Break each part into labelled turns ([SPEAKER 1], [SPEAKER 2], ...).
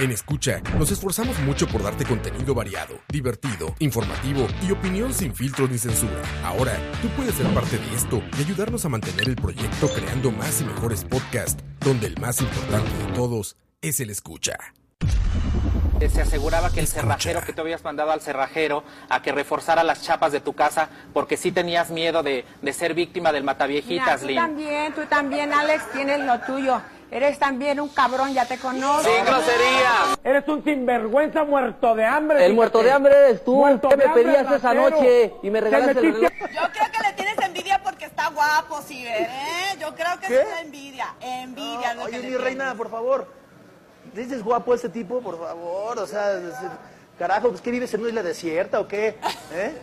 [SPEAKER 1] En Escucha, nos esforzamos mucho por darte contenido variado, divertido, informativo y opinión sin filtros ni censura. Ahora, tú puedes ser parte de esto y ayudarnos a mantener el proyecto creando más y mejores podcasts, donde el más importante de todos es el escucha.
[SPEAKER 2] Eh, se aseguraba que el
[SPEAKER 1] Escucha.
[SPEAKER 2] cerrajero que tú habías mandado al cerrajero a que reforzara las chapas de tu casa porque sí tenías miedo de, de ser víctima del
[SPEAKER 3] Mira,
[SPEAKER 2] mataviejitas,
[SPEAKER 3] tú
[SPEAKER 2] Lynn.
[SPEAKER 3] también, tú también, Alex, tienes lo tuyo. Eres también un cabrón, ya te conozco.
[SPEAKER 2] ¡Sin groserías!
[SPEAKER 4] Eres un sinvergüenza muerto de hambre.
[SPEAKER 5] El
[SPEAKER 4] fíjate.
[SPEAKER 5] muerto de hambre eres tú.
[SPEAKER 4] Muerto de
[SPEAKER 5] ¿Qué me
[SPEAKER 4] hambre,
[SPEAKER 5] pedías esa
[SPEAKER 4] ratero?
[SPEAKER 5] noche? Y me
[SPEAKER 4] Te
[SPEAKER 5] regalaste el
[SPEAKER 4] metiste-
[SPEAKER 5] reloj.
[SPEAKER 6] Yo creo que le tienes envidia porque está guapo, sí, ¿eh? Yo creo que es la envidia. Envidia.
[SPEAKER 7] Oye, mi reina, por favor. ¿Dices guapo a este tipo? Por favor, o sea, es- carajo, pues, ¿qué vives en una isla desierta o qué? ¿Eh?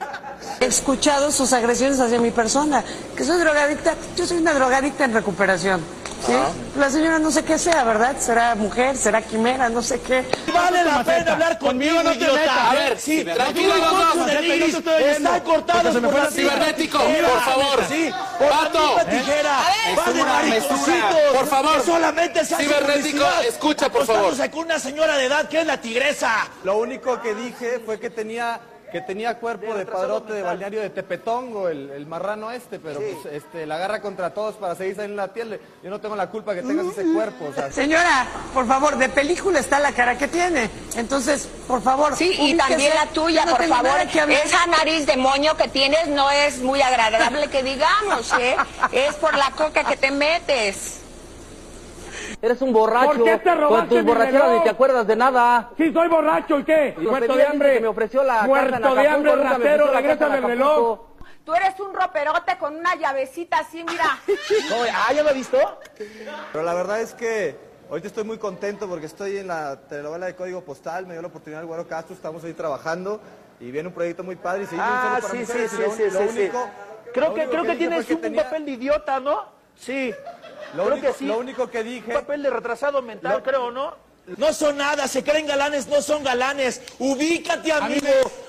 [SPEAKER 8] He escuchado sus agresiones hacia mi persona, que soy drogadicta, yo soy una drogadicta en recuperación. ¿sí? La señora no sé qué sea, ¿verdad? Será mujer, será quimera, no sé qué.
[SPEAKER 7] Vale la pena hablar conmigo, no te A
[SPEAKER 4] ¿eh?
[SPEAKER 7] ver, sí, tranquilo, no te Están cortados por la cibernético, por favor. Sí, pato. Tijera. Va de mariconcitos. Por favor. Solamente se Cibernético, escucha, por favor. con una señora de edad que es la tigresa.
[SPEAKER 9] Lo único que dije fue que tenía que tenía cuerpo de padrote de balneario de Tepetongo, el, el marrano este, pero pues, este, la agarra contra todos para seguir en la piel. Yo no tengo la culpa
[SPEAKER 7] Mm.
[SPEAKER 9] que tengas ese cuerpo. O sea,
[SPEAKER 8] Señora, por favor, de película está la cara que tiene. Entonces, por favor.
[SPEAKER 10] Sí, y
[SPEAKER 8] ubíquese.
[SPEAKER 10] también la tuya,
[SPEAKER 8] Yo no
[SPEAKER 10] por
[SPEAKER 8] tengo
[SPEAKER 10] favor.
[SPEAKER 8] nada que hablar.
[SPEAKER 10] Esa nariz de moño que tienes no es muy agradable que digamos, ¿eh? Es por la coca que te metes.
[SPEAKER 5] Eres un borracho.
[SPEAKER 4] ¿Por qué te robaste
[SPEAKER 5] Con tus
[SPEAKER 4] mi
[SPEAKER 5] borracheras
[SPEAKER 4] reloj?
[SPEAKER 5] ni te acuerdas de nada.
[SPEAKER 4] Sí, soy borracho, ¿y qué?
[SPEAKER 5] Y lo
[SPEAKER 4] muerto
[SPEAKER 5] pedí
[SPEAKER 4] de
[SPEAKER 5] a mí
[SPEAKER 4] hambre.
[SPEAKER 5] que me ofreció la
[SPEAKER 4] muerto
[SPEAKER 5] casa en Acapulco,
[SPEAKER 4] de hambre,
[SPEAKER 5] nunca me
[SPEAKER 4] ratero,
[SPEAKER 5] ofreció la
[SPEAKER 4] regresa
[SPEAKER 5] casa en
[SPEAKER 4] del reloj.
[SPEAKER 5] Acapulco.
[SPEAKER 3] Tú eres un roperote con una llavecita así, mira.
[SPEAKER 7] No, ah, ¿ya lo ha visto?
[SPEAKER 9] pero la verdad es que ahorita estoy muy contento porque estoy en la telenovela de Código Postal, me dio la oportunidad el Güero Castro, estamos ahí trabajando y viene un proyecto muy padre y se hizo un solo
[SPEAKER 7] Ah,
[SPEAKER 9] para
[SPEAKER 7] sí, sí,
[SPEAKER 9] mujeres, y
[SPEAKER 7] sí,
[SPEAKER 9] lo-
[SPEAKER 7] sí,
[SPEAKER 9] lo
[SPEAKER 7] sí,
[SPEAKER 9] único-
[SPEAKER 7] sí.
[SPEAKER 9] lo único
[SPEAKER 7] Creo que, creo que,
[SPEAKER 9] dije fue
[SPEAKER 7] tienes un
[SPEAKER 9] tenía-
[SPEAKER 7] papel de idiota, ¿no? Sí.
[SPEAKER 9] Lo
[SPEAKER 7] creo
[SPEAKER 9] único-
[SPEAKER 7] que sí.
[SPEAKER 9] lo único que dije-
[SPEAKER 7] Un papel de retrasado mental, creo, ¿no?
[SPEAKER 4] No son nada, se creen galanes, no son galanes. Ubícate, amigo.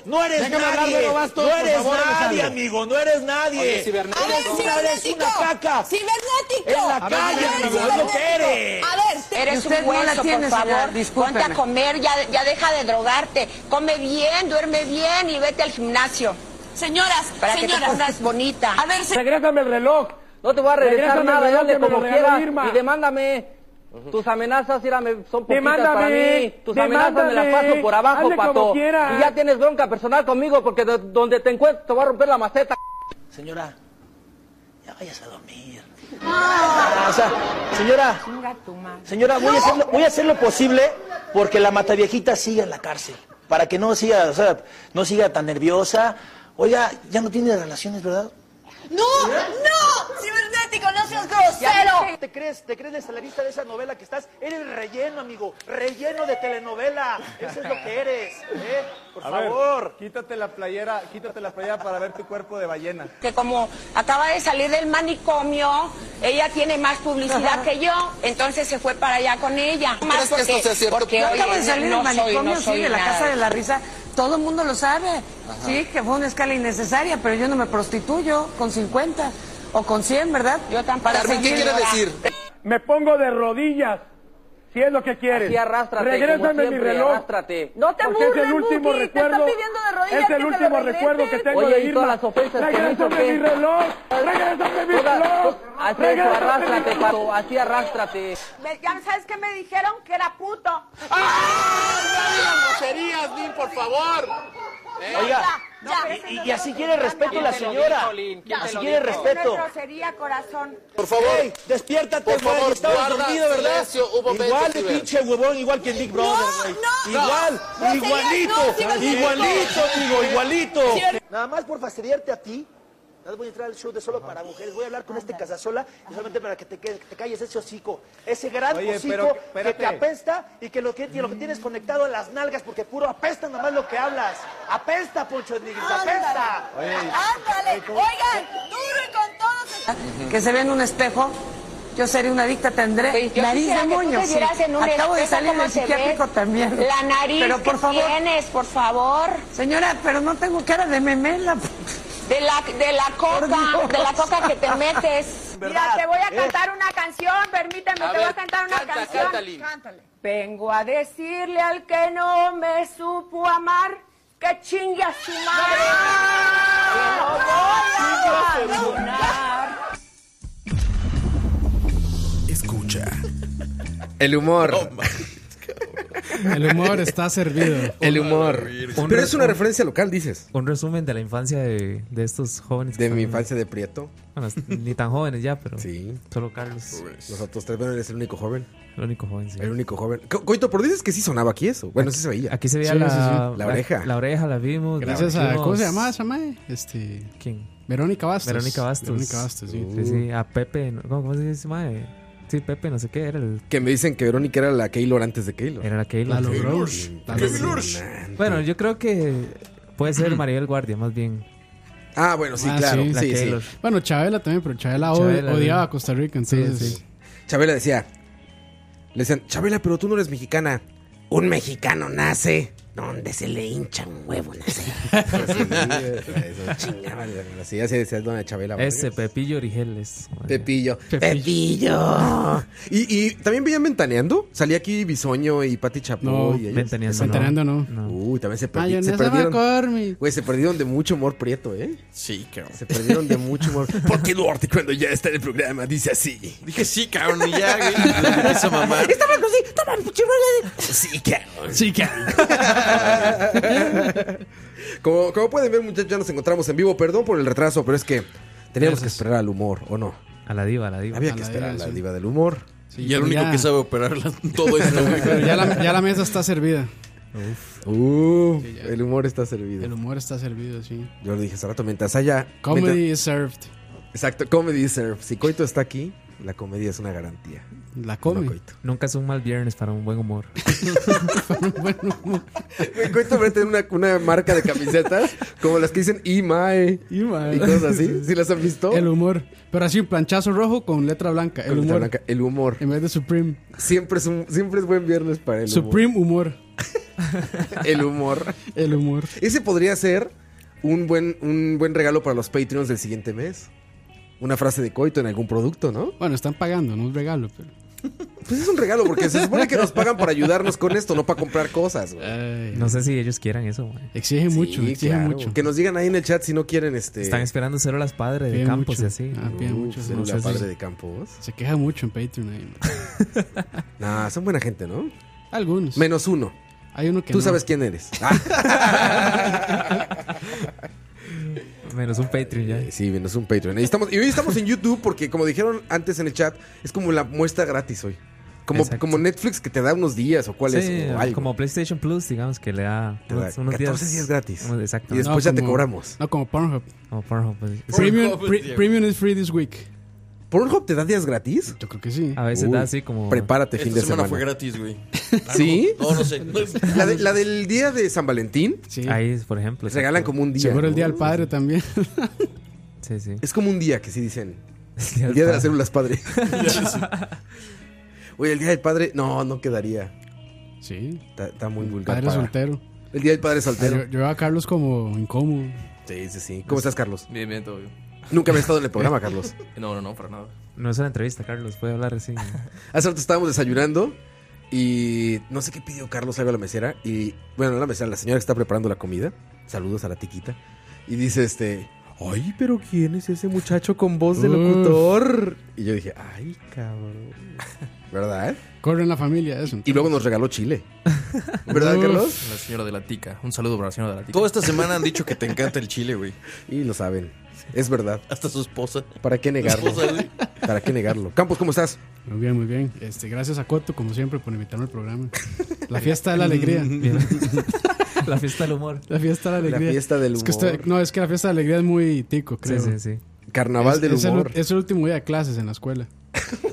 [SPEAKER 4] no eres
[SPEAKER 7] nadie. No eres nadie,
[SPEAKER 4] amigo. No eres nadie.
[SPEAKER 6] A ver, cibernético. Cibernético.
[SPEAKER 4] En la
[SPEAKER 6] A ver,
[SPEAKER 4] calle, amigo, es lo
[SPEAKER 6] cibernético.
[SPEAKER 4] que eres.
[SPEAKER 6] A ver, te-
[SPEAKER 10] Eres
[SPEAKER 8] Usted
[SPEAKER 10] un
[SPEAKER 8] no la
[SPEAKER 10] hueso,
[SPEAKER 8] tiene,
[SPEAKER 10] por
[SPEAKER 8] señora,
[SPEAKER 10] favor.
[SPEAKER 8] discúlpeme.
[SPEAKER 10] Ponte a comer, ya, ya deja de drogarte. Come bien, duerme bien y vete al gimnasio
[SPEAKER 6] señoras,
[SPEAKER 10] para que te
[SPEAKER 6] señoras.
[SPEAKER 10] pongas bonita.
[SPEAKER 6] A ver, se-
[SPEAKER 4] Regrésame el reloj.
[SPEAKER 5] No te voy a regresar
[SPEAKER 4] Regrésame el
[SPEAKER 5] nada,
[SPEAKER 4] reloj
[SPEAKER 5] dale
[SPEAKER 4] que me
[SPEAKER 5] como
[SPEAKER 4] lo regaló
[SPEAKER 5] quiera.
[SPEAKER 4] Irma.
[SPEAKER 5] Y demándame. Tus amenazas, mira, me- son poquitas
[SPEAKER 4] Demándame,
[SPEAKER 5] para mí. Tus amenazas me las
[SPEAKER 4] demándame.
[SPEAKER 5] paso por abajo,
[SPEAKER 4] Hazle como
[SPEAKER 5] pato.
[SPEAKER 4] quieras.
[SPEAKER 5] Y ya tienes bronca personal conmigo porque de- donde te encuentro te voy a romper la maceta.
[SPEAKER 7] Señora, ya vayas a dormir. Ah, o sea, señora,
[SPEAKER 3] Chinga tu madre.
[SPEAKER 7] señora, voy, a hacer lo, voy a hacer lo posible porque la mataviejita siga en la cárcel. Para que no siga, o sea, no siga tan nerviosa. Oiga, ya no tiene relaciones, ¿verdad?
[SPEAKER 6] No, no, cibernético, no seas grosero.
[SPEAKER 7] Pero te crees, te crees el salarista de esa novela que estás, eres relleno, amigo, relleno de telenovela. Eso es lo que eres, ¿eh? Por
[SPEAKER 9] A ver,
[SPEAKER 7] favor.
[SPEAKER 9] quítate la playera, quítate la playera para ver tu cuerpo de ballena.
[SPEAKER 10] Que como acaba de salir del manicomio, ella tiene más publicidad que yo, entonces se fue para allá con ella. Más
[SPEAKER 11] ¿Crees que esto sea cierto?
[SPEAKER 10] porque,
[SPEAKER 8] Yo
[SPEAKER 10] oye,
[SPEAKER 8] acabo de salir
[SPEAKER 10] no
[SPEAKER 8] del
[SPEAKER 10] soy-
[SPEAKER 8] manicomio,
[SPEAKER 10] no soy
[SPEAKER 8] sí, de la
[SPEAKER 10] nada
[SPEAKER 8] Casa de la Risa. Todo el mundo lo sabe, sí, que fue una escala innecesaria, pero yo no me prostituyo con 50 o con 100, ¿verdad?
[SPEAKER 10] Yo tampoco.
[SPEAKER 8] Carmen,
[SPEAKER 11] Carmen, ¿qué quiere decir?
[SPEAKER 4] Me pongo de rodillas. Si es lo que quieres.
[SPEAKER 5] Así arrástrate, como
[SPEAKER 4] Regrésame mi
[SPEAKER 5] siempre,
[SPEAKER 4] reloj.
[SPEAKER 5] arrástrate.
[SPEAKER 3] No te
[SPEAKER 4] Porque
[SPEAKER 3] burles,
[SPEAKER 4] es el último
[SPEAKER 3] Buki, te están
[SPEAKER 4] recuerdo.
[SPEAKER 3] pidiendo de rodillas
[SPEAKER 4] es
[SPEAKER 3] que
[SPEAKER 4] el
[SPEAKER 3] te lo
[SPEAKER 4] último
[SPEAKER 3] regresen.
[SPEAKER 4] recuerdo que tengo
[SPEAKER 5] Oye,
[SPEAKER 4] de
[SPEAKER 5] y
[SPEAKER 4] Irma.
[SPEAKER 5] todas las ofensas que me hizo,
[SPEAKER 4] Regrésame
[SPEAKER 5] ¿qué?
[SPEAKER 4] mi reloj. Regrésame mi reloj.
[SPEAKER 5] Haz eso,
[SPEAKER 4] Regrésame mi
[SPEAKER 5] arrástrate,
[SPEAKER 4] reloj.
[SPEAKER 5] pato, así arrástrate.
[SPEAKER 3] Me- ya sabes que me dijeron que era puto.
[SPEAKER 12] ¡Ah! Eh.
[SPEAKER 7] Oiga,
[SPEAKER 3] No,
[SPEAKER 7] ya,
[SPEAKER 3] pero
[SPEAKER 7] y-
[SPEAKER 3] ese
[SPEAKER 7] y,
[SPEAKER 3] no
[SPEAKER 7] y así
[SPEAKER 3] lo
[SPEAKER 7] quiere
[SPEAKER 3] dijo,
[SPEAKER 7] respeto
[SPEAKER 3] Dani.
[SPEAKER 7] la
[SPEAKER 2] ¿Quién te lo
[SPEAKER 7] señora.
[SPEAKER 2] dijo, Lin? ¿Quién te
[SPEAKER 7] Así
[SPEAKER 2] lo
[SPEAKER 7] quiere
[SPEAKER 2] dijo?
[SPEAKER 3] Eso
[SPEAKER 7] respeto.
[SPEAKER 3] no es grosería, corazón.
[SPEAKER 11] Por favor,
[SPEAKER 7] Ey, despiértate,
[SPEAKER 11] Por
[SPEAKER 7] güey,
[SPEAKER 11] favor,
[SPEAKER 7] estabas
[SPEAKER 11] guarda
[SPEAKER 7] dormido, ¿verdad?
[SPEAKER 11] silencio un momento,
[SPEAKER 7] igual de
[SPEAKER 11] Ciber.
[SPEAKER 7] pinche huevón, igual que el Big Brother, güey.
[SPEAKER 6] no.
[SPEAKER 7] igual,
[SPEAKER 6] No,
[SPEAKER 7] igualito,
[SPEAKER 6] señor, no, Ciber,
[SPEAKER 7] igualito, amigo, igualito. Nada más por fastidiarte a ti, No voy a entrar al show de solo para mujeres. Voy a hablar con este casasola y solamente para que te, que- que te calles ese hocico. Ese gran
[SPEAKER 13] Oye,
[SPEAKER 7] hocico
[SPEAKER 13] pero
[SPEAKER 7] que Mm.
[SPEAKER 13] espérate.
[SPEAKER 7] te apesta y que lo que, lo que tienes conectado a las nalgas porque puro apesta nomás lo que hablas. Apesta, Poncho de Nigris, apesta.
[SPEAKER 8] Oye,
[SPEAKER 9] Ándale, oigan, duro y con todo se
[SPEAKER 8] que se ve en un espejo, yo seré una adicta, tendré
[SPEAKER 12] Sí, yo
[SPEAKER 8] nariz
[SPEAKER 12] quisiera
[SPEAKER 8] de
[SPEAKER 12] que tú te
[SPEAKER 8] moño. sí.
[SPEAKER 12] vieras en un
[SPEAKER 8] Acabo de
[SPEAKER 12] espejo
[SPEAKER 8] salir
[SPEAKER 12] cómo
[SPEAKER 8] del
[SPEAKER 12] te
[SPEAKER 8] psiquiátrico
[SPEAKER 12] ves,
[SPEAKER 8] también.
[SPEAKER 12] la nariz
[SPEAKER 8] pero por
[SPEAKER 12] que
[SPEAKER 8] favor,
[SPEAKER 12] tienes, por favor.
[SPEAKER 8] Señora, pero no tengo cara de memela.
[SPEAKER 12] De la, de la coca, de la coca que te metes.
[SPEAKER 10] Mira, te voy a cantar una canción, permíteme,
[SPEAKER 12] A
[SPEAKER 10] te voy a
[SPEAKER 12] ver,
[SPEAKER 10] cantar una
[SPEAKER 12] canta,
[SPEAKER 10] canción.
[SPEAKER 12] canta, Lin.
[SPEAKER 10] Vengo a decirle al que no me supo amar que chingue a su madre. Que no voy a perdonar.
[SPEAKER 1] Escucha. El humor.
[SPEAKER 14] El humor está servido.
[SPEAKER 1] El humor. Pero es una referencia local, dices.
[SPEAKER 2] Un resumen de la infancia de, de estos jóvenes.
[SPEAKER 1] De mi infancia de Prieto.
[SPEAKER 2] Bueno, es- ni tan jóvenes ya, pero. Sí. Solo Carlos.
[SPEAKER 1] Nosotros tres, bueno, eres el único joven.
[SPEAKER 2] El único joven, sí.
[SPEAKER 1] El único joven. Co- Coito, pero dices que sí sonaba aquí eso. Bueno, sí se veía.
[SPEAKER 2] Aquí se veía la,
[SPEAKER 1] La oreja.
[SPEAKER 2] La oreja la vimos.
[SPEAKER 14] Pues Gracias
[SPEAKER 2] la
[SPEAKER 14] a.
[SPEAKER 2] vimos-
[SPEAKER 14] ¿Cómo se llamaba esa mae? Este.
[SPEAKER 2] ¿Quién?
[SPEAKER 14] Verónica Bastos.
[SPEAKER 2] Verónica Bastos.
[SPEAKER 14] Verónica Bastos, sí. Uh.
[SPEAKER 2] Sí, sí, a Pepe. ¿no? ¿Cómo, cómo se dice, mae? Sí, Pepe, no sé qué. Era el.
[SPEAKER 1] Que me dicen que Verónica era la Keylor antes de Keylor.
[SPEAKER 2] Era la Keylor.
[SPEAKER 14] La logró. La logró.
[SPEAKER 2] Bueno, yo creo que puede ser Maribel Guardia, más bien.
[SPEAKER 1] Ah, bueno, sí,
[SPEAKER 14] Ah,
[SPEAKER 1] claro.
[SPEAKER 14] sí,
[SPEAKER 1] la
[SPEAKER 14] sí,
[SPEAKER 1] Keylor.
[SPEAKER 14] sí. Bueno, Chabela también, pero Chabela, od-
[SPEAKER 1] Chabela,
[SPEAKER 14] odiaba
[SPEAKER 1] sí.
[SPEAKER 14] a Costa Rica, entonces.
[SPEAKER 1] Chabela decía. Le decían, Chabela, pero tú no eres mexicana. Un mexicano nace donde se le hinchan huevos. Nace. Chingada, así, así decía Dona Chabela.
[SPEAKER 2] Ese Pepillo Origeles.
[SPEAKER 1] Pepillo. Pepillo. Y, y también veían Ventaneando. Salía aquí Bisoño y Pati Chapoy.
[SPEAKER 14] No,
[SPEAKER 1] y ellos.
[SPEAKER 14] Ventaneando no. Ventaneando no.
[SPEAKER 1] Uy, también se, perdi- se
[SPEAKER 14] Mayonesa
[SPEAKER 1] perdieron.
[SPEAKER 14] McCormick.
[SPEAKER 1] Güey, se perdieron de mucho humor prieto, ¿eh?
[SPEAKER 15] Sí, cabrón.
[SPEAKER 1] Se perdieron de mucho humor. Porque Duarte, cuando ya está en el programa, dice así.
[SPEAKER 15] Dije sí, cabrón, y ya, güey. Eso, mamá.
[SPEAKER 1] Sí, cabrón. Sí, como, como pueden ver, muchachos, ya nos encontramos en vivo. Perdón por el retraso, pero es que teníamos que esperar al humor, ¿o no?
[SPEAKER 2] A la diva, a la diva.
[SPEAKER 1] Había
[SPEAKER 14] A
[SPEAKER 1] que
[SPEAKER 14] la
[SPEAKER 1] esperar
[SPEAKER 14] diva,
[SPEAKER 1] a la
[SPEAKER 14] sí.
[SPEAKER 1] diva del humor.
[SPEAKER 14] Sí, Y el pero único ya- que sabe
[SPEAKER 1] operar todo esto.
[SPEAKER 14] Pero ya la, ya la mesa está servida.
[SPEAKER 1] Uh, el humor está servido.
[SPEAKER 14] El humor está servido, sí.
[SPEAKER 1] Yo lo dije hace rato, mientras haya...
[SPEAKER 14] Comedy
[SPEAKER 1] mientras-
[SPEAKER 14] is served.
[SPEAKER 1] Exacto, comedy is served. Si Coito está aquí, la comedia es una garantía.
[SPEAKER 14] La come.
[SPEAKER 2] Nunca es un mal viernes para un buen humor.
[SPEAKER 1] Güey, Coito va a tener una, una marca de camisetas como las que dicen Imae
[SPEAKER 14] Imae.
[SPEAKER 1] y cosas así. ¿Sí las han visto?
[SPEAKER 14] El humor. Pero así un planchazo rojo con letra blanca. El
[SPEAKER 1] Con letra
[SPEAKER 14] humor.
[SPEAKER 1] blanca, el humor.
[SPEAKER 14] En vez de Supreme.
[SPEAKER 1] Siempre es, un- siempre es buen viernes para el
[SPEAKER 14] Supreme humor.
[SPEAKER 1] humor. El humor.
[SPEAKER 14] El humor.
[SPEAKER 1] Ese podría ser un buen, un buen regalo para los Patreons del siguiente mes. Una frase de Coito en algún producto, ¿no?
[SPEAKER 14] Bueno, están pagando, no es regalo, pero.
[SPEAKER 1] Pues es un regalo porque se supone que nos pagan para ayudarnos con esto, no para comprar cosas, güey.
[SPEAKER 2] No sé si ellos quieran eso, güey.
[SPEAKER 14] Exige
[SPEAKER 2] mucho, exige mucho.
[SPEAKER 1] Que nos digan ahí en el chat si no quieren este.
[SPEAKER 2] Están esperando células padre de
[SPEAKER 14] Piden
[SPEAKER 2] campos
[SPEAKER 14] mucho.
[SPEAKER 2] y así.
[SPEAKER 14] Ah, piden mucho,
[SPEAKER 1] célula
[SPEAKER 14] no sé si-
[SPEAKER 1] padre de campos.
[SPEAKER 14] Se queja mucho en Patreon ahí.
[SPEAKER 1] Nah, son buena gente, ¿no?
[SPEAKER 14] Algunos.
[SPEAKER 1] Menos uno.
[SPEAKER 14] Hay uno que
[SPEAKER 1] Tú
[SPEAKER 14] no.
[SPEAKER 1] sabes quién eres.
[SPEAKER 2] Menos un Patreon ya.
[SPEAKER 1] Eh, Sí, menos un Patreon. Y, estamos, y hoy estamos en YouTube porque, como dijeron antes en el chat, es como la muestra gratis hoy. Como,
[SPEAKER 2] Exacto.
[SPEAKER 1] como Netflix que te da unos días o cuál
[SPEAKER 2] Sí,
[SPEAKER 1] es. O algo.
[SPEAKER 2] como PlayStation Plus, digamos que le da
[SPEAKER 1] Te da
[SPEAKER 2] unos, unos
[SPEAKER 1] 14
[SPEAKER 2] días,
[SPEAKER 1] días gratis.
[SPEAKER 2] Unos- Exacto.
[SPEAKER 1] Y después ya te cobramos.
[SPEAKER 14] No, como Pornhub.
[SPEAKER 2] Como Pornhub. pues.
[SPEAKER 14] Premium, pre- premium is free this week.
[SPEAKER 1] ¿Pornhub te da días gratis?
[SPEAKER 14] Yo creo que sí.
[SPEAKER 2] A veces
[SPEAKER 1] Uy,
[SPEAKER 2] da así como.
[SPEAKER 1] Prepárate
[SPEAKER 15] Esta
[SPEAKER 1] fin de
[SPEAKER 15] semana
[SPEAKER 1] Este semana.
[SPEAKER 15] fue gratis, güey.
[SPEAKER 1] ¿Sí?
[SPEAKER 15] No, no sé.
[SPEAKER 1] La, de- la del día de San Valentín.
[SPEAKER 2] Ahí, por ejemplo.
[SPEAKER 1] Les regalan como un día.
[SPEAKER 14] Seguro el
[SPEAKER 1] ¿no?
[SPEAKER 14] día del padre también.
[SPEAKER 2] Sí, sí.
[SPEAKER 1] Es como un día que sí dicen. El día,
[SPEAKER 2] del padre.
[SPEAKER 1] de las células padre. Oye, el día del padre. No, no quedaría.
[SPEAKER 14] Sí.
[SPEAKER 1] Está, está muy vulgar.
[SPEAKER 14] Padre
[SPEAKER 1] para-
[SPEAKER 14] soltero.
[SPEAKER 1] El día del padre
[SPEAKER 14] Ah, Yo,
[SPEAKER 1] soltero.
[SPEAKER 14] yo veo a Carlos como incómodo.
[SPEAKER 1] Sí, sí, sí. ¿Cómo estás, Carlos?
[SPEAKER 15] Bien, bien, todo bien.
[SPEAKER 1] Nunca había estado en el programa, Carlos.
[SPEAKER 15] No, no, no, para nada.
[SPEAKER 2] No es una entrevista, Carlos. Puede hablar así.
[SPEAKER 1] Hace rato estábamos desayunando y no sé qué pidió Carlos algo a la mesera. Y bueno, no la mesera, la señora que está preparando la comida. Saludos a la tiquita. Y dice este. Ay, pero ¿quién es ese muchacho con voz de
[SPEAKER 14] Uf.
[SPEAKER 1] locutor? Y yo dije, ay, cabrón. ¿Verdad? eh?
[SPEAKER 14] Corre en la familia, eso.
[SPEAKER 1] Y luego nos regaló chile. ¿Verdad,
[SPEAKER 14] Uf.
[SPEAKER 1] Carlos?
[SPEAKER 15] La señora de la tica. Un saludo para la señora de la tica.
[SPEAKER 1] Toda esta semana han dicho que te encanta el chile, güey. Y lo saben. Es verdad.
[SPEAKER 15] Hasta su esposa.
[SPEAKER 1] ¿Para qué negarlo?
[SPEAKER 15] esposa, güey.
[SPEAKER 1] ¿Para qué negarlo? Campos, ¿cómo estás?
[SPEAKER 14] Muy bien, muy bien. Este, gracias a Coto, como siempre, por invitarme al programa. La fiesta de la alegría.
[SPEAKER 2] Bien. La fiesta del humor.
[SPEAKER 14] La fiesta de la alegría.
[SPEAKER 2] La fiesta del
[SPEAKER 14] Es que
[SPEAKER 2] humor.
[SPEAKER 14] usted- no, es que la fiesta de la alegría es muy tico, creo.
[SPEAKER 2] sí, sí.
[SPEAKER 1] Carnaval
[SPEAKER 14] Es-
[SPEAKER 1] del
[SPEAKER 14] es el-
[SPEAKER 1] humor.
[SPEAKER 14] es el último día de clases en la escuela.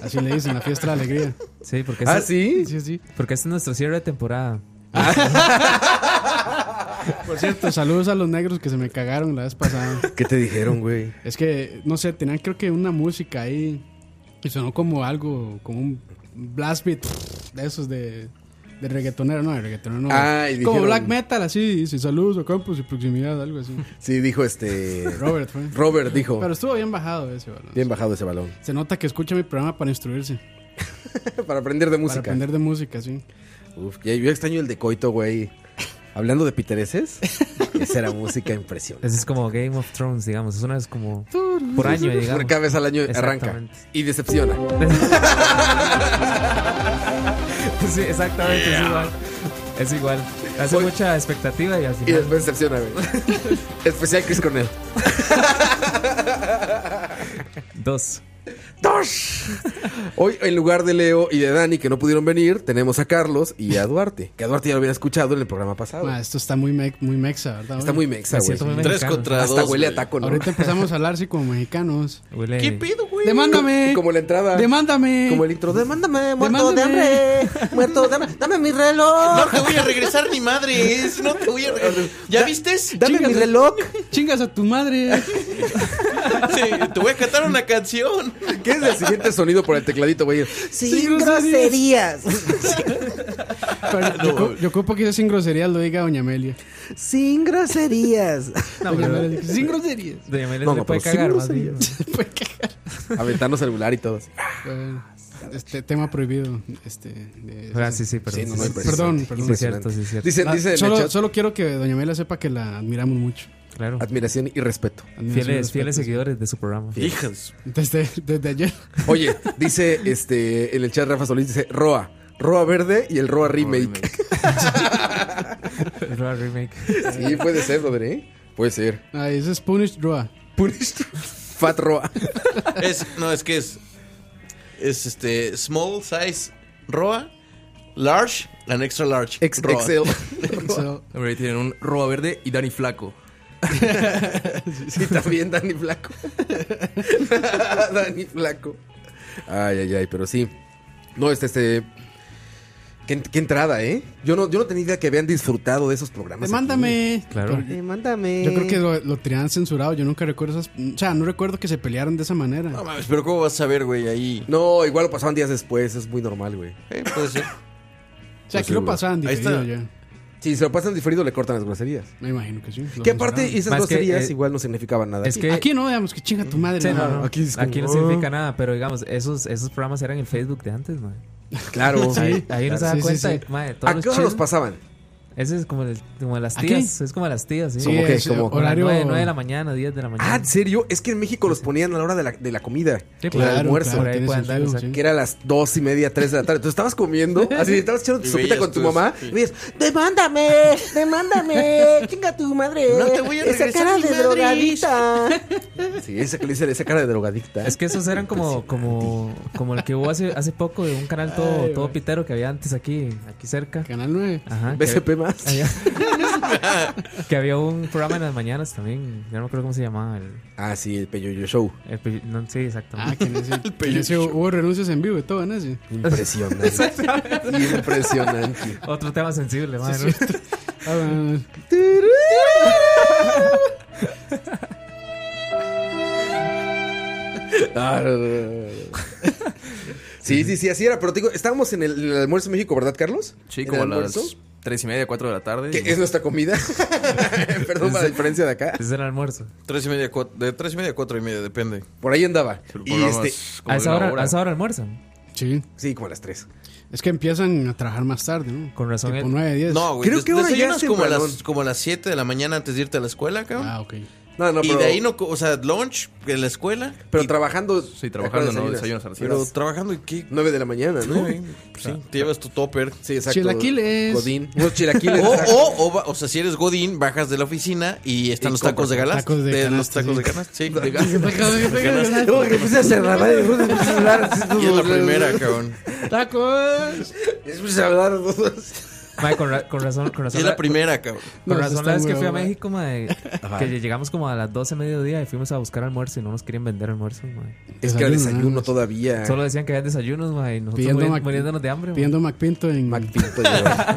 [SPEAKER 14] Así le dicen, la fiesta de la alegría.
[SPEAKER 2] Sí, porque
[SPEAKER 14] Ah,
[SPEAKER 2] sí? Sí, sí. Porque este es nuestro cierre de temporada. Ah.
[SPEAKER 14] Por cierto, saludos a los negros que se me cagaron la vez pasada.
[SPEAKER 1] ¿Qué te dijeron, güey?
[SPEAKER 14] Es que, no sé, tenían creo que una música ahí y sonó como algo, como un blast beat de esos de, de reggaetonero, no, de reggaetonero no.
[SPEAKER 1] Ah, y
[SPEAKER 14] como
[SPEAKER 1] dijeron-
[SPEAKER 14] black metal, así, y saludos a campos y proximidad, algo así.
[SPEAKER 1] Sí, dijo este.
[SPEAKER 14] Robert fue.
[SPEAKER 1] Robert dijo.
[SPEAKER 14] Pero estuvo bien bajado ese balón.
[SPEAKER 1] Bien bajado ese balón.
[SPEAKER 14] Se nota que escucha mi programa para instruirse.
[SPEAKER 1] para aprender de música.
[SPEAKER 14] Para aprender de música, sí.
[SPEAKER 1] Uf, ya- yo extraño el de Coito, güey. Hablando de pitereses, esa era música impresionante.
[SPEAKER 2] Eso es como Game of Thrones, digamos. Es una vez como por año, digamos.
[SPEAKER 1] Una vez al año arranca
[SPEAKER 2] Exactamente.
[SPEAKER 1] y decepciona.
[SPEAKER 2] Sí, exactamente. Es igual. Es igual. Hace mucha expectativa y al final.
[SPEAKER 1] Y después decepciona, güey. Especial Chris Cornell.
[SPEAKER 2] Dos.
[SPEAKER 1] ¡Dos! Hoy, en lugar de Leo y de Dani, que no pudieron venir, tenemos a Carlos y a Duarte. Que a Duarte ya lo habían escuchado en el programa pasado.
[SPEAKER 14] Ma, esto está muy, me- muy mexa, ¿verdad?
[SPEAKER 1] Está
[SPEAKER 14] güey?
[SPEAKER 1] muy mexa, güey. Hasta huele a taco, ¿no?
[SPEAKER 14] Ahorita empezamos a hablar así como mexicanos.
[SPEAKER 2] Huele.
[SPEAKER 1] ¿Qué pedo, güey?
[SPEAKER 14] Demándame.
[SPEAKER 1] Como la entrada.
[SPEAKER 14] Demándame.
[SPEAKER 1] Como el intro. Demándame,
[SPEAKER 14] muerto de hambre.
[SPEAKER 1] Muerto, dame, mi reloj.
[SPEAKER 15] No te voy a regresar ni madres. No te voy a regresar. ¿Ya viste? Sí,
[SPEAKER 1] Dame mi reloj.
[SPEAKER 14] Chingas a tu madre.
[SPEAKER 15] te voy a cantar una canción.
[SPEAKER 1] ¿Qué es el siguiente sonido por el tecladito, güey?
[SPEAKER 14] Sin groserías. Pero yo, ocu- yo ocupo que eso sin groserías lo diga Doña Amelia.
[SPEAKER 1] Sin groserías.
[SPEAKER 14] No, Doña Amelia dice, sin groserías.
[SPEAKER 2] Doña Amelia
[SPEAKER 1] No, pues,
[SPEAKER 2] se puede
[SPEAKER 1] no, pero sí
[SPEAKER 2] cagar, más
[SPEAKER 1] grosería.
[SPEAKER 2] bien.
[SPEAKER 1] Aventarnos celular y todo.
[SPEAKER 14] Bueno,
[SPEAKER 1] Ah,
[SPEAKER 14] Este tema prohibido. Este, de-
[SPEAKER 2] Ah, sí, sí, perdón.
[SPEAKER 1] Sí, no, no,
[SPEAKER 14] perdón,
[SPEAKER 1] impresionante.
[SPEAKER 14] perdón.
[SPEAKER 2] Sí, es cierto, sí, es cierto.
[SPEAKER 1] Dicen-
[SPEAKER 14] La-
[SPEAKER 1] dicen en el
[SPEAKER 14] solo,
[SPEAKER 1] chat-
[SPEAKER 14] solo quiero que Doña Amelia sepa que la admiramos mucho.
[SPEAKER 2] Claro.
[SPEAKER 1] Admiración y respeto.
[SPEAKER 2] Fieles, fieles seguidores de su programa.
[SPEAKER 1] Hijas.
[SPEAKER 14] Desde, desde ayer.
[SPEAKER 1] Oye, dice este en el chat Rafa Solís, dice Roa. Roa Verde y el Roa Remake.
[SPEAKER 2] Roa Remake.
[SPEAKER 1] Sí, puede ser, Rodri. ¿eh? Puede ser.
[SPEAKER 14] Ah, ese es Punish Roa.
[SPEAKER 1] Fat Roa.
[SPEAKER 15] Es, no, es que es. Es este. Small size Roa. Large and extra large.
[SPEAKER 1] Ex-
[SPEAKER 15] Roa.
[SPEAKER 1] Excel.
[SPEAKER 14] Excel.
[SPEAKER 16] A ver, ahí tienen un roba verde y Dani flaco.
[SPEAKER 1] Sí, también Dani Flaco. Dani Flaco. Ay, ay, ay, pero sí. No, este, este. Qué, qué entrada, ¿eh? Yo no, yo no tenía idea que habían disfrutado de esos
[SPEAKER 14] Eh,
[SPEAKER 1] programas.
[SPEAKER 14] Demándame.
[SPEAKER 1] aquí.
[SPEAKER 14] Claro.
[SPEAKER 1] Demándame.
[SPEAKER 14] Yo creo que lo, lo tenían censurado. Yo nunca recuerdo esas. O sea, no recuerdo que se pelearon de esa manera.
[SPEAKER 15] No mames, pero ¿cómo vas a ver, güey? Ahí.
[SPEAKER 1] No, igual lo pasaban días después, es muy normal, güey.
[SPEAKER 15] Eh, puede ser.
[SPEAKER 14] O sea, aquí lo pasaban diferido ya.
[SPEAKER 1] Si se lo pasan diferido, le cortan las groserías.
[SPEAKER 14] Me imagino que sí. Lo
[SPEAKER 1] Que aparte,
[SPEAKER 14] censuraron.
[SPEAKER 1] esas groserías igual no significaban nada.
[SPEAKER 2] eh, es que-
[SPEAKER 14] Aquí no, digamos que chinga tu madre.
[SPEAKER 2] Sí,
[SPEAKER 14] ¿no?
[SPEAKER 2] no, no. Aquí,
[SPEAKER 14] es como,
[SPEAKER 2] no
[SPEAKER 14] "Ah".
[SPEAKER 2] significa nada, pero digamos, esos, esos programas eran el Facebook de antes, man.
[SPEAKER 1] Claro.
[SPEAKER 2] Sí, ahí no se da
[SPEAKER 1] Sí, sí,
[SPEAKER 2] cuenta,
[SPEAKER 1] sí.
[SPEAKER 2] mae, todos
[SPEAKER 1] ¿A qué hora los
[SPEAKER 2] chismes.
[SPEAKER 1] pasaban?
[SPEAKER 2] Ese es como, el- como las
[SPEAKER 1] ¿Aquí?
[SPEAKER 2] tías, es como las tías, sí.
[SPEAKER 1] Sí, ¿Cómo qué? es, ¿Cómo?
[SPEAKER 2] Como las
[SPEAKER 1] horario-
[SPEAKER 2] nueve- nueve de la mañana, 10 de la mañana.
[SPEAKER 1] Ah, ¿en serio? Es que en México los ponían a la hora de la, de la comida.
[SPEAKER 2] Sí,
[SPEAKER 1] Sí,
[SPEAKER 2] claro,
[SPEAKER 1] el almuerzo.
[SPEAKER 2] claro, Por ahí tiene puede andar, sentido, sí.
[SPEAKER 1] Que era a las dos y media, tres de la tarde. Entonces estabas comiendo, así estabas echando tu
[SPEAKER 15] Y
[SPEAKER 1] sopita
[SPEAKER 15] veías
[SPEAKER 1] con tu
[SPEAKER 15] tus-
[SPEAKER 1] mamá
[SPEAKER 15] sí.
[SPEAKER 1] y veías,
[SPEAKER 9] Demándame, demándame, chinga tu madre.
[SPEAKER 15] No te voy a
[SPEAKER 9] Esa
[SPEAKER 15] regresar
[SPEAKER 9] cara
[SPEAKER 15] mi
[SPEAKER 9] de
[SPEAKER 15] madre.
[SPEAKER 9] drogadita.
[SPEAKER 1] Sí, esa que le dice, esa cara de drogadicta.
[SPEAKER 2] Es que esos eran como, como, como el que hubo hace, hace poco de un canal todo,
[SPEAKER 1] Ay,
[SPEAKER 2] todo pitero que había antes aquí, aquí cerca.
[SPEAKER 14] Canal 9.
[SPEAKER 2] Ajá. que
[SPEAKER 1] BCP
[SPEAKER 2] había- había-
[SPEAKER 1] más.
[SPEAKER 2] que había un programa en las mañanas también. Yo no me acuerdo cómo se llamaba. El,
[SPEAKER 1] Ah, sí, el Peyoyo Show.
[SPEAKER 2] el pe- no, sí, exactamente.
[SPEAKER 14] Ah, que en ese, que en ese hubo renuncias en vivo y todo, en ese.
[SPEAKER 1] Impresionante. Impresionante.
[SPEAKER 2] Otro tema sensible, madre.
[SPEAKER 14] Sí, es cierto. Ah, bueno.
[SPEAKER 1] Ah, no, no, no, no. Sí, sí, sí, así era. Pero te digo, estábamos en el, en el almuerzo en México, ¿verdad, Carlos?
[SPEAKER 16] Sí,
[SPEAKER 1] ¿En
[SPEAKER 16] como a
[SPEAKER 1] el almuerzo?
[SPEAKER 16] las tres y media, cuatro de la tarde.
[SPEAKER 1] Que
[SPEAKER 16] Y-
[SPEAKER 1] es nuestra comida. Perdón por la diferencia de acá.
[SPEAKER 2] Es el almuerzo.
[SPEAKER 15] Tres y media, cua- de tres y media a cuatro y media, depende.
[SPEAKER 1] Por ahí andaba.
[SPEAKER 15] Pero
[SPEAKER 1] Y
[SPEAKER 15] programas
[SPEAKER 1] este.
[SPEAKER 15] como
[SPEAKER 2] a,
[SPEAKER 15] de
[SPEAKER 2] esa
[SPEAKER 15] una
[SPEAKER 2] hora,
[SPEAKER 15] hora.
[SPEAKER 2] a esa hora almuerzan.
[SPEAKER 14] Sí.
[SPEAKER 1] Sí, como a las 3.
[SPEAKER 14] Es que empiezan a trabajar más tarde, ¿no?
[SPEAKER 2] Con razón. eh.
[SPEAKER 14] Tipo 9, 10.
[SPEAKER 15] No, güey. Creo que
[SPEAKER 1] ahora ya
[SPEAKER 15] desayunas
[SPEAKER 1] es
[SPEAKER 15] como a,
[SPEAKER 1] tempranón.
[SPEAKER 15] las, como a las 7 de la mañana antes de irte a la escuela, cabrón.
[SPEAKER 14] Ah, ok.
[SPEAKER 1] No, no,
[SPEAKER 15] y
[SPEAKER 1] pero-
[SPEAKER 15] de ahí no, co- o sea, lunch en la escuela.
[SPEAKER 1] Pero trabajando. Sí,
[SPEAKER 16] trabajando, no, desayunas a las
[SPEAKER 15] Pero trabajando y qué.
[SPEAKER 1] 9 de la mañana, ¿no?
[SPEAKER 15] Nueve, pues sí, te llevas tu topper.
[SPEAKER 1] Sí, exacto.
[SPEAKER 14] Chilaquiles.
[SPEAKER 1] Godín. Unos chilaquiles.
[SPEAKER 15] O,
[SPEAKER 1] exacto.
[SPEAKER 15] o, o, va- o sea, si eres Godín, bajas de la oficina y están
[SPEAKER 1] Y
[SPEAKER 15] los tacos
[SPEAKER 1] compras
[SPEAKER 15] de galas.
[SPEAKER 14] tacos de canasta,
[SPEAKER 15] los tacos
[SPEAKER 14] sí.
[SPEAKER 15] de ganas. Sí, de
[SPEAKER 1] Luego que empieza a cerrar y Ruth empieza a hablar. así,
[SPEAKER 15] Y es la primera, cabrón.
[SPEAKER 14] ¡Tacos!
[SPEAKER 1] Empieza a hablar. todos.
[SPEAKER 2] Mae, con, ra- con razón, con razón.
[SPEAKER 1] Es la primera, cabrón.
[SPEAKER 2] Con
[SPEAKER 1] No,
[SPEAKER 2] razón,
[SPEAKER 1] está
[SPEAKER 2] la vez que
[SPEAKER 1] huevo,
[SPEAKER 2] fui a
[SPEAKER 1] mae.
[SPEAKER 2] México, mae,
[SPEAKER 1] Ajá.
[SPEAKER 2] que llegamos como a las 12 de mediodía y fuimos a buscar almuerzo y no nos querían vender almuerzo, mae.
[SPEAKER 1] Es que había desayuno todavía.
[SPEAKER 2] Solo decían que había desayunos, mae, y nosotros
[SPEAKER 14] Pidiendo
[SPEAKER 2] muri-
[SPEAKER 14] Mac-
[SPEAKER 2] muriéndonos de hambre, mae.
[SPEAKER 14] Pidiendo McPinto en.
[SPEAKER 1] McPinto,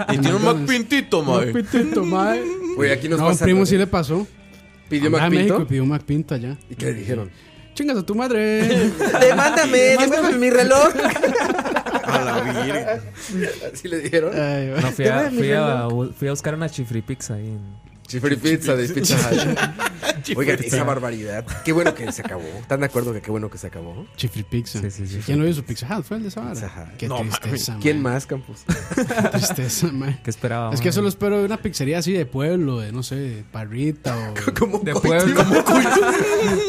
[SPEAKER 1] Y tiene un McPintito, mae.
[SPEAKER 14] McPintito, mae.
[SPEAKER 1] Güey, aquí nos
[SPEAKER 14] no,
[SPEAKER 1] pasa-
[SPEAKER 14] un primo sí le pasó.
[SPEAKER 1] ¿Pidió
[SPEAKER 14] Andaba en
[SPEAKER 1] McPinto?
[SPEAKER 14] México y pidió McPinto allá. ¿Y
[SPEAKER 1] qué le dijeron?
[SPEAKER 14] Chingas a tu madre.
[SPEAKER 1] Demándame, devuélveme mi reloj. A la
[SPEAKER 14] virgen.
[SPEAKER 1] ¿Sí le dijeron?
[SPEAKER 2] No, fui a, fui, a, fui a buscar una chifri pizza ahí. en-
[SPEAKER 1] Chifri pizza de Pizza Hut. Oigan,
[SPEAKER 2] Chifri
[SPEAKER 1] esa
[SPEAKER 2] pizza.
[SPEAKER 1] barbaridad. Qué bueno que se acabó. ¿Están de acuerdo que qué bueno que se acabó?
[SPEAKER 14] Chifri Pizza.
[SPEAKER 2] Sí, sí, sí.
[SPEAKER 14] ¿Quién lo hizo? Pizza Hut fue el de esa vara. Qué
[SPEAKER 1] No,
[SPEAKER 14] tristeza,
[SPEAKER 1] mames. ¿Quién más, Campos?
[SPEAKER 14] Qué tristeza, mae.
[SPEAKER 2] ¿Qué esperaba?
[SPEAKER 14] Es que eso lo espero de una pizzería así de pueblo, de no sé, de parrita o.
[SPEAKER 2] De pueblo.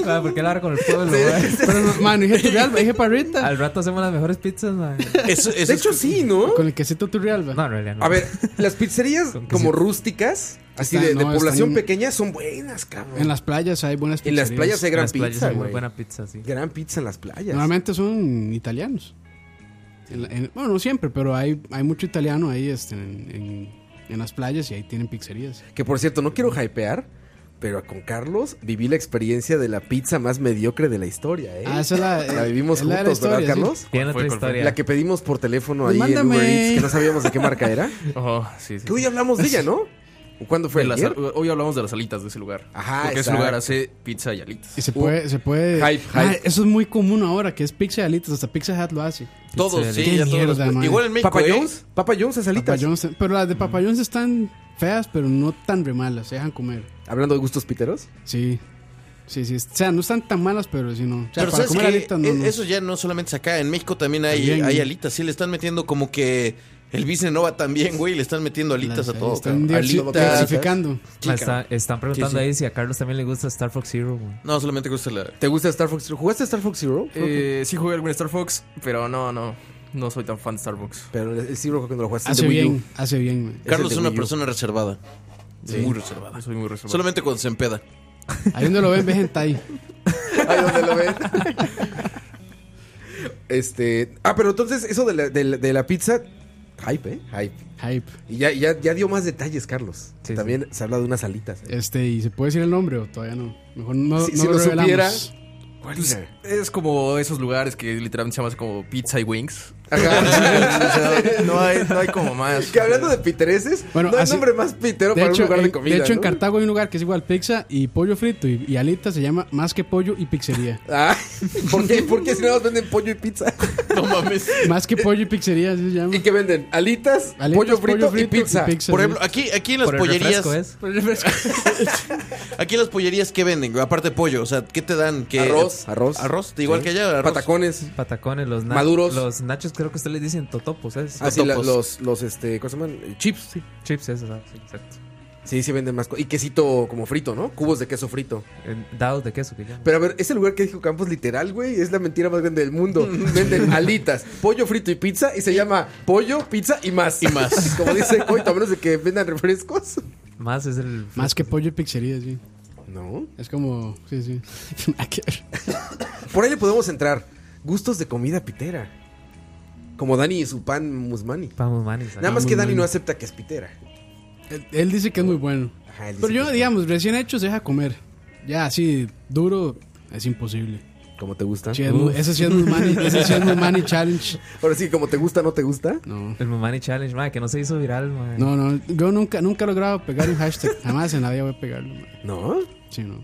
[SPEAKER 2] Mae, ¿Por qué hablar con el pueblo, mae?
[SPEAKER 14] Pero, no, mae, no dije Turrialba, dije parrita.
[SPEAKER 2] Al rato hacemos las mejores pizzas, mae.
[SPEAKER 1] de hecho, sí, ¿no?
[SPEAKER 14] Con el quesito Turrialba.
[SPEAKER 2] No, en realidad no.
[SPEAKER 1] A ver, las pizzerías como rústicas, así
[SPEAKER 14] Están-
[SPEAKER 1] de, de
[SPEAKER 14] no,
[SPEAKER 1] población
[SPEAKER 14] están-
[SPEAKER 1] pequeña, son buenas, cabrón.
[SPEAKER 14] En las playas hay buenas
[SPEAKER 1] En las
[SPEAKER 14] pizzerías.
[SPEAKER 1] playas hay gran
[SPEAKER 2] las playas
[SPEAKER 1] pizza,
[SPEAKER 2] hay muy
[SPEAKER 1] güey.
[SPEAKER 2] buena pizza, sí.
[SPEAKER 1] Gran pizza en las playas.
[SPEAKER 14] Normalmente son italianos. En la- en- bueno, no siempre, pero hay, hay mucho italiano ahí este, en, en- en las playas y ahí tienen pizzerías.
[SPEAKER 1] Que por cierto, no quiero hypear, pero con Carlos viví la experiencia de la pizza más mediocre de la historia, ¿eh?
[SPEAKER 14] Ah, esa es la-
[SPEAKER 1] vivimos
[SPEAKER 14] es la de la
[SPEAKER 1] juntos, ¿verdad,
[SPEAKER 14] historia,
[SPEAKER 1] Carlos?
[SPEAKER 14] sí.
[SPEAKER 2] Tiene otra historia.
[SPEAKER 1] La que pedimos por teléfono
[SPEAKER 14] Pues
[SPEAKER 1] ahí
[SPEAKER 14] mándame.
[SPEAKER 1] en Uber Eats, que no sabíamos de qué marca era.
[SPEAKER 2] Oh, sí, sí.
[SPEAKER 1] Que hoy hablamos de ella, ¿no? ¿Cuándo fue?
[SPEAKER 14] De las
[SPEAKER 1] ¿Ayer?
[SPEAKER 14] al-
[SPEAKER 1] hoy hablamos de las alitas de ese lugar. Ajá,
[SPEAKER 14] Porque ese
[SPEAKER 1] exacto.
[SPEAKER 14] lugar
[SPEAKER 1] hace pizza y alitas.
[SPEAKER 14] Y se puede... se puede
[SPEAKER 1] Hype, hype.
[SPEAKER 14] Ah, eso es muy común ahora, que es pizza de alitas. Hasta Pizza Hut lo hace.
[SPEAKER 7] Todos,
[SPEAKER 14] Pizza de
[SPEAKER 7] sí,
[SPEAKER 14] alitas.
[SPEAKER 7] ya
[SPEAKER 14] Qué
[SPEAKER 7] todos los-
[SPEAKER 14] mierda, man.
[SPEAKER 7] Igual en México,
[SPEAKER 1] Papa
[SPEAKER 7] ¿eh?
[SPEAKER 1] Jones, Papa Jones es alitas.
[SPEAKER 14] Papa John's, pero las de Papa John's están feas, pero no tan re malas. Se dejan comer.
[SPEAKER 1] Hablando de gustos piteros.
[SPEAKER 14] Sí. Sí, sí. O sea, no están tan malas, pero sí, no. O sea,
[SPEAKER 7] Pero
[SPEAKER 14] para
[SPEAKER 7] sabes
[SPEAKER 14] comer
[SPEAKER 7] que
[SPEAKER 14] alitas
[SPEAKER 1] E,
[SPEAKER 14] no, no.
[SPEAKER 7] eso ya no solamente es acá, en México también hay,
[SPEAKER 14] También,
[SPEAKER 7] hay
[SPEAKER 14] güey.
[SPEAKER 7] alitas, sí le están metiendo como que el business no va tan bien, güey, le están metiendo alitas a todo.
[SPEAKER 14] están
[SPEAKER 7] cabrón.
[SPEAKER 14] diversi- diversificando.
[SPEAKER 2] Mae, está- están preguntando
[SPEAKER 7] Sí, sí.
[SPEAKER 2] ahí si a Carlos también le gusta Star Fox Zero, güey.
[SPEAKER 7] No, solamente gusta la...
[SPEAKER 1] ¿Te gusta Star Fox Zero? ¿Jugaste Star Fox Zero?
[SPEAKER 2] Eh,
[SPEAKER 1] sí jugué algún Star Fox, pero no, no. No soy tan fan de Starbucks. Pero el Zero creo que no lo jugaste
[SPEAKER 14] Hace
[SPEAKER 1] de Wii U.
[SPEAKER 14] bien, hace bien. man.
[SPEAKER 7] Carlos
[SPEAKER 1] de
[SPEAKER 7] es una
[SPEAKER 1] Wii U.
[SPEAKER 7] persona reservada.
[SPEAKER 1] Sí.
[SPEAKER 7] Muy reservada.
[SPEAKER 1] Soy muy reservado.
[SPEAKER 7] Solamente cuando se empeda.
[SPEAKER 14] Ahí donde lo ven, ve gente ahí.
[SPEAKER 1] Ahí donde lo ven. Este. Ah, pero entonces, eso de la, de la- de la pizza. Hype, ¿eh? Hype.
[SPEAKER 14] Hype.
[SPEAKER 1] Y ya, ya, ya dio más detalles, Carlos. También se habla de unas alitas. ¿eh?
[SPEAKER 14] Este, ¿y se puede decir el nombre o todavía no? Mejor no,
[SPEAKER 1] Si-
[SPEAKER 14] no
[SPEAKER 1] si
[SPEAKER 14] lo,
[SPEAKER 1] lo
[SPEAKER 14] revelamos.
[SPEAKER 1] supiera,
[SPEAKER 14] Pues,
[SPEAKER 1] Es como esos lugares que literalmente se llaman como pizza y wings.
[SPEAKER 14] No hay- no hay
[SPEAKER 1] como más. Que hablando de pitereses,
[SPEAKER 14] Bueno,
[SPEAKER 1] no hay
[SPEAKER 14] así-
[SPEAKER 1] nombre más pitero para
[SPEAKER 14] hecho,
[SPEAKER 1] un lugar
[SPEAKER 14] en,
[SPEAKER 1] de comida.
[SPEAKER 14] de hecho, en
[SPEAKER 1] ¿no?
[SPEAKER 14] Cartago hay un lugar que es igual pizza y pollo frito y, y alita se llama Más que Pollo y Pizzería.
[SPEAKER 1] Ah, ¿por qué? ¿Por qué si no nos venden pollo y pizza? No mames.
[SPEAKER 14] Más que Pollo y Pizzería así se llama.
[SPEAKER 1] ¿Y qué venden? Alitas,
[SPEAKER 14] Alitas,
[SPEAKER 1] pollo, frito
[SPEAKER 14] pollo frito
[SPEAKER 1] y pizza.
[SPEAKER 14] y pizza.
[SPEAKER 7] Por ejemplo, aquí, aquí en las
[SPEAKER 2] Por el
[SPEAKER 7] pollerías...
[SPEAKER 2] refresco, ¿es?
[SPEAKER 7] Aquí en las pollerías, ¿qué venden? güey? Aparte de pollo, o sea, ¿qué te dan? ¿Qué-
[SPEAKER 1] Arroz, arroz.
[SPEAKER 7] Arroz, igual
[SPEAKER 2] Sí.
[SPEAKER 7] que allá, arroz.
[SPEAKER 1] Patacones.
[SPEAKER 2] Patacones, los na-
[SPEAKER 1] Maduros.
[SPEAKER 2] Los nachos creo que ustedes les dicen totopos, ¿sabes?
[SPEAKER 14] Ah,
[SPEAKER 1] Así, Ah, la-
[SPEAKER 2] Totopos.
[SPEAKER 1] los, los, este, ¿cómo se llaman? Chips, sí.
[SPEAKER 2] Chips, esos, ah, sí, exacto.
[SPEAKER 1] Sí, sí venden más. co- Y quesito como frito, ¿no? Cubos de queso frito.
[SPEAKER 2] Eh, Dados de queso que llaman.
[SPEAKER 1] Pero a ver, ese lugar que dijo Campos literal, güey, es la mentira más grande del mundo. Venden alitas, pollo frito y pizza y se llama pollo, pizza y más. Y
[SPEAKER 7] más.
[SPEAKER 1] como dice Coito, a menos de que vendan refrescos.
[SPEAKER 2] Más es el...
[SPEAKER 14] Más que Pollo y Pizzería, sí.
[SPEAKER 1] No.
[SPEAKER 14] Es como, sí, sí. Nada que ver.
[SPEAKER 1] Por ahí le podemos entrar. Gustos de comida pitera. Como Dani y su pan musmani.
[SPEAKER 2] Vamos, manis.
[SPEAKER 1] Nada más que Dani no acepta que es pitera.
[SPEAKER 14] Él, él dice que es muy bueno.
[SPEAKER 1] Ajá, él dice
[SPEAKER 14] Pero
[SPEAKER 1] que
[SPEAKER 14] yo,
[SPEAKER 1] es
[SPEAKER 14] digamos, recién hecho se deja comer. Ya así, duro, es imposible.
[SPEAKER 1] Como te gusta.
[SPEAKER 14] Sí, es
[SPEAKER 2] Uh.
[SPEAKER 14] muy- ese sí es muy mani, ese sí es muy mani challenge.
[SPEAKER 1] Ahora sí, como te gusta, no te gusta.
[SPEAKER 14] No.
[SPEAKER 2] El Mumani Challenge, madre, que no se hizo viral, madre.
[SPEAKER 14] No, no, yo nunca, nunca he logrado pegar un hashtag. Jamás en la vida voy a pegarlo. man.
[SPEAKER 1] No.
[SPEAKER 14] Sí, no.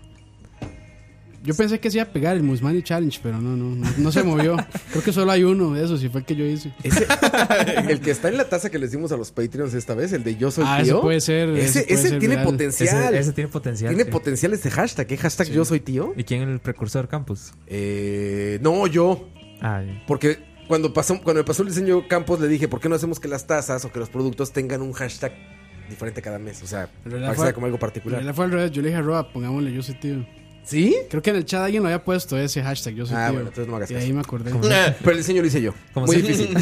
[SPEAKER 14] Yo pensé que se iba a pegar el Musmani Challenge, pero no, no, no, no se movió. Creo que solo hay uno de esos y fue el que yo hice.
[SPEAKER 1] Ese- el que está en la taza que les dimos a los Patreons esta vez, el de Yo Soy
[SPEAKER 14] Ah,
[SPEAKER 1] Tío.
[SPEAKER 14] ese puede ser,
[SPEAKER 1] Ese,
[SPEAKER 14] ese puede
[SPEAKER 1] ese
[SPEAKER 14] ser
[SPEAKER 1] tiene
[SPEAKER 14] viral.
[SPEAKER 1] potencial.
[SPEAKER 2] Ese, ese tiene potencial.
[SPEAKER 1] tiene
[SPEAKER 2] sí.
[SPEAKER 1] potencial ese hashtag. ¿Qué hashtag Yo Soy Tío?
[SPEAKER 2] ¿Y quién el precursor Campus?
[SPEAKER 1] Eh, no, yo.
[SPEAKER 2] Ah, bien.
[SPEAKER 1] Porque cuando, pasó, cuando me pasó el diseño Campos, le dije, ¿por qué no hacemos que las tazas o que los productos tengan un hashtag diferente cada mes? O sea,
[SPEAKER 14] En
[SPEAKER 1] para
[SPEAKER 14] realidad
[SPEAKER 1] que
[SPEAKER 14] fue-
[SPEAKER 1] sea como algo
[SPEAKER 14] En realidad
[SPEAKER 1] particular.
[SPEAKER 14] fue al revés. Yo le dije a Roa, pongámosle yo soy tío.
[SPEAKER 1] ¿Sí?
[SPEAKER 14] Creo que en el chat alguien lo había puesto ese hashtag yo soy
[SPEAKER 1] Ah,
[SPEAKER 14] tío.
[SPEAKER 1] bueno, entonces no me hagas
[SPEAKER 14] y
[SPEAKER 1] caso.
[SPEAKER 14] ahí me acordé.
[SPEAKER 1] Pero el diseño lo hice yo.
[SPEAKER 2] Como
[SPEAKER 1] Muy
[SPEAKER 2] si-
[SPEAKER 1] difícil.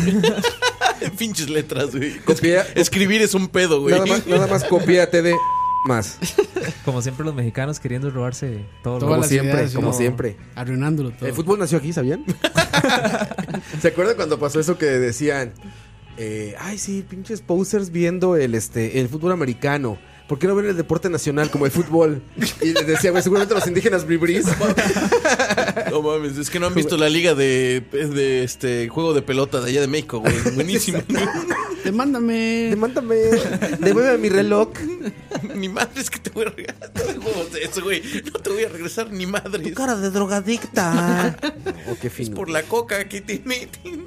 [SPEAKER 7] Pinches letras, güey.
[SPEAKER 1] Copia-
[SPEAKER 7] Escribir es un pedo, güey.
[SPEAKER 1] Nada más, nada más copiate de más.
[SPEAKER 2] Como siempre los mexicanos queriendo robarse todo
[SPEAKER 14] Todas
[SPEAKER 1] Como
[SPEAKER 14] las
[SPEAKER 1] siempre,
[SPEAKER 14] ideas,
[SPEAKER 1] como
[SPEAKER 14] ¿no?
[SPEAKER 1] siempre.
[SPEAKER 14] Arruinándolo todo.
[SPEAKER 1] El fútbol nació aquí, ¿sabían? ¿Se acuerdan cuando pasó eso que decían? eh, ay, sí, pinches posers viendo el, este, el fútbol americano. ¿Por qué no ven el deporte nacional como el fútbol? Y les decía, güey, seguramente los indígenas bribrís.
[SPEAKER 15] No mames, es que no han visto la liga de, de este juego de pelota de allá de México, güey. Buenísimo.
[SPEAKER 14] Demándame.
[SPEAKER 1] Demándame. Devuelve mi reloj.
[SPEAKER 15] Ni madre es que te voy a regresar. eso, güey. No te voy a regresar ni madre.
[SPEAKER 1] Cara de drogadicta. Oh, qué
[SPEAKER 15] Es
[SPEAKER 1] fino.
[SPEAKER 15] por la coca que te meten.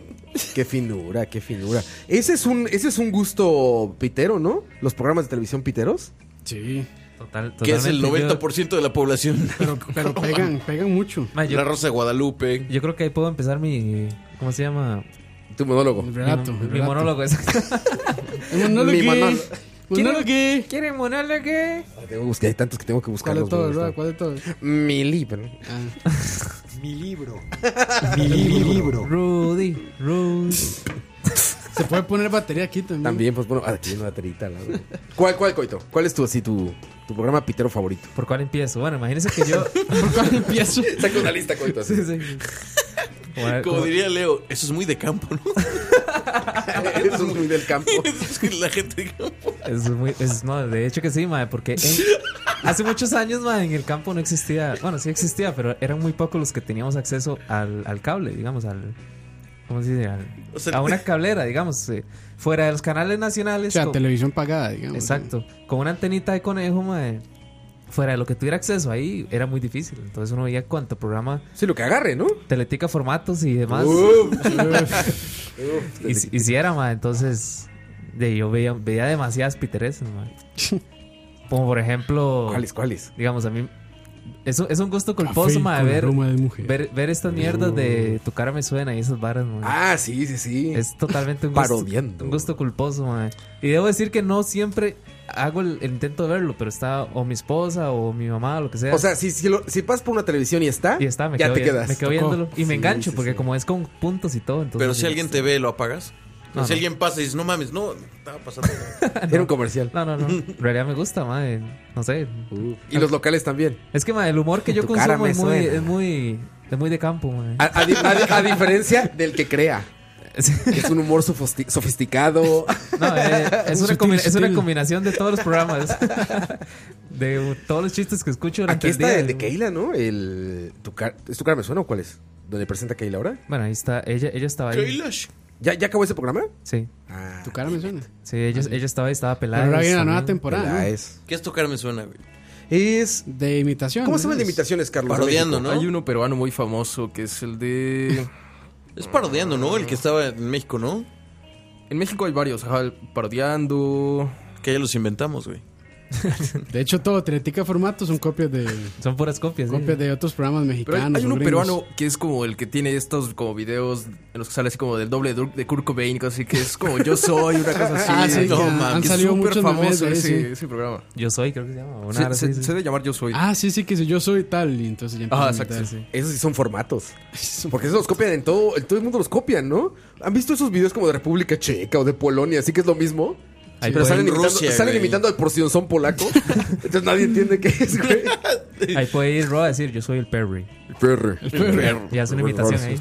[SPEAKER 1] Qué finura, qué finura. Ese es un, ese es un gusto pitero, ¿no? Los programas de televisión piteros.
[SPEAKER 14] Sí.
[SPEAKER 2] Total,
[SPEAKER 15] Que es el
[SPEAKER 2] totalmente yo-
[SPEAKER 15] 90% de la población.
[SPEAKER 14] Pero, pero pegan, pegan mucho.
[SPEAKER 2] Ma, yo-
[SPEAKER 15] La Rosa de Guadalupe.
[SPEAKER 2] Yo creo que ahí puedo empezar mi. ¿Cómo se llama?
[SPEAKER 1] Tu monólogo.
[SPEAKER 2] Mi,
[SPEAKER 14] relato,
[SPEAKER 2] mi
[SPEAKER 14] el relato.
[SPEAKER 2] monólogo, exacto.
[SPEAKER 14] El monólogo.
[SPEAKER 2] Mi monólogo.
[SPEAKER 1] Pues
[SPEAKER 14] Monólogo.
[SPEAKER 2] ¿Quieren monólogo?
[SPEAKER 1] Ah, Tengo que buscar, hay tantos que tengo que buscar.
[SPEAKER 14] ¿Cuál de todos, verdad? ¿Cuál de todos? Ah.
[SPEAKER 1] Mi libro.
[SPEAKER 7] Mi libro.
[SPEAKER 14] Mi
[SPEAKER 7] libro.
[SPEAKER 2] Rudy, Rudy.
[SPEAKER 14] Se puede poner batería aquí también.
[SPEAKER 1] También, pues bueno, aquí hay una baterita. al lado. ¿Cuál, cuál, Coito? ¿Cuál es tu, así, tu, tu programa pitero favorito?
[SPEAKER 2] ¿Por cuál empiezo? Bueno, imagínense que yo.
[SPEAKER 14] ¿Por cuál empiezo?
[SPEAKER 1] Saca una lista, Coito. así.
[SPEAKER 2] Sí, sí. Como-
[SPEAKER 15] Como
[SPEAKER 2] como-
[SPEAKER 15] diría Leo, eso es muy de campo, ¿no?
[SPEAKER 1] Eso es muy del campo.
[SPEAKER 15] es que la gente de campo.
[SPEAKER 2] Es muy, es- no, de hecho que sí, mae, porque en- hace muchos años, mae, en el campo no existía, bueno, sí existía, pero eran muy pocos los que teníamos acceso al, al cable, digamos, al, ¿cómo se dice? Al-
[SPEAKER 15] O sea,
[SPEAKER 2] a una cablera, digamos, eh, fuera de los canales
[SPEAKER 14] O
[SPEAKER 2] nacionales.
[SPEAKER 14] sea,
[SPEAKER 2] con-
[SPEAKER 14] televisión pagada, digamos.
[SPEAKER 2] exacto, con una antenita de conejo, mae, fuera de lo que tuviera acceso ahí, era muy difícil, entonces uno veía cuánto programa,
[SPEAKER 1] Sí, lo que agarre, ¿no?
[SPEAKER 2] teletica formatos y demás.
[SPEAKER 1] Uf.
[SPEAKER 2] Y, si- y si era, ma, entonces de, yo veía, veía demasiadas piteres, ma. Como por ejemplo...
[SPEAKER 1] ¿Cuáles, cuáles?
[SPEAKER 2] Digamos, a mí... Es, un- es un gusto
[SPEAKER 14] Café
[SPEAKER 2] culposo, ma,
[SPEAKER 14] con
[SPEAKER 2] ver,
[SPEAKER 14] aroma de mujer.
[SPEAKER 2] ver, ver estas mierdas de tu cara me suena y esas varas, ma.
[SPEAKER 1] Oh. Ah, sí, sí, sí.
[SPEAKER 2] Es totalmente un gusto,
[SPEAKER 1] Parodiando.
[SPEAKER 2] un gusto culposo, ma. Y debo decir que no siempre hago el, el intento de verlo, pero está o mi esposa o mi mamá o lo que sea.
[SPEAKER 1] O sea, si, si, lo- si pasas por una televisión y está,
[SPEAKER 2] y está, me
[SPEAKER 1] ya
[SPEAKER 2] quedo,
[SPEAKER 1] te
[SPEAKER 2] vi-
[SPEAKER 1] quedas.
[SPEAKER 2] me quedo
[SPEAKER 1] Tocó.
[SPEAKER 2] viéndolo y me
[SPEAKER 1] Sí,
[SPEAKER 2] engancho
[SPEAKER 1] sí,
[SPEAKER 2] porque
[SPEAKER 1] sí.
[SPEAKER 2] como es con puntos y todo, entonces
[SPEAKER 15] Pero si alguien te ve, ¿lo apagas?
[SPEAKER 2] No,
[SPEAKER 15] si
[SPEAKER 2] no.
[SPEAKER 15] alguien pasa y dices, no mames, no, estaba pasando.
[SPEAKER 1] Era un comercial.
[SPEAKER 2] No, no, no. En realidad me gusta, madre. No sé.
[SPEAKER 1] Y los locales también.
[SPEAKER 2] Es que, madre, pues, el humor que yo
[SPEAKER 1] Tu cara
[SPEAKER 2] consumo
[SPEAKER 1] me
[SPEAKER 2] es muy,
[SPEAKER 1] suena.
[SPEAKER 2] es muy. Es muy de campo, madre.
[SPEAKER 1] A, a di- a di- a diferencia del que crea. Es un humor sofosti- sofisticado.
[SPEAKER 2] No, eh, es, una
[SPEAKER 1] Sutil,
[SPEAKER 2] combi- es una
[SPEAKER 1] sutil.
[SPEAKER 2] combinación de todos los programas. de u- todos los chistes que escucho durante
[SPEAKER 1] Aquí
[SPEAKER 2] el día.
[SPEAKER 1] está el de Keila, ¿no? El, tu car- ¿Es tu cara me suena o cuál es? ¿Donde presenta Keila ahora?
[SPEAKER 2] Bueno, ahí está. Ella, ella estaba ahí.
[SPEAKER 1] ¿Ya, ¿Ya acabó ese programa?
[SPEAKER 2] Sí.
[SPEAKER 1] Ah,
[SPEAKER 14] Tu cara me suena.
[SPEAKER 2] Sí, ella, ella estaba ahí, estaba pelada.
[SPEAKER 14] Pero ahora viene la nueva temporada.
[SPEAKER 1] Keila
[SPEAKER 14] ¿no?
[SPEAKER 1] es.
[SPEAKER 15] ¿Qué es tocar me suena, güey?
[SPEAKER 1] Es.
[SPEAKER 14] De imitación.
[SPEAKER 1] ¿Cómo se llama el de
[SPEAKER 14] ¿no?
[SPEAKER 1] imitaciones, Carlos?
[SPEAKER 15] Parodiando, ¿no?
[SPEAKER 1] México?
[SPEAKER 7] Hay uno peruano muy famoso que es el de.
[SPEAKER 15] Es parodiando, ¿no? El que estaba en México, ¿no?
[SPEAKER 7] En México hay varios, ajá, el parodiando.
[SPEAKER 15] Que ya los inventamos, güey.
[SPEAKER 14] De hecho, todo Teletica formato son copias de
[SPEAKER 2] Son puras copias. sí.
[SPEAKER 14] copias de otros programas
[SPEAKER 7] Pero hay,
[SPEAKER 14] mexicanos.
[SPEAKER 7] hay uno
[SPEAKER 14] o gringos.
[SPEAKER 7] peruano que es como el que tiene estos como videos en los que sale así como del doble de Dur- de Kurt Cobain, y cosas así que es como yo soy, una cosa así.
[SPEAKER 14] Ah, sí,
[SPEAKER 7] no,
[SPEAKER 14] que
[SPEAKER 7] mames,
[SPEAKER 14] han
[SPEAKER 7] es
[SPEAKER 14] salido
[SPEAKER 7] súper
[SPEAKER 14] muchos memes
[SPEAKER 7] famoso
[SPEAKER 14] de
[SPEAKER 7] ese,
[SPEAKER 14] ese.
[SPEAKER 7] ese programa.
[SPEAKER 2] Yo soy, creo que se llama. o
[SPEAKER 7] Se,
[SPEAKER 2] nada,
[SPEAKER 7] se-
[SPEAKER 2] sí, sí.
[SPEAKER 7] se debe llamar Yo Soy.
[SPEAKER 14] Ah, sí, sí, que si yo soy tal. Y entonces ya
[SPEAKER 2] Ah,
[SPEAKER 7] Ajá,
[SPEAKER 14] empiezan a
[SPEAKER 7] exacto,
[SPEAKER 14] imitar.
[SPEAKER 1] Esos sí son formatos. Porque esos los copian en todo, en todo el mundo los copian, ¿no? ¿Han visto esos videos como de República Checa o de Polonia? Así que es lo mismo.
[SPEAKER 2] Ahí
[SPEAKER 1] pero
[SPEAKER 2] pueden-
[SPEAKER 1] salen, imitando,
[SPEAKER 15] Rusia,
[SPEAKER 1] salen
[SPEAKER 15] güey.
[SPEAKER 1] imitando al porcionzón polaco. Entonces nadie entiende qué es, güey.
[SPEAKER 2] Ahí puede ir Ro a decir, yo soy el Perry.
[SPEAKER 1] Perro.
[SPEAKER 2] Y hace una imitación ahí.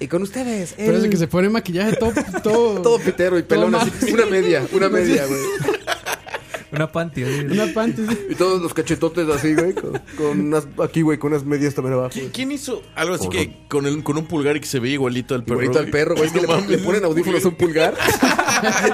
[SPEAKER 1] Y, y con ustedes,
[SPEAKER 14] Pero ese
[SPEAKER 1] el-
[SPEAKER 14] que se pone maquillaje todo. todo,
[SPEAKER 1] todo pitero y
[SPEAKER 14] todo
[SPEAKER 1] pelón.
[SPEAKER 14] mal.
[SPEAKER 1] así. Una media, una media, güey.
[SPEAKER 2] Una panty. así.
[SPEAKER 14] Una panty. sí.
[SPEAKER 1] Y todos los cachetotes así, güey. Con, con unas, aquí, güey, con unas medias también abajo.
[SPEAKER 15] ¿Qui- ¿Quién hizo algo así que con, el- con un pulgar y que se veía igualito al perro?
[SPEAKER 1] Igualito al perro, güey. Es que
[SPEAKER 15] No
[SPEAKER 1] le,
[SPEAKER 15] mames,
[SPEAKER 1] le ponen audífonos a un pulgar.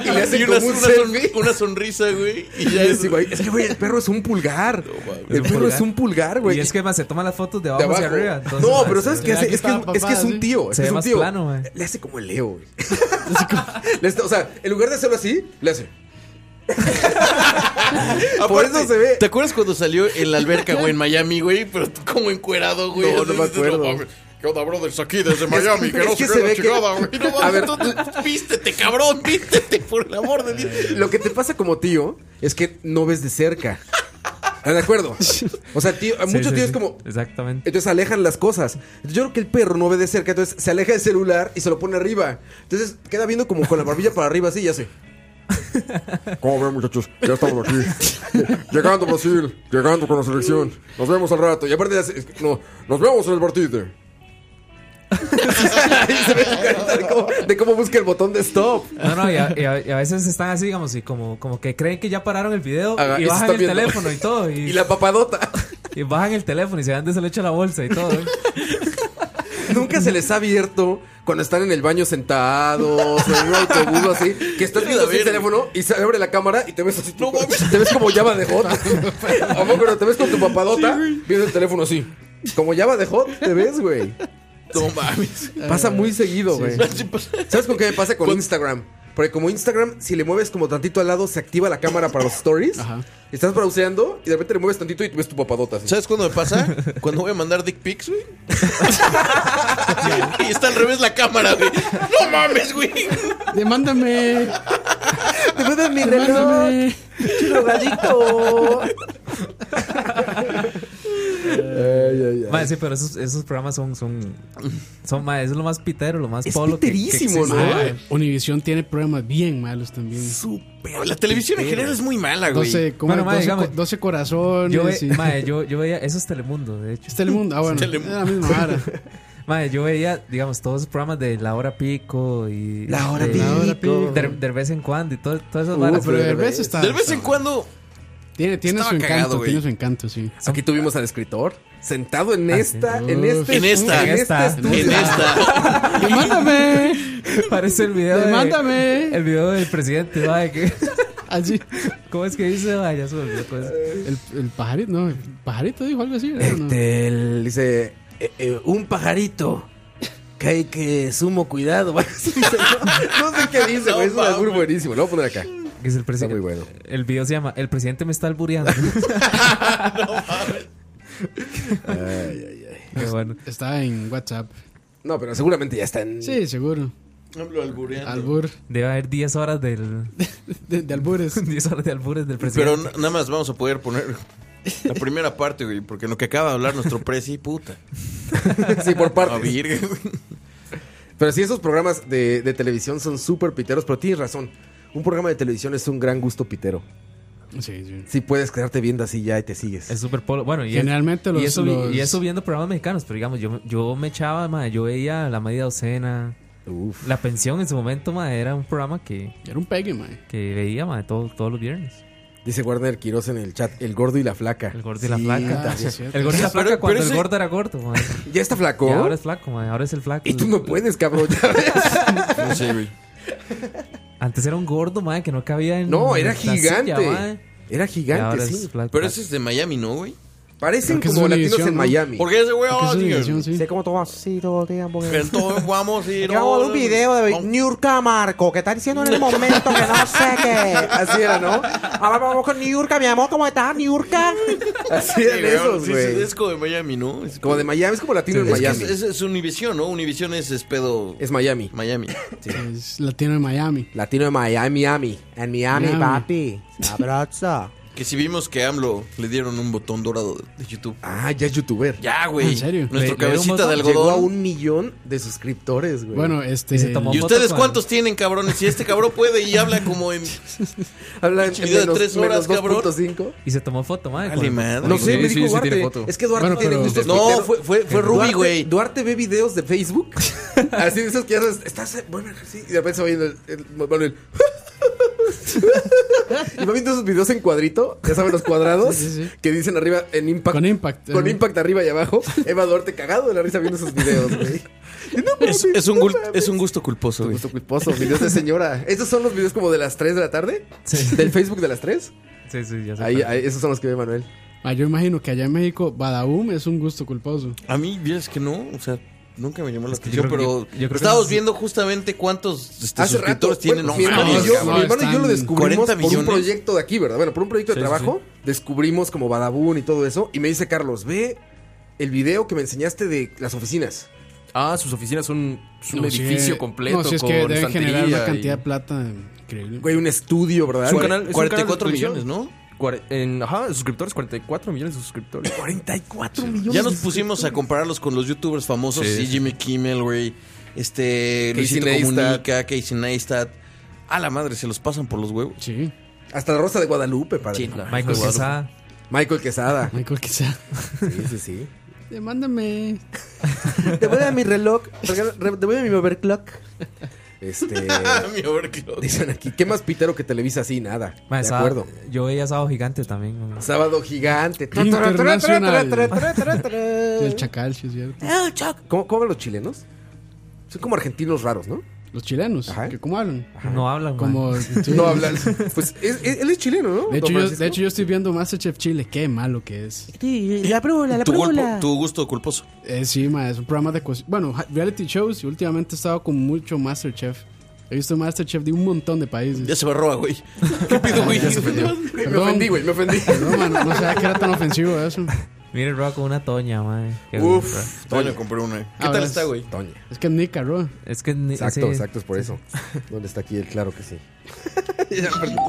[SPEAKER 1] y le hacen
[SPEAKER 15] Y una,
[SPEAKER 1] como un
[SPEAKER 15] una son-
[SPEAKER 1] selfie.
[SPEAKER 15] una sonrisa, güey. Y ya
[SPEAKER 1] Y
[SPEAKER 15] es.
[SPEAKER 1] es, igual, es que, güey, el perro es un pulgar.
[SPEAKER 15] mames.
[SPEAKER 1] el
[SPEAKER 2] Es un
[SPEAKER 1] perro
[SPEAKER 2] pulgar.
[SPEAKER 1] es un pulgar, güey.
[SPEAKER 2] Y es que más se toma las fotos de
[SPEAKER 1] De
[SPEAKER 2] abajo,
[SPEAKER 1] abajo.
[SPEAKER 2] hacia arriba. entonces,
[SPEAKER 1] no,
[SPEAKER 2] mae,
[SPEAKER 1] pero
[SPEAKER 2] se-
[SPEAKER 1] ¿sabes qué hace?
[SPEAKER 14] aquí
[SPEAKER 1] Es que es,
[SPEAKER 14] está
[SPEAKER 1] es que es
[SPEAKER 14] papada,
[SPEAKER 1] un
[SPEAKER 14] sí.
[SPEAKER 1] tío. es
[SPEAKER 2] Se ve
[SPEAKER 1] un
[SPEAKER 2] más
[SPEAKER 1] tío.
[SPEAKER 2] plano, güey.
[SPEAKER 1] Le hace como el Leo, güey. Le hace- o sea, en lugar de hacerlo así, le hace. Por
[SPEAKER 15] Aparte,
[SPEAKER 1] eso se ve.
[SPEAKER 15] ¿Te acuerdas cuando salió en la alberca, güey, en Miami, güey? Pero tú como encuerado, güey.
[SPEAKER 1] No,
[SPEAKER 15] Así
[SPEAKER 1] no me
[SPEAKER 15] dices,
[SPEAKER 1] acuerdo.
[SPEAKER 15] mames, ¿Qué onda, brothers? Aquí desde Miami, que
[SPEAKER 1] es
[SPEAKER 15] no
[SPEAKER 1] que
[SPEAKER 15] se
[SPEAKER 1] se
[SPEAKER 15] queda
[SPEAKER 1] ve que-
[SPEAKER 15] chingada, güey. No
[SPEAKER 1] A
[SPEAKER 15] mames,
[SPEAKER 1] ver.
[SPEAKER 15] tú- tú- vístete, cabrón, vístete, por el amor de Dios.
[SPEAKER 1] Lo que te pasa como tío es que no ves de cerca. ¿Están de acuerdo? O sea, tío, a
[SPEAKER 2] Sí,
[SPEAKER 1] muchos
[SPEAKER 2] sí,
[SPEAKER 1] tíos
[SPEAKER 2] sí.
[SPEAKER 1] como.
[SPEAKER 2] Exactamente.
[SPEAKER 1] Entonces alejan las cosas. Entonces, yo creo que el perro no ve de cerca, entonces se aleja del celular y se lo pone arriba. Entonces queda viendo como con la barbilla para arriba así y hace.
[SPEAKER 17] ¿Cómo ven, muchachos? Ya estamos aquí. Llegando a Brasil, llegando con la selección. Nos vemos al rato.
[SPEAKER 1] Y aparte hace- no, nos vemos en el partido. Y se ve su carita de cómo, de cómo busca el botón de stop.
[SPEAKER 2] No, no, y a, y a- y a veces están así, digamos, y como, como que creen que ya pararon el video
[SPEAKER 1] Haga-
[SPEAKER 2] y
[SPEAKER 1] y se
[SPEAKER 2] bajan
[SPEAKER 1] está
[SPEAKER 2] el
[SPEAKER 1] viendo.
[SPEAKER 2] teléfono y todo. Y,
[SPEAKER 1] la papadota.
[SPEAKER 2] Y bajan el teléfono y se dan de se le echa la bolsa y todo. ¿eh?
[SPEAKER 1] Nunca se les ha abierto cuando están en el baño sentados o en un autobús o así, que estás viendo así el teléfono y se abre la cámara y te ves así. tú- te ves como llama de hot. ¿A poco no? te ves con tu papadota viendo el teléfono así. Como llama de hot, te ves, güey.
[SPEAKER 15] No mames.
[SPEAKER 14] Eh,
[SPEAKER 1] Pasa muy seguido,
[SPEAKER 15] Ah, Sí,
[SPEAKER 1] güey.
[SPEAKER 15] sí.
[SPEAKER 1] ¿Sabes con qué me pasa con Instagram? Porque como Instagram, si le mueves como tantito al lado, se activa la cámara para los stories. Estás browseando y de repente le mueves tantito y ves tu papadota. Así.
[SPEAKER 15] ¿Sabes cuándo me pasa? Cuando voy a mandar dick pics, güey. y está al revés la cámara, güey. No mames, güey.
[SPEAKER 14] Demándame.
[SPEAKER 1] Demándame mi
[SPEAKER 14] reloj.
[SPEAKER 1] Drogadicto.
[SPEAKER 2] Mae, sí, pero esos, esos programas son. son, son mae, eso es lo más pitero, lo más
[SPEAKER 14] Es
[SPEAKER 2] polo. que- que
[SPEAKER 14] piterísimo,
[SPEAKER 2] existe,
[SPEAKER 14] ¿no?
[SPEAKER 2] mae.
[SPEAKER 14] Univisión Ah, tiene programas bien malos también. Súper.
[SPEAKER 15] La televisión en general es muy mala, güey.
[SPEAKER 14] 12, ¿cómo
[SPEAKER 2] Bueno,
[SPEAKER 14] es?
[SPEAKER 2] mae,
[SPEAKER 14] 12
[SPEAKER 2] digamos,
[SPEAKER 14] co- 12 corazones.
[SPEAKER 2] Yo, ve-
[SPEAKER 14] y-
[SPEAKER 2] mae, yo, yo veía. Eso es Telemundo, de hecho.
[SPEAKER 14] Es Telemundo, ah, bueno, Telemundo. es la misma vara.
[SPEAKER 2] Mae, yo veía, digamos, todos los programas de La Hora Pico y.
[SPEAKER 1] La Hora
[SPEAKER 2] de-
[SPEAKER 1] Pico.
[SPEAKER 2] De, de vez en cuando y todo- todas esas
[SPEAKER 1] Uh,
[SPEAKER 2] varas.
[SPEAKER 1] pero Derbez
[SPEAKER 14] está-
[SPEAKER 15] De vez en cuando.
[SPEAKER 14] Tiene, tiene su
[SPEAKER 15] Estaba
[SPEAKER 14] encanto,
[SPEAKER 15] cagado, güey.
[SPEAKER 14] tiene su encanto, sí.
[SPEAKER 1] Aquí tuvimos al escritor sentado en
[SPEAKER 14] Ah, sí.
[SPEAKER 1] esta,
[SPEAKER 14] Uf.
[SPEAKER 1] en este,
[SPEAKER 14] En esta,
[SPEAKER 1] en
[SPEAKER 14] en
[SPEAKER 1] este
[SPEAKER 14] esta,
[SPEAKER 1] estudio.
[SPEAKER 14] en esta. Demándame.
[SPEAKER 2] Parece el video. de-
[SPEAKER 14] Demándame.
[SPEAKER 2] el video del presidente, mae, que-
[SPEAKER 14] Así.
[SPEAKER 2] ¿Cómo es que dice? Mae, ya se me olvidó, pues. ¿cómo es?
[SPEAKER 14] El, el pajarito, no, el pajarito dijo algo así. ¿no? No.
[SPEAKER 1] Este,
[SPEAKER 7] Del- dice, eh, eh, un pajarito que hay que sumo cuidado.
[SPEAKER 1] No sé qué dice, güey. Es un albur buenísimo. Lo voy a poner acá.
[SPEAKER 2] Que es el presidente.
[SPEAKER 1] muy bueno.
[SPEAKER 2] El video se llama El presidente me está albureando.
[SPEAKER 1] Ay, ay, ay.
[SPEAKER 2] Pero bueno.
[SPEAKER 14] Está en WhatsApp.
[SPEAKER 1] No, pero seguramente ya está en.
[SPEAKER 14] Sí, seguro.
[SPEAKER 15] Hablo albureando.
[SPEAKER 14] Albur.
[SPEAKER 2] Debe haber 10 horas del.
[SPEAKER 14] De, de albures.
[SPEAKER 2] 10 horas de albures del presidente.
[SPEAKER 15] Pero na- nada más vamos a poder poner la primera parte, güey, porque en lo que acaba de hablar nuestro presi, puta.
[SPEAKER 1] Sí, por
[SPEAKER 15] A
[SPEAKER 1] parte.
[SPEAKER 15] virgen, güey.
[SPEAKER 1] Pero sí, esos programas de, de televisión son súper piteros. Pero tienes razón. Un programa de televisión es un gran gusto pitero.
[SPEAKER 14] Sí, sí.
[SPEAKER 1] Si puedes quedarte viendo así ya y te sigues.
[SPEAKER 2] Es súper polo. Bueno, y
[SPEAKER 14] Generalmente
[SPEAKER 2] y
[SPEAKER 14] los-
[SPEAKER 2] eso, vi-
[SPEAKER 14] los-
[SPEAKER 2] y eso viendo programas mexicanos, pero digamos, yo, yo me echaba, madre, yo veía La Media Docena. La Pensión en su momento, madre, era un programa que,
[SPEAKER 14] Era un pegue, mae.
[SPEAKER 2] que veía, madre, todo- todos los viernes.
[SPEAKER 1] Dice Warner Quiroz en el chat: El gordo y la flaca. El
[SPEAKER 2] gordo y la flaca.
[SPEAKER 1] ah,
[SPEAKER 2] El gordo y la flaca cuando el gordo era gordo, madre.
[SPEAKER 1] ¿Ya está flaco?
[SPEAKER 2] Y ahora es flaco, madre, ahora es el flaco.
[SPEAKER 1] Y tú no puedes, cabrón. ya ves.
[SPEAKER 15] No sé, güey.
[SPEAKER 2] Antes era un gordo, madre, que no cabía en
[SPEAKER 1] No, era
[SPEAKER 2] la silla,
[SPEAKER 1] gigante.
[SPEAKER 2] mae.
[SPEAKER 1] Era
[SPEAKER 2] Y
[SPEAKER 1] gigante,
[SPEAKER 2] ahora
[SPEAKER 1] sí.
[SPEAKER 2] es flaco.
[SPEAKER 15] Pero ese es de Miami, ¿no, güey?
[SPEAKER 1] Parecen
[SPEAKER 2] Creo que es
[SPEAKER 1] como
[SPEAKER 2] una
[SPEAKER 1] latinos
[SPEAKER 2] división,
[SPEAKER 1] en
[SPEAKER 2] ¿no?
[SPEAKER 1] Miami.
[SPEAKER 15] Porque ese güey, oh, tío.
[SPEAKER 14] sí.
[SPEAKER 7] cómo todo así todo el tiempo.
[SPEAKER 15] Entonces vamos a ir.
[SPEAKER 7] Yo hago un video de Niurka Marco que está diciendo en el momento que no sé qué.
[SPEAKER 1] Así era, ¿no?
[SPEAKER 7] Ahora vamos con Niurka, mi amor, ¿cómo estás, Niurka?
[SPEAKER 1] Así
[SPEAKER 15] Sí,
[SPEAKER 1] eran
[SPEAKER 15] güey,
[SPEAKER 1] esos,
[SPEAKER 15] sí,
[SPEAKER 1] güey.
[SPEAKER 15] sí, es como de Miami, ¿no? Es
[SPEAKER 1] Como de Miami, es como latino en
[SPEAKER 15] Es que
[SPEAKER 1] Miami.
[SPEAKER 15] Es, es, es Univision, ¿no? Univision es, es pedo.
[SPEAKER 1] Es Miami.
[SPEAKER 15] Miami.
[SPEAKER 14] Es latino de Miami.
[SPEAKER 1] Latino de Miami, Miami. En Miami,
[SPEAKER 14] Miami.
[SPEAKER 1] papi. Abraza.
[SPEAKER 15] Que si vimos que AMLO le dieron un botón dorado de, de YouTube.
[SPEAKER 1] Ah, ya es youtuber.
[SPEAKER 15] Ya, güey.
[SPEAKER 14] ¿En serio?
[SPEAKER 15] Nuestro
[SPEAKER 2] Le- le dio un
[SPEAKER 15] cabecita de
[SPEAKER 2] botón.
[SPEAKER 1] Llegó a
[SPEAKER 15] algodón.
[SPEAKER 1] un millón de suscriptores, güey.
[SPEAKER 14] Bueno, este.
[SPEAKER 2] Y se tomó
[SPEAKER 15] ¿Y
[SPEAKER 2] foto
[SPEAKER 15] ustedes
[SPEAKER 2] con-
[SPEAKER 15] cuántos tienen, cabrones? Si este cabrón puede y habla como en.
[SPEAKER 1] habla en
[SPEAKER 15] pinche video de
[SPEAKER 1] menos-
[SPEAKER 15] tres
[SPEAKER 1] menos
[SPEAKER 15] horas, cabrón.
[SPEAKER 1] 2.5.
[SPEAKER 2] Y se tomó foto, madre.
[SPEAKER 15] Dale,
[SPEAKER 2] con-
[SPEAKER 15] madre.
[SPEAKER 1] No sé,
[SPEAKER 15] Sí,
[SPEAKER 1] me
[SPEAKER 15] sí,
[SPEAKER 1] dijo
[SPEAKER 15] sí, tiene
[SPEAKER 1] Duarte.
[SPEAKER 15] foto.
[SPEAKER 1] es que Duarte
[SPEAKER 14] Bueno,
[SPEAKER 1] tiene
[SPEAKER 14] pero-
[SPEAKER 1] gustos
[SPEAKER 15] No,
[SPEAKER 1] piteros.
[SPEAKER 15] fue- fue- fue Ruby,
[SPEAKER 1] Duarte-
[SPEAKER 15] güey.
[SPEAKER 1] Duarte ve videos de Facebook. así de esos que ya sabes, estás. Bueno, sí. Y de repente se va viendo el. el- Manuel. y va viendo esos videos en cuadrito, ya saben, los cuadrados,
[SPEAKER 14] Sí, sí, sí.
[SPEAKER 1] que dicen arriba en Impact.
[SPEAKER 14] Con Impact.
[SPEAKER 1] Con
[SPEAKER 14] eh.
[SPEAKER 1] Impact arriba y abajo. Eva Duarte cagado de la risa viendo esos videos, güey.
[SPEAKER 15] Es, es un, gul- es un gusto culposo, güey.
[SPEAKER 1] Gusto culposo, videos de señora. ¿Estos son los videos como de las 3 de la tarde?
[SPEAKER 2] Sí.
[SPEAKER 1] ¿Del Facebook de las 3?
[SPEAKER 2] Sí, sí, ya sé.
[SPEAKER 1] Ahí, ahí, esos son los que ve Manuel.
[SPEAKER 14] Ah, yo imagino que allá en México, Badaum es un gusto culposo.
[SPEAKER 15] A mí, vieras que no, o sea, nunca me llamó la
[SPEAKER 2] Es que
[SPEAKER 15] atención,
[SPEAKER 2] yo creo
[SPEAKER 15] pero
[SPEAKER 2] que- yo creo que
[SPEAKER 15] estábamos
[SPEAKER 2] es-
[SPEAKER 15] viendo justamente cuántos este,
[SPEAKER 1] Hace
[SPEAKER 15] suscriptores
[SPEAKER 1] rato,
[SPEAKER 15] tienen.
[SPEAKER 1] bueno,
[SPEAKER 15] no,
[SPEAKER 1] mi hermano,
[SPEAKER 15] mames,
[SPEAKER 1] y yo,
[SPEAKER 15] cabrón.
[SPEAKER 1] mi hermano y yo lo
[SPEAKER 14] están
[SPEAKER 1] descubrimos
[SPEAKER 15] 40
[SPEAKER 1] por un
[SPEAKER 15] millones.
[SPEAKER 1] proyecto de aquí, ¿verdad? Bueno, por un proyecto de
[SPEAKER 2] Sí, sí,
[SPEAKER 1] trabajo, descubrimos como Badabun y todo eso. Y me dice Carlos, ve el video que me enseñaste de las oficinas.
[SPEAKER 18] Ah, sus oficinas son es un
[SPEAKER 14] No, sí,
[SPEAKER 18] edificio
[SPEAKER 14] eh,
[SPEAKER 18] completo.
[SPEAKER 14] No, si es
[SPEAKER 18] con
[SPEAKER 14] que deben generar
[SPEAKER 18] estantería
[SPEAKER 14] una cantidad
[SPEAKER 18] y-
[SPEAKER 14] de plata increíble.
[SPEAKER 1] Güey, un estudio, ¿verdad?
[SPEAKER 18] Es un canal, es un canal de
[SPEAKER 15] 44
[SPEAKER 18] televisión.
[SPEAKER 15] millones, ¿no?
[SPEAKER 18] Cuare- en- ajá, suscriptores, 44 millones de suscriptores.
[SPEAKER 1] 44 millones.
[SPEAKER 15] Ya nos pusimos a compararlos con los youtubers famosos,
[SPEAKER 18] Sí.
[SPEAKER 15] sí, Jimmy Kimmel, güey, este,
[SPEAKER 1] Casey
[SPEAKER 15] Luisito
[SPEAKER 1] Neistat.
[SPEAKER 15] Comunica, Casey Neistat. A la madre, se los pasan por los huevos.
[SPEAKER 14] Sí.
[SPEAKER 1] Hasta la Rosa de Guadalupe, padre.
[SPEAKER 15] Sí, no.
[SPEAKER 2] Michael
[SPEAKER 15] Eduardo.
[SPEAKER 2] Quesada.
[SPEAKER 1] Michael Quesada.
[SPEAKER 14] Michael, quizá.
[SPEAKER 1] Sí, sí, sí.
[SPEAKER 14] Demándame.
[SPEAKER 1] Te voy a dar mi reloj. regalo- re- Te voy a dar mi overclock. Este.
[SPEAKER 2] Mi overclock.
[SPEAKER 1] Dicen aquí, ¿qué más pitero que Televisa? Sí, nada.
[SPEAKER 2] Mae,
[SPEAKER 1] de
[SPEAKER 2] sábado-
[SPEAKER 1] acuerdo.
[SPEAKER 2] Yo veía Sábado Gigante también. mae.
[SPEAKER 1] Sábado gigante.
[SPEAKER 2] Internacional.
[SPEAKER 14] El chacal, sí, es cierto.
[SPEAKER 1] El chac- ¿Cómo, cómo hablan los chilenos? Son como argentinos raros, ¿no?
[SPEAKER 14] Los chilenos. ¿que ¿Cómo hablan?
[SPEAKER 2] No hablan,
[SPEAKER 14] Como, sí.
[SPEAKER 1] No hablan. Pues es- es- él es chileno, ¿no?
[SPEAKER 14] De hecho,
[SPEAKER 1] Don
[SPEAKER 14] yo,
[SPEAKER 1] Francisco.
[SPEAKER 14] de hecho, yo estoy viendo Masterchef Chile. Qué malo que es.
[SPEAKER 1] la brújula,
[SPEAKER 15] Tu, culpo- tu gusto culposo.
[SPEAKER 14] Eh, sí, ma, es un programa de cocina. Bueno, ja- reality shows. Y últimamente he estado con mucho Masterchef. He visto Masterchef de un montón de países.
[SPEAKER 15] Ya se barroa, güey. ¿Qué pido, güey?
[SPEAKER 1] Me ofendí, güey, me ofendí.
[SPEAKER 14] No, man, no sabía que era tan ofensivo eso.
[SPEAKER 2] Mire, Roa con una toña, mae. Qué bonito.
[SPEAKER 15] Uf, yo le compré
[SPEAKER 2] ¿eh?
[SPEAKER 15] una. ¿Qué
[SPEAKER 14] Ah,
[SPEAKER 15] tal
[SPEAKER 14] bueno,
[SPEAKER 15] está, güey?
[SPEAKER 1] Toña.
[SPEAKER 14] Es que es Nica, Roa.
[SPEAKER 2] Es que ni-
[SPEAKER 1] Exacto,
[SPEAKER 2] sí.
[SPEAKER 1] exacto, es por eso. ¿Dónde está aquí el claro que sí?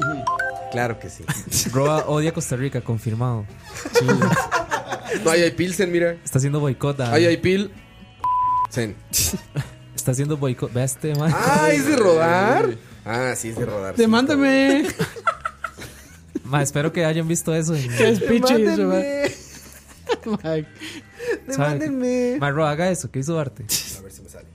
[SPEAKER 1] claro que sí.
[SPEAKER 2] Roa odia Costa Rica, confirmado.
[SPEAKER 1] No, ahí hay Pilsen, mira.
[SPEAKER 2] Está haciendo boicot. a-
[SPEAKER 1] Ahí hay Pil. Zen.
[SPEAKER 2] Está haciendo boicot. Ve a este, mae.
[SPEAKER 1] Ah, ¿es de rodar? Ah, sí, es de rodar. sí.
[SPEAKER 14] Demándame.
[SPEAKER 2] Mae, espero que hayan visto eso. en-
[SPEAKER 14] Qué es pichi eso, ma.
[SPEAKER 1] Mándenme.
[SPEAKER 14] Ma,
[SPEAKER 2] ¿Sabe?
[SPEAKER 1] Mándenme.
[SPEAKER 2] Mae, Roa, haga eso. ¿Qué hizo Arte?
[SPEAKER 1] A ver si me sale.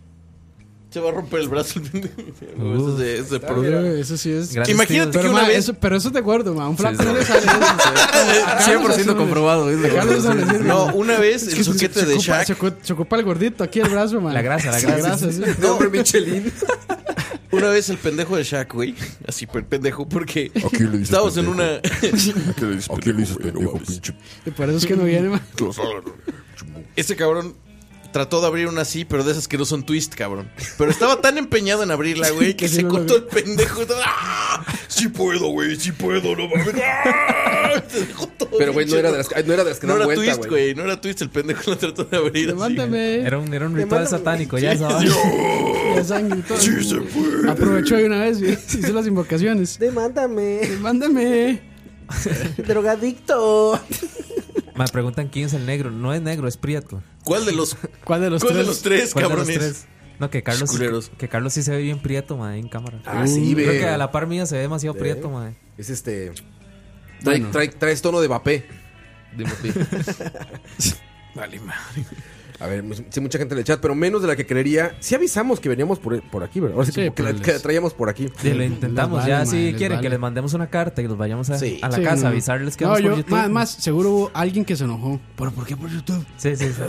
[SPEAKER 15] Se va a romper el brazo. el pendejo. Eso es de- es de Perú.
[SPEAKER 14] Pero eso sí es.
[SPEAKER 15] Grandes Imagínate tíos. que
[SPEAKER 14] pero,
[SPEAKER 15] una
[SPEAKER 14] ma,
[SPEAKER 15] vez-
[SPEAKER 14] eso, pero eso te acuerdo, ma. Un flaco
[SPEAKER 15] Sí, sí.
[SPEAKER 14] no le sale eso. A Carlos
[SPEAKER 15] 100%
[SPEAKER 14] eso no le-
[SPEAKER 15] comprobado, es de
[SPEAKER 14] a Carlos
[SPEAKER 15] acuerdo,
[SPEAKER 14] no
[SPEAKER 15] sí,
[SPEAKER 14] le
[SPEAKER 15] sí.
[SPEAKER 14] sirve,
[SPEAKER 15] No,
[SPEAKER 14] ma.
[SPEAKER 15] una vez
[SPEAKER 14] Es
[SPEAKER 15] el
[SPEAKER 14] que se-
[SPEAKER 15] soquete
[SPEAKER 14] se
[SPEAKER 15] de
[SPEAKER 14] ocupa-
[SPEAKER 15] Shaq.
[SPEAKER 14] Se, ocu- se ocupa el gordito aquí el brazo, man.
[SPEAKER 2] La grasa, la grasa.
[SPEAKER 14] sí.
[SPEAKER 1] No, hombre, Michelin.
[SPEAKER 15] Una vez el pendejo de Shaq, güey. Así, per- pendejo, porque
[SPEAKER 17] Aquí le dices
[SPEAKER 15] estábamos en una.
[SPEAKER 17] Aquí le dices pendejo, pinche.
[SPEAKER 14] Y por eso es que no viene, ma.
[SPEAKER 15] Ese cabrón trató de abrir una así, pero de esas que no son twist, cabrón. Pero estaba tan empeñado en abrirla, güey, que
[SPEAKER 14] Sí,
[SPEAKER 15] se
[SPEAKER 14] no lo
[SPEAKER 15] cortó
[SPEAKER 14] vi.
[SPEAKER 15] el pendejo. ¡Ah! Sí puedo, güey, sí puedo, no mames. ¡Ah! Se dejó todo
[SPEAKER 1] Pero, güey, no era de las, ay, no era de las que
[SPEAKER 15] No
[SPEAKER 1] dan
[SPEAKER 15] era
[SPEAKER 1] vuelta,
[SPEAKER 15] twist, güey. No era twist, el pendejo lo trató de abrir. así.
[SPEAKER 14] Mándame.
[SPEAKER 2] Era un, era un ritual satánico, ya sabes.
[SPEAKER 14] La sangre y todo. Aprovechó de una vez y hizo las invocaciones.
[SPEAKER 1] Demándame.
[SPEAKER 14] Mándame.
[SPEAKER 1] Drogadicto.
[SPEAKER 2] Me preguntan quién es el negro. No es negro, es prieto.
[SPEAKER 15] ¿Cuál de los
[SPEAKER 14] ¿Cuál de los
[SPEAKER 15] ¿Cuál de
[SPEAKER 14] tres?
[SPEAKER 15] los tres,
[SPEAKER 2] ¿Cuál de los
[SPEAKER 15] cabrones?
[SPEAKER 2] tres? No, que Carlos,
[SPEAKER 15] Culeros.
[SPEAKER 2] que Carlos sí se ve bien prieto, madre, en cámara.
[SPEAKER 1] Ah, sí,
[SPEAKER 14] Mm.
[SPEAKER 2] Creo
[SPEAKER 1] ve.
[SPEAKER 2] que a la par mía se ve demasiado prieto, madre.
[SPEAKER 1] Es este. Trae, trae- traes tono de vapé. De vapé.
[SPEAKER 15] Vale, madre.
[SPEAKER 1] A ver, mu- sí, mucha gente en el chat, pero menos de la que creería. Sí avisamos que veníamos por, por aquí, ¿verdad? Ahora sí,
[SPEAKER 14] Sí,
[SPEAKER 1] como que, la,
[SPEAKER 14] pero
[SPEAKER 1] que
[SPEAKER 14] les-
[SPEAKER 1] la traíamos por aquí.
[SPEAKER 2] Sí, lo intentamos.
[SPEAKER 14] vale,
[SPEAKER 2] ya
[SPEAKER 14] madre,
[SPEAKER 2] si
[SPEAKER 14] les
[SPEAKER 2] quieren
[SPEAKER 14] vale.
[SPEAKER 2] que les mandemos una carta y los vayamos a,
[SPEAKER 1] Sí.
[SPEAKER 2] a la
[SPEAKER 14] Sí,
[SPEAKER 2] casa,
[SPEAKER 14] no.
[SPEAKER 2] avisarles que
[SPEAKER 14] No,
[SPEAKER 2] vamos
[SPEAKER 14] yo,
[SPEAKER 2] por YouTube.
[SPEAKER 14] Más, más, seguro hubo alguien que se enojó. ¿Pero por qué por YouTube?
[SPEAKER 2] Sí, sí, sí.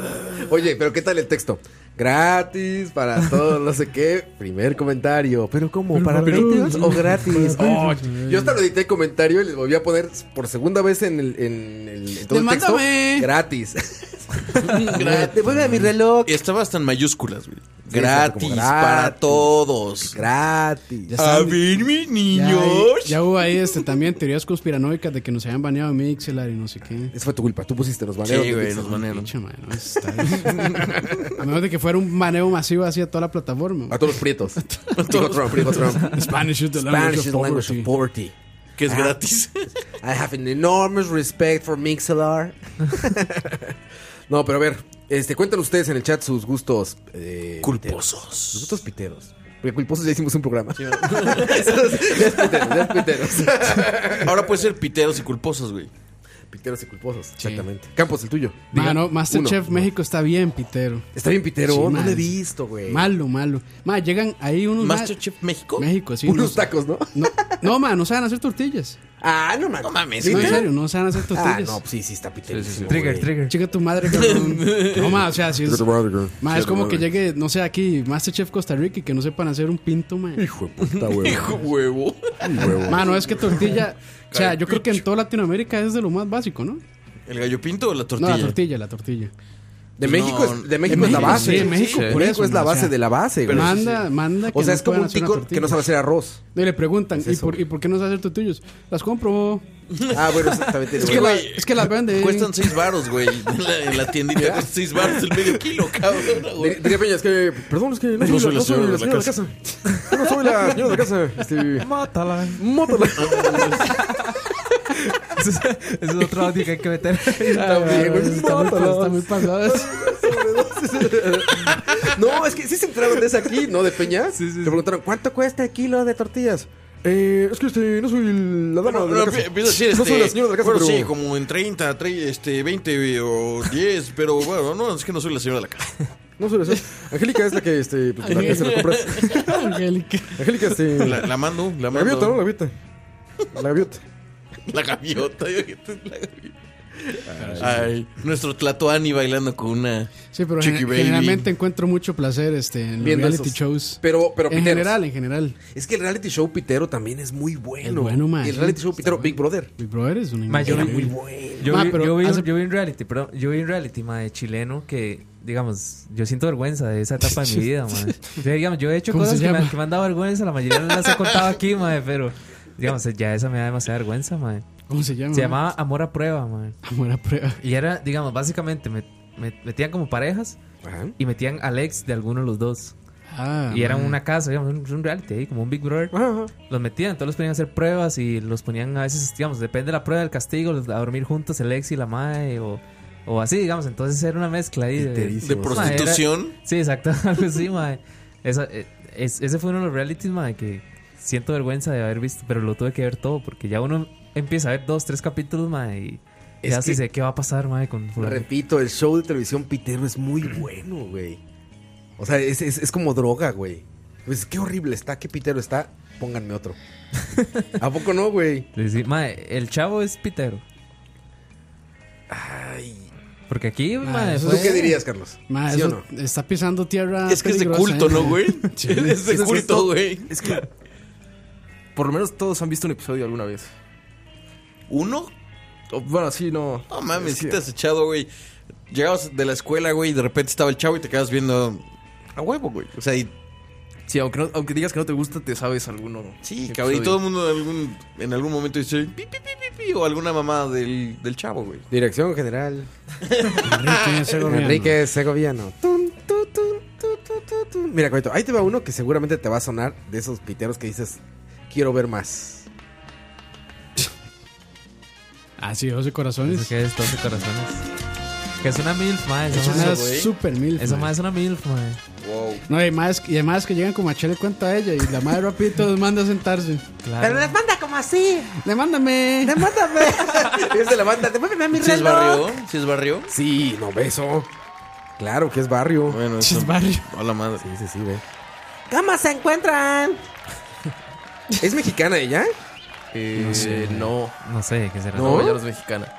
[SPEAKER 1] Oye, pero ¿qué tal el texto? Gratis para todos, no sé qué. Primer comentario. ¿Pero cómo? ¿Para
[SPEAKER 14] pero-
[SPEAKER 1] Patreons
[SPEAKER 14] pero-
[SPEAKER 1] o gratis?
[SPEAKER 14] pero-
[SPEAKER 1] Oh, yo hasta lo edité el comentario y les volví a poner por segunda vez en el, en el, en todo el texto.
[SPEAKER 14] Demándame.
[SPEAKER 1] Gratis. Devuelve mi reloj.
[SPEAKER 15] Y estaba hasta en mayúsculas, güey.
[SPEAKER 1] Sí,
[SPEAKER 15] Gratis,
[SPEAKER 1] como
[SPEAKER 15] para
[SPEAKER 1] gratis.
[SPEAKER 15] todos.
[SPEAKER 1] Gratis.
[SPEAKER 14] Ya
[SPEAKER 15] A
[SPEAKER 14] saben,
[SPEAKER 15] ver, mis
[SPEAKER 14] ya,
[SPEAKER 15] niños.
[SPEAKER 14] hay- ya hubo ahí este, también teorías conspiranoicas de que nos habían baneado en Mixelar y no sé qué.
[SPEAKER 1] Esa fue tu culpa. Tú pusiste los
[SPEAKER 15] Sí,
[SPEAKER 1] baneos. de
[SPEAKER 15] güey,
[SPEAKER 1] Dixon.
[SPEAKER 15] nos banearon.
[SPEAKER 14] Pinche, man, no, eso está bien. A menos de que fuera un baneo masivo así a toda la plataforma.
[SPEAKER 1] A todos los prietos. Dijo Trump, dijo Trump.
[SPEAKER 14] Spanish is the language
[SPEAKER 1] Spanish
[SPEAKER 14] of
[SPEAKER 1] is the language
[SPEAKER 14] poverty.
[SPEAKER 1] of poverty.
[SPEAKER 15] Que es gratis.
[SPEAKER 1] I have an enormous respect for Mixelar. no, pero a ver, este, cuentan ustedes en el chat sus gustos eh, piteros. Sus
[SPEAKER 15] Culposos.
[SPEAKER 1] gustos piteros. Porque culposos ya hicimos un programa. Esos- ya es piteros, ya es piteros.
[SPEAKER 15] Ahora puede ser piteros y culposos, güey.
[SPEAKER 1] Piteros y culposos, exactamente. Campos, el tuyo.
[SPEAKER 14] Ma,
[SPEAKER 1] Diga,
[SPEAKER 14] no, Masterchef
[SPEAKER 1] uno.
[SPEAKER 14] México está bien, Pitero.
[SPEAKER 1] Está bien pitero,
[SPEAKER 14] Sí,
[SPEAKER 1] no
[SPEAKER 14] man.
[SPEAKER 1] lo he visto, güey.
[SPEAKER 14] Malo, malo. Ma, llegan ahí unos. ma-
[SPEAKER 15] Masterchef México.
[SPEAKER 14] México, sí.
[SPEAKER 1] Unos
[SPEAKER 14] no-
[SPEAKER 1] tacos, ¿no?
[SPEAKER 14] No, no, ma, no saben hacer tortillas.
[SPEAKER 1] Ah, no mames.
[SPEAKER 15] No mames,
[SPEAKER 14] No, en
[SPEAKER 15] ¿neta?
[SPEAKER 14] serio, no saben hacer
[SPEAKER 1] Ah,
[SPEAKER 14] tortillas.
[SPEAKER 1] no, pues sí, sí está piterísimo.
[SPEAKER 2] Trigger,
[SPEAKER 1] güey.
[SPEAKER 2] trigger.
[SPEAKER 14] Chica tu madre, cabrón. No, ma, o sea, sí es.
[SPEAKER 17] Chica tu madre, güey.
[SPEAKER 14] Ma,
[SPEAKER 17] Chica
[SPEAKER 14] es
[SPEAKER 17] tu
[SPEAKER 14] como que
[SPEAKER 17] madre.
[SPEAKER 14] llegue, no sé, aquí Masterchef Costa Rica y que no sepan hacer un pinto, ma.
[SPEAKER 17] Hijo de puta, huevo.
[SPEAKER 15] Hijo huevo.
[SPEAKER 17] huevo.
[SPEAKER 14] Ma, no, es que tortilla. O sea, yo creo que en toda Latinoamérica es de lo más básico, ¿no?
[SPEAKER 15] ¿El gallo pinto o la
[SPEAKER 14] No,
[SPEAKER 15] tortilla?
[SPEAKER 14] la tortilla, la tortilla.
[SPEAKER 1] De
[SPEAKER 15] No,
[SPEAKER 1] México, es, de México
[SPEAKER 14] En
[SPEAKER 1] es la
[SPEAKER 14] México,
[SPEAKER 1] base.
[SPEAKER 14] sí, en México, por
[SPEAKER 1] México
[SPEAKER 14] eso,
[SPEAKER 1] es la
[SPEAKER 14] o sea,
[SPEAKER 1] base de la base, güey.
[SPEAKER 14] manda, manda. Que
[SPEAKER 1] O
[SPEAKER 14] no
[SPEAKER 1] sea, es como
[SPEAKER 14] puedan
[SPEAKER 1] un
[SPEAKER 14] hacer una
[SPEAKER 1] tico que
[SPEAKER 14] tortilla.
[SPEAKER 1] no sabe hacer arroz.
[SPEAKER 14] Y le preguntan,
[SPEAKER 1] Es
[SPEAKER 14] ¿y,
[SPEAKER 1] eso,
[SPEAKER 14] por,
[SPEAKER 1] güey.
[SPEAKER 14] ¿y por qué no sabes hacer tortillas? Las compro.
[SPEAKER 1] Ah, bueno, exactamente.
[SPEAKER 14] Es
[SPEAKER 1] güey.
[SPEAKER 14] que, la-
[SPEAKER 15] güey,
[SPEAKER 14] es que las ¿eh? venden.
[SPEAKER 15] Cuestan seis varos, güey. En la, en la tiendita cuesta seis varos el medio kilo, cabrón. güey.
[SPEAKER 1] Dir- Diría Peña, es que, perdón, es que no, soy, la, no soy la señora de la casa. Yo No soy la señora de la casa. Este,
[SPEAKER 2] Mátala.
[SPEAKER 1] mótala.
[SPEAKER 2] Ese es- ese es otro audio que hay que meter.
[SPEAKER 1] También, güey,
[SPEAKER 14] Está muy,
[SPEAKER 1] mátala.
[SPEAKER 14] está muy pasado eso.
[SPEAKER 1] No, es que sí se enteraron de esa aquí, ¿no? De Peña. Te preguntaron, ¿cuánto cuesta el kilo de tortillas?
[SPEAKER 17] Eh, es que este, no soy la dama
[SPEAKER 15] No,
[SPEAKER 17] de la
[SPEAKER 15] no,
[SPEAKER 17] casa.
[SPEAKER 15] empie- empiezo a decir,
[SPEAKER 17] no soy la
[SPEAKER 15] este,
[SPEAKER 17] señora de la casa,
[SPEAKER 15] bueno,
[SPEAKER 17] pero...
[SPEAKER 15] sí, como en 30, tre- este, 20 o 10, pero bueno, no, es que no soy la señora de la casa.
[SPEAKER 17] No soy la señora. Angélica es la que, este, pues, la que se la compras.
[SPEAKER 14] Angélica.
[SPEAKER 17] Angélica, este...
[SPEAKER 15] La, la mando, la
[SPEAKER 17] La
[SPEAKER 15] mando.
[SPEAKER 17] gaviota, ¿no? La gaviota. La gaviota.
[SPEAKER 15] La gaviota, yo dije, es la gaviota. Ay, nuestro Tlatoani bailando con una
[SPEAKER 14] Sí, pero
[SPEAKER 15] Chiqui
[SPEAKER 14] gen-
[SPEAKER 15] Baby.
[SPEAKER 14] generalmente encuentro mucho placer este, en los
[SPEAKER 15] Viendo
[SPEAKER 14] reality
[SPEAKER 15] esos.
[SPEAKER 14] shows.
[SPEAKER 1] Pero, pero
[SPEAKER 14] en
[SPEAKER 1] piteros.
[SPEAKER 14] general, en general.
[SPEAKER 1] Es que el reality show pitero también es muy bueno.
[SPEAKER 14] Es bueno, man.
[SPEAKER 1] El reality show pitero, Big Brother.
[SPEAKER 14] Big Brother es una
[SPEAKER 2] Ma, yo,
[SPEAKER 1] Era
[SPEAKER 2] vi,
[SPEAKER 1] muy bueno.
[SPEAKER 2] yo,
[SPEAKER 1] Ma,
[SPEAKER 2] vi,
[SPEAKER 1] pero
[SPEAKER 2] yo, vi, un-
[SPEAKER 1] hace-
[SPEAKER 2] yo vi un reality, pero yo vi un reality, ma, de chileno que, digamos, yo siento vergüenza de esa etapa de mi vida, ma. O sea, digamos, yo he hecho
[SPEAKER 14] ¿Cómo
[SPEAKER 2] cosas
[SPEAKER 14] se
[SPEAKER 2] que me,
[SPEAKER 14] llama?
[SPEAKER 2] que me han dado vergüenza, la mayoría no las he contado aquí, ma, pero, digamos, ya esa me da demasiada vergüenza, ma.
[SPEAKER 14] ¿Cómo se llama?
[SPEAKER 2] Se
[SPEAKER 14] ma?
[SPEAKER 2] llamaba Amor a Prueba, ma.
[SPEAKER 14] Amor a Prueba.
[SPEAKER 2] Y era, digamos, básicamente me, me- metían como parejas y metían al ex de alguno de los dos.
[SPEAKER 14] Ah,
[SPEAKER 2] y era
[SPEAKER 14] man.
[SPEAKER 2] una casa, digamos, un, un reality ahí, como un Big Brother. Los metían, entonces los ponían a hacer pruebas y los ponían a veces, digamos, depende de la prueba del castigo, los- a dormir juntos el ex y la madre o, o así, digamos. Entonces era una mezcla ahí de,
[SPEAKER 15] Enterísimo. ¿De
[SPEAKER 2] Ma, era-
[SPEAKER 15] prostitución?
[SPEAKER 2] sí, exacto, algo así, mae. Esa- eh, es- ese fue uno de los realities, mae, que siento vergüenza de haber visto, pero lo tuve que ver todo porque ya uno empieza a ver dos, tres capítulos, mae, y
[SPEAKER 1] Es
[SPEAKER 2] ya
[SPEAKER 1] que-
[SPEAKER 2] sí sé qué va a pasar, mae, con fulano.
[SPEAKER 1] Repito, el show de televisión pitero es muy bueno, güey. O sea, es, es- es como droga, güey. Pues qué horrible está, qué pitero está. Pónganme otro. ¿A poco no, güey?
[SPEAKER 2] Sí, sí, mae, el chavo es pitero. Ay. Porque aquí, pues, eh, mae,
[SPEAKER 14] Ah, eso
[SPEAKER 2] fue-
[SPEAKER 14] es- Ma,
[SPEAKER 2] ¿Sí o
[SPEAKER 14] eso está pisando tierra.
[SPEAKER 2] Es que es de
[SPEAKER 14] peligrosa,
[SPEAKER 2] culto,
[SPEAKER 14] ¿eh?
[SPEAKER 2] ¿no, güey?
[SPEAKER 14] Sí.
[SPEAKER 18] Es de culto,
[SPEAKER 15] güey.
[SPEAKER 18] Es que. Por lo menos todos han visto un episodio alguna vez.
[SPEAKER 15] ¿Uno?
[SPEAKER 18] bueno, sí, no.
[SPEAKER 15] No mames,
[SPEAKER 18] Es
[SPEAKER 15] si
[SPEAKER 18] que-
[SPEAKER 15] te has echado, güey. Llegabas de la escuela, güey, y de repente estaba el chavo y te quedas viendo a huevo, güey. O sea, y
[SPEAKER 18] Sí, aunque, no- aunque digas que no te gusta, te sabes alguno. Sí,
[SPEAKER 15] cabrón, y todo el mundo en algún, en algún momento dice pi, pi, pi, pi, pi, o alguna mamá del, del chavo, güey.
[SPEAKER 1] Dirección general.
[SPEAKER 14] Enrique Segoviano.
[SPEAKER 1] Enrique Segoviano. Tun, tu, tun, tu, tu, tu, tu. Mira, Coito, ahí te va uno que seguramente te va a sonar de esos piteros que dices, quiero ver más.
[SPEAKER 14] Ah, sí, 12 corazones.
[SPEAKER 2] ¿Qué es 12 corazones? Que es una milf, mae. esa
[SPEAKER 14] Es
[SPEAKER 2] mae.
[SPEAKER 14] una super milf,
[SPEAKER 2] Esa
[SPEAKER 14] mae.
[SPEAKER 2] mae es una milf, mae. Wow.
[SPEAKER 14] No, y, más, y además que llegan como a echarle cuenta a ella y la madre rapidito les manda a sentarse.
[SPEAKER 8] Pero les manda como así.
[SPEAKER 14] Demándame.
[SPEAKER 8] Demándame.
[SPEAKER 1] es de la banda, demándame a mi
[SPEAKER 15] ¿Sí es barrio? ¿Sí es barrio?
[SPEAKER 1] Sí, no beso. Claro que es barrio.
[SPEAKER 15] Bueno,
[SPEAKER 1] es barrio.
[SPEAKER 15] Hola madre.
[SPEAKER 1] Sí, sí, sí, güey.
[SPEAKER 8] ¿Cómo se encuentran?
[SPEAKER 1] ¿Es mexicana ella? Eh,
[SPEAKER 18] no sé. No.
[SPEAKER 2] No sé qué será.
[SPEAKER 18] No, ella no es mexicana.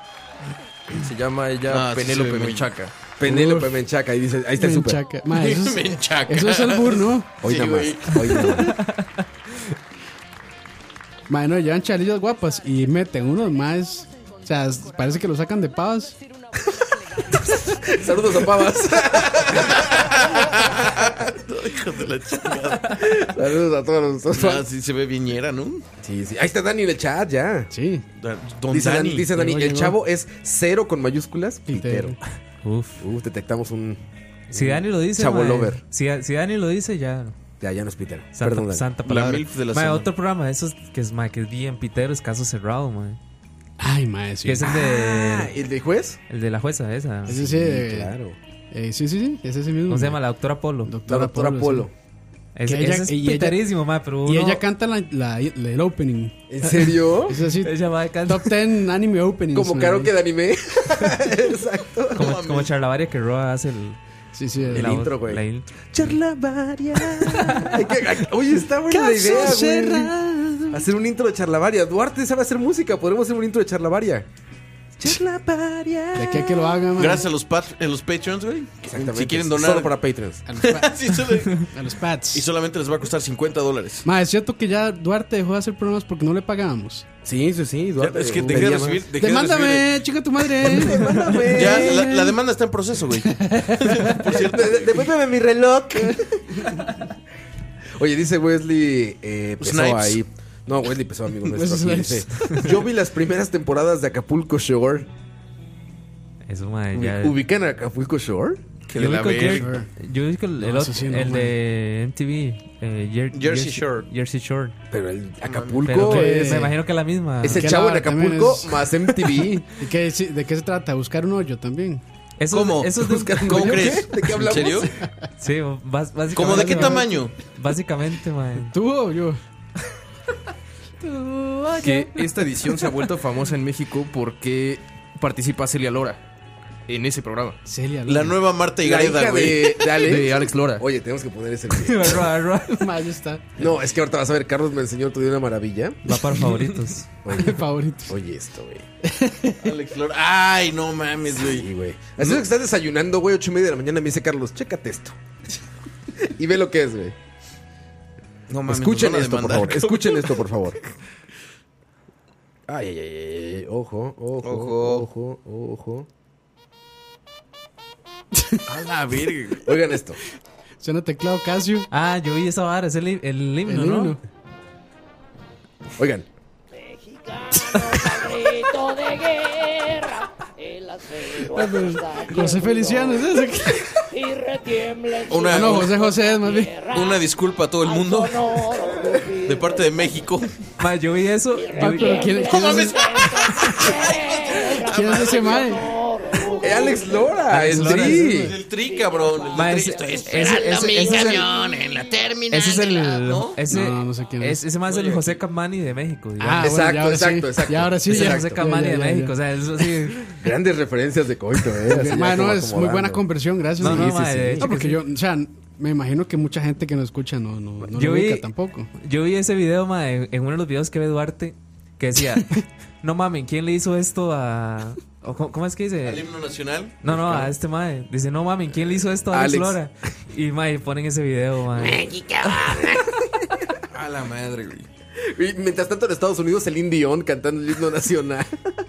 [SPEAKER 18] Se llama ella
[SPEAKER 1] Ah, sí,
[SPEAKER 18] Penélope
[SPEAKER 1] se ve muy-
[SPEAKER 18] Menchaca.
[SPEAKER 15] Uh.
[SPEAKER 1] Penélope Menchaca, ahí dice, ahí está el súper.
[SPEAKER 14] Menchaca. Ma, eso es- eso es albur, ¿no?
[SPEAKER 1] Hoy
[SPEAKER 14] Sí,
[SPEAKER 1] nada más,
[SPEAKER 14] güey.
[SPEAKER 1] hoy nada más.
[SPEAKER 14] Mae, no, llevan charillas guapas y meten unos más. O sea, es- parece que lo sacan de pavas.
[SPEAKER 1] Saludos a Pavas.
[SPEAKER 15] Hijo de la chingada.
[SPEAKER 1] Saludos a todos los
[SPEAKER 15] Ah, sí se ve viñera, ¿no?
[SPEAKER 1] Sí, sí. Ahí está Dani en el chat ya.
[SPEAKER 14] Sí.
[SPEAKER 15] Don
[SPEAKER 1] dice Dani,
[SPEAKER 15] Dani.
[SPEAKER 1] dice Dani,
[SPEAKER 15] Llegó,
[SPEAKER 1] el
[SPEAKER 15] llegó.
[SPEAKER 1] chavo es cero con mayúsculas,
[SPEAKER 14] Pitero.
[SPEAKER 1] pitero.
[SPEAKER 2] Uf.
[SPEAKER 1] detectamos un.
[SPEAKER 2] Si
[SPEAKER 1] un
[SPEAKER 2] Dani lo dice,
[SPEAKER 1] Chavo
[SPEAKER 2] mae,
[SPEAKER 1] lover.
[SPEAKER 2] Si, si Dani lo dice, ya.
[SPEAKER 1] Ya, ya no es pitero.
[SPEAKER 2] Santa,
[SPEAKER 1] Perdón, Dani.
[SPEAKER 2] Santa
[SPEAKER 1] La
[SPEAKER 2] palabra.
[SPEAKER 1] MILF de la
[SPEAKER 2] Mae,
[SPEAKER 1] semana.
[SPEAKER 2] otro programa de esos que es, mae, que es bien pitero, es caso cerrado, mae.
[SPEAKER 14] Ay, mae, sí.
[SPEAKER 2] Que es el de.
[SPEAKER 14] Ah,
[SPEAKER 1] ¿El del juez?
[SPEAKER 2] El de la jueza, esa.
[SPEAKER 14] Ese sí, eh, eh, sí, sí, sí, es ese mismo.
[SPEAKER 2] Ah, ¿Cómo se
[SPEAKER 14] mae.
[SPEAKER 2] llama? La doctora Polo.
[SPEAKER 14] Doctora La doctora Polo, Polo.
[SPEAKER 2] Es,
[SPEAKER 14] Que ella-
[SPEAKER 2] ese es
[SPEAKER 14] y ella-
[SPEAKER 2] piterísimo, mae, pero uno...
[SPEAKER 14] Y ella canta la, la- la- el opening.
[SPEAKER 1] ¿En serio?
[SPEAKER 14] Es así.
[SPEAKER 2] Ella va a
[SPEAKER 14] Top 10 anime openings.
[SPEAKER 1] Como
[SPEAKER 14] mae.
[SPEAKER 1] karaoke de anime.
[SPEAKER 2] Como, como charlavaria que Roa hace el...
[SPEAKER 14] Sí, sí.
[SPEAKER 1] el intro, güey.
[SPEAKER 7] Charla varia.
[SPEAKER 1] Ay, que- ay, Oye, está buena la
[SPEAKER 7] Caso
[SPEAKER 1] idea,
[SPEAKER 7] cerrado.
[SPEAKER 1] güey. Hacer un intro de charlavaria. Duarte sabe hacer música. Podemos hacer un intro de charlavaria.
[SPEAKER 7] Charla varia.
[SPEAKER 14] De aquí a que lo haga, mae.
[SPEAKER 15] Gracias a los, pat- a los Patreons, güey.
[SPEAKER 1] Exactamente.
[SPEAKER 15] Si quieren donar.
[SPEAKER 1] Solo para Patreons.
[SPEAKER 15] Sí, solo-
[SPEAKER 14] A los Pats.
[SPEAKER 15] Y solamente les va a costar 50 dólares.
[SPEAKER 14] Mae, es cierto que ya Duarte dejó de hacer programas porque no le pagábamos.
[SPEAKER 1] Sí, sí, sí.
[SPEAKER 15] Ya, es que dejé de recibir. dejé de recibir-
[SPEAKER 14] Demándame, chica tu madre. Demándame.
[SPEAKER 15] Ya, la, la demanda está en proceso, güey.
[SPEAKER 1] Devuélveme mi reloj. Oye, dice Wesley eh, Pessoa
[SPEAKER 15] Snipes.
[SPEAKER 1] ahí. No, Wesley Pessoa, amigo nuestro.
[SPEAKER 15] Wesley
[SPEAKER 1] aquí
[SPEAKER 15] Snipes.
[SPEAKER 1] dice, Yo vi las primeras temporadas de Acapulco Shore.
[SPEAKER 2] Eso, mae, ya...
[SPEAKER 1] ¿Ubican a Acapulco Shore?
[SPEAKER 2] Yo ubico el Jer- Yo ubico el, el
[SPEAKER 1] No,
[SPEAKER 2] otro-
[SPEAKER 1] eso sí, no,
[SPEAKER 2] el
[SPEAKER 1] man.
[SPEAKER 2] de MTV. eh, Jer-
[SPEAKER 1] Jersey Shore.
[SPEAKER 2] Jersey Shore.
[SPEAKER 1] Pero el Acapulco
[SPEAKER 2] Pero que-
[SPEAKER 1] es-
[SPEAKER 2] Me imagino que eh. es la misma.
[SPEAKER 1] Es el chavo de Acapulco más MTV.
[SPEAKER 14] ¿Y qué, sí, de qué se trata? Buscar un hoyo también.
[SPEAKER 2] Eso, ¿Cómo? Eso es de-
[SPEAKER 14] ¿Cómo crees?
[SPEAKER 1] ¿De qué hablamos?
[SPEAKER 2] ¿En serio? Sí, bas- básicamente.
[SPEAKER 15] ¿Cómo de qué
[SPEAKER 2] mae.
[SPEAKER 15] tamaño?
[SPEAKER 2] Básicamente, mae.
[SPEAKER 14] ¿Tú o yo?
[SPEAKER 18] que esta edición se ha vuelto famosa en México porque participa Celia Lora en ese programa.
[SPEAKER 14] Celia
[SPEAKER 15] La nueva Marta y
[SPEAKER 18] La hija
[SPEAKER 15] Gareda, güey.
[SPEAKER 18] de- de Alex. De Alex Lora.
[SPEAKER 1] Oye, tenemos que poner ese
[SPEAKER 14] Mal está.
[SPEAKER 1] No, es que ahorita vas a ver, Carlos me enseñó tu día una maravilla.
[SPEAKER 2] Va para favoritos.
[SPEAKER 1] Oye,
[SPEAKER 14] favoritos.
[SPEAKER 1] Oye, esto, güey.
[SPEAKER 15] Alex Lora. Ay, no mames, güey.
[SPEAKER 1] Sí, güey. Así que estás desayunando, güey, ocho y media de la mañana, me dice Carlos, chécate esto. y ve lo que es, güey.
[SPEAKER 15] No mames, nos
[SPEAKER 1] Escuchen
[SPEAKER 15] van a
[SPEAKER 1] esto, por
[SPEAKER 15] demandar.
[SPEAKER 1] favor. Escuchen esto, por favor. Ay, ay, ay, ay, ay. Ojo, ojo, ojo, ojo.
[SPEAKER 15] A la verga, güey.
[SPEAKER 1] Oigan esto.
[SPEAKER 14] Suena teclado Casio.
[SPEAKER 2] Ah, yo vi esa vara, es el, hi- el himno, ¿no?
[SPEAKER 1] Oigan.
[SPEAKER 7] Grito de guerra, el acero hasta
[SPEAKER 14] José Feliciano, ¿es ese?
[SPEAKER 7] y retiembla en
[SPEAKER 15] Una-
[SPEAKER 14] Ah, no, José José es más bien.
[SPEAKER 15] Una disculpa a todo el mundo. De parte de México.
[SPEAKER 2] Ma, yo vi eso.
[SPEAKER 14] Ah, pero ¿quién- quién
[SPEAKER 15] No
[SPEAKER 14] es-
[SPEAKER 15] mames.
[SPEAKER 14] ¿Quién es ese mae?
[SPEAKER 1] Eh, Alex Lora,
[SPEAKER 2] Alex
[SPEAKER 1] el
[SPEAKER 2] Lora,
[SPEAKER 1] tri.
[SPEAKER 2] ese,
[SPEAKER 15] El tri, cabrón. El
[SPEAKER 2] Ah, Ma,
[SPEAKER 15] tri.
[SPEAKER 2] ese-
[SPEAKER 15] Estoy
[SPEAKER 2] ese-
[SPEAKER 15] esperando
[SPEAKER 2] ese-
[SPEAKER 15] mi
[SPEAKER 2] ese es el-
[SPEAKER 15] camión en la terminal.
[SPEAKER 2] Ese es
[SPEAKER 15] de la-
[SPEAKER 2] el.
[SPEAKER 15] ¿no?
[SPEAKER 2] Ese,
[SPEAKER 14] No, no sé quién es.
[SPEAKER 2] es. Ese más es el José Camani de México. digamos.
[SPEAKER 14] Ah, bueno, ya ahora sí. Ya ahora sí.
[SPEAKER 2] Es el
[SPEAKER 14] ya.
[SPEAKER 2] José
[SPEAKER 14] Ya,
[SPEAKER 2] Camani
[SPEAKER 14] ya,
[SPEAKER 2] de
[SPEAKER 14] ya, ya.
[SPEAKER 2] México. O sea, eso sí.
[SPEAKER 1] Grandes referencias de coito, eh. Así ya
[SPEAKER 14] Mae,
[SPEAKER 1] se
[SPEAKER 14] no,
[SPEAKER 1] va
[SPEAKER 14] es muy buena
[SPEAKER 1] acomodando.
[SPEAKER 14] conversión, gracias.
[SPEAKER 2] No, no,
[SPEAKER 14] Sí, sí,
[SPEAKER 2] mae,
[SPEAKER 14] sí.
[SPEAKER 2] de hecho
[SPEAKER 14] No,
[SPEAKER 2] que
[SPEAKER 14] porque
[SPEAKER 2] sí.
[SPEAKER 14] yo, o sea, me imagino que mucha gente que nos escucha no, no, no
[SPEAKER 2] Yo
[SPEAKER 14] lo ubica
[SPEAKER 2] vi-
[SPEAKER 14] tampoco.
[SPEAKER 2] Yo vi ese video, ma, en, en uno de los videos que ve Duarte, que decía, no mames, ¿quién le hizo esto a... o ¿cómo, cómo es que dice?
[SPEAKER 15] El himno nacional.
[SPEAKER 2] No, no, a este mae. Dice, no mames, ¿quién le hizo esto a Alex,
[SPEAKER 15] Alex.
[SPEAKER 2] Lora? Y mae, ponen ese video, mae.
[SPEAKER 15] A la madre, güey.
[SPEAKER 1] Y mientras tanto en Estados Unidos el Indión cantando el himno nacional.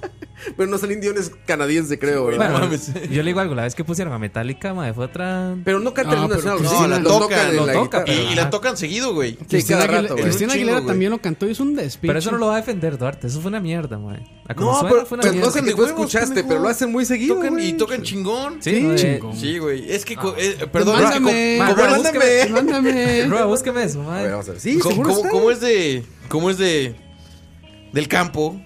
[SPEAKER 1] Bueno, no, el Dion es canadiense, creo, ¿verdad?
[SPEAKER 2] Bueno, pues, yo le digo algo, la vez que pusieron a Metallica, mae, fue otra...
[SPEAKER 1] Pero no canta el himno nacional,
[SPEAKER 15] No,
[SPEAKER 1] sí,
[SPEAKER 15] la
[SPEAKER 1] lo
[SPEAKER 15] tocan,
[SPEAKER 1] en
[SPEAKER 15] lo
[SPEAKER 1] la
[SPEAKER 15] tocan. Y,
[SPEAKER 1] guitarra.
[SPEAKER 15] y la tocan seguido, güey.
[SPEAKER 14] Cristina
[SPEAKER 15] cada
[SPEAKER 14] Aguilera,
[SPEAKER 15] rato, güey.
[SPEAKER 14] Cristina
[SPEAKER 15] Un chingo,
[SPEAKER 14] Aguilera
[SPEAKER 15] güey.
[SPEAKER 14] también lo cantó y es un despiche.
[SPEAKER 2] Pero eso no lo va a defender Duarte, eso fue una mierda, mae. A como
[SPEAKER 1] No,
[SPEAKER 2] suena,
[SPEAKER 1] pero,
[SPEAKER 2] fue una
[SPEAKER 1] pero
[SPEAKER 2] mierda.
[SPEAKER 1] no sé que tú escuchaste, pero lo hacen muy seguido.
[SPEAKER 15] Tocan
[SPEAKER 1] güey.
[SPEAKER 15] y tocan chingón.
[SPEAKER 2] Sí, Ah. no, de- chingón.
[SPEAKER 15] Sí, güey. Es que, co- eh, perdón,
[SPEAKER 14] Mándame,
[SPEAKER 15] es que co- como- como-
[SPEAKER 14] mándame, mándame.
[SPEAKER 2] Rueda, búsqueme eso, mae.
[SPEAKER 1] Sí,
[SPEAKER 15] como,
[SPEAKER 1] seguro
[SPEAKER 15] como-
[SPEAKER 1] está.
[SPEAKER 15] como es de. Como es de. Del campo.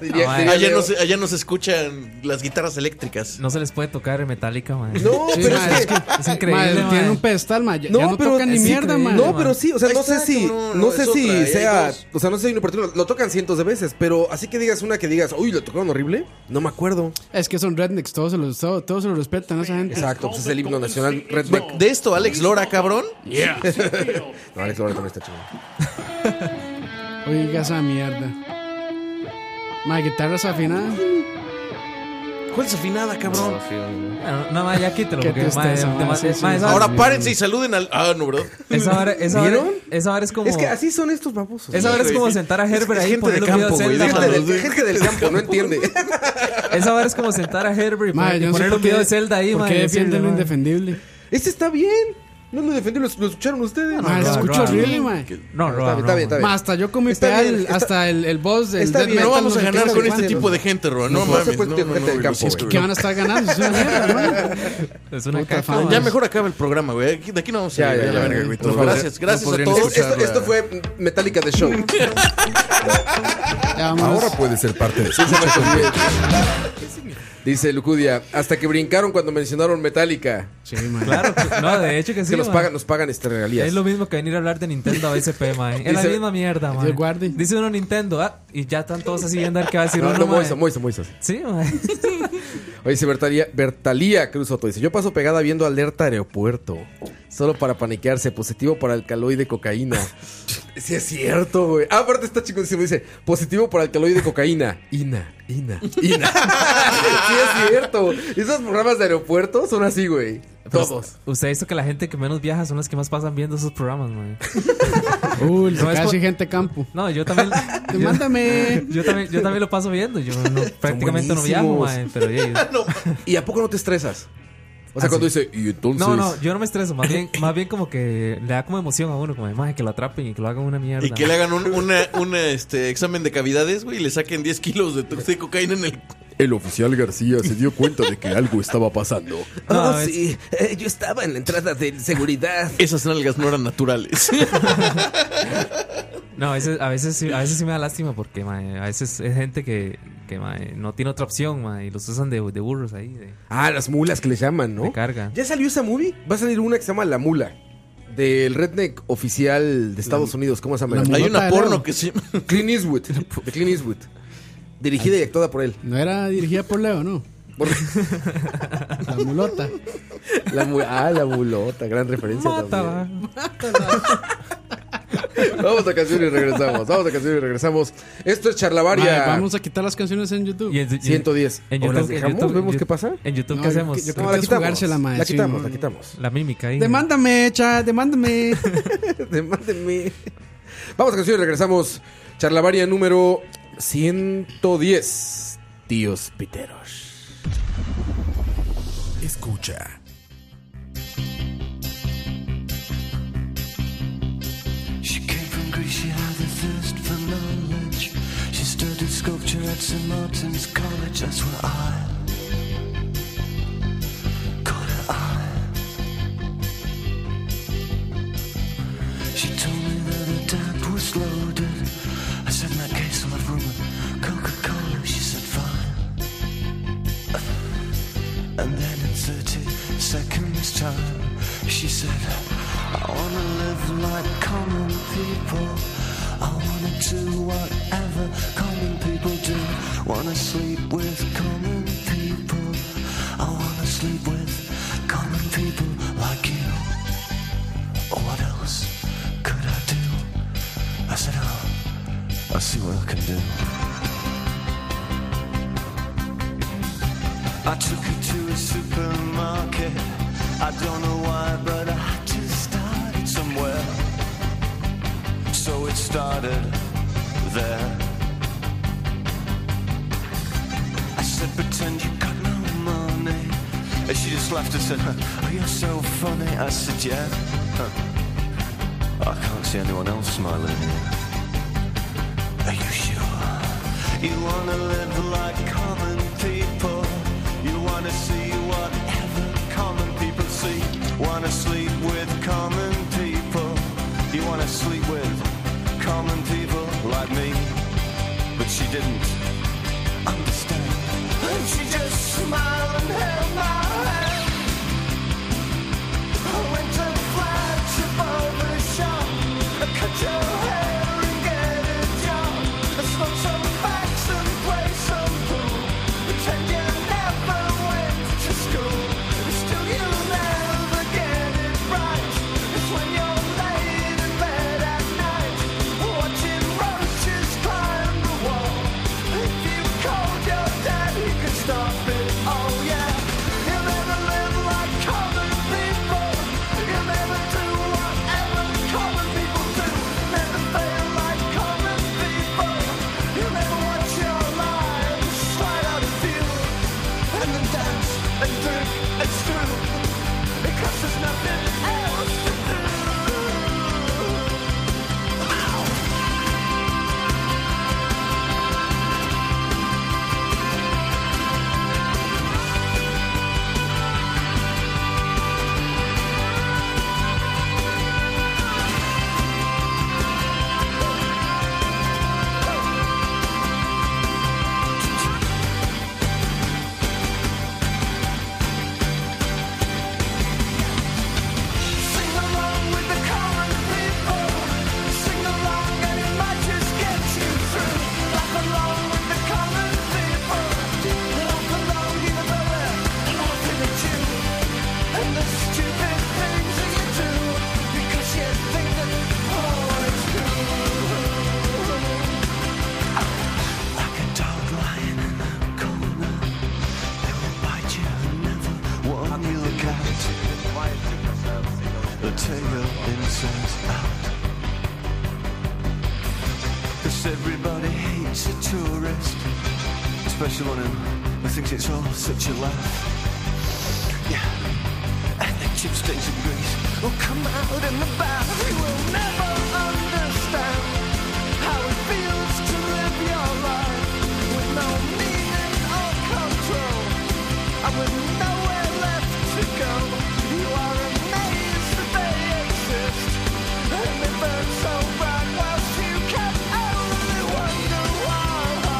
[SPEAKER 1] Diría-
[SPEAKER 2] Ah,
[SPEAKER 1] diría
[SPEAKER 15] allá,
[SPEAKER 1] Leo.
[SPEAKER 15] no se, allá no se escuchan las guitarras eléctricas.
[SPEAKER 2] No se les puede tocar Metallica, mae.
[SPEAKER 1] No, pero
[SPEAKER 14] mae,
[SPEAKER 1] es
[SPEAKER 14] es
[SPEAKER 1] que...
[SPEAKER 2] Es increíble,
[SPEAKER 14] Mae,
[SPEAKER 2] mae.
[SPEAKER 14] tienen un pedestal, mae. Ya ya no, tocan ni
[SPEAKER 1] es
[SPEAKER 14] mierda,
[SPEAKER 1] increíble,
[SPEAKER 14] mae.
[SPEAKER 1] No, pero sí, o sea, no sé
[SPEAKER 15] Exacto,
[SPEAKER 1] si,
[SPEAKER 15] no,
[SPEAKER 1] no,
[SPEAKER 15] no,
[SPEAKER 1] sé
[SPEAKER 15] es
[SPEAKER 1] si
[SPEAKER 15] otra, ahí hay
[SPEAKER 1] sea,
[SPEAKER 15] dos.
[SPEAKER 1] o sea, no sé si hay una particular, lo tocan cientos de veces, pero así que digas una que digas, uy, lo tocaron horrible, no me acuerdo.
[SPEAKER 14] Es que son rednecks, todos se los, todos, todos se los respetan a esa gente.
[SPEAKER 1] Exacto, pues es el himno nacional Red
[SPEAKER 15] De,
[SPEAKER 1] Bull.
[SPEAKER 15] de esto, Alex Lora, cabrón.
[SPEAKER 1] No, Alex Lora también está chingón.
[SPEAKER 14] Oiga esa mierda. Mae, guitarra desafinada.
[SPEAKER 15] ¿Cuál es afinada, cabrón?
[SPEAKER 2] No, no, mae, ya quítalo,
[SPEAKER 14] Qué
[SPEAKER 2] porque mae,
[SPEAKER 14] tristeza,
[SPEAKER 2] te-
[SPEAKER 14] mae,
[SPEAKER 2] mae,
[SPEAKER 14] sí, sí.
[SPEAKER 2] mae, esa-
[SPEAKER 15] Ahora párense y saluden al. Ah, no, bro.
[SPEAKER 2] Esa vara, esa vara,
[SPEAKER 1] ¿Vieron?
[SPEAKER 2] esa vara es como.
[SPEAKER 1] Es que así son estos babosos.
[SPEAKER 2] Esa vara es
[SPEAKER 15] güey.
[SPEAKER 2] como sentar a Herbert ahí y
[SPEAKER 15] gente de
[SPEAKER 2] ponerle un video
[SPEAKER 15] campo,
[SPEAKER 2] de
[SPEAKER 15] güey.
[SPEAKER 2] Zelda.
[SPEAKER 15] déjalo,
[SPEAKER 1] Gente
[SPEAKER 2] mano.
[SPEAKER 1] del,
[SPEAKER 15] güey.
[SPEAKER 1] gente del campo no entiende.
[SPEAKER 2] Esa vara es como sentar a Herbert y poner-
[SPEAKER 14] Mae, yo
[SPEAKER 2] y
[SPEAKER 14] no sé
[SPEAKER 2] ponerle
[SPEAKER 14] por
[SPEAKER 2] un video
[SPEAKER 14] qué,
[SPEAKER 2] de Zelda ahí,
[SPEAKER 14] ¿por
[SPEAKER 2] man.
[SPEAKER 14] qué defienden lo indefendible.
[SPEAKER 1] Este está bien. No lo defendí, lo, lo escucharon ustedes.
[SPEAKER 14] Mae, se
[SPEAKER 2] no, no,
[SPEAKER 14] escucha horrible, mae.
[SPEAKER 2] No,
[SPEAKER 1] Está
[SPEAKER 2] no,
[SPEAKER 1] bien, está bien, está
[SPEAKER 2] no.
[SPEAKER 1] bien.
[SPEAKER 14] Mae, hasta yo con mi
[SPEAKER 1] Está
[SPEAKER 14] pedal,
[SPEAKER 1] bien, está-
[SPEAKER 14] hasta el, el boss del
[SPEAKER 1] está
[SPEAKER 14] death
[SPEAKER 1] bien,
[SPEAKER 15] No
[SPEAKER 14] metal,
[SPEAKER 15] vamos a
[SPEAKER 14] sé qué
[SPEAKER 15] ganar
[SPEAKER 14] se
[SPEAKER 15] con
[SPEAKER 14] los
[SPEAKER 15] este
[SPEAKER 14] manda.
[SPEAKER 15] tipo de gente, Ron. No
[SPEAKER 1] No, no
[SPEAKER 15] mames.
[SPEAKER 1] se puede
[SPEAKER 15] No,
[SPEAKER 1] tener
[SPEAKER 15] no,
[SPEAKER 1] gente
[SPEAKER 15] no,
[SPEAKER 1] del
[SPEAKER 15] güey,
[SPEAKER 1] campo,
[SPEAKER 15] sí,
[SPEAKER 1] güey.
[SPEAKER 14] ¿Qué van a estar ganando? Es una mierda, mae.
[SPEAKER 2] Es una
[SPEAKER 14] Puta
[SPEAKER 2] caca.
[SPEAKER 14] fama.
[SPEAKER 2] man.
[SPEAKER 15] Ya mejor acaba el programa, güey. Aquí- De aquí no vamos a
[SPEAKER 1] Ya,
[SPEAKER 15] ir,
[SPEAKER 1] ya,
[SPEAKER 15] a la
[SPEAKER 1] ya,
[SPEAKER 15] verga,
[SPEAKER 1] ya.
[SPEAKER 15] güey. Gracias,
[SPEAKER 1] No
[SPEAKER 18] podrían-
[SPEAKER 15] gracias
[SPEAKER 18] no
[SPEAKER 15] a
[SPEAKER 18] podrían
[SPEAKER 15] todos.
[SPEAKER 1] Esto, esto fue Metallica The Show.
[SPEAKER 14] Ya, vámonos.
[SPEAKER 19] Ahora puede ser parte de Escucha con
[SPEAKER 1] Dice Lucudia, hasta que brincaron cuando mencionaron Metallica.
[SPEAKER 14] Sí, mae.
[SPEAKER 2] Claro, que- no, de hecho que
[SPEAKER 1] Es
[SPEAKER 2] sí.
[SPEAKER 1] que nos
[SPEAKER 2] man.
[SPEAKER 1] pagan, nos pagan este regalías.
[SPEAKER 2] Es lo mismo que venir a hablar de Nintendo a BSP, man. Es la
[SPEAKER 1] Dice-
[SPEAKER 2] misma mierda,
[SPEAKER 14] Dios
[SPEAKER 2] man.
[SPEAKER 14] guarde.
[SPEAKER 2] Dice uno Nintendo, ah, y ya están todos así viendo a ver qué va a decir
[SPEAKER 1] Ah, No,
[SPEAKER 2] uno,
[SPEAKER 1] no,
[SPEAKER 2] man.
[SPEAKER 1] Moiso, Moiso, Moiso.
[SPEAKER 2] Sí, man.
[SPEAKER 1] Oye, dice Bertalía, Bertalía Cruz Soto. Dice, yo paso pegada viendo alerta aeropuerto. Solo para paniquearse. Positivo para alcaloide cocaína. sí, es cierto, güey. Ah, aparte está chingoncísimo. Dice, positivo para alcaloide cocaína. Ina, Ina, Ina. sí, es cierto. Esos programas de aeropuerto son así, güey. Todos.
[SPEAKER 2] Usted ha visto que la gente que menos viaja son las que más pasan viendo esos programas, man.
[SPEAKER 14] Uy,
[SPEAKER 2] No, es
[SPEAKER 14] casi
[SPEAKER 2] por-
[SPEAKER 14] gente campo.
[SPEAKER 2] No, yo también.
[SPEAKER 14] Te
[SPEAKER 2] yo-
[SPEAKER 14] Mándame.
[SPEAKER 2] Yo también, yo también lo paso viendo. Yo no- prácticamente no viajo, mae,
[SPEAKER 1] buenísimos.
[SPEAKER 2] pero ey,
[SPEAKER 1] ¿Y a poco no te estresas? O sea,
[SPEAKER 2] Ah,
[SPEAKER 1] cuando
[SPEAKER 2] sí.
[SPEAKER 1] dice, y entonces...
[SPEAKER 2] No, no, yo no me estreso. Más bien, más bien como que le da como emoción a uno, como mae, que lo atrapen y que lo hagan una mierda.
[SPEAKER 15] Y que le hagan un una, una, este, examen de cavidades, güey, y le saquen 10 kilos de, de cocaína en el.
[SPEAKER 19] El oficial García se dio cuenta de que algo estaba pasando.
[SPEAKER 1] Ah,
[SPEAKER 2] No, es-
[SPEAKER 1] sí, Eh, yo estaba en la entrada de seguridad.
[SPEAKER 15] Esas nalgas no eran naturales.
[SPEAKER 2] No, a veces, a veces, sí- a veces sí me da lástima porque mae, a veces es gente que, que mae, no tiene otra opción mae, y los usan de, de burros ahí, de,
[SPEAKER 1] Ah, las mulas que le llaman, ¿no?
[SPEAKER 2] de carga.
[SPEAKER 1] ¿Ya salió esa movie? Va a salir una que se llama La Mula. del redneck oficial de Estados Unidos. ¿Cómo se llama?
[SPEAKER 15] la Hay una mulota porno era- que
[SPEAKER 1] sí. Clint Eastwood. De Clint Eastwood. Dirigida y actuada por él.
[SPEAKER 14] No era dirigida por Leo, ¿no? La mulota.
[SPEAKER 1] La mu- ah, la mulota. Gran referencia también. Vamos a canción y regresamos. Vamos a canción y regresamos. Esto es Charlavaria.
[SPEAKER 14] Madre, vamos a quitar las canciones en YouTube.
[SPEAKER 1] 110.
[SPEAKER 2] En
[SPEAKER 1] ¿O
[SPEAKER 2] YouTube,
[SPEAKER 1] las
[SPEAKER 2] en
[SPEAKER 1] dejamos?
[SPEAKER 2] YouTube,
[SPEAKER 1] ¿Vemos
[SPEAKER 2] yo-
[SPEAKER 1] qué pasa?
[SPEAKER 2] En YouTube,
[SPEAKER 14] No,
[SPEAKER 2] ¿qué
[SPEAKER 14] yo-
[SPEAKER 2] hacemos?
[SPEAKER 14] yo creo No, que la es quitamos, jugársela, mae,
[SPEAKER 1] La
[SPEAKER 14] sí,
[SPEAKER 1] quitamos,
[SPEAKER 14] no.
[SPEAKER 1] la quitamos.
[SPEAKER 2] La mímica ahí.
[SPEAKER 14] Demándame, cha, demándame.
[SPEAKER 1] Demándeme. Vamos a canción y regresamos. Charlavaria número 110. Tíos Piteros. Escucha.
[SPEAKER 20] She came from Greece, she had a thirst for knowledge. She studied sculpture at St. Martin's College, that's where I caught her eye. She told me that her dad was loaded. I said, in that case, I'll have rum and Coca-Cola. She said, fine. And then in 30 seconds time, she said, I wanna live like common people. I wanna do whatever common people do. Wanna sleep with common people. I wanna sleep with common people like you. Oh, what else could I do? I said, oh, I'll see what I can do. I took her to a supermarket. I don't know why, but I had to start it somewhere. So it started there. I said, pretend you got no money. And she just laughed and said, "Huh, oh, you're so funny. I said, yeah. Huh. I can't see anyone else smiling here. Are you sure? You wanna live like common people. You wanna see whatever common people see. Wanna sleep with common people. You wanna sleep with common people like me. But she didn't understand. And she just smiled and held my hand. I went and flashed a barber shop. I cut your hair and get a job. I smoked some facts and played some pool. Pretend you never went to school. And still you never get it right. It's when you're laying in bed at night, watching roaches climb the wall. If you called your dad, he could stop it. Oh yeah. He'll never live like common people. He'll never do whatever common people do. Never fail like common people. He'll never watch your lives slide out of view. And then dance and drink and screw. Because there's nothing else to do. Sing along with the common people. Sing along and it might just get you through. Laugh along with the common people. Laugh along even though they're laughing at you. And the stupid things that you do because you think that oh it's cool. Like a dog lying in a corner, they will bite you and never warn you. Look out. They'll take your innocence out. 'Cause everybody hates a tourist, especially one who thinks it's all such a laugh. Yeah, and the chip stains of grease will come out in the bath. You will never understand how it feels to live your life with no meaning or control, and with nowhere left to go. You are amazed that they exist, and they burn so bright whilst you can only wonder why.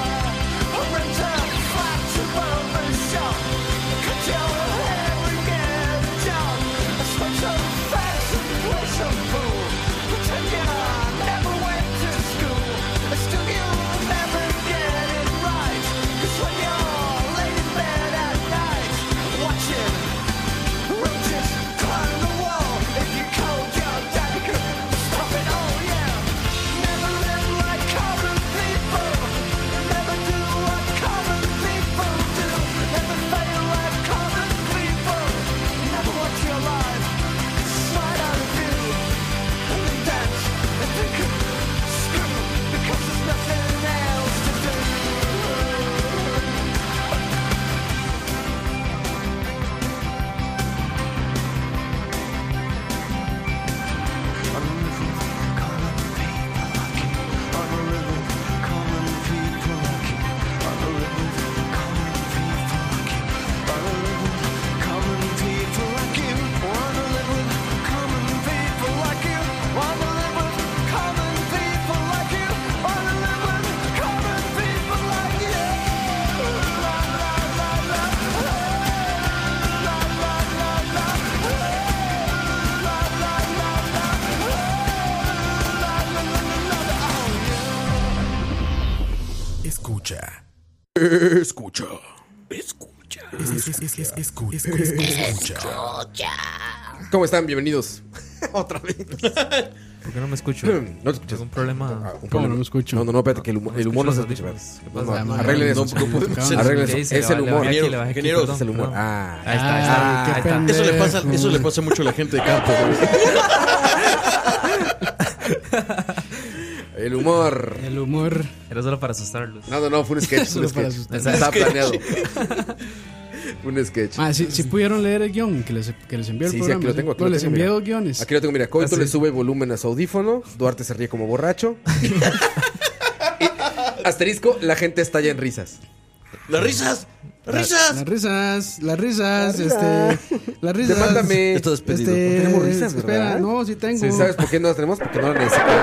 [SPEAKER 20] I rent a flat above a shop, cut your hair and get a job. I smoke some fags and play some
[SPEAKER 19] Escucha. Escucha. Escucha. Escucha.
[SPEAKER 1] ¿Cómo están? Bienvenidos. Otra vez.
[SPEAKER 2] ¿Por qué no me escucho?
[SPEAKER 1] No te escuchas.
[SPEAKER 2] ¿Algún problema?
[SPEAKER 1] Ah, un problema. No, no, no, espérate, que el humor, el humor no se escucha.
[SPEAKER 2] los
[SPEAKER 1] No, no,
[SPEAKER 2] audífonos.
[SPEAKER 1] Arreglen eso.
[SPEAKER 2] No, no podemos hacer
[SPEAKER 1] Arreglen
[SPEAKER 2] eso.
[SPEAKER 1] eso.
[SPEAKER 2] Sí,
[SPEAKER 1] Es
[SPEAKER 2] se
[SPEAKER 1] el
[SPEAKER 2] vale,
[SPEAKER 1] humor.
[SPEAKER 2] vale, aquí le bajé,
[SPEAKER 1] Ingenieros,
[SPEAKER 2] perdón,
[SPEAKER 1] Es el humor.
[SPEAKER 2] perdón.
[SPEAKER 1] Ah.
[SPEAKER 2] Ahí está, ahí está,
[SPEAKER 1] Ah,
[SPEAKER 2] ahí está.
[SPEAKER 15] Eso le pasa, eso le pasa mucho a la gente de campo.
[SPEAKER 1] El humor.
[SPEAKER 14] El humor.
[SPEAKER 2] Era solo para asustarlos.
[SPEAKER 1] No, no, no, fue un sketch. un
[SPEAKER 14] Solo para
[SPEAKER 1] sketch.
[SPEAKER 14] asustar.
[SPEAKER 1] Estaba
[SPEAKER 14] Sketch.
[SPEAKER 1] planeado. Un sketch.
[SPEAKER 14] Ah, sí, sí pudieron leer el guión que les, que les envió el
[SPEAKER 1] Sí, sí,
[SPEAKER 14] programa.
[SPEAKER 1] aquí lo tengo. Aquí
[SPEAKER 14] No,
[SPEAKER 1] lo
[SPEAKER 14] les
[SPEAKER 1] tengo,
[SPEAKER 14] envié
[SPEAKER 1] mira.
[SPEAKER 14] dos guiones.
[SPEAKER 1] Aquí lo tengo, mira. Coito
[SPEAKER 14] Ah, sí.
[SPEAKER 1] le sube volumen a su audífono. Duarte se ríe como borracho. Y, asterisco, la gente estalla en risas.
[SPEAKER 15] ¡Las risas!
[SPEAKER 14] ¡Risas! Las risas, las risas,
[SPEAKER 1] Las risas.
[SPEAKER 14] este, las risas.
[SPEAKER 1] Demándame.
[SPEAKER 14] Esto
[SPEAKER 1] es pedido. No tenemos risas, ¿verdad?
[SPEAKER 14] Espera, no, sí tengo.
[SPEAKER 1] Sí, ¿Sabes por qué no las tenemos? Porque no las necesitamos.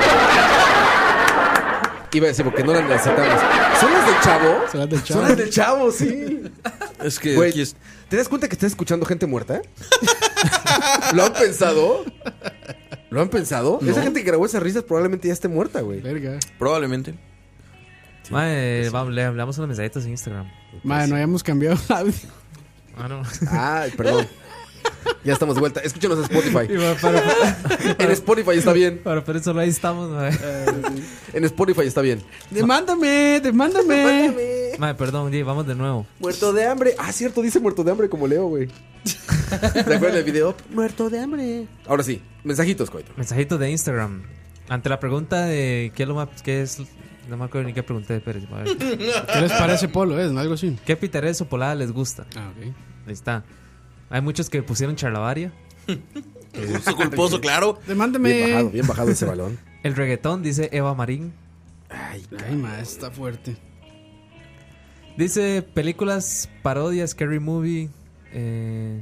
[SPEAKER 1] Iba a decir, porque no las necesitamos. ¿Son las del chavo? Son las del
[SPEAKER 14] Chavo.
[SPEAKER 1] Son las del chavo, sí.
[SPEAKER 15] Es que
[SPEAKER 1] Güey,
[SPEAKER 15] aquí es-
[SPEAKER 1] ¿Te das cuenta que estás escuchando gente muerta? ¿Lo han pensado? ¿Lo han pensado?
[SPEAKER 15] No.
[SPEAKER 1] Esa gente que grabó esas risas probablemente ya esté muerta, güey.
[SPEAKER 14] Verga.
[SPEAKER 15] Probablemente.
[SPEAKER 2] Mae, vamos, le hablamos unos mensajitos en Instagram.
[SPEAKER 14] Madre, no habíamos cambiado el audio.
[SPEAKER 2] Ah, no.
[SPEAKER 1] Ay, perdón. Ya estamos de vuelta. Escúchanos en Spotify.
[SPEAKER 2] Y va para-
[SPEAKER 1] en Spotify está bien.
[SPEAKER 2] Pero, pero solo ahí estamos, mae.
[SPEAKER 1] En Spotify está bien.
[SPEAKER 14] Demándame, demándame.
[SPEAKER 2] Mae, perdón, Jay, vamos de nuevo.
[SPEAKER 1] Muerto de hambre. Ah, cierto, dice muerto de hambre como Leo, güey. ¿Te acuerdas del video? Muerto de hambre. Ahora sí, mensajitos, coito.
[SPEAKER 2] Mensajitos de Instagram. Ante la pregunta de qué es lo más. Qué es, no me acuerdo ni qué pregunté, pero. a ver.
[SPEAKER 14] ¿Qué les parece Polo? ¿Es algo así?
[SPEAKER 2] ¿Qué pitares o polada les gusta?
[SPEAKER 14] Ah, ok.
[SPEAKER 2] Ahí está. Hay muchos que pusieron charlavaria.
[SPEAKER 15] Gusto culposo, claro.
[SPEAKER 14] Demándame. Bien bajado,
[SPEAKER 1] bien bajado ese balón.
[SPEAKER 2] El reggaetón, dice Eva Marín.
[SPEAKER 14] Ay, madre, está fuerte.
[SPEAKER 2] Dice películas, parodias, scary movie. eh,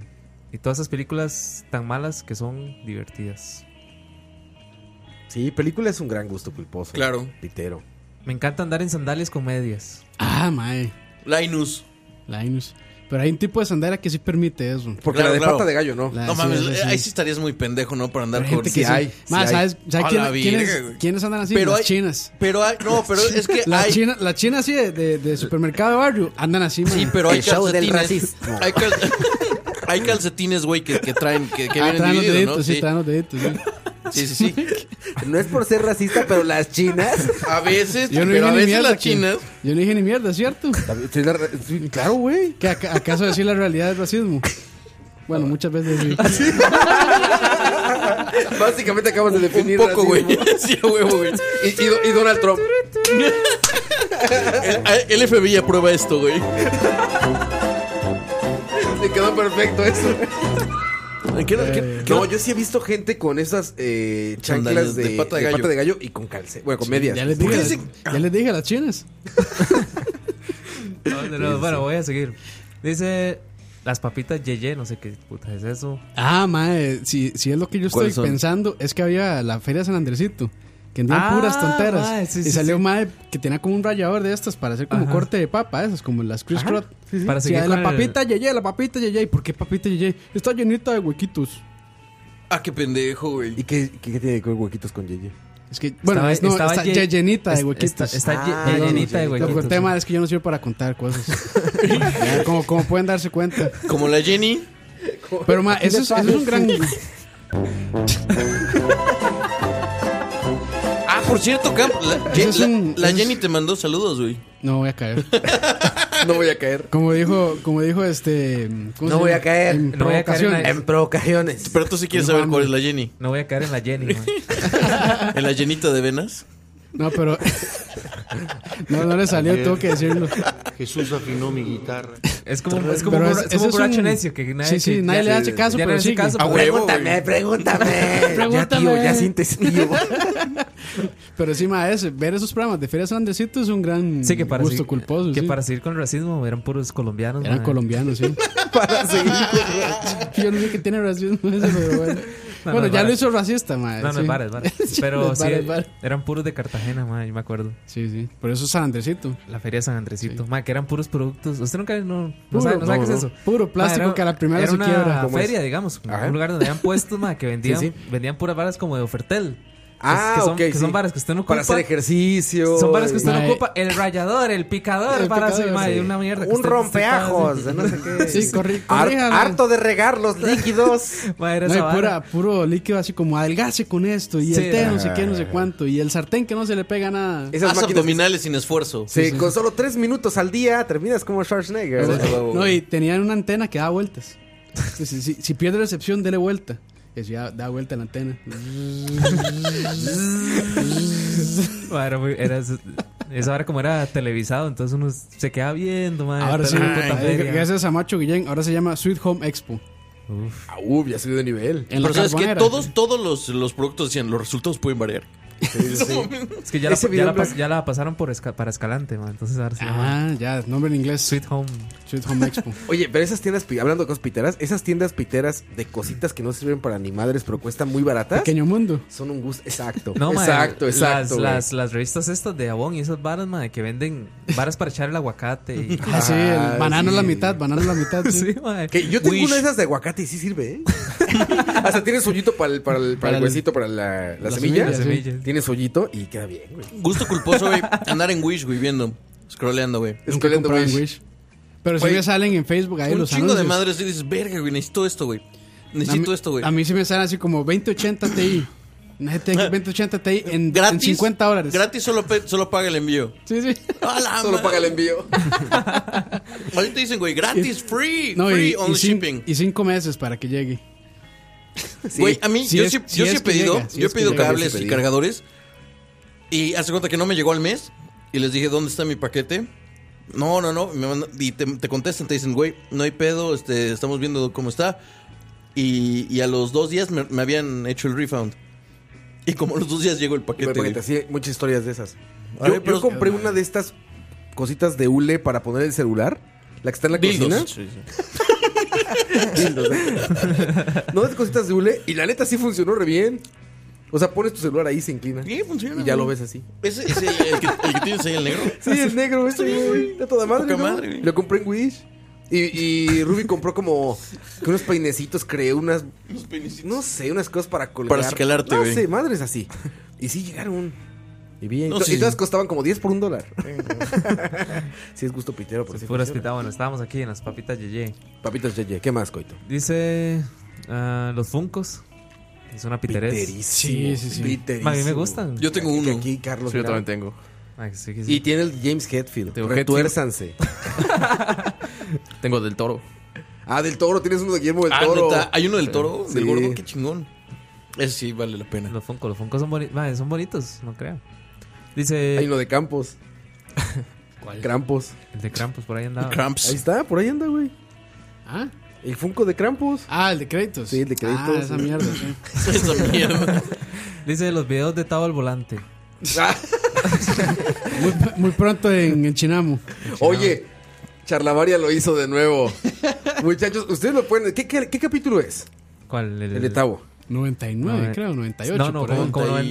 [SPEAKER 2] y todas esas películas tan malas que son divertidas.
[SPEAKER 1] Sí, película es un gran gusto culposo.
[SPEAKER 2] Claro.
[SPEAKER 1] Pitero.
[SPEAKER 2] Me encanta andar en sandalias con medias.
[SPEAKER 14] Ah, mae.
[SPEAKER 15] Linus.
[SPEAKER 14] Linus. Pero hay un tipo de sandalia que sí permite eso.
[SPEAKER 1] Porque la de pata de gallo, ¿no.
[SPEAKER 14] La-
[SPEAKER 15] No
[SPEAKER 14] sí,
[SPEAKER 15] mames,
[SPEAKER 14] esa sí.
[SPEAKER 15] ahí sí estarías muy pendejo, ¿no? Para andar
[SPEAKER 14] Gente
[SPEAKER 15] con.
[SPEAKER 14] que sí. Más, ¿sabes, ¿sabes
[SPEAKER 15] A
[SPEAKER 14] quién-
[SPEAKER 15] la
[SPEAKER 14] quiénes,
[SPEAKER 15] verga, güey.
[SPEAKER 14] quiénes andan así?
[SPEAKER 15] Pero
[SPEAKER 14] las
[SPEAKER 15] hay-
[SPEAKER 14] chinas.
[SPEAKER 15] Pero hay, no, pero es que
[SPEAKER 14] las
[SPEAKER 15] hay-
[SPEAKER 14] chinas la china así de, de- de supermercado de barrio andan así, mae.
[SPEAKER 15] Sí, pero hay calcetines. Hay, cal- hay calcetines, güey, que, que traen, que, que
[SPEAKER 14] Ah,
[SPEAKER 15] vienen
[SPEAKER 14] traen los
[SPEAKER 15] divididos,
[SPEAKER 14] deditos,
[SPEAKER 15] ¿no?
[SPEAKER 14] sí,
[SPEAKER 15] Sí,
[SPEAKER 14] traen los deditos. sí.
[SPEAKER 15] sí, sí, sí.
[SPEAKER 1] No es por ser racista, pero las chinas.
[SPEAKER 15] A veces,
[SPEAKER 14] Yo no
[SPEAKER 15] pero
[SPEAKER 14] dije
[SPEAKER 15] a
[SPEAKER 14] ni
[SPEAKER 15] veces
[SPEAKER 14] mierda.
[SPEAKER 15] las
[SPEAKER 14] que-
[SPEAKER 15] chinas.
[SPEAKER 14] Yo no dije ni mierda, ¿cierto?
[SPEAKER 1] claro, güey.
[SPEAKER 14] ¿Que aca- ¿Acaso decir la realidad es racismo? Bueno, muchas veces sí.
[SPEAKER 2] Ah,
[SPEAKER 1] Básicamente acabas de definir.
[SPEAKER 15] Un poco, güey.
[SPEAKER 1] racismo.
[SPEAKER 15] Sí, a huevo, güey.
[SPEAKER 1] Y, y Do- y Donald Trump.
[SPEAKER 15] El- El FBI aprueba esto, güey.
[SPEAKER 1] Se quedó perfecto eso.
[SPEAKER 15] ¿Qué- qué- qué-
[SPEAKER 1] No, yo sí he vivido visto gente con esas eh, chanclas
[SPEAKER 15] Sandalias
[SPEAKER 1] de, de pata de gallo. y con calce. Bueno, con medias.
[SPEAKER 14] Ya les
[SPEAKER 1] ¿Por qué
[SPEAKER 14] dije,
[SPEAKER 1] dicen-
[SPEAKER 14] ya les dije a las chinas.
[SPEAKER 2] No, no, no, bueno, voy a seguir. Dice las papitas Yeye, no sé qué puta es eso.
[SPEAKER 14] Ah, mae, si, si es lo que yo estoy
[SPEAKER 2] ¿Cuáles son?
[SPEAKER 14] pensando, es que había la feria de San Andresito, que andaban
[SPEAKER 2] Ah,
[SPEAKER 14] puras tonteras.
[SPEAKER 2] mae, sí,
[SPEAKER 14] y
[SPEAKER 2] sí,
[SPEAKER 14] salió
[SPEAKER 2] sí.
[SPEAKER 14] mae que tenía como un rallador de estas para hacer como
[SPEAKER 2] Ajá.
[SPEAKER 14] corte de papa, esas, como las Chris
[SPEAKER 2] Ajá.
[SPEAKER 14] Crot.
[SPEAKER 2] Sí, sí. Para seguir
[SPEAKER 14] la
[SPEAKER 2] con el-
[SPEAKER 14] papita Yeye, la papita Yeye. ¿Por qué papita Yeye? Está llenita de huequitos.
[SPEAKER 15] Ah, qué pendejo, güey.
[SPEAKER 1] ¿Y qué, qué, qué tiene que ver huequitos con Yeye?
[SPEAKER 14] Es que, bueno,
[SPEAKER 2] Estaba-
[SPEAKER 14] es, no,
[SPEAKER 2] estaba
[SPEAKER 14] está
[SPEAKER 2] ye-
[SPEAKER 14] yeyenita de
[SPEAKER 2] es-
[SPEAKER 14] huequitos.
[SPEAKER 2] está-
[SPEAKER 1] Ah,
[SPEAKER 2] está ye- yeyenita Ah, de huequitos,
[SPEAKER 14] Lo que el tema
[SPEAKER 2] sí.
[SPEAKER 14] es que yo no sirvo para contar cosas. Ya, como, como pueden darse cuenta.
[SPEAKER 15] Como la Jenny.
[SPEAKER 14] Pero, ma, eso es, eso es un gran.
[SPEAKER 15] Ah, por cierto, Camp, la,
[SPEAKER 14] Ese es
[SPEAKER 15] la-
[SPEAKER 14] un-
[SPEAKER 15] la
[SPEAKER 14] ese es-
[SPEAKER 15] Jenny te mandó saludos, güey.
[SPEAKER 14] No voy a caer.
[SPEAKER 1] No voy a caer.
[SPEAKER 14] Como dijo, como dijo este. ¿cómo se
[SPEAKER 1] No voy
[SPEAKER 14] llama?
[SPEAKER 1] a caer.
[SPEAKER 14] En
[SPEAKER 2] No voy a caer en la-
[SPEAKER 14] provocaciones.
[SPEAKER 1] En provocaciones.
[SPEAKER 15] Pero tú sí quieres saber cuál es la Jenny.
[SPEAKER 2] No voy a caer en la Jenny. man.
[SPEAKER 15] ¿En la llenita de venas?
[SPEAKER 14] No, pero. no, no le salió, tuvo que decirlo.
[SPEAKER 7] Jesús afinó mi guitarra.
[SPEAKER 2] Es como, es como,
[SPEAKER 14] Pero
[SPEAKER 2] borra-
[SPEAKER 14] es-
[SPEAKER 2] es
[SPEAKER 14] ese
[SPEAKER 2] como
[SPEAKER 14] es
[SPEAKER 2] borracho
[SPEAKER 14] un-
[SPEAKER 2] necio que nadie,
[SPEAKER 14] sí, sí,
[SPEAKER 2] que-
[SPEAKER 14] nadie
[SPEAKER 2] ya-
[SPEAKER 14] le hace caso,
[SPEAKER 2] ya
[SPEAKER 14] pero
[SPEAKER 2] no le hace
[SPEAKER 14] sigue.
[SPEAKER 2] caso, pero-
[SPEAKER 1] Pregúntame, pregúntame. Ya, tío, ya sientes tío.
[SPEAKER 14] Pero encima de eso, ver esos programas de Feria San Andresito es un gran
[SPEAKER 2] Sí, que para
[SPEAKER 14] gusto
[SPEAKER 2] seguir-
[SPEAKER 14] culposo.
[SPEAKER 2] Que
[SPEAKER 14] sí.
[SPEAKER 2] para seguir con el racismo eran puros colombianos.
[SPEAKER 14] Eran
[SPEAKER 2] man.
[SPEAKER 14] colombianos, sí.
[SPEAKER 1] para seguir
[SPEAKER 14] Yo no sé qué tiene racismo eso, pero bueno.
[SPEAKER 2] No, no,
[SPEAKER 14] bueno, ya
[SPEAKER 2] vara.
[SPEAKER 14] lo hizo racista, madre.
[SPEAKER 2] No, no,
[SPEAKER 14] sí.
[SPEAKER 2] es bares, bares. Pero
[SPEAKER 14] Los
[SPEAKER 2] sí,
[SPEAKER 14] bares, bares.
[SPEAKER 2] eran puros de Cartagena, man, yo me acuerdo.
[SPEAKER 14] Sí, sí. Por eso es San Andresito.
[SPEAKER 2] La feria de San Andresito. Man, que eran puros productos. Usted nunca, no, no
[SPEAKER 14] Puro,
[SPEAKER 2] sabe, no sabe
[SPEAKER 14] no,
[SPEAKER 2] qué es
[SPEAKER 14] no.
[SPEAKER 2] eso.
[SPEAKER 14] Puro plástico
[SPEAKER 2] Man,
[SPEAKER 14] que a la primera
[SPEAKER 2] era
[SPEAKER 14] se
[SPEAKER 2] una
[SPEAKER 14] quiebra. ¿Cómo es?
[SPEAKER 2] feria, digamos.
[SPEAKER 14] Ajá.
[SPEAKER 2] Un lugar donde habían puestos, man, que vendían,
[SPEAKER 14] Sí, sí.
[SPEAKER 2] vendían puras varas como de ofertel.
[SPEAKER 1] Ah,
[SPEAKER 2] que son,
[SPEAKER 1] ok,
[SPEAKER 2] que son
[SPEAKER 1] sí.
[SPEAKER 2] varas que usted no ocupa.
[SPEAKER 1] Para hacer ejercicio.
[SPEAKER 2] Son varas que usted
[SPEAKER 1] Mae.
[SPEAKER 2] no ocupa. El rayador, el picador,
[SPEAKER 1] El
[SPEAKER 2] varas,
[SPEAKER 1] picador,
[SPEAKER 2] mae,
[SPEAKER 1] sí.
[SPEAKER 2] una mierda. que
[SPEAKER 1] Un
[SPEAKER 2] usted-
[SPEAKER 1] rompeajos,
[SPEAKER 2] usted-
[SPEAKER 1] de no sé qué.
[SPEAKER 14] Sí, corri-
[SPEAKER 1] Har-
[SPEAKER 14] corríjalo.
[SPEAKER 1] harto de regar los líquidos.
[SPEAKER 2] Madre,
[SPEAKER 14] No,
[SPEAKER 2] esa
[SPEAKER 14] y
[SPEAKER 2] vara.
[SPEAKER 14] pura, puro líquido así como adelgase con esto y
[SPEAKER 2] Sí.
[SPEAKER 14] el té no sé qué, no sé cuánto y el sartén que no se le pega nada.
[SPEAKER 2] Ah,
[SPEAKER 15] Haz abdominales sin esfuerzo.
[SPEAKER 1] Sí, con solo tres minutos al día terminas como Schwarzenegger.
[SPEAKER 14] No, y tenían una antena que daba vueltas. Si, si, si pierde recepción, dele vuelta. Y decía, da vuelta la antena.
[SPEAKER 2] Mae, Ah, era muy- era- esa vara como era televisado, entonces uno se queda viendo, mae,
[SPEAKER 14] Ahora
[SPEAKER 2] toda
[SPEAKER 14] sí,
[SPEAKER 2] la
[SPEAKER 14] puta,
[SPEAKER 2] puta
[SPEAKER 14] eh,
[SPEAKER 2] feria.
[SPEAKER 14] gracias a Macho Guillén, ahora se llama Sweet Home Expo.
[SPEAKER 1] Uf, pues, ya subió de nivel.
[SPEAKER 14] En la
[SPEAKER 15] Pero sabes que
[SPEAKER 14] carbonera,
[SPEAKER 15] todos, todos los, los productos decían, los resultados pueden variar.
[SPEAKER 2] Es que ya la,
[SPEAKER 15] Ese
[SPEAKER 2] ya
[SPEAKER 15] video
[SPEAKER 2] la
[SPEAKER 15] en blanco-
[SPEAKER 2] pas- ya la pasaron por esca- para Escalante, mae, entonces ahora sí. mae.
[SPEAKER 14] Ah, ya, nombre en inglés.
[SPEAKER 2] Sweet Home.
[SPEAKER 14] Sweet Home Expo.
[SPEAKER 1] Oye, pero esas tiendas, pi- hablando de cosas piteras, esas tiendas piteras de cositas que no sirven para ni madres, pero cuestan muy baratas.
[SPEAKER 14] Pequeño mundo.
[SPEAKER 1] Son un gusto. Exacto.
[SPEAKER 2] No, mae,
[SPEAKER 1] exacto,
[SPEAKER 2] las-
[SPEAKER 1] exacto.
[SPEAKER 2] Las,
[SPEAKER 1] güey.
[SPEAKER 2] las revistas estas de Avon y esas varas, mae, que venden varas para echar el aguacate. Y...
[SPEAKER 14] Ah, sí, el banano la mitad, banano la mitad. Sí,
[SPEAKER 2] mae.
[SPEAKER 1] Que yo tengo
[SPEAKER 2] Wish.
[SPEAKER 1] una de esas de aguacate y sí sirve, ¿eh? Hasta tienes hoyito para el, para el, para
[SPEAKER 2] Para
[SPEAKER 1] el
[SPEAKER 2] el-
[SPEAKER 1] huesito, para la, la
[SPEAKER 2] Las
[SPEAKER 1] semilla.
[SPEAKER 2] semillas, sí.
[SPEAKER 1] Tienes hoyito y queda bien, güey.
[SPEAKER 15] Gusto culposo, güey. Andar en Wish, güey, viendo. Scrolleando, güey.
[SPEAKER 14] Nunca he comprado en Wish. Pero si
[SPEAKER 15] Güey,
[SPEAKER 14] me salen en Facebook ahí
[SPEAKER 15] Un
[SPEAKER 14] los
[SPEAKER 15] chingo
[SPEAKER 14] anuncios.
[SPEAKER 15] de madres y dices, verga, güey, necesito esto, güey. Necesito
[SPEAKER 14] A mí-
[SPEAKER 15] esto, güey.
[SPEAKER 14] A mí sí me salen así como 2080 Ti. Una GTX 2080 Ti en, en
[SPEAKER 15] Gratis.
[SPEAKER 14] 50 dólares.
[SPEAKER 15] Gratis solo, pe- solo paga el envío.
[SPEAKER 14] Sí, sí.
[SPEAKER 1] Solo paga el envío.
[SPEAKER 15] Ahorita dicen, güey, gratis, free,
[SPEAKER 14] No,
[SPEAKER 15] free
[SPEAKER 14] y,
[SPEAKER 15] on
[SPEAKER 14] y cin-
[SPEAKER 15] shipping.
[SPEAKER 14] y cinco meses para que llegue.
[SPEAKER 15] Güey, a mí,
[SPEAKER 14] Si
[SPEAKER 15] yo,
[SPEAKER 14] es-
[SPEAKER 15] sí,
[SPEAKER 14] si
[SPEAKER 15] yo
[SPEAKER 14] es
[SPEAKER 15] sí he
[SPEAKER 14] que
[SPEAKER 15] pedido,
[SPEAKER 14] llega, si
[SPEAKER 15] yo he
[SPEAKER 14] es que
[SPEAKER 15] pedido
[SPEAKER 14] llega.
[SPEAKER 15] cables
[SPEAKER 14] Sí,
[SPEAKER 15] y
[SPEAKER 14] pedí.
[SPEAKER 15] cargadores. Y hace cuenta que no me llegó al mes. Y les dije, ¿dónde está mi paquete? No, no, no. me mandan- y te, te contestan, te dicen, güey, no hay pedo, este, estamos viendo cómo está. Y, y a los dos días me, me habían hecho el refund. Y como a los dos días llegó el paquete.
[SPEAKER 1] Porque te
[SPEAKER 15] güey.
[SPEAKER 1] hacía muchas historias de esas.
[SPEAKER 15] A
[SPEAKER 1] Yo,
[SPEAKER 15] ver, pero-
[SPEAKER 1] yo compré una de estas cositas de hule para poner el celular. La que está en la
[SPEAKER 15] Dildos.
[SPEAKER 1] cocina.
[SPEAKER 15] Sí, sí.
[SPEAKER 1] Dildos, ¿eh? no, es cositas de hule. Y la neta sí funcionó re bien. O sea, pones tu celular ahí, se inclina.
[SPEAKER 15] Sí, funciona,
[SPEAKER 1] Y ya lo
[SPEAKER 15] güey.
[SPEAKER 1] ves así.
[SPEAKER 15] Ese es el, el que, el que tienes ahí el negro.
[SPEAKER 1] Sí, es negro ese, güey. Está toda madre,
[SPEAKER 15] Poca
[SPEAKER 1] ¿no?
[SPEAKER 15] madre, güey.
[SPEAKER 1] Lo compré en Wish. Y, y Ruby compró como que unos peinecitos, creo, unas... No sé, unas cosas para colgar.
[SPEAKER 15] Para escalarte,
[SPEAKER 1] No
[SPEAKER 15] güey.
[SPEAKER 1] sé, madres así. Y sí llegaron. Y bien.
[SPEAKER 15] No,
[SPEAKER 1] To-
[SPEAKER 15] sí.
[SPEAKER 1] Y todas costaban como 10 por un dólar. sí, es gusto pitero, pero sí
[SPEAKER 2] Puras
[SPEAKER 1] funciona.
[SPEAKER 2] pita- bueno, estábamos aquí en las papitas Yeye.
[SPEAKER 1] Papitas Yeye, ¿qué más, Coito?
[SPEAKER 2] Dice ah, los Funcos. Es una piterez.
[SPEAKER 1] Piterísimo. Sí, sí, sí.
[SPEAKER 2] Ma, A mí me gustan.
[SPEAKER 15] Yo tengo
[SPEAKER 1] Que
[SPEAKER 15] uno.
[SPEAKER 1] aquí Carlos.
[SPEAKER 18] Sí, yo
[SPEAKER 1] mira.
[SPEAKER 18] también tengo.
[SPEAKER 2] Ma, que sí, que sí.
[SPEAKER 1] Y tiene el James Hetfield.
[SPEAKER 18] Tengo
[SPEAKER 1] Retuérzanse.
[SPEAKER 18] Tengo del toro.
[SPEAKER 1] ah, del toro. Tienes uno de Guillermo del
[SPEAKER 15] Ah,
[SPEAKER 1] toro.
[SPEAKER 15] neta, hay uno del toro,
[SPEAKER 1] Sí.
[SPEAKER 15] del gordo, qué chingón. Ese sí vale la pena.
[SPEAKER 2] Los Funcos, los Funcos son, boni- ma, son bonitos, no creo. Dice.
[SPEAKER 1] Hay uno de Campos. Crampos.
[SPEAKER 2] El de Krampus por ahí andaba.
[SPEAKER 15] Cramps.
[SPEAKER 1] Ahí está, por ahí anda, güey.
[SPEAKER 14] Ah,
[SPEAKER 1] El Funko de Krampus.
[SPEAKER 14] ah el de créditos.
[SPEAKER 1] Sí, el de créditos.
[SPEAKER 14] Ah, esa mierda. sí.
[SPEAKER 15] Esa mierda.
[SPEAKER 2] Dice los videos de Tavo al volante.
[SPEAKER 14] Muy, muy pronto en, en Chinamo.
[SPEAKER 1] Oye, Charlavaria lo hizo de nuevo. Muchachos, ustedes lo pueden. ¿Qué, qué, qué capítulo es?
[SPEAKER 2] ¿Cuál?
[SPEAKER 1] El
[SPEAKER 14] Eh,
[SPEAKER 1] de Tavo.
[SPEAKER 14] 99,
[SPEAKER 2] Noven-
[SPEAKER 14] creo, 98.
[SPEAKER 2] No, no,
[SPEAKER 14] por ahí.
[SPEAKER 2] como- como noven-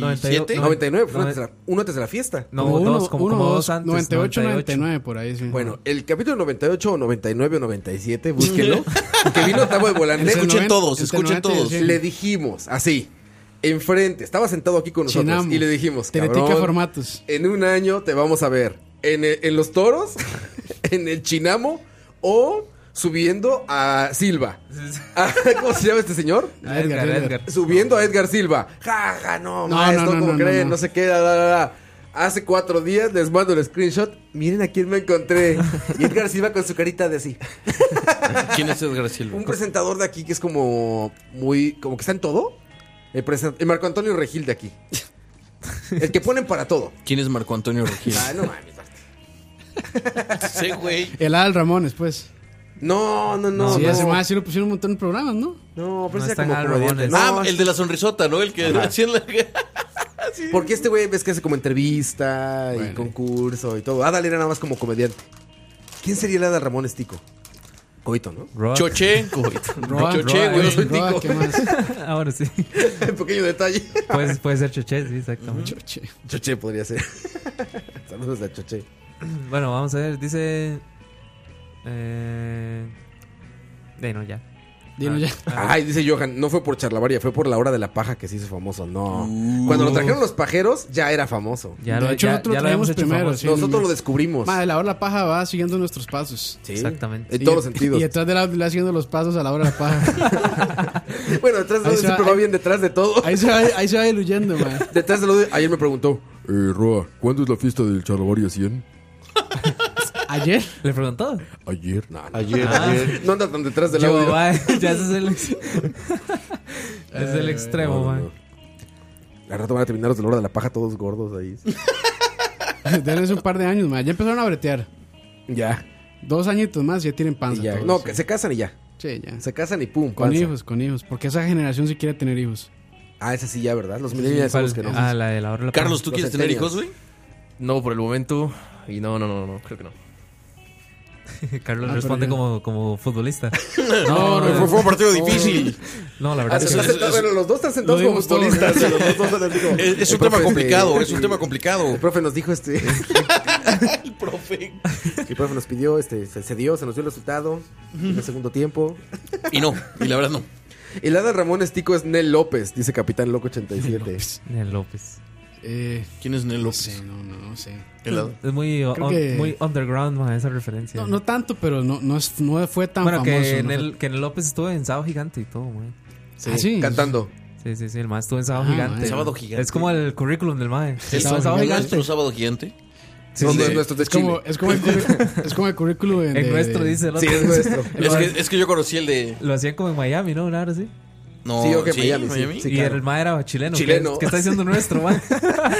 [SPEAKER 2] 97.
[SPEAKER 1] 97, 99,
[SPEAKER 2] Noven-
[SPEAKER 1] pues uno antes de la- uno antes de la fiesta.
[SPEAKER 2] No,
[SPEAKER 14] Como
[SPEAKER 2] dos,
[SPEAKER 14] uno-
[SPEAKER 2] como,
[SPEAKER 14] uno,
[SPEAKER 2] como
[SPEAKER 14] dos,
[SPEAKER 2] dos antes.
[SPEAKER 14] 98, 99, por ahí, sí.
[SPEAKER 1] Bueno, el capítulo 98 o 99 o 97, búsquenlo. que vino Tavo de Volante.
[SPEAKER 14] Entre
[SPEAKER 15] Escuchen
[SPEAKER 14] noven-
[SPEAKER 15] todos,
[SPEAKER 14] entre
[SPEAKER 15] escuchen
[SPEAKER 14] 90 y
[SPEAKER 15] todos.
[SPEAKER 14] 100.
[SPEAKER 1] Le dijimos, así, enfrente, estaba sentado aquí con nosotros
[SPEAKER 14] Chinamo.
[SPEAKER 1] y le dijimos,
[SPEAKER 14] Teletica
[SPEAKER 1] cabrón,
[SPEAKER 14] formatos.
[SPEAKER 1] en un año te vamos a ver en, el- en los toros, en el chinamo o subiendo a Silva. Ah, ¿Cómo se llama este señor?
[SPEAKER 14] A Edgar, Edgar.
[SPEAKER 1] Subiendo a Edgar Silva. Ja, ja, no,
[SPEAKER 14] No,
[SPEAKER 1] maestro,
[SPEAKER 14] no, no,
[SPEAKER 1] ¿cómo
[SPEAKER 14] no,
[SPEAKER 1] creen?
[SPEAKER 14] no,
[SPEAKER 1] No,
[SPEAKER 14] no.
[SPEAKER 1] se queda, da, da, da. Hace cuatro días les mando el screenshot. Miren a quién me encontré. Y Edgar Silva con su carita de así.
[SPEAKER 15] ¿Quién es Edgar Silva?
[SPEAKER 1] Un presentador de aquí que es como muy. como que está en todo. El, presen- el Marco Antonio Regil de aquí. El que ponen para todo.
[SPEAKER 15] ¿Quién es Marco Antonio Regil?
[SPEAKER 1] Ah, no mames. Marta.
[SPEAKER 15] Sí, güey.
[SPEAKER 14] Eh, El Adal Ramones, pues.
[SPEAKER 1] No, no, no.
[SPEAKER 14] sí,
[SPEAKER 1] no.
[SPEAKER 14] ese más sí lo pusieron un montón de programas, ¿no?
[SPEAKER 1] No,
[SPEAKER 2] No
[SPEAKER 1] pero ese era
[SPEAKER 2] están
[SPEAKER 1] como
[SPEAKER 2] Al
[SPEAKER 1] comediante.
[SPEAKER 2] Ramones.
[SPEAKER 1] No,
[SPEAKER 15] ah,
[SPEAKER 1] es-
[SPEAKER 15] el de la sonrisota, ¿no? El que hacía la...
[SPEAKER 1] Porque este güey ves que hace como entrevista y
[SPEAKER 14] Bueno.
[SPEAKER 1] concurso y todo. Adal era nada más como comediante. ¿Quién sería el Adal Ramón Estico? Coito, ¿no?
[SPEAKER 2] Rock.
[SPEAKER 15] Choche.
[SPEAKER 14] Roa,
[SPEAKER 15] Choche,
[SPEAKER 14] Roa,
[SPEAKER 15] güey.
[SPEAKER 14] eh,
[SPEAKER 15] No soy
[SPEAKER 14] Roa,
[SPEAKER 15] tico.
[SPEAKER 14] ¿qué más?
[SPEAKER 2] Ahora sí.
[SPEAKER 1] Pequeño detalle.
[SPEAKER 2] Puede, puede ser Choche, sí, exactamente.
[SPEAKER 14] Choche.
[SPEAKER 1] Choche podría ser. Saludos a Choche.
[SPEAKER 2] Bueno, vamos a ver, dice. Eh. De no, ya.
[SPEAKER 14] Dino ya.
[SPEAKER 1] Ah. Ay, dice Johan, no fue por charlavaria, fue por la hora de la paja que se hizo famoso. No. Cuando lo trajeron los pajeros, ya era famoso.
[SPEAKER 14] Uh. de hecho, Ah, nosotros lo traemos primero. sí,
[SPEAKER 1] nosotros
[SPEAKER 14] no
[SPEAKER 1] lo
[SPEAKER 14] más.
[SPEAKER 1] descubrimos.
[SPEAKER 14] Ma, de la hora de la paja va siguiendo nuestros pasos.
[SPEAKER 1] Exactamente. En
[SPEAKER 14] Y-
[SPEAKER 1] todos los sentidos.
[SPEAKER 14] Y detrás de la le va siguiendo los pasos a la hora de la paja.
[SPEAKER 1] bueno, detrás de
[SPEAKER 14] Ahí
[SPEAKER 1] todo,
[SPEAKER 14] se va-
[SPEAKER 1] siempre va bien detrás de todo.
[SPEAKER 14] Ahí se va, ahí se va diluyendo, ma.
[SPEAKER 1] Detrás de lo de... Ayer me preguntó,
[SPEAKER 17] Eh, Roa, ¿cuándo es la fiesta del Charlavaria 100?
[SPEAKER 14] ¿Ayer?
[SPEAKER 2] ¿Le preguntó?
[SPEAKER 17] Ayer. No,
[SPEAKER 1] no. Ah, No anda tan detrás del
[SPEAKER 2] Yo,
[SPEAKER 1] audio.
[SPEAKER 14] ah.
[SPEAKER 2] va, ya ese es el, es el extremo,
[SPEAKER 1] no,
[SPEAKER 2] man.
[SPEAKER 1] no. Al rato van a terminar los de la hora de la paja todos gordos ahí.
[SPEAKER 14] Denles un par de años, ma. Ya empezaron a bretear.
[SPEAKER 1] Ya.
[SPEAKER 14] Dos añitos más y ya tienen panza.
[SPEAKER 1] Ya,
[SPEAKER 14] todos,
[SPEAKER 1] no,
[SPEAKER 14] sí.
[SPEAKER 1] que se casan y ya.
[SPEAKER 14] Sí, ya.
[SPEAKER 1] Se casan y pum,
[SPEAKER 14] Con
[SPEAKER 1] panza.
[SPEAKER 14] hijos, con hijos. Porque esa generación sí quiere tener hijos.
[SPEAKER 1] Ah, esa sí ya, ¿verdad? Los
[SPEAKER 14] millennials son los que no.
[SPEAKER 2] Ah, la de la hora de la
[SPEAKER 14] Carlos,
[SPEAKER 2] paja.
[SPEAKER 14] ¿tú quieres tener hijos, güey?
[SPEAKER 18] No, por el momento. Y no, no, no, no, creo que no.
[SPEAKER 2] Carlos
[SPEAKER 18] Ah,
[SPEAKER 2] responde
[SPEAKER 18] pero
[SPEAKER 2] como, como futbolista.
[SPEAKER 18] No, no, fue- fue un partido difícil.
[SPEAKER 2] No, la
[SPEAKER 1] Ah,
[SPEAKER 2] verdad
[SPEAKER 1] se
[SPEAKER 2] es que-
[SPEAKER 1] está sentado- bueno, los dos están sentados
[SPEAKER 2] Lo
[SPEAKER 1] como
[SPEAKER 2] dimos todo.
[SPEAKER 1] futbolistas. sí, los dos están así como-
[SPEAKER 15] Es- es
[SPEAKER 1] El
[SPEAKER 15] un tema
[SPEAKER 1] profe,
[SPEAKER 15] complicado,
[SPEAKER 1] este,
[SPEAKER 15] es un tema complicado.
[SPEAKER 1] El profe nos dijo este.
[SPEAKER 15] El profe.
[SPEAKER 1] El profe nos pidió, este, se, se dio, se nos dio el resultado en el segundo tiempo.
[SPEAKER 15] Y no, y la verdad no.
[SPEAKER 1] El Ada Ramón Estico es Nel López, dice Capitán Loco 87.
[SPEAKER 2] Nel López.
[SPEAKER 1] Eh,
[SPEAKER 15] ¿Quién es Nel López?
[SPEAKER 14] no, no, no sé.
[SPEAKER 2] Es muy,
[SPEAKER 14] Creo
[SPEAKER 2] un-
[SPEAKER 14] que-
[SPEAKER 2] muy underground, man, esa referencia.
[SPEAKER 14] No, no tanto, pero no, no, es- no fue tan
[SPEAKER 2] bueno,
[SPEAKER 14] famoso.
[SPEAKER 2] que, en
[SPEAKER 14] ¿no?
[SPEAKER 2] el, que en el López estuvo en Sábado Gigante y todo, man.
[SPEAKER 14] Sí, Ah, sí.
[SPEAKER 1] cantando.
[SPEAKER 2] Sí, sí, sí, el man estuvo en Sábado
[SPEAKER 14] Ah,
[SPEAKER 2] Gigante.
[SPEAKER 14] mae. Sábado
[SPEAKER 15] Gigante.
[SPEAKER 2] Es como el currículum del man.
[SPEAKER 15] ¿El sábado, gigante? ¿Nuestro sábado gigante?
[SPEAKER 2] Sí, sí.
[SPEAKER 14] es, como, es, como el, curri- es como el currículum de-
[SPEAKER 2] El
[SPEAKER 14] de-
[SPEAKER 2] nuestro,
[SPEAKER 14] de-
[SPEAKER 2] dice el otro.
[SPEAKER 15] Es que, es que yo conocí el de.
[SPEAKER 2] Lo hacían como en Miami, ¿no? Una hora así.
[SPEAKER 15] No, Sí, ok, sí, Miami, sí, Miami. sí,
[SPEAKER 2] y
[SPEAKER 15] claro.
[SPEAKER 2] el ma era chileno.
[SPEAKER 15] Chileno.
[SPEAKER 2] ¿Qué, qué está diciendo nuestro, man?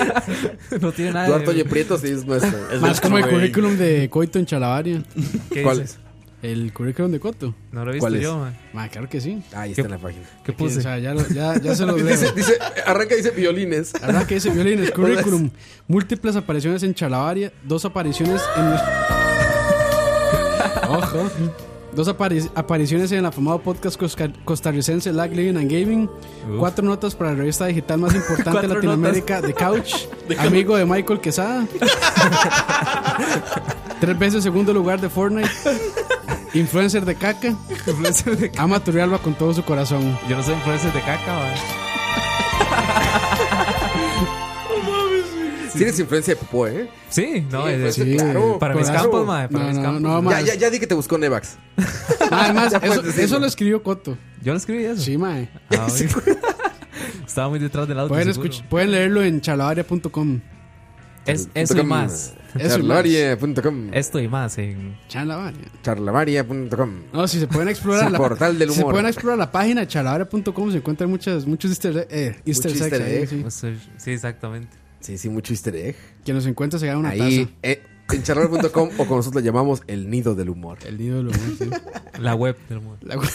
[SPEAKER 2] no tiene nada.
[SPEAKER 1] Duarte
[SPEAKER 2] de-
[SPEAKER 1] Oye Prieto sí es nuestro.
[SPEAKER 14] Más como el currículum de Coito en Chalabaria.
[SPEAKER 2] ¿Qué
[SPEAKER 1] ¿Cuál?
[SPEAKER 2] dices?
[SPEAKER 14] El currículum de Coito.
[SPEAKER 2] No lo he
[SPEAKER 1] ¿Cuál
[SPEAKER 2] visto
[SPEAKER 1] es?
[SPEAKER 2] yo,
[SPEAKER 1] Ah,
[SPEAKER 2] man.
[SPEAKER 14] Ma, claro que sí.
[SPEAKER 1] Ahí está en la página.
[SPEAKER 2] ¿Qué
[SPEAKER 14] Aquí,
[SPEAKER 2] puse?
[SPEAKER 14] o sea, ya, lo- ya, ya se los leo.
[SPEAKER 1] dice, dice- arranca y dice violines.
[SPEAKER 14] Habrá que dice violines, currículum. Múltiples apariciones en Chalabaria, dos apariciones en. Ojo. Dos apari- apariciones en el afamado podcast cosca- costarricense Lag Living and Gaming. Cuatro notas para la revista digital más importante de
[SPEAKER 2] Cuatro
[SPEAKER 14] Latinoamérica, The Couch. amigo de Michael Quesada. Tres veces segundo lugar de Fortnite. Influencer de caca. Ama a Turrialba con todo su corazón.
[SPEAKER 2] Yo no soy influencer de caca, man.
[SPEAKER 1] Sí, Tienes influencia de popó, ¿eh?
[SPEAKER 2] Sí, no, es
[SPEAKER 1] influencia,
[SPEAKER 2] sí,
[SPEAKER 1] claro,
[SPEAKER 2] para mis
[SPEAKER 1] claro.
[SPEAKER 2] campos, mae, para
[SPEAKER 14] No,
[SPEAKER 2] mis
[SPEAKER 14] no,
[SPEAKER 2] campos.
[SPEAKER 14] no,
[SPEAKER 1] ya,
[SPEAKER 14] mae.
[SPEAKER 1] ya, ya di que te buscó Nevax.
[SPEAKER 14] Ah, Además,
[SPEAKER 1] Ya puedes
[SPEAKER 14] eso,
[SPEAKER 1] decirlo.
[SPEAKER 14] eso lo escribió Coto.
[SPEAKER 2] Yo lo escribí eso.
[SPEAKER 14] Sí, mae.
[SPEAKER 2] Ah, oye. Estaba muy detrás del auto.
[SPEAKER 14] Pueden,
[SPEAKER 2] seguro.
[SPEAKER 14] escuch- pueden leerlo en chalabaria.com.
[SPEAKER 2] Es, eso y
[SPEAKER 1] Com.
[SPEAKER 2] más.
[SPEAKER 14] Eso y más.
[SPEAKER 1] Eh, Charlavaria.com.
[SPEAKER 2] Esto y más en
[SPEAKER 14] Chalabaria.
[SPEAKER 1] Charlavaria.com.
[SPEAKER 14] No, si se pueden explorar
[SPEAKER 1] Su portal del
[SPEAKER 14] si se
[SPEAKER 1] humor.
[SPEAKER 14] pueden explorar la página chalabaria.com se encuentran muchas muchos easter, eh, easter
[SPEAKER 1] Mucho
[SPEAKER 14] eggs
[SPEAKER 1] easter
[SPEAKER 14] ahí,
[SPEAKER 1] egg.
[SPEAKER 14] sí.
[SPEAKER 2] Pues, eh, Sí, exactamente.
[SPEAKER 1] Sí, sí, mucho easter egg.
[SPEAKER 14] Quien nos encuentra se gana una
[SPEAKER 1] Ahí,
[SPEAKER 14] taza.
[SPEAKER 1] eh, en charlavaria.com o como nosotros le llamamos el nido del humor.
[SPEAKER 14] El nido del humor, sí.
[SPEAKER 2] la web del mundo.
[SPEAKER 14] La web.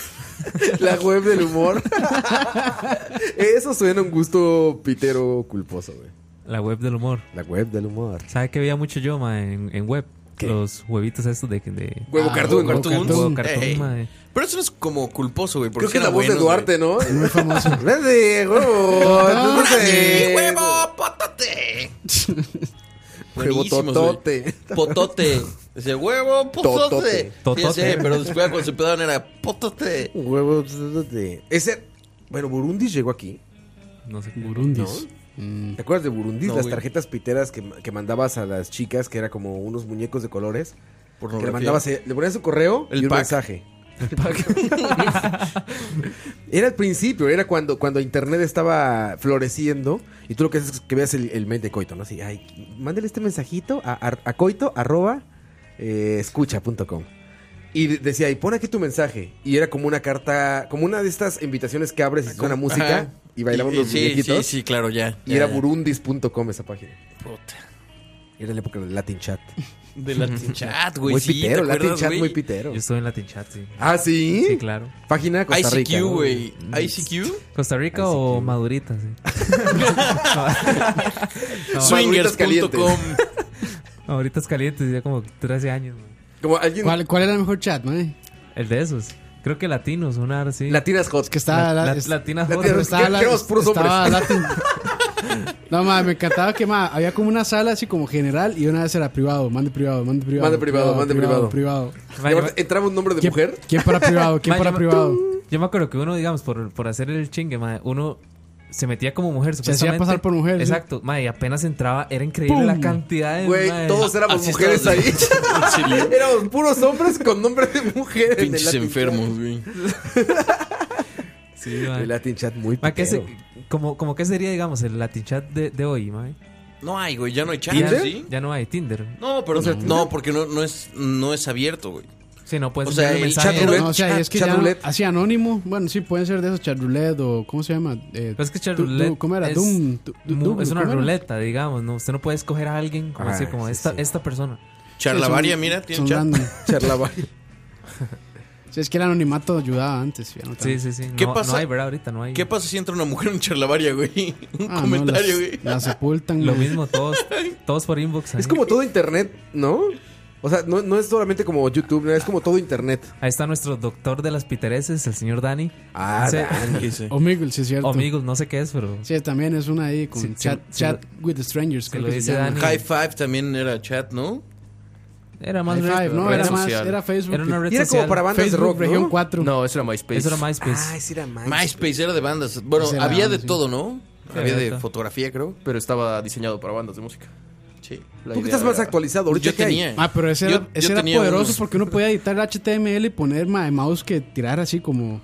[SPEAKER 1] La web del humor. Eso suena un gusto pitero culposo, güey.
[SPEAKER 2] La web del humor.
[SPEAKER 1] La web del humor.
[SPEAKER 2] ¿Sabe que veía mucho yo, ma, en, en web? Los huevitos estos de... de
[SPEAKER 15] Ah,
[SPEAKER 1] Ah, Huevo cartoon.
[SPEAKER 2] Huevo cartoon. Huevo cartoon,
[SPEAKER 15] Ey, ey.
[SPEAKER 2] ma. eh.
[SPEAKER 15] Pero eso no es como culposo, güey. porque
[SPEAKER 1] Creo que es la
[SPEAKER 15] eran
[SPEAKER 1] voz
[SPEAKER 15] buenos,
[SPEAKER 1] de Duarte, ¿no?
[SPEAKER 14] Muy famoso.
[SPEAKER 1] Vete, huevo.
[SPEAKER 15] Ah, sí,
[SPEAKER 1] huevo,
[SPEAKER 15] huevo, potote.
[SPEAKER 1] Huevo
[SPEAKER 15] Buenísimos,
[SPEAKER 1] totote.
[SPEAKER 15] güey. Potote. Ese huevo, potote.
[SPEAKER 1] Totote.
[SPEAKER 15] Sí, ya sé,
[SPEAKER 1] Totote.
[SPEAKER 15] pero después cuando se empezaron era potote.
[SPEAKER 1] Huevo totote. Ese. Bueno, Burundi llegó aquí.
[SPEAKER 2] No sé.
[SPEAKER 14] Burundis.
[SPEAKER 1] ¿Te acuerdas de Burundi?
[SPEAKER 15] No,
[SPEAKER 1] las
[SPEAKER 15] güey.
[SPEAKER 1] tarjetas piteras que, que mandabas a las chicas, que era como unos muñecos de colores. Que le
[SPEAKER 15] Pornografía.
[SPEAKER 1] mandabas, eh, le ponías un correo
[SPEAKER 15] El
[SPEAKER 1] y un
[SPEAKER 15] pack.
[SPEAKER 1] mensaje. era al principio, era cuando, cuando internet estaba floreciendo y tú lo que haces es que veas el, el mail de Coito, ¿no? Así, ay, mándale este mensajito a, a- a coito arroba eh, escucha.com. Y de- decía, y pon aquí tu mensaje. Y era como una carta, como una de estas invitaciones que abres y suena música
[SPEAKER 15] Ajá.
[SPEAKER 1] y bailamos
[SPEAKER 15] Y- y
[SPEAKER 1] los
[SPEAKER 15] sí,
[SPEAKER 1] muñequitos.
[SPEAKER 15] sí, sí, claro, ya,
[SPEAKER 1] Y
[SPEAKER 15] ya,
[SPEAKER 1] era
[SPEAKER 15] ya.
[SPEAKER 1] burundis.com esa página.
[SPEAKER 15] Puta.
[SPEAKER 1] Era la época del Latin Chat.
[SPEAKER 15] Del Latin Chat, güey,
[SPEAKER 1] Muy
[SPEAKER 15] sí, ¿te
[SPEAKER 1] pitero, Latin
[SPEAKER 15] acuerdas,
[SPEAKER 1] Chat
[SPEAKER 15] güey?
[SPEAKER 1] muy pitero.
[SPEAKER 2] Yo estuve en Latin Chat, sí.
[SPEAKER 1] ¿Ah, sí?
[SPEAKER 2] Sí, claro.
[SPEAKER 1] Página Costa
[SPEAKER 15] ICQ,
[SPEAKER 1] Rica. ¿no? Mm.
[SPEAKER 15] güey. ICQ.
[SPEAKER 2] Costa Rica o Madurita, sí.
[SPEAKER 15] Swingers punto com.
[SPEAKER 2] Maduritas calientes, ya como 13 años. ma.
[SPEAKER 14] ¿Cuál, ¿Cuál era el mejor chat, mae?
[SPEAKER 2] El de esos. Creo que latinos, una hora sí.
[SPEAKER 1] Latinas Hot.
[SPEAKER 14] Que
[SPEAKER 2] La-
[SPEAKER 14] estaba la,
[SPEAKER 2] la-
[SPEAKER 14] es-
[SPEAKER 2] Latinas
[SPEAKER 14] pero
[SPEAKER 2] Hot.
[SPEAKER 14] estaba
[SPEAKER 2] ¿Qué-
[SPEAKER 14] la-
[SPEAKER 2] qué éramos puros
[SPEAKER 14] estaba
[SPEAKER 2] hombres?
[SPEAKER 14] Latin. No, ma, me encantaba que ma, había como una sala así como general y una vez era privado, mande privado, mande privado.
[SPEAKER 1] Mande privado, mande privado.
[SPEAKER 14] Privado.
[SPEAKER 1] Y ahora entraba un nombre de mujer.
[SPEAKER 14] ¿Quién para privado? ¿Quién
[SPEAKER 1] Ma,
[SPEAKER 14] para
[SPEAKER 1] yo-
[SPEAKER 14] privado?
[SPEAKER 2] Yo me acuerdo que uno, digamos, por, por hacer el chingue, mae, uno se metía como mujer.
[SPEAKER 14] hacía
[SPEAKER 2] supuestamente.
[SPEAKER 14] pasar por mujer, sí.
[SPEAKER 2] Exacto, mae, y apenas entraba, era increíble
[SPEAKER 14] ¡Pum!
[SPEAKER 2] la cantidad de.
[SPEAKER 1] Güey,
[SPEAKER 2] mae.
[SPEAKER 1] todos éramos mujeres ahí. éramos puros hombres con nombres de mujeres.
[SPEAKER 15] Pinches
[SPEAKER 1] De Latin
[SPEAKER 15] enfermos,
[SPEAKER 1] Chat.
[SPEAKER 15] güey.
[SPEAKER 2] Sí, mae.
[SPEAKER 1] El Latin Chat muy
[SPEAKER 2] Mae, ¿qué se-
[SPEAKER 1] pitero.
[SPEAKER 2] como, como que sería, digamos, el Latin chat de, de hoy, mae?
[SPEAKER 15] No hay, güey, ya no hay chat,
[SPEAKER 2] Ya,
[SPEAKER 15] ¿sí?
[SPEAKER 2] ya no hay Tinder.
[SPEAKER 15] No, pero no, porque no, no es, no es abierto, güey.
[SPEAKER 2] Sí, no puedes
[SPEAKER 15] O sea,
[SPEAKER 2] enviar un
[SPEAKER 15] el
[SPEAKER 2] mensaje.
[SPEAKER 15] chat
[SPEAKER 14] No,
[SPEAKER 15] roulette-
[SPEAKER 14] o sea,
[SPEAKER 15] chat-
[SPEAKER 14] es que
[SPEAKER 15] chat
[SPEAKER 14] ya
[SPEAKER 15] roulette
[SPEAKER 14] así anónimo, bueno, sí, pueden ser de esos chat roulette o ¿cómo se llama? Eh,
[SPEAKER 2] Pero es que chat
[SPEAKER 14] du- du-
[SPEAKER 2] roulette
[SPEAKER 14] ¿Cómo era?
[SPEAKER 2] es,
[SPEAKER 14] Doom, du- du-
[SPEAKER 2] mu-
[SPEAKER 14] Doom,
[SPEAKER 2] es una
[SPEAKER 14] ¿cómo era?
[SPEAKER 2] ruleta, digamos, ¿no? Usted no puede escoger a alguien como
[SPEAKER 14] Ah,
[SPEAKER 2] decir, como
[SPEAKER 14] sí,
[SPEAKER 2] esta,
[SPEAKER 14] sí.
[SPEAKER 2] esta persona.
[SPEAKER 15] Charlavaria,
[SPEAKER 14] Sí, son-
[SPEAKER 15] mira, tiene
[SPEAKER 14] son
[SPEAKER 15] chat.
[SPEAKER 14] random.
[SPEAKER 1] Charlavaria.
[SPEAKER 14] Sí, es que el anonimato ayudaba antes. ya no tanto.
[SPEAKER 15] ¿Qué pasa?
[SPEAKER 2] Ahorita no hay.
[SPEAKER 15] ¿Qué pasa si entra una mujer en charlavaria, güey? Un
[SPEAKER 14] Ah, no,
[SPEAKER 15] comentario,
[SPEAKER 14] las-
[SPEAKER 15] güey.
[SPEAKER 14] las sepultan.
[SPEAKER 2] Lo
[SPEAKER 14] güey.
[SPEAKER 2] mismo, todos, todos por inbox. ahí.
[SPEAKER 1] Es como todo internet, ¿no? O sea, no, no es solamente como YouTube, no, es como todo internet.
[SPEAKER 2] Ahí está nuestro doctor de las pitereses, el señor Dani.
[SPEAKER 1] Ah, Dani, sí.
[SPEAKER 14] Omegle, sí es cierto.
[SPEAKER 2] Omegle, no sé qué es, pero.
[SPEAKER 14] Sí, también es una ahí con
[SPEAKER 2] Sí, sí,
[SPEAKER 14] chat,
[SPEAKER 2] sí,
[SPEAKER 14] chat with the strangers. creo que se llama.
[SPEAKER 15] High Five también era chat, ¿no?
[SPEAKER 2] Era más
[SPEAKER 14] High
[SPEAKER 2] red-
[SPEAKER 14] five, no,
[SPEAKER 2] red
[SPEAKER 14] era más-
[SPEAKER 2] social.
[SPEAKER 14] era Facebook.
[SPEAKER 2] Era una red
[SPEAKER 14] Y era como
[SPEAKER 2] social.
[SPEAKER 14] para bandas de Facebook, rock, ¿no? región Ah, 4.
[SPEAKER 18] No, eso era MySpace.
[SPEAKER 2] Eso era MySpace.
[SPEAKER 1] sí era
[SPEAKER 15] MySpace era de bandas. Bueno,
[SPEAKER 18] Ese era
[SPEAKER 15] había de
[SPEAKER 18] bandas, sí.
[SPEAKER 15] todo, ¿no?
[SPEAKER 18] Sí,
[SPEAKER 15] había de
[SPEAKER 18] ahorita.
[SPEAKER 15] fotografía, creo.
[SPEAKER 18] Pero estaba diseñado para bandas de música.
[SPEAKER 15] Sí.
[SPEAKER 18] La
[SPEAKER 1] Tú
[SPEAKER 18] idea
[SPEAKER 1] que estás más
[SPEAKER 18] era-
[SPEAKER 1] actualizado. Ahorita
[SPEAKER 15] Yo
[SPEAKER 1] ¿qué hay?
[SPEAKER 15] tenía.
[SPEAKER 14] Ah, pero ese
[SPEAKER 15] Yo-
[SPEAKER 14] era, ese
[SPEAKER 15] yo
[SPEAKER 14] era
[SPEAKER 15] tenía
[SPEAKER 14] poderoso
[SPEAKER 15] unos-
[SPEAKER 14] porque uno podía editar HTML y poner ma, mouse que tirar así como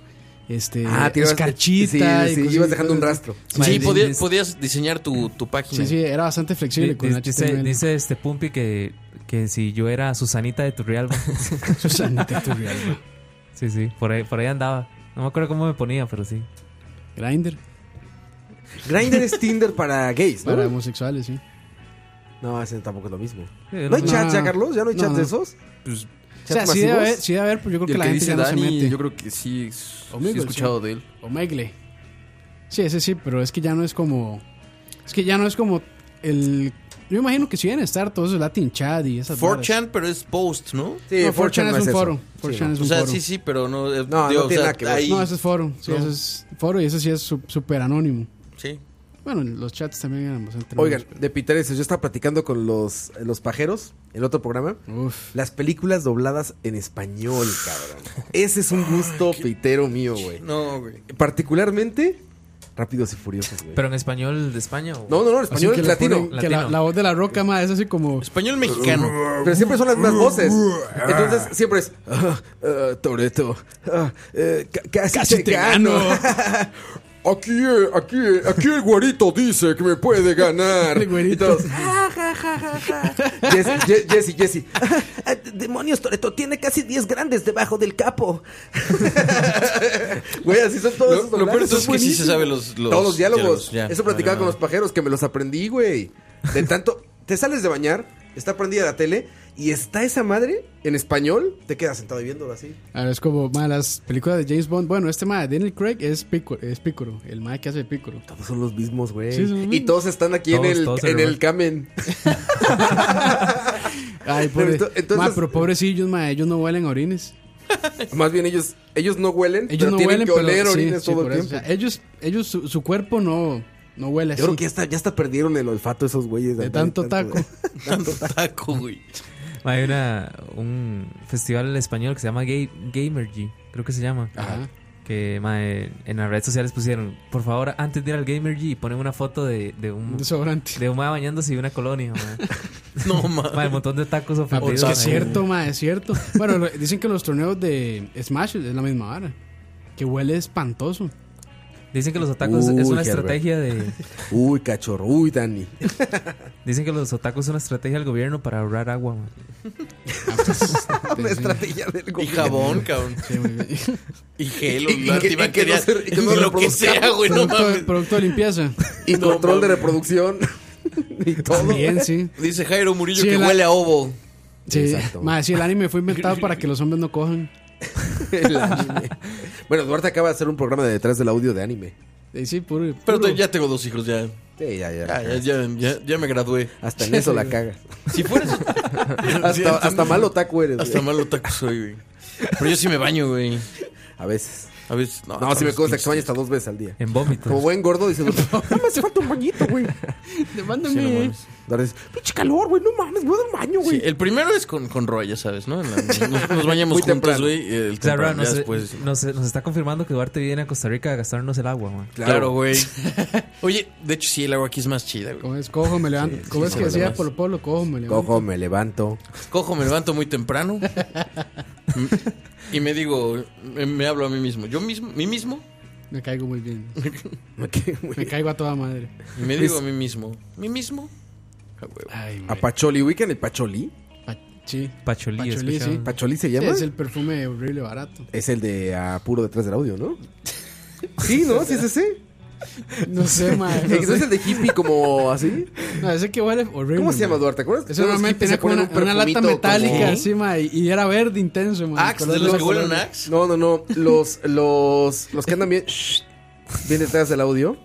[SPEAKER 14] este
[SPEAKER 15] Eh,
[SPEAKER 1] Ah, tirabas-
[SPEAKER 14] escarchita.
[SPEAKER 1] sí,
[SPEAKER 14] y
[SPEAKER 1] sí,
[SPEAKER 14] cosas
[SPEAKER 1] ibas
[SPEAKER 14] así.
[SPEAKER 1] dejando un rastro.
[SPEAKER 15] Sí,
[SPEAKER 14] Sí,
[SPEAKER 15] podías,
[SPEAKER 14] dice-
[SPEAKER 15] podías diseñar tu, tu página.
[SPEAKER 14] Sí, sí, era bastante flexible
[SPEAKER 2] Di-
[SPEAKER 14] con
[SPEAKER 2] di- dice,
[SPEAKER 14] HTML.
[SPEAKER 2] dice este Pumpi que, que si yo era Susanita de Turrialba.
[SPEAKER 14] Susanita de Turrialba.
[SPEAKER 2] Sí, sí, por ahí, por ahí andaba. No me acuerdo cómo me ponía, pero sí.
[SPEAKER 14] Grindr.
[SPEAKER 1] Grindr es Tinder para gays, ¿no?
[SPEAKER 14] Para homosexuales, sí.
[SPEAKER 1] No, ese tampoco es lo mismo.
[SPEAKER 14] Sí,
[SPEAKER 1] ¿No
[SPEAKER 14] no-
[SPEAKER 1] hay chats ya,
[SPEAKER 14] no.
[SPEAKER 1] Carlos? ¿Ya no hay
[SPEAKER 14] No,
[SPEAKER 1] chats de
[SPEAKER 14] no.
[SPEAKER 1] esos?
[SPEAKER 14] O sea, sí debe haber, sí debe haber, pero yo creo
[SPEAKER 18] Pues, Y
[SPEAKER 14] que
[SPEAKER 18] el
[SPEAKER 14] la
[SPEAKER 18] que
[SPEAKER 14] gente
[SPEAKER 18] dice
[SPEAKER 14] ya no se
[SPEAKER 18] Dani,
[SPEAKER 14] mete.
[SPEAKER 18] yo creo que sí, sí
[SPEAKER 14] Omegle,
[SPEAKER 18] he escuchado
[SPEAKER 14] sí.
[SPEAKER 18] de él.
[SPEAKER 14] Omegle. Sí, ese sí, pero es que ya no es como. Es que ya no es como el. Yo imagino que si deben estar todos esos Latin Chat y esas. varas.
[SPEAKER 15] 4chan, pero es post, ¿no?
[SPEAKER 14] Sí, No, 4chan 4chan no es es un eso. foro. 4chan es
[SPEAKER 15] o
[SPEAKER 14] un
[SPEAKER 15] sea,
[SPEAKER 14] foro.
[SPEAKER 15] sí, sí, pero no. eh,
[SPEAKER 1] No, no
[SPEAKER 15] digo, o
[SPEAKER 1] tiene
[SPEAKER 15] sea,
[SPEAKER 1] nada que ver.
[SPEAKER 15] ahí-
[SPEAKER 14] No, ese es foro. Sí,
[SPEAKER 15] No.
[SPEAKER 14] ese es foro y ese sí es sup- súper anónimo.
[SPEAKER 15] Sí.
[SPEAKER 14] Bueno, los chats también eran bastante anónimos,
[SPEAKER 1] Oigan, de Piteres, yo estaba platicando con los, los pajeros, el otro programa. Las películas dobladas en español, cabrón. Ese es un gusto pitero mío, güey.
[SPEAKER 15] No, güey.
[SPEAKER 1] Particularmente, Rápidos y Furiosos, güey.
[SPEAKER 2] Pero en español de España. o-
[SPEAKER 1] No, no, no,
[SPEAKER 14] Así
[SPEAKER 1] en español
[SPEAKER 14] que le
[SPEAKER 1] latino.
[SPEAKER 14] ponen- que la, la voz de la roca, ma, es así como.
[SPEAKER 15] Español mexicano.
[SPEAKER 1] Pero siempre son las mismas voces. Entonces siempre es ah, ah, Toreto. ah, eh, ca- casi,
[SPEAKER 20] Casi
[SPEAKER 1] te
[SPEAKER 20] te
[SPEAKER 1] gano.
[SPEAKER 20] gano.
[SPEAKER 1] Aquí, eh, aquí, eh, aquí el güerito dice que me puede ganar.
[SPEAKER 20] El güerito.
[SPEAKER 1] Y todos, Jesse, Je- Jesse, Jesse. Eh, Demonios, Toreto, tiene casi 10 grandes debajo del capo. Güey, así son todos
[SPEAKER 15] Lo-
[SPEAKER 1] esos
[SPEAKER 15] lo
[SPEAKER 1] doblajes,
[SPEAKER 15] peor es que sí
[SPEAKER 1] buenísimo.
[SPEAKER 15] se sabe los- los
[SPEAKER 1] Todos los diálogos.
[SPEAKER 15] diálogos, ya.
[SPEAKER 1] Eso platicaba
[SPEAKER 15] Ah.
[SPEAKER 1] con los pajeros que me los aprendí, güey. De tanto, te sales de bañar, está prendida la tele y está esa madre en español, te quedas sentado y viéndolo así.
[SPEAKER 14] A ver, es como, ma, las películas de James Bond. Bueno, este ma, de Daniel Craig es Picoro, es Picoro el ma que hace Picoro.
[SPEAKER 1] Todos son los mismos, güey.
[SPEAKER 14] Sí, son los
[SPEAKER 1] y
[SPEAKER 14] mismos.
[SPEAKER 1] todos están aquí
[SPEAKER 14] Todos,
[SPEAKER 1] en el
[SPEAKER 14] todos
[SPEAKER 1] en
[SPEAKER 14] alrededor.
[SPEAKER 1] el camen.
[SPEAKER 14] Ay, pobre.
[SPEAKER 1] Pero entonces-
[SPEAKER 14] ma, pero pobrecillos, ma, ellos no huelen a orines.
[SPEAKER 1] Más bien ellos ellos no huelen,
[SPEAKER 14] Ellos
[SPEAKER 1] pero
[SPEAKER 14] no
[SPEAKER 1] tienen
[SPEAKER 14] huelen,
[SPEAKER 1] que
[SPEAKER 14] pero
[SPEAKER 1] oler
[SPEAKER 14] sí,
[SPEAKER 1] orines
[SPEAKER 14] sí,
[SPEAKER 1] todo
[SPEAKER 14] por
[SPEAKER 1] el
[SPEAKER 14] eso.
[SPEAKER 1] tiempo.
[SPEAKER 14] O sea, ellos, ellos su, su cuerpo no, no huele así.
[SPEAKER 1] Yo creo que ya hasta, ya hasta perdieron el olfato esos güeyes.
[SPEAKER 14] De
[SPEAKER 1] andar en
[SPEAKER 14] tanto taco.
[SPEAKER 15] Tanto taco, güey.
[SPEAKER 2] Hay una, un festival español que se llama Ga- Gamergy, creo que se llama.
[SPEAKER 14] Ajá.
[SPEAKER 2] Que mae, en las redes sociales pusieron, por favor, antes de ir al Gamergy, ponen una foto de, de un
[SPEAKER 14] desodorante.
[SPEAKER 2] De un mae bañándose y una colonia. mae.
[SPEAKER 15] no, mae.
[SPEAKER 2] Mae, Un montón de tacos
[SPEAKER 14] Ah, pero
[SPEAKER 2] ofendidos.
[SPEAKER 14] es que
[SPEAKER 2] mae.
[SPEAKER 14] es cierto, ma, es cierto. Bueno, lo- dicen que los torneos de Smash es la misma vara. Que huele espantoso.
[SPEAKER 2] Dicen que los otakus es
[SPEAKER 1] Uy,
[SPEAKER 2] una
[SPEAKER 1] Herbert.
[SPEAKER 2] estrategia de.
[SPEAKER 1] Uy, cachorro, uy, Dani.
[SPEAKER 2] Dicen que los otakus es una estrategia del gobierno para ahorrar agua. mae.
[SPEAKER 1] Una estrategia del
[SPEAKER 15] Y
[SPEAKER 1] gobierno.
[SPEAKER 15] jabón, cabrón. Y gel,
[SPEAKER 1] Y- y-
[SPEAKER 15] o
[SPEAKER 1] y que- y que no
[SPEAKER 15] antibacterial.
[SPEAKER 1] se- y que no
[SPEAKER 15] Lo que
[SPEAKER 1] reproduzca.
[SPEAKER 15] sea, güey, no
[SPEAKER 14] producto,
[SPEAKER 15] mames.
[SPEAKER 14] producto de limpieza.
[SPEAKER 1] Y control de reproducción. y todo.
[SPEAKER 14] También, sí.
[SPEAKER 15] Dice Jairo Murillo
[SPEAKER 14] Sí,
[SPEAKER 15] que
[SPEAKER 14] la-
[SPEAKER 15] huele a ovo.
[SPEAKER 14] Sí,
[SPEAKER 1] Exacto.
[SPEAKER 14] ma, sí, el anime fue inventado para que los hombres no cojan.
[SPEAKER 1] El anime. Bueno, Duarte acaba de hacer un programa de detrás del audio de anime.
[SPEAKER 14] Eh, Sí, sí, puro.
[SPEAKER 15] Pero
[SPEAKER 14] puro-
[SPEAKER 15] te- ya tengo dos hijos, ya.
[SPEAKER 1] Sí, ya, ya.
[SPEAKER 15] Ya, ya, ya, ya- ya me gradué.
[SPEAKER 1] Hasta en eso la cagas.
[SPEAKER 15] Si fueras.
[SPEAKER 1] hasta, hasta malo taco eres.
[SPEAKER 15] Hasta
[SPEAKER 1] güey.
[SPEAKER 15] malo taco soy, güey. Pero yo sí me baño, güey.
[SPEAKER 1] A veces.
[SPEAKER 15] A veces, no,
[SPEAKER 1] No, si me consta que se baña hasta dos veces al día.
[SPEAKER 2] En vómito.
[SPEAKER 1] Como buen gordo, dice. No me hace falta un bañito, güey.
[SPEAKER 15] Sí, no
[SPEAKER 1] Demándame.
[SPEAKER 15] mames.
[SPEAKER 1] Pinche calor, güey. No mames, voy al baño,
[SPEAKER 15] Sí,
[SPEAKER 1] güey.
[SPEAKER 15] el primero es con, con Roy, ya sabes, ¿no? En la- nos, nos bañamos
[SPEAKER 1] Muy
[SPEAKER 15] juntos,
[SPEAKER 1] temprano.
[SPEAKER 15] güey. El
[SPEAKER 2] Claro,
[SPEAKER 15] temprano,
[SPEAKER 2] nos,
[SPEAKER 15] ya después.
[SPEAKER 2] nos, nos está confirmando que Duarte viene a Costa Rica a gastarnos el agua, man.
[SPEAKER 15] Claro, güey. Oye, de hecho, sí, el agua aquí es más chida, güey.
[SPEAKER 14] Como es cojo, me levanto. ¿Cómo
[SPEAKER 15] sí,
[SPEAKER 14] es
[SPEAKER 15] se
[SPEAKER 14] que
[SPEAKER 15] vale
[SPEAKER 14] decía
[SPEAKER 15] más.
[SPEAKER 14] Polo Polo? Cojo, me levanto.
[SPEAKER 1] Cojo, me levanto.
[SPEAKER 15] Cojo, me levanto muy temprano. M- y me digo, me, me hablo a mí mismo. Yo mismo, mí mismo.
[SPEAKER 14] Me caigo muy bien. me caigo a toda madre.
[SPEAKER 15] Y me digo a mí mismo. ¿Mí mismo?
[SPEAKER 1] A Pacholi, ¿ubican el Pacholi?
[SPEAKER 14] Sí.
[SPEAKER 2] Pacholí,
[SPEAKER 14] Pacholí, sí.
[SPEAKER 1] ¿Pacholí se llama?
[SPEAKER 14] Es el perfume horrible barato.
[SPEAKER 1] Es el de apuro puro detrás del audio, ¿no? Sí, ¿no? Sí, es ese.
[SPEAKER 14] No sé, madre. no
[SPEAKER 1] ¿Es
[SPEAKER 14] sé.
[SPEAKER 1] el de hippie como así?
[SPEAKER 14] No, ese que huele horrible.
[SPEAKER 1] ¿Cómo se llama,
[SPEAKER 14] man.
[SPEAKER 1] Duarte? ¿Te acuerdas?
[SPEAKER 14] Ese
[SPEAKER 1] Unos
[SPEAKER 14] normalmente
[SPEAKER 1] hippies se
[SPEAKER 14] tenía como una,
[SPEAKER 1] ponen un
[SPEAKER 14] una lata
[SPEAKER 1] perfumito
[SPEAKER 14] metálica
[SPEAKER 1] como- Ah,
[SPEAKER 14] encima y, y era verde intenso, man.
[SPEAKER 15] Axe,
[SPEAKER 14] Color
[SPEAKER 15] de los que
[SPEAKER 14] color.
[SPEAKER 15] huelen a Axe.
[SPEAKER 1] No, no, no. Los, los, los que andan bien, shh, bien detrás del audio,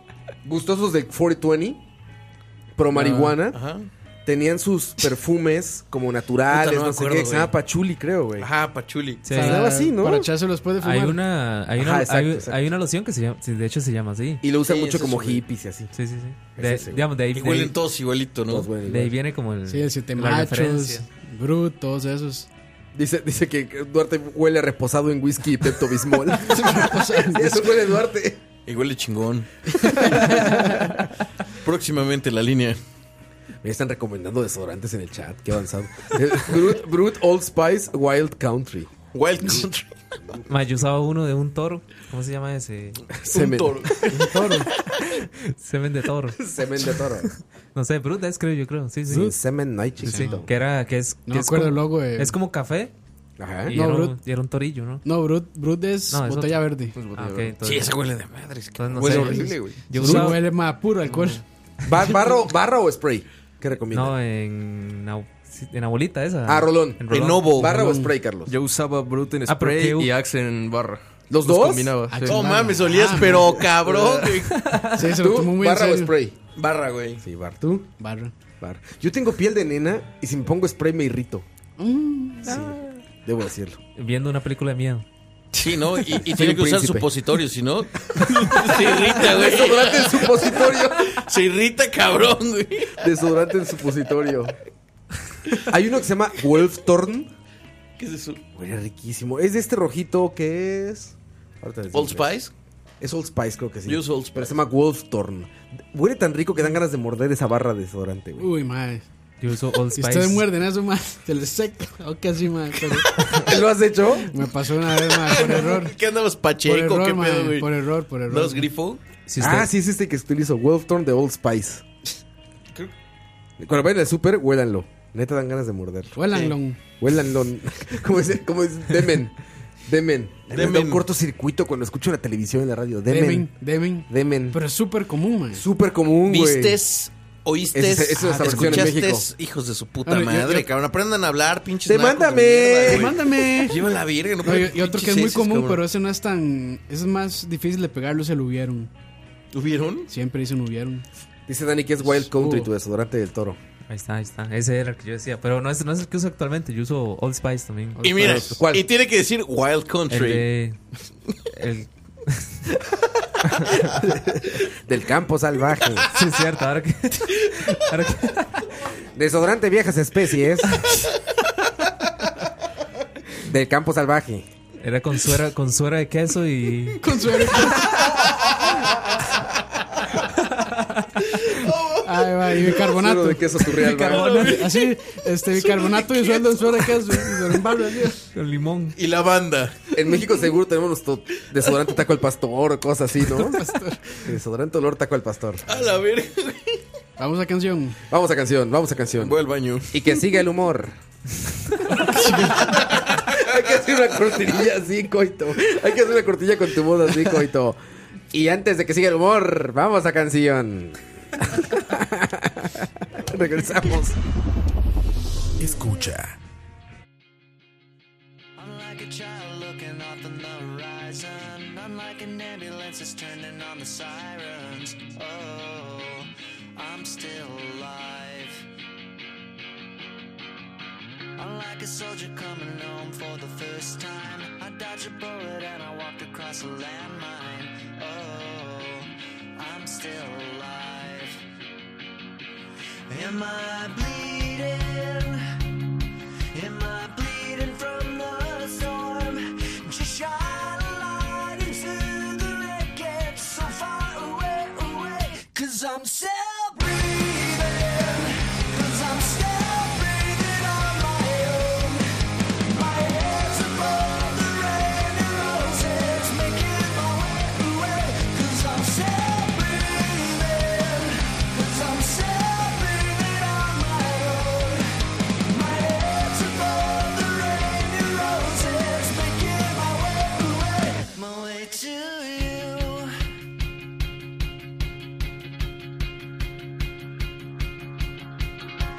[SPEAKER 1] gustosos de 420, pro marihuana,
[SPEAKER 15] Ah, Ajá.
[SPEAKER 1] tenían sus perfumes como naturales,
[SPEAKER 15] Puta,
[SPEAKER 1] no,
[SPEAKER 15] no me
[SPEAKER 1] sé
[SPEAKER 15] acuerdo,
[SPEAKER 1] qué, que se
[SPEAKER 15] güey.
[SPEAKER 1] llama Pachuli, creo, güey.
[SPEAKER 15] Ajá, Pachuli.
[SPEAKER 2] Sí.
[SPEAKER 1] Se llamaba así, ¿no?
[SPEAKER 14] Para echárselo después de fumar.
[SPEAKER 2] Uh. Hay una, hay, una,
[SPEAKER 1] Ajá, exacto,
[SPEAKER 2] hay-
[SPEAKER 1] exacto.
[SPEAKER 2] hay una loción que se llama, sí, de hecho se llama así.
[SPEAKER 1] Y lo usan
[SPEAKER 2] Sí,
[SPEAKER 1] mucho
[SPEAKER 2] es
[SPEAKER 1] como
[SPEAKER 2] eso, güey.
[SPEAKER 1] hippies y así.
[SPEAKER 2] Sí, sí, sí.
[SPEAKER 1] Es
[SPEAKER 2] De-
[SPEAKER 1] ese, güey.
[SPEAKER 2] digamos, de ahí,
[SPEAKER 15] Y
[SPEAKER 2] de ahí-
[SPEAKER 15] huelen todos igualito, ¿no?
[SPEAKER 1] Todos huelen
[SPEAKER 2] de ahí
[SPEAKER 1] igual.
[SPEAKER 2] viene como el.
[SPEAKER 14] Sí, el siete
[SPEAKER 2] la
[SPEAKER 14] machos,
[SPEAKER 2] referencia.
[SPEAKER 14] Brut, todos esos.
[SPEAKER 1] Dice, dice que Duarte huele a reposado en whisky y Pepto Bismol. Eso huele Duarte.
[SPEAKER 15] Y huele chingón. Próximamente la línea.
[SPEAKER 1] Me están recomendando desodorantes en el chat, qué avanzado. Eh, Brut, Brut Old Spice Wild Country.
[SPEAKER 15] Wild Country.
[SPEAKER 2] Ma, yo usaba uno de un toro. ¿Cómo se llama ese?
[SPEAKER 1] Semen. toro.
[SPEAKER 2] Un toro. Semen de toro.
[SPEAKER 1] Semen de toro.
[SPEAKER 2] No sé, Brut es creo, yo creo. Sí, sí.
[SPEAKER 1] Sí, Semen Night
[SPEAKER 2] Sí, sí.
[SPEAKER 1] Chiquito.
[SPEAKER 2] Que era, que es.
[SPEAKER 14] No
[SPEAKER 2] que
[SPEAKER 14] me
[SPEAKER 2] es
[SPEAKER 14] acuerdo el
[SPEAKER 2] como-
[SPEAKER 14] logo de-
[SPEAKER 2] Es como café.
[SPEAKER 1] Ajá.
[SPEAKER 2] Y,
[SPEAKER 14] No,
[SPEAKER 2] era, un,
[SPEAKER 14] Brut.
[SPEAKER 2] y era un torillo, ¿no?
[SPEAKER 14] No, Brut, Brut es
[SPEAKER 2] No, es
[SPEAKER 14] botella
[SPEAKER 2] otro.
[SPEAKER 14] verde.
[SPEAKER 2] Ah, ok, entonces-
[SPEAKER 15] Sí, ese huele de madres. que
[SPEAKER 2] Entonces, no
[SPEAKER 15] huele
[SPEAKER 2] sé.
[SPEAKER 15] horrible, güey.
[SPEAKER 2] Yo
[SPEAKER 14] Sí,
[SPEAKER 2] usaba-
[SPEAKER 14] huele más puro alcohol.
[SPEAKER 1] Ba- barro, ¿Barra o spray? ¿Qué recomiendas?
[SPEAKER 2] No, en. la- sí, En la bolita esa.
[SPEAKER 1] Ah, Rolón.
[SPEAKER 2] En
[SPEAKER 15] En Novo.
[SPEAKER 1] ¿Barra o
[SPEAKER 2] Rolón.
[SPEAKER 1] spray, Carlos?
[SPEAKER 18] Yo usaba Brut en
[SPEAKER 2] Ah, pero
[SPEAKER 18] spray
[SPEAKER 2] qué- Ah,
[SPEAKER 18] y Axe en barra.
[SPEAKER 1] ¿Los dos? Ah,
[SPEAKER 18] combinaba. sí.
[SPEAKER 15] No mames, olías, pero cabrón. güey.
[SPEAKER 14] Ah, Sí, se lo tomó
[SPEAKER 1] ¿Tú?
[SPEAKER 14] muy en
[SPEAKER 1] ¿Barra o
[SPEAKER 14] serio.
[SPEAKER 1] spray?
[SPEAKER 15] Barra, güey.
[SPEAKER 1] Sí, barra.
[SPEAKER 14] ¿Tú? Barra.
[SPEAKER 1] Barra. Yo tengo piel de nena y si me pongo spray me irrito. Sí, debo decirlo.
[SPEAKER 2] Viendo una película de miedo.
[SPEAKER 15] Sí, ¿no? Y, y
[SPEAKER 1] Soy
[SPEAKER 15] tiene
[SPEAKER 1] un
[SPEAKER 15] que usar
[SPEAKER 1] príncipe.
[SPEAKER 15] supositorio, si no. Se irrita, güey.
[SPEAKER 1] Desodorante en supositorio.
[SPEAKER 15] Se irrita, Este cabrón, güey.
[SPEAKER 1] Desodorante en supositorio. Hay uno que se llama Wolfthorn.
[SPEAKER 15] ¿Qué es eso?
[SPEAKER 1] Huele riquísimo. Es de este rojito que es. Ahorita les digo.
[SPEAKER 15] ¿Old Spice?
[SPEAKER 1] Es Old Spice, creo que sí.
[SPEAKER 15] Yo uso Old
[SPEAKER 1] Pero se
[SPEAKER 15] Spice.
[SPEAKER 1] llama Wolfthorn. Huele tan rico que dan ganas de morder esa barra de desodorante, güey.
[SPEAKER 14] Uy, madre.
[SPEAKER 2] Yo uso Old
[SPEAKER 14] Si
[SPEAKER 2] Spice.
[SPEAKER 14] ustedes muerden eso, madre, se les seca. O casi, madre. pero-
[SPEAKER 1] ¿Lo has hecho?
[SPEAKER 14] me pasó una vez, madre, por error.
[SPEAKER 15] ¿Qué andamos,
[SPEAKER 14] Por
[SPEAKER 15] Pacheco?
[SPEAKER 14] error,
[SPEAKER 15] ¿Qué
[SPEAKER 14] madre,
[SPEAKER 15] pedo, güey?
[SPEAKER 14] por error, por error.
[SPEAKER 15] ¿Dos grifo?
[SPEAKER 2] Si usted-
[SPEAKER 1] Ah, sí, es este que utilizo. Wolfthorn de Old Spice.
[SPEAKER 15] Creo-
[SPEAKER 1] Cuando vayan al super, huélanlo. Neta dan ganas de morder.
[SPEAKER 14] Huélanlo.
[SPEAKER 1] Huélanlo. Como dice, como dice, demen. Demen.
[SPEAKER 15] Demen.
[SPEAKER 1] Me da un cortocircuito cuando escucho la televisión y la radio. Demen.
[SPEAKER 14] Demen, demen.
[SPEAKER 1] Demen.
[SPEAKER 14] Pero es súper común, madre.
[SPEAKER 1] Súper común, güey.
[SPEAKER 15] ¿Vistes? ¿Oíste?
[SPEAKER 1] Esa- esa es la traducción en
[SPEAKER 15] ¿Escuchaste?
[SPEAKER 1] México.
[SPEAKER 15] Hijos de su puta
[SPEAKER 14] Ahora, yo-
[SPEAKER 15] madre,
[SPEAKER 14] yo-
[SPEAKER 15] cabrón. Aprendan a hablar, pinches
[SPEAKER 1] Te
[SPEAKER 15] narcos de
[SPEAKER 1] mándame.
[SPEAKER 15] mierda, güey.
[SPEAKER 14] Mándame.
[SPEAKER 15] Llevan la virgen. No
[SPEAKER 14] No, y,
[SPEAKER 15] pueden-
[SPEAKER 14] y otro que es muy
[SPEAKER 15] pinches
[SPEAKER 14] común,
[SPEAKER 15] cabrón.
[SPEAKER 14] pero ese no es tan. ese Es más difícil de pegarlo, se lo hubieron.
[SPEAKER 15] ¿Tuvieron?
[SPEAKER 14] Siempre dicen hubieron.
[SPEAKER 1] Dice Dani que es Wild Country,
[SPEAKER 14] Uh.
[SPEAKER 1] tu desodorante del toro.
[SPEAKER 2] Ahí está, ahí está. Ese era el que yo decía. Pero no es, no es el que uso actualmente. Yo uso Old Spice también.
[SPEAKER 15] Y mira,
[SPEAKER 1] ¿Cuál?
[SPEAKER 15] y tiene que decir Wild
[SPEAKER 2] El
[SPEAKER 15] Country.
[SPEAKER 2] de- el-
[SPEAKER 1] Del campo salvaje.
[SPEAKER 2] sí, es cierto. Ahora que, ahora que-
[SPEAKER 1] Desodorante viejas especies. del campo salvaje.
[SPEAKER 2] Era con suera, con suera de queso y.
[SPEAKER 14] Con suerte. Ay, va, y bicarbonato.
[SPEAKER 1] Suero de queso turrial, va.
[SPEAKER 14] Bicarbonato, así, este bicarbonato y sueldo en suero de queso. y se lo embarro así.
[SPEAKER 2] Con limón.
[SPEAKER 15] Y la banda.
[SPEAKER 1] En México seguro tenemos nuestro desodorante taco al pastor o cosas así, ¿no? desodorante olor taco al pastor.
[SPEAKER 15] A la verga.
[SPEAKER 14] Vamos a canción.
[SPEAKER 1] Vamos a canción, vamos a canción.
[SPEAKER 15] Voy al baño.
[SPEAKER 1] Y que siga el humor. Hay que hacer una cortinilla así, coito. Hay que hacer una cortilla con tu voz así, coito. Y antes de que siga el humor, vamos a canción. Regresamos.
[SPEAKER 19] Escucha.
[SPEAKER 20] I'm like a child looking off on the horizon. I'm like an ambulance that's turning on the sirens. Oh, I'm still alive.
[SPEAKER 9] I'm like a soldier coming home for the first time. I dodged a bullet and I walked across a landmine. Oh, I'm still alive. Am I bleeding? Am I bleeding from the storm? Just shine a light into the wreckage so far away, away. Cause I'm still breathing. Cause I'm still breathing on my own. My head's above the rain and roses, making my way away. Cause I'm still breathing. Cause I'm still breathing on my own. My head's above the rain and roses, making my way away. My way to you.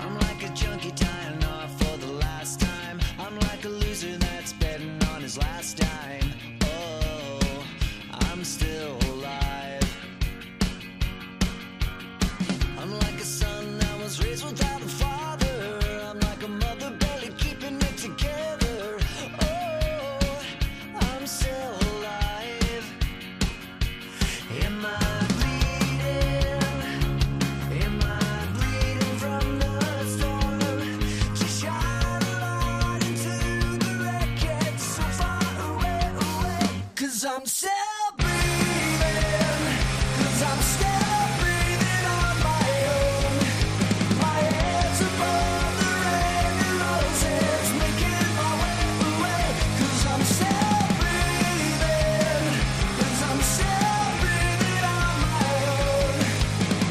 [SPEAKER 9] I'm like a junkie tying off for the last time. I'm like a loser that's betting on his last dime. Oh, I'm still alive. I'm like a son that was raised without a father. I'm like a mother barely keeping it together. Oh, I'm still alive. Am I bleeding? Am I bleeding from the storm? To shine a light into the wreckage so far away, away. Cause I'm still breathing. Cause I'm still breathing on my own. My head's above the rain and roses, making my way away. Cause I'm still breathing. Cause I'm still breathing on my own.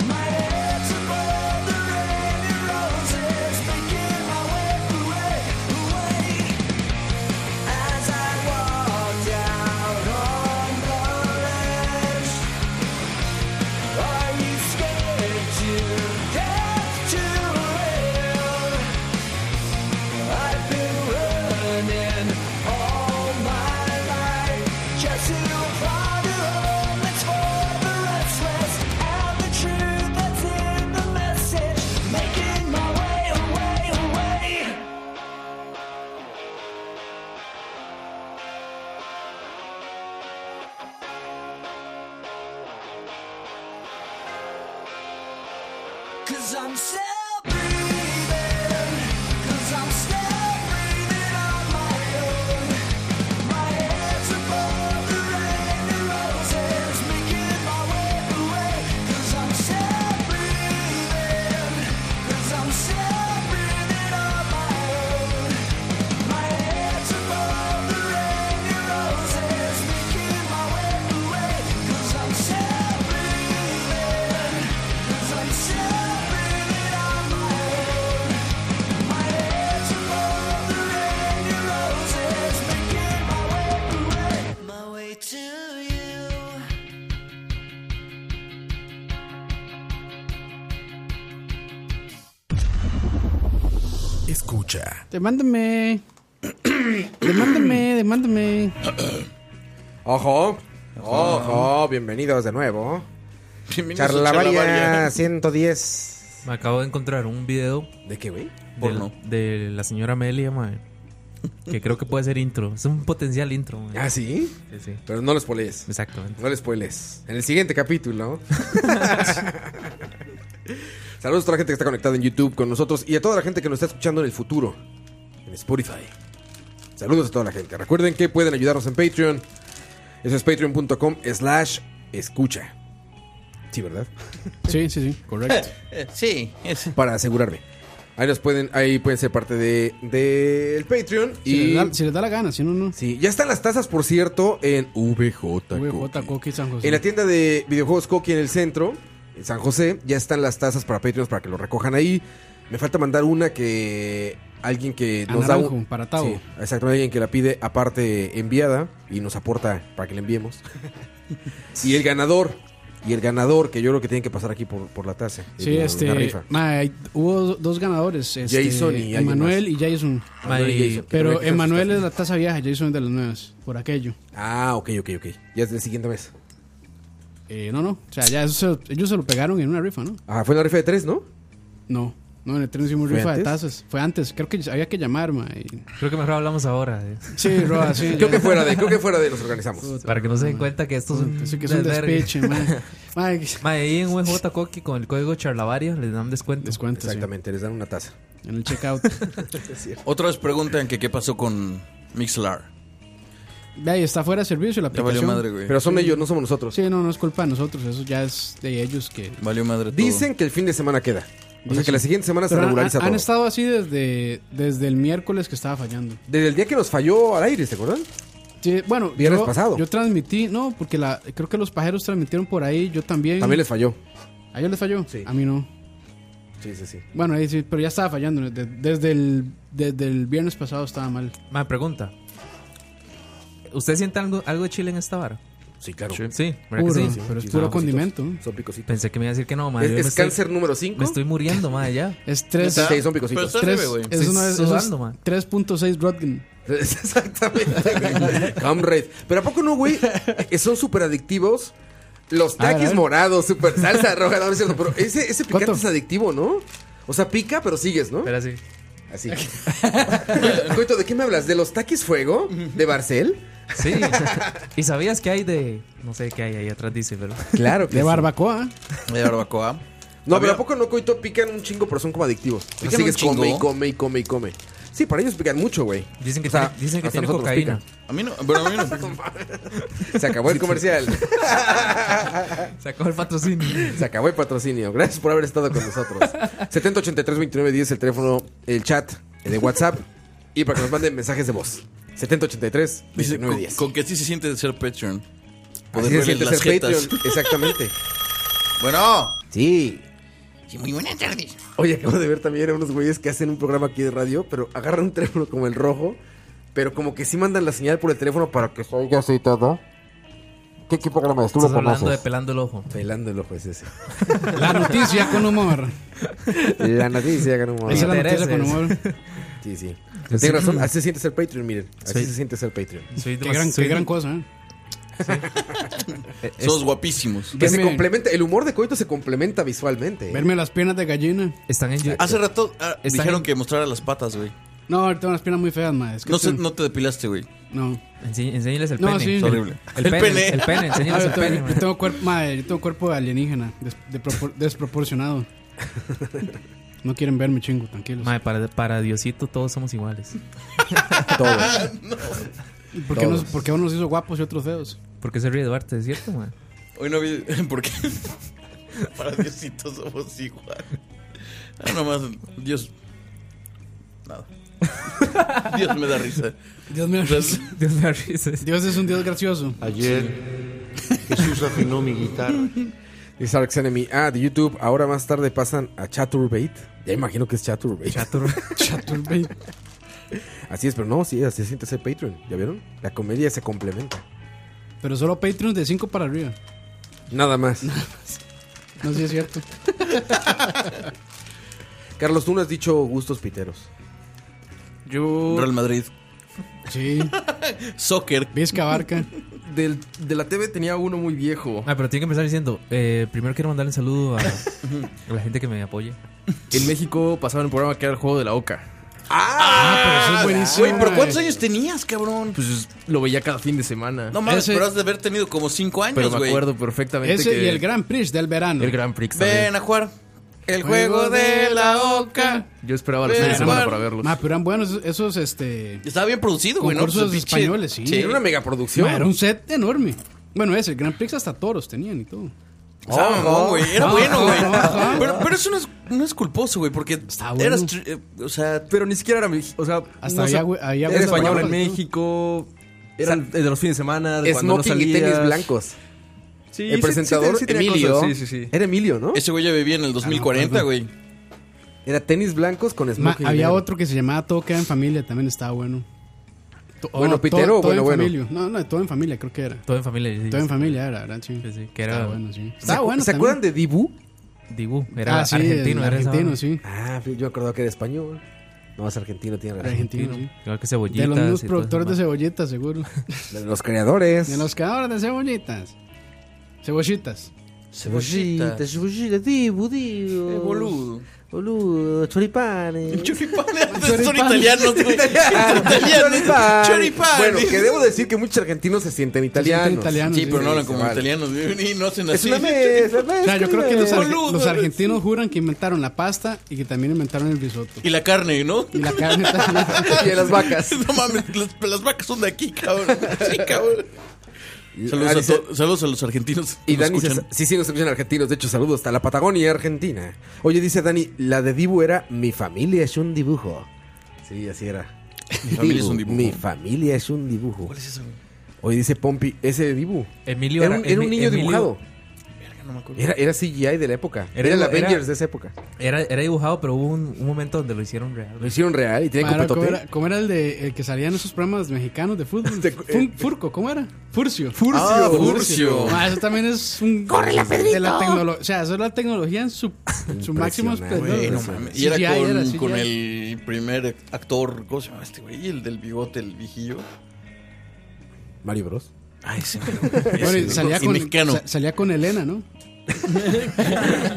[SPEAKER 9] My head's above the rain and roses, making my way away, away. As I walk down on the ledge, are you scared to death to rail? I've been running all my life just to find a home that's for the restless and the truth that's in the message, making my way away, away. Cause I'm still breathing. Cause I'm still breathing on my own. My head's above the rain and roses, making my way away. Cause I'm still breathing. Cause I'm still breathing on my own. My head's above the rain and roses, making my way away. Cause I'm still breathing. Cause I'm still breathing on my own. My head's above the rain and roses, making my way away, my way to you.
[SPEAKER 19] Escucha.
[SPEAKER 14] Demándame. demándame, demándame.
[SPEAKER 1] Ojo. Ojo, bienvenidos de nuevo.
[SPEAKER 2] Bienvenidos a
[SPEAKER 1] Charlavaria
[SPEAKER 2] Charlavaria.
[SPEAKER 1] 110.
[SPEAKER 2] Me acabo de encontrar un video.
[SPEAKER 1] ¿De qué, güey?
[SPEAKER 15] Porno.
[SPEAKER 2] De la señora Amelia, mae. Que creo que puede ser intro. Es un potencial intro, mae.
[SPEAKER 1] ¿Ah, sí?
[SPEAKER 2] Sí, sí.
[SPEAKER 1] Pero no lo spoilees.
[SPEAKER 2] Exactamente.
[SPEAKER 1] No lo spoilees. En el siguiente capítulo. Saludos a toda la gente que está conectada en YouTube con nosotros y a toda la gente que nos está escuchando en el futuro. En Spotify. Saludos a toda la gente. Recuerden que pueden ayudarnos en Patreon. Eso es patreon.com slash escucha. Sí, ¿verdad?
[SPEAKER 14] Sí, sí, sí, correcto.
[SPEAKER 15] sí.
[SPEAKER 1] Para asegurarme. Ahí nos pueden, ahí pueden ser parte de, de el Patreon.
[SPEAKER 14] Si,
[SPEAKER 1] y
[SPEAKER 14] les da, si les da la gana, si no, no.
[SPEAKER 1] Sí, ya están las tazas, por cierto, en VJ.
[SPEAKER 14] VJ Coqui San José.
[SPEAKER 1] En la tienda de videojuegos Coqui en el centro, en San José, ya están las tazas para Patreons para que lo recojan ahí. Me falta mandar una que alguien que
[SPEAKER 14] A
[SPEAKER 1] nos da
[SPEAKER 14] Naranjo,
[SPEAKER 1] un-
[SPEAKER 14] para Tavo.
[SPEAKER 1] Sí, exactamente, alguien que la pide aparte enviada y nos aporta para que la enviemos. y el ganador, y el ganador que yo creo que tienen que pasar aquí por, por la taza.
[SPEAKER 14] Sí,
[SPEAKER 1] Una-
[SPEAKER 14] este.
[SPEAKER 1] una rifa.
[SPEAKER 14] ma, hay- hubo do- dos ganadores: este,
[SPEAKER 1] Jason y alguien
[SPEAKER 14] Emanuel
[SPEAKER 1] más.
[SPEAKER 14] y Jason.
[SPEAKER 1] Emanuel y
[SPEAKER 14] Ay,
[SPEAKER 1] Jason, que también
[SPEAKER 14] Pero
[SPEAKER 1] quizás
[SPEAKER 14] Emanuel es la taza vieja, Jason es de las nuevas. Por aquello.
[SPEAKER 1] Ah, ok, ok, ok. Ya es del siguiente mes.
[SPEAKER 14] Eh, no, no. O sea, ya eso se- ellos se lo pegaron en una rifa, ¿no?
[SPEAKER 1] Ah, fue la rifa de tres, ¿no?
[SPEAKER 14] No. No, en el tren hicimos
[SPEAKER 2] ¿Fue
[SPEAKER 14] rifa de
[SPEAKER 2] antes?
[SPEAKER 14] tazas. Fue antes, creo que había que llamar, ma. y-
[SPEAKER 2] Creo que mejor hablamos ahora. ¿eh?
[SPEAKER 14] Sí, Roa, sí. Creo que fuera de- creo que fuera de los organizamos.
[SPEAKER 2] Para que no se den cuenta que esto es un,
[SPEAKER 14] que es un
[SPEAKER 2] desvergue.
[SPEAKER 14] despeche, mae. Mae.
[SPEAKER 2] Mae, ahí en UJ Coqui con el código charlavario les dan descuento.
[SPEAKER 14] Descuento,
[SPEAKER 2] Exactamente,
[SPEAKER 1] les dan una taza.
[SPEAKER 14] En el checkout.
[SPEAKER 15] Otra vez preguntan que qué pasó con Mixlar.
[SPEAKER 14] Ve ahí, está fuera de servicio la
[SPEAKER 15] Ya valió
[SPEAKER 14] aplicación.
[SPEAKER 15] madre, güey.
[SPEAKER 1] Pero son ellos, no somos nosotros.
[SPEAKER 14] Sí, no, no es culpa de nosotros. Eso ya es de ellos que...
[SPEAKER 15] Valió madre
[SPEAKER 1] Dicen que el fin de semana queda. O sea, que
[SPEAKER 14] Dicen.
[SPEAKER 1] la siguiente semana se
[SPEAKER 14] Pero han-
[SPEAKER 1] regulariza
[SPEAKER 14] han, han
[SPEAKER 1] todo.
[SPEAKER 14] estado así desde, desde el miércoles que estaba fallando.
[SPEAKER 1] Desde el día que nos falló al aire, ¿se acuerdan?
[SPEAKER 14] Sí, bueno,
[SPEAKER 1] Viernes
[SPEAKER 14] yo,
[SPEAKER 1] pasado.
[SPEAKER 14] Yo transmití, no, porque la, creo que los pajeros transmitieron por ahí, yo también.
[SPEAKER 1] También les falló.
[SPEAKER 14] ¿A ellos les falló? A mí no.
[SPEAKER 1] Sí, sí, sí.
[SPEAKER 14] Bueno, ahí sí, pero ya estaba fallando. de- desde, el, desde el viernes pasado estaba mal.
[SPEAKER 2] Mae, pregunta. ¿Usted siente algo, algo de chile en esta vara?
[SPEAKER 1] Sí, claro.
[SPEAKER 2] Sí, ¿verdad
[SPEAKER 14] Puro,
[SPEAKER 2] que sí?
[SPEAKER 14] pero es
[SPEAKER 2] Ah,
[SPEAKER 14] puro
[SPEAKER 2] pues,
[SPEAKER 14] condimento.
[SPEAKER 1] Son picositos.
[SPEAKER 2] Pensé que me iba a decir que no, madre.
[SPEAKER 1] ¿Es-
[SPEAKER 2] yo me
[SPEAKER 1] es
[SPEAKER 2] estoy-
[SPEAKER 1] cáncer número cinco?
[SPEAKER 2] Me estoy muriendo, madre, ya.
[SPEAKER 14] Es tres.
[SPEAKER 1] Sí, son picositos.
[SPEAKER 2] Pero está
[SPEAKER 14] Tres-
[SPEAKER 2] leve, güey.
[SPEAKER 14] es
[SPEAKER 2] Estoy
[SPEAKER 14] una vez- eso es
[SPEAKER 2] sudando, man.
[SPEAKER 14] 3.6 Rodgen.
[SPEAKER 1] Exactamente. Comrade. Pero ¿a poco no, güey? Eh, Son súper adictivos.
[SPEAKER 2] Ah,
[SPEAKER 1] Los
[SPEAKER 14] A ver, a
[SPEAKER 1] taquis
[SPEAKER 14] ver.
[SPEAKER 1] morados, súper salsa roja, no, no es cierto. Pero ese, ese picante es adictivo, ¿no? O sea, pica, pero sigues, ¿no? Pero
[SPEAKER 2] así.
[SPEAKER 1] Así. Coito, Coito, ¿de qué me hablas? ¿De los taquis fuego? ¿De Barcel?
[SPEAKER 2] Sí. ¿Y sabías que hay de.? No sé qué hay ahí atrás, dice, pero.
[SPEAKER 1] Claro que
[SPEAKER 2] De
[SPEAKER 1] sí.
[SPEAKER 14] barbacoa.
[SPEAKER 15] De barbacoa.
[SPEAKER 1] No,
[SPEAKER 15] Había-
[SPEAKER 1] pero ¿a poco no, Coito? Pican un chingo, pero son como adictivos. O sea,
[SPEAKER 15] Pican
[SPEAKER 1] sigues
[SPEAKER 15] un chingo.
[SPEAKER 1] come y come y come y come. Sí, para ellos pican mucho, güey.
[SPEAKER 2] Dicen que
[SPEAKER 1] O sea,
[SPEAKER 2] tiene, dicen que
[SPEAKER 1] hasta
[SPEAKER 2] tiene
[SPEAKER 1] nosotros
[SPEAKER 2] cocaína.
[SPEAKER 1] pican.
[SPEAKER 15] A mí no. Bueno, a mí no.
[SPEAKER 1] Se acabó el comercial.
[SPEAKER 2] Se acabó el patrocinio.
[SPEAKER 1] Se acabó el patrocinio. Gracias por haber estado con nosotros. 7083-2910, el teléfono, el chat el de WhatsApp. Y para que nos manden mensajes de voz. 7083
[SPEAKER 15] Dice, con,
[SPEAKER 1] 2910
[SPEAKER 15] con que sí se siente de ser Patreon. Poder
[SPEAKER 1] Así se
[SPEAKER 15] verle
[SPEAKER 1] siente
[SPEAKER 15] las
[SPEAKER 1] ser
[SPEAKER 15] jetas.
[SPEAKER 1] Patreon. Exactamente.
[SPEAKER 15] Bueno.
[SPEAKER 1] Sí.
[SPEAKER 15] Sí, muy buenas tardes.
[SPEAKER 1] Oye, acabo de ver también a unos güeyes que hacen un programa aquí de radio, pero agarran un teléfono como el rojo, pero como que sí mandan la señal por el teléfono para que se oiga así todo. ¿Qué, qué programa es? ¿Tú lo
[SPEAKER 2] Estás hablando de
[SPEAKER 1] conoces?
[SPEAKER 2] pelando el ojo.
[SPEAKER 1] Pelando el ojo es ese.
[SPEAKER 14] La noticia con humor.
[SPEAKER 1] La noticia que no me
[SPEAKER 14] Esa es la noticia con
[SPEAKER 1] Intereses.
[SPEAKER 14] humor.
[SPEAKER 1] Sí, sí. Tienes razón, así se siente ser Patreon, miren. Así se siente ser Patreon.
[SPEAKER 2] Soy
[SPEAKER 14] Qué gran, qué gran cosa, ¿eh?
[SPEAKER 15] Sos guapísimos.
[SPEAKER 1] Eh, Que se
[SPEAKER 14] Verme-
[SPEAKER 1] complementa, el humor de Coito se complementa visualmente. ¿eh?
[SPEAKER 14] Verme las piernas de gallina.
[SPEAKER 2] Están en
[SPEAKER 15] Hace rato ah,
[SPEAKER 14] Están
[SPEAKER 15] dijeron
[SPEAKER 14] en-
[SPEAKER 15] que mostrara las patas, güey.
[SPEAKER 14] No, ahorita tengo las piernas muy feas, ma. Es que
[SPEAKER 15] No, se-
[SPEAKER 14] estoy-
[SPEAKER 15] no te depilaste, güey.
[SPEAKER 14] no.
[SPEAKER 2] Enseñe- enséñeles el
[SPEAKER 14] No,
[SPEAKER 2] pene.
[SPEAKER 14] sí.
[SPEAKER 15] Es horrible.
[SPEAKER 2] El, pene, El pene,
[SPEAKER 14] Ah,
[SPEAKER 2] enséñales el
[SPEAKER 14] yo tengo-
[SPEAKER 2] pene.
[SPEAKER 14] Yo tengo cuerpo, madre, yo tengo cuerpo de alienígena, des- de propor- desproporcionado. No quieren verme, chingo, tranquilos.
[SPEAKER 2] Mae, para, para Diosito todos somos iguales.
[SPEAKER 1] Todos.
[SPEAKER 14] ¿Por qué, nos,
[SPEAKER 2] Todos.
[SPEAKER 14] por qué unos hizo guapos y otros feos?
[SPEAKER 2] Porque se ríe Duarte, ¿es cierto, mae?
[SPEAKER 15] Hoy no vi. ¿Por qué? Para Diosito somos igual. Ah, nomás, Dios. Nada. Dios me da risa.
[SPEAKER 14] Dios me da
[SPEAKER 15] Entonces-
[SPEAKER 14] risa. Dios es un Dios gracioso.
[SPEAKER 1] Ayer Jesús afinó mi guitarra. Dice Alex Enemy. Ah, de YouTube. Ahora más tarde pasan a Chaturbate. Ya imagino que es Chaturbate.
[SPEAKER 14] Chaturbate.
[SPEAKER 1] así es, pero no, sí, así se siente ser Patreon. ¿Ya vieron? La comedia se complementa.
[SPEAKER 14] Pero solo Patreons de 5 para arriba.
[SPEAKER 1] Nada más.
[SPEAKER 14] No sé si es cierto.
[SPEAKER 1] Carlos, tú no has dicho gustos piteros.
[SPEAKER 18] Yo.
[SPEAKER 15] Real Madrid.
[SPEAKER 14] Sí.
[SPEAKER 15] Soccer.
[SPEAKER 14] Vizca Barca.
[SPEAKER 18] Del, de la TV tenía uno muy viejo.
[SPEAKER 2] Ah, pero tiene que empezar diciendo, eh, primero quiero mandarle un saludo a, a la gente que me apoya.
[SPEAKER 18] En México pasaba un programa que era el juego de la Oca.
[SPEAKER 15] Ah,
[SPEAKER 18] pero eso es buenísimo,
[SPEAKER 15] Güey, pero ¿cuántos
[SPEAKER 18] güey.
[SPEAKER 15] años tenías, cabrón?
[SPEAKER 18] Pues lo veía cada fin de semana.
[SPEAKER 15] No mames,
[SPEAKER 18] Ese-
[SPEAKER 15] pero has de haber tenido como 5 años,
[SPEAKER 18] Pero
[SPEAKER 15] güey.
[SPEAKER 18] me acuerdo perfectamente.
[SPEAKER 14] Ese
[SPEAKER 18] que
[SPEAKER 14] y el Grand Prix del verano.
[SPEAKER 18] El Grand Prix. también.
[SPEAKER 15] Ven a jugar. El juego de la oca.
[SPEAKER 18] Yo esperaba los fines de
[SPEAKER 14] Ven,
[SPEAKER 18] semana
[SPEAKER 14] Omar.
[SPEAKER 18] para verlos.
[SPEAKER 14] Ma, pero eran buenos esos, esos, este.
[SPEAKER 15] Estaba bien producido, güey, ¿no?
[SPEAKER 14] Concursos
[SPEAKER 15] Pues, pinche-
[SPEAKER 14] españoles, sí.
[SPEAKER 15] sí, era una megaproducción.
[SPEAKER 14] Ma, era un set enorme. Bueno, ese, el Grand Prix hasta toros tenían y todo.
[SPEAKER 15] Estaba mamón, güey. Era
[SPEAKER 14] Ojo,
[SPEAKER 15] bueno, güey.
[SPEAKER 14] ojo.
[SPEAKER 15] Pero, pero eso no es, no es culposo, güey, porque eras. tr- eh, o sea.
[SPEAKER 18] Pero ni siquiera era. mex- O sea,
[SPEAKER 14] Hasta
[SPEAKER 18] no
[SPEAKER 14] había
[SPEAKER 18] sé,
[SPEAKER 14] hue- había
[SPEAKER 18] era
[SPEAKER 14] huevos
[SPEAKER 18] español
[SPEAKER 14] blancos,
[SPEAKER 18] en
[SPEAKER 14] ¿no?
[SPEAKER 18] México. Era el- el de los fines de semana. de cuando no
[SPEAKER 1] Smoking y tenis
[SPEAKER 18] salías.
[SPEAKER 1] blancos.
[SPEAKER 18] Sí,
[SPEAKER 1] el
[SPEAKER 18] sí,
[SPEAKER 1] presentador
[SPEAKER 18] sí, sí tenía
[SPEAKER 1] Emilio.
[SPEAKER 18] cosas, sí, sí, sí.
[SPEAKER 1] Era Emilio, ¿no?
[SPEAKER 15] Ese güey ya vivía en el 2040, güey.
[SPEAKER 1] Era tenis blancos con
[SPEAKER 14] Ma,
[SPEAKER 1] smoking.
[SPEAKER 14] había
[SPEAKER 1] negro.
[SPEAKER 14] otro que se llamaba Todo queda en familia, también estaba bueno. To-
[SPEAKER 1] Bueno,
[SPEAKER 14] to-
[SPEAKER 1] pitero o
[SPEAKER 14] todo,
[SPEAKER 1] bueno,
[SPEAKER 14] en
[SPEAKER 1] bueno.
[SPEAKER 14] familia. No, no, todo en familia, creo que era.
[SPEAKER 2] Todo en familia. sí,
[SPEAKER 14] Todo en
[SPEAKER 2] sí.
[SPEAKER 14] familia era, ¿verdad? Sí.
[SPEAKER 2] Sí, sí, que era.
[SPEAKER 14] Estaba bueno, sí.
[SPEAKER 1] ¿Se,
[SPEAKER 14] Estaba
[SPEAKER 1] acu-
[SPEAKER 14] bueno.
[SPEAKER 1] ¿se acuerdan de Dibu?
[SPEAKER 2] Dibu, era
[SPEAKER 14] Ah, sí,
[SPEAKER 2] argentino.
[SPEAKER 14] el
[SPEAKER 2] era esa
[SPEAKER 14] argentino,
[SPEAKER 2] banda.
[SPEAKER 14] sí.
[SPEAKER 1] Ah, yo me acordaba que era español. No, es argentino, tiene razón.
[SPEAKER 14] Argentino, sí.
[SPEAKER 2] Igual que
[SPEAKER 14] de
[SPEAKER 2] cebollitas.
[SPEAKER 14] los mismos
[SPEAKER 2] y todo eso,
[SPEAKER 14] productores de
[SPEAKER 2] mae.
[SPEAKER 14] cebollitas, seguro.
[SPEAKER 1] De los creadores.
[SPEAKER 14] De los creadores de cebollitas. Cebollitas.
[SPEAKER 15] Cebollita.
[SPEAKER 21] Cebollita, cebollita, dibu, dibu.
[SPEAKER 7] Eh, boludo.
[SPEAKER 21] Boludo, choripanes.
[SPEAKER 15] Choripanes. Son italianos, güey. Italianos.
[SPEAKER 1] Choripán.
[SPEAKER 15] Choripán.
[SPEAKER 1] Bueno, que debo decir que muchos argentinos se sienten italianos.
[SPEAKER 15] sí, pero no hablan como italianos. güey, Y no hacen así.
[SPEAKER 14] O sea, yo creo que los, ar-
[SPEAKER 15] Boludo,
[SPEAKER 14] los
[SPEAKER 15] güey.
[SPEAKER 14] argentinos juran que inventaron la pasta y que también inventaron el risotto.
[SPEAKER 15] Y la carne, ¿no?
[SPEAKER 14] Y la carne también.
[SPEAKER 1] Y las vacas.
[SPEAKER 15] No mames, las, las vacas son de aquí, cabrón. Sí, cabrón. Saludos a, to- saludos a los argentinos. que
[SPEAKER 1] Y
[SPEAKER 15] nos
[SPEAKER 1] Dani, se-
[SPEAKER 15] escuchan.
[SPEAKER 1] sí, sí, nos escuchan argentinos. De hecho, saludos hasta la Patagonia Argentina. Oye, dice Dani, la de Dibu era Mi familia es un dibujo. Sí, así era.
[SPEAKER 15] Mi familia es un
[SPEAKER 1] Dibu,
[SPEAKER 15] dibujo.
[SPEAKER 1] Mi familia es un dibujo. ¿Cuál es eso? Oye, dice Pompi, ese de Dibu.
[SPEAKER 2] Emilio
[SPEAKER 1] Era un, era un
[SPEAKER 2] Emi-
[SPEAKER 1] niño
[SPEAKER 2] Emilio-
[SPEAKER 1] dibujado.
[SPEAKER 15] no me acuerdo.
[SPEAKER 1] Era, era CGI de la época. Era, el Avengers de esa época.
[SPEAKER 2] Era, era dibujado, pero hubo un, un momento donde lo hicieron real.
[SPEAKER 1] Lo hicieron real y tiene
[SPEAKER 14] Para, ¿cómo,
[SPEAKER 1] copetote.
[SPEAKER 14] era, cómo era el de el que salía en esos programas mexicanos de fútbol? Fun- Furco, ¿cómo era? Furcio.
[SPEAKER 1] eh, Furcio. Ah, Furcio.
[SPEAKER 14] Ah, eso también es un.
[SPEAKER 1] ¡Corre la
[SPEAKER 14] de la
[SPEAKER 1] Pedrito!
[SPEAKER 14] tecnolo- O sea, eso es la tecnología en su, su máximo esplendor.
[SPEAKER 15] Güey, no mames. Y
[SPEAKER 14] CGI
[SPEAKER 15] era con,
[SPEAKER 14] CGI.
[SPEAKER 15] con el primer actor, ¿cómo se llama este güey? El del bigote, el viejillo.
[SPEAKER 1] Mario Bros.
[SPEAKER 15] Ay, sí.
[SPEAKER 14] Bueno, y salía,
[SPEAKER 15] Y
[SPEAKER 14] con,
[SPEAKER 15] mexicano.
[SPEAKER 14] sa- salía con Elena, ¿no?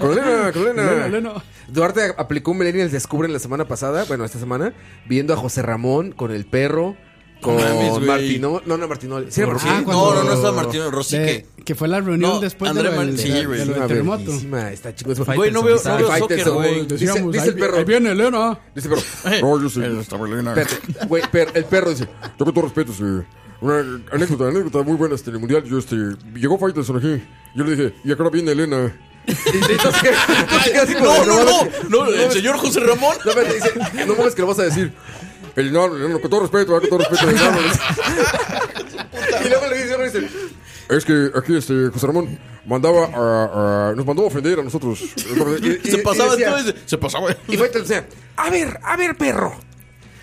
[SPEAKER 1] Colena,
[SPEAKER 14] Leno,
[SPEAKER 1] colena.
[SPEAKER 14] Leno.
[SPEAKER 1] Duarte a- aplicó un Millennials Descubren la semana pasada, bueno, esta semana, viendo a José Ramón con el perro, con
[SPEAKER 15] No mames, güey.
[SPEAKER 1] Martino. No, no, Martino. ¿sí era
[SPEAKER 15] Ah,
[SPEAKER 1] Martino?
[SPEAKER 15] cuando- No, no, no estaba Martino, Rosique.
[SPEAKER 14] De- que fue la reunión
[SPEAKER 15] No,
[SPEAKER 14] después
[SPEAKER 15] André
[SPEAKER 14] Pues de lo del,
[SPEAKER 15] Martín,
[SPEAKER 14] de-
[SPEAKER 15] güey.
[SPEAKER 14] de lo del
[SPEAKER 1] Una
[SPEAKER 14] terremoto.
[SPEAKER 1] verguísima, Está chico. eso.
[SPEAKER 15] Güey, no veo- no veo
[SPEAKER 1] Ah, Fighters,
[SPEAKER 15] soccer,
[SPEAKER 1] Fighters,
[SPEAKER 15] güey.
[SPEAKER 14] Decíamos,
[SPEAKER 1] Dice, dice el
[SPEAKER 14] "Ahí-
[SPEAKER 1] perro.
[SPEAKER 14] ahí viene Elena.
[SPEAKER 1] Dice el
[SPEAKER 15] Eh,
[SPEAKER 1] perro. No, yo soy. Espérate, güey, per- el perro dice.
[SPEAKER 17] Yo con todo respeto, sí. Una anécdota, anécdota muy buena este, en el mundial. Yo, este, llegó Faitelson aquí. Yo le dije, ¿y acá viene Elena?
[SPEAKER 15] No, no, no. No, el señor José Ramón.
[SPEAKER 1] No, espérate, dice, no mames que lo vas a decir. El enano, el enano, con todo respeto, ah, con todo respeto, el enano. Y luego le dice, le dice,
[SPEAKER 17] Es que aquí este José Ramón mandaba a, a- nos mandó a ofender a nosotros.
[SPEAKER 1] Se pasaba todo
[SPEAKER 15] ese- se pasaba.
[SPEAKER 1] Y Faitelson decía, a ver, a ver, perro.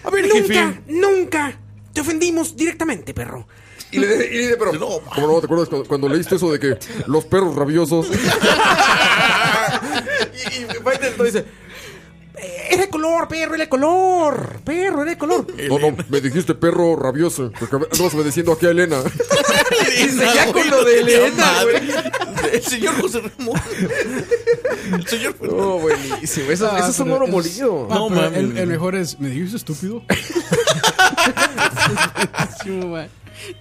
[SPEAKER 15] A ver,
[SPEAKER 1] nunca,
[SPEAKER 15] jefe.
[SPEAKER 1] nunca te ofendimos directamente, perro. Y le dice, y le dice, pero,
[SPEAKER 17] ¿Cómo no? ¿Te acuerdas cuando, cuando leíste eso de que los perros rabiosos?
[SPEAKER 1] y, y Faitelson dice, "Eh, era de color, perro, era de color, perro, era de color.
[SPEAKER 17] No, no, me dijiste perro rabioso. Porque andabas obedeciendo aquí a Elena.
[SPEAKER 1] Y se
[SPEAKER 15] Ah,
[SPEAKER 1] ya
[SPEAKER 15] güey,
[SPEAKER 1] con lo
[SPEAKER 15] no
[SPEAKER 1] de
[SPEAKER 15] tenía
[SPEAKER 1] Elena, güey.
[SPEAKER 15] madre. El señor José Ramón. El señor
[SPEAKER 1] No, buenísimo.
[SPEAKER 14] Ah,
[SPEAKER 1] Eso, eso es un oro molido.
[SPEAKER 15] Ah,
[SPEAKER 14] No, mames. Ah, El, el mejor es, ¿me dijiste estúpido? buenísimo, man.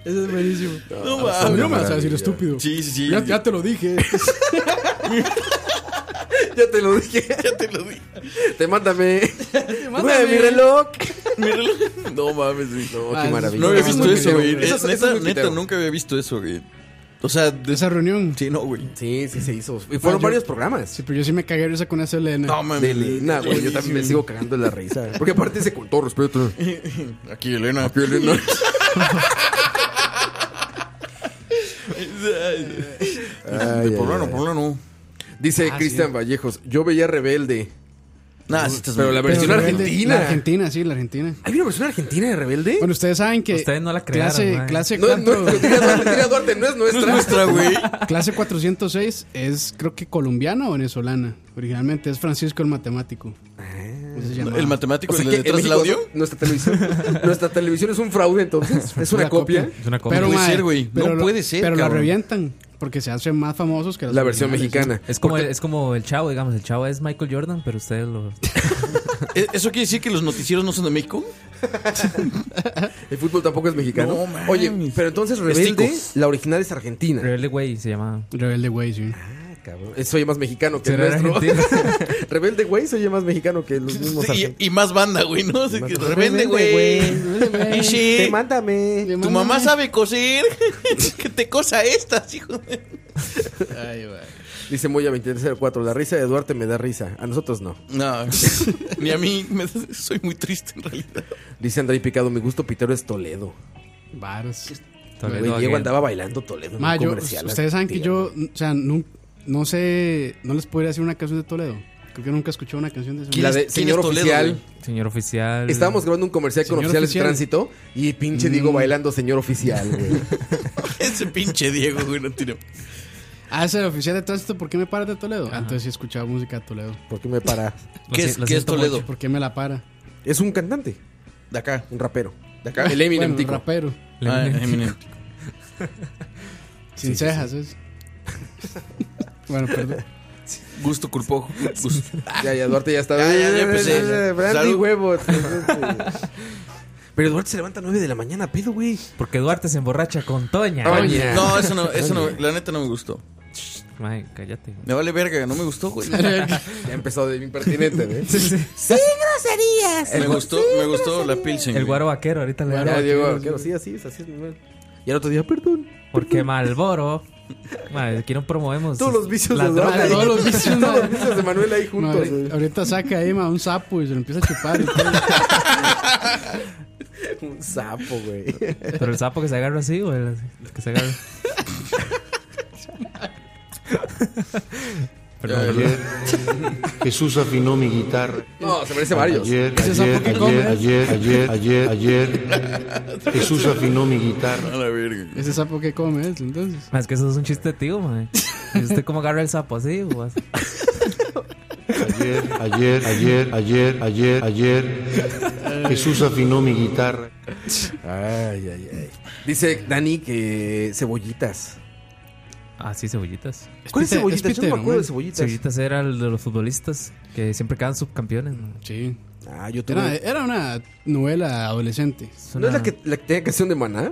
[SPEAKER 14] Eso es buenísimo.
[SPEAKER 15] No,
[SPEAKER 14] A mí no me vas a
[SPEAKER 15] mames.
[SPEAKER 14] decir estúpido.
[SPEAKER 15] Sí, sí, sí.
[SPEAKER 14] Ya, ya te lo dije.
[SPEAKER 1] Ya te lo dije.
[SPEAKER 15] Ya te lo dije.
[SPEAKER 1] Te mándame.
[SPEAKER 14] Mándame.
[SPEAKER 1] Mueve mi reloj.
[SPEAKER 15] Mi reloj. No mames, güey.
[SPEAKER 1] qué
[SPEAKER 15] Ah,
[SPEAKER 1] maravilla.
[SPEAKER 15] No había
[SPEAKER 1] Eso es
[SPEAKER 15] visto
[SPEAKER 1] muy
[SPEAKER 15] eso, güey.
[SPEAKER 1] pitero. Eso es- eso es
[SPEAKER 15] Neta,
[SPEAKER 1] muy
[SPEAKER 15] neta,
[SPEAKER 1] pitero.
[SPEAKER 15] nunca había visto eso, güey. O sea, de
[SPEAKER 14] esa reunión.
[SPEAKER 15] Sí, no, güey.
[SPEAKER 1] Sí, sí se hizo. Y
[SPEAKER 14] No,
[SPEAKER 1] fueron
[SPEAKER 14] yo-
[SPEAKER 1] varios programas.
[SPEAKER 14] Sí, pero yo sí me cagué de risa con esa Elena.
[SPEAKER 15] No, mames.
[SPEAKER 1] De Elena, güey. Yo también me sigo cagando en la risa. Porque aparte dice con todo respeto.
[SPEAKER 15] Aquí Elena.
[SPEAKER 17] Aquí Elena.
[SPEAKER 1] Ay,
[SPEAKER 15] de
[SPEAKER 1] ay,
[SPEAKER 15] poblano,
[SPEAKER 1] ay.
[SPEAKER 15] poblano.
[SPEAKER 1] Dice
[SPEAKER 15] Ah,
[SPEAKER 1] Cristian
[SPEAKER 15] sí.
[SPEAKER 1] Vallejos. Yo veía Rebelde.
[SPEAKER 15] Nah, sí estás
[SPEAKER 1] pero la
[SPEAKER 15] bien.
[SPEAKER 1] versión
[SPEAKER 14] Pero Rebelde-
[SPEAKER 1] argentina.
[SPEAKER 14] La Argentina, sí, la Argentina.
[SPEAKER 1] ¿Hay una versión argentina de Rebelde?
[SPEAKER 14] Bueno, ustedes saben que.
[SPEAKER 2] Ustedes no la crearon,
[SPEAKER 14] Clase,
[SPEAKER 2] man.
[SPEAKER 14] clase
[SPEAKER 1] No, no,
[SPEAKER 14] cuatro-
[SPEAKER 1] diría Duarte, diría Duarte, no es nuestra.
[SPEAKER 15] güey.
[SPEAKER 14] Clase 406 es, creo que colombiana o venezolana. Originalmente es Francisco el Matemático. Así se llamaba.
[SPEAKER 15] El matemático,
[SPEAKER 1] Ah. O sea
[SPEAKER 15] el
[SPEAKER 1] que
[SPEAKER 15] de
[SPEAKER 1] en
[SPEAKER 15] detrás del
[SPEAKER 1] México
[SPEAKER 15] audio.
[SPEAKER 1] no- Nuestra televisión, nuestra televisión es un fraude, entonces. Es una copia.
[SPEAKER 15] No puede
[SPEAKER 14] mae,
[SPEAKER 15] ser, güey. No
[SPEAKER 14] pero lo-
[SPEAKER 15] puede ser,
[SPEAKER 14] Pero la
[SPEAKER 15] cabrón.
[SPEAKER 14] revientan porque se hacen más famosos que los
[SPEAKER 1] La versión
[SPEAKER 14] originales.
[SPEAKER 1] mexicana.
[SPEAKER 2] Es como, el, es como el chavo, digamos. El chavo es Michael Jordan, pero ustedes lo.
[SPEAKER 15] ¿E- ¿Eso quiere decir que los noticieros no son de México?
[SPEAKER 1] El fútbol tampoco es mexicano.
[SPEAKER 15] No, mames.
[SPEAKER 1] Oye, pero entonces Rebelde,
[SPEAKER 15] Testicos.
[SPEAKER 1] la original es argentina. Ah,
[SPEAKER 2] Rebelde Güey se llamaba.
[SPEAKER 14] Rebelde Güey, sí.
[SPEAKER 1] Cabrón. Eso oye más mexicano que el
[SPEAKER 2] Será
[SPEAKER 1] nuestro.
[SPEAKER 2] argentino.
[SPEAKER 1] Rebelde, güey, se oye más mexicano que los mismos
[SPEAKER 15] Sí,
[SPEAKER 1] argentinos.
[SPEAKER 15] y, y más banda, güey, ¿no? Así que de repente,
[SPEAKER 1] Rebelde,
[SPEAKER 15] güey. Y sí.
[SPEAKER 1] Te mándame.
[SPEAKER 15] Tu mamá sabe coser. que te cosa estas, hijo de.
[SPEAKER 1] Dice Moya 2304, la risa de Duarte me da risa. A nosotros no.
[SPEAKER 15] No, ni a mí. me- soy muy triste en realidad.
[SPEAKER 1] Dice André Picado, mi gusto pitero es Toledo.
[SPEAKER 14] Varas.
[SPEAKER 1] Güey,
[SPEAKER 14] Toledo
[SPEAKER 1] Diego
[SPEAKER 14] again.
[SPEAKER 1] andaba bailando Toledo en
[SPEAKER 14] Ma,
[SPEAKER 1] un
[SPEAKER 14] yo-
[SPEAKER 1] comercial.
[SPEAKER 14] ustedes saben que yo, o sea, no, no sé, no les podría decir una canción de Toledo. Creo que nunca he escuchado una canción de ese
[SPEAKER 1] La de
[SPEAKER 14] mae.
[SPEAKER 1] Señor Oficial.
[SPEAKER 2] Señor oficial.
[SPEAKER 1] Estábamos grabando un comercial con
[SPEAKER 14] Señor
[SPEAKER 1] oficiales
[SPEAKER 14] oficial.
[SPEAKER 1] de tránsito y pinche
[SPEAKER 15] Mm.
[SPEAKER 1] Diego bailando Señor Oficial, güey.
[SPEAKER 15] Ese pinche Diego, güey, no tiene.
[SPEAKER 14] Ah, ese oficial de tránsito, ¿por qué me paras de Toledo? Ah, Entonces sí escuchaba música de Toledo.
[SPEAKER 1] ¿Por qué me para?
[SPEAKER 15] ¿Qué es, qué es Toledo?
[SPEAKER 14] ¿Por qué me la para?
[SPEAKER 1] Es un cantante,
[SPEAKER 15] De acá.
[SPEAKER 1] un rapero.
[SPEAKER 15] De acá.
[SPEAKER 1] El Eminem,
[SPEAKER 14] Ah, Bueno,
[SPEAKER 1] tico.
[SPEAKER 14] rapero.
[SPEAKER 15] Ah, Eminem.
[SPEAKER 14] Sin cejas, es. Bueno, perdón.
[SPEAKER 15] Gusto culposo.
[SPEAKER 1] Ya, ya, Duarte ya está.
[SPEAKER 15] Ya, ya, ya empecé.
[SPEAKER 1] Brandy,
[SPEAKER 15] Salud.
[SPEAKER 1] huevo.
[SPEAKER 2] Pero Duarte se levanta a 9 de la mañana, pedo, güey. Porque Duarte se emborracha con Toña.
[SPEAKER 15] No, eso no, eso no, la neta no me gustó.
[SPEAKER 2] Ay, cállate.
[SPEAKER 15] Me vale verga, no me gustó, güey.
[SPEAKER 1] Ya empezó de impertinente, ¿eh?
[SPEAKER 15] Sí,
[SPEAKER 21] groserías.
[SPEAKER 15] Me gustó, me gustó la pilsen.
[SPEAKER 2] El guaro vaquero, ahorita le
[SPEAKER 1] Ya, Diego, arquero, sí, así es, así es. bueno. Y al otro día, perdón.
[SPEAKER 2] Porque Malboro. Madre, aquí no promovemos.
[SPEAKER 1] Todos los vicios
[SPEAKER 2] las
[SPEAKER 1] de Duarte
[SPEAKER 2] drogas.
[SPEAKER 1] ahí. Todos los vicios, Todos los vicios de Manuel ahí
[SPEAKER 14] No,
[SPEAKER 1] juntos.
[SPEAKER 14] ahorita, ahorita saca ahí ma, un sapo y se lo empieza a chupar. y todo.
[SPEAKER 1] Un sapo, güey.
[SPEAKER 2] Pero el sapo que se agarra así, o el, el que se agarra.
[SPEAKER 1] Perdón, perdón.
[SPEAKER 22] Jesús afinó mi guitarra.
[SPEAKER 1] No, se merece varios.
[SPEAKER 22] Ayer,
[SPEAKER 1] Ese sapo
[SPEAKER 22] ayer,
[SPEAKER 1] que come.
[SPEAKER 22] ayer, ayer, ayer, ayer, ayer. Jesús afinó mi guitarra.
[SPEAKER 14] Ese sapo que come es, entonces.
[SPEAKER 2] Ma, es que eso es un chiste, tío, madre. ¿Y usted cómo agarra el sapo así? o así?
[SPEAKER 22] Ayer, ayer, ayer, ayer, ayer, ayer. Jesús afinó mi guitarra.
[SPEAKER 1] Ay, ay, ay. Dice Dani que cebollitas.
[SPEAKER 2] Ah, sí, cebollitas. Este,
[SPEAKER 1] ¿Cuál es cebollitas? Yo no me acuerdo de cebollitas.
[SPEAKER 2] Cebollitas era el de los futbolistas que siempre quedan subcampeones.
[SPEAKER 14] Sí.
[SPEAKER 1] Ah, yo tuve.
[SPEAKER 14] Era, era una novela adolescente.
[SPEAKER 1] ¿No es la que, la que tenía canción de Maná?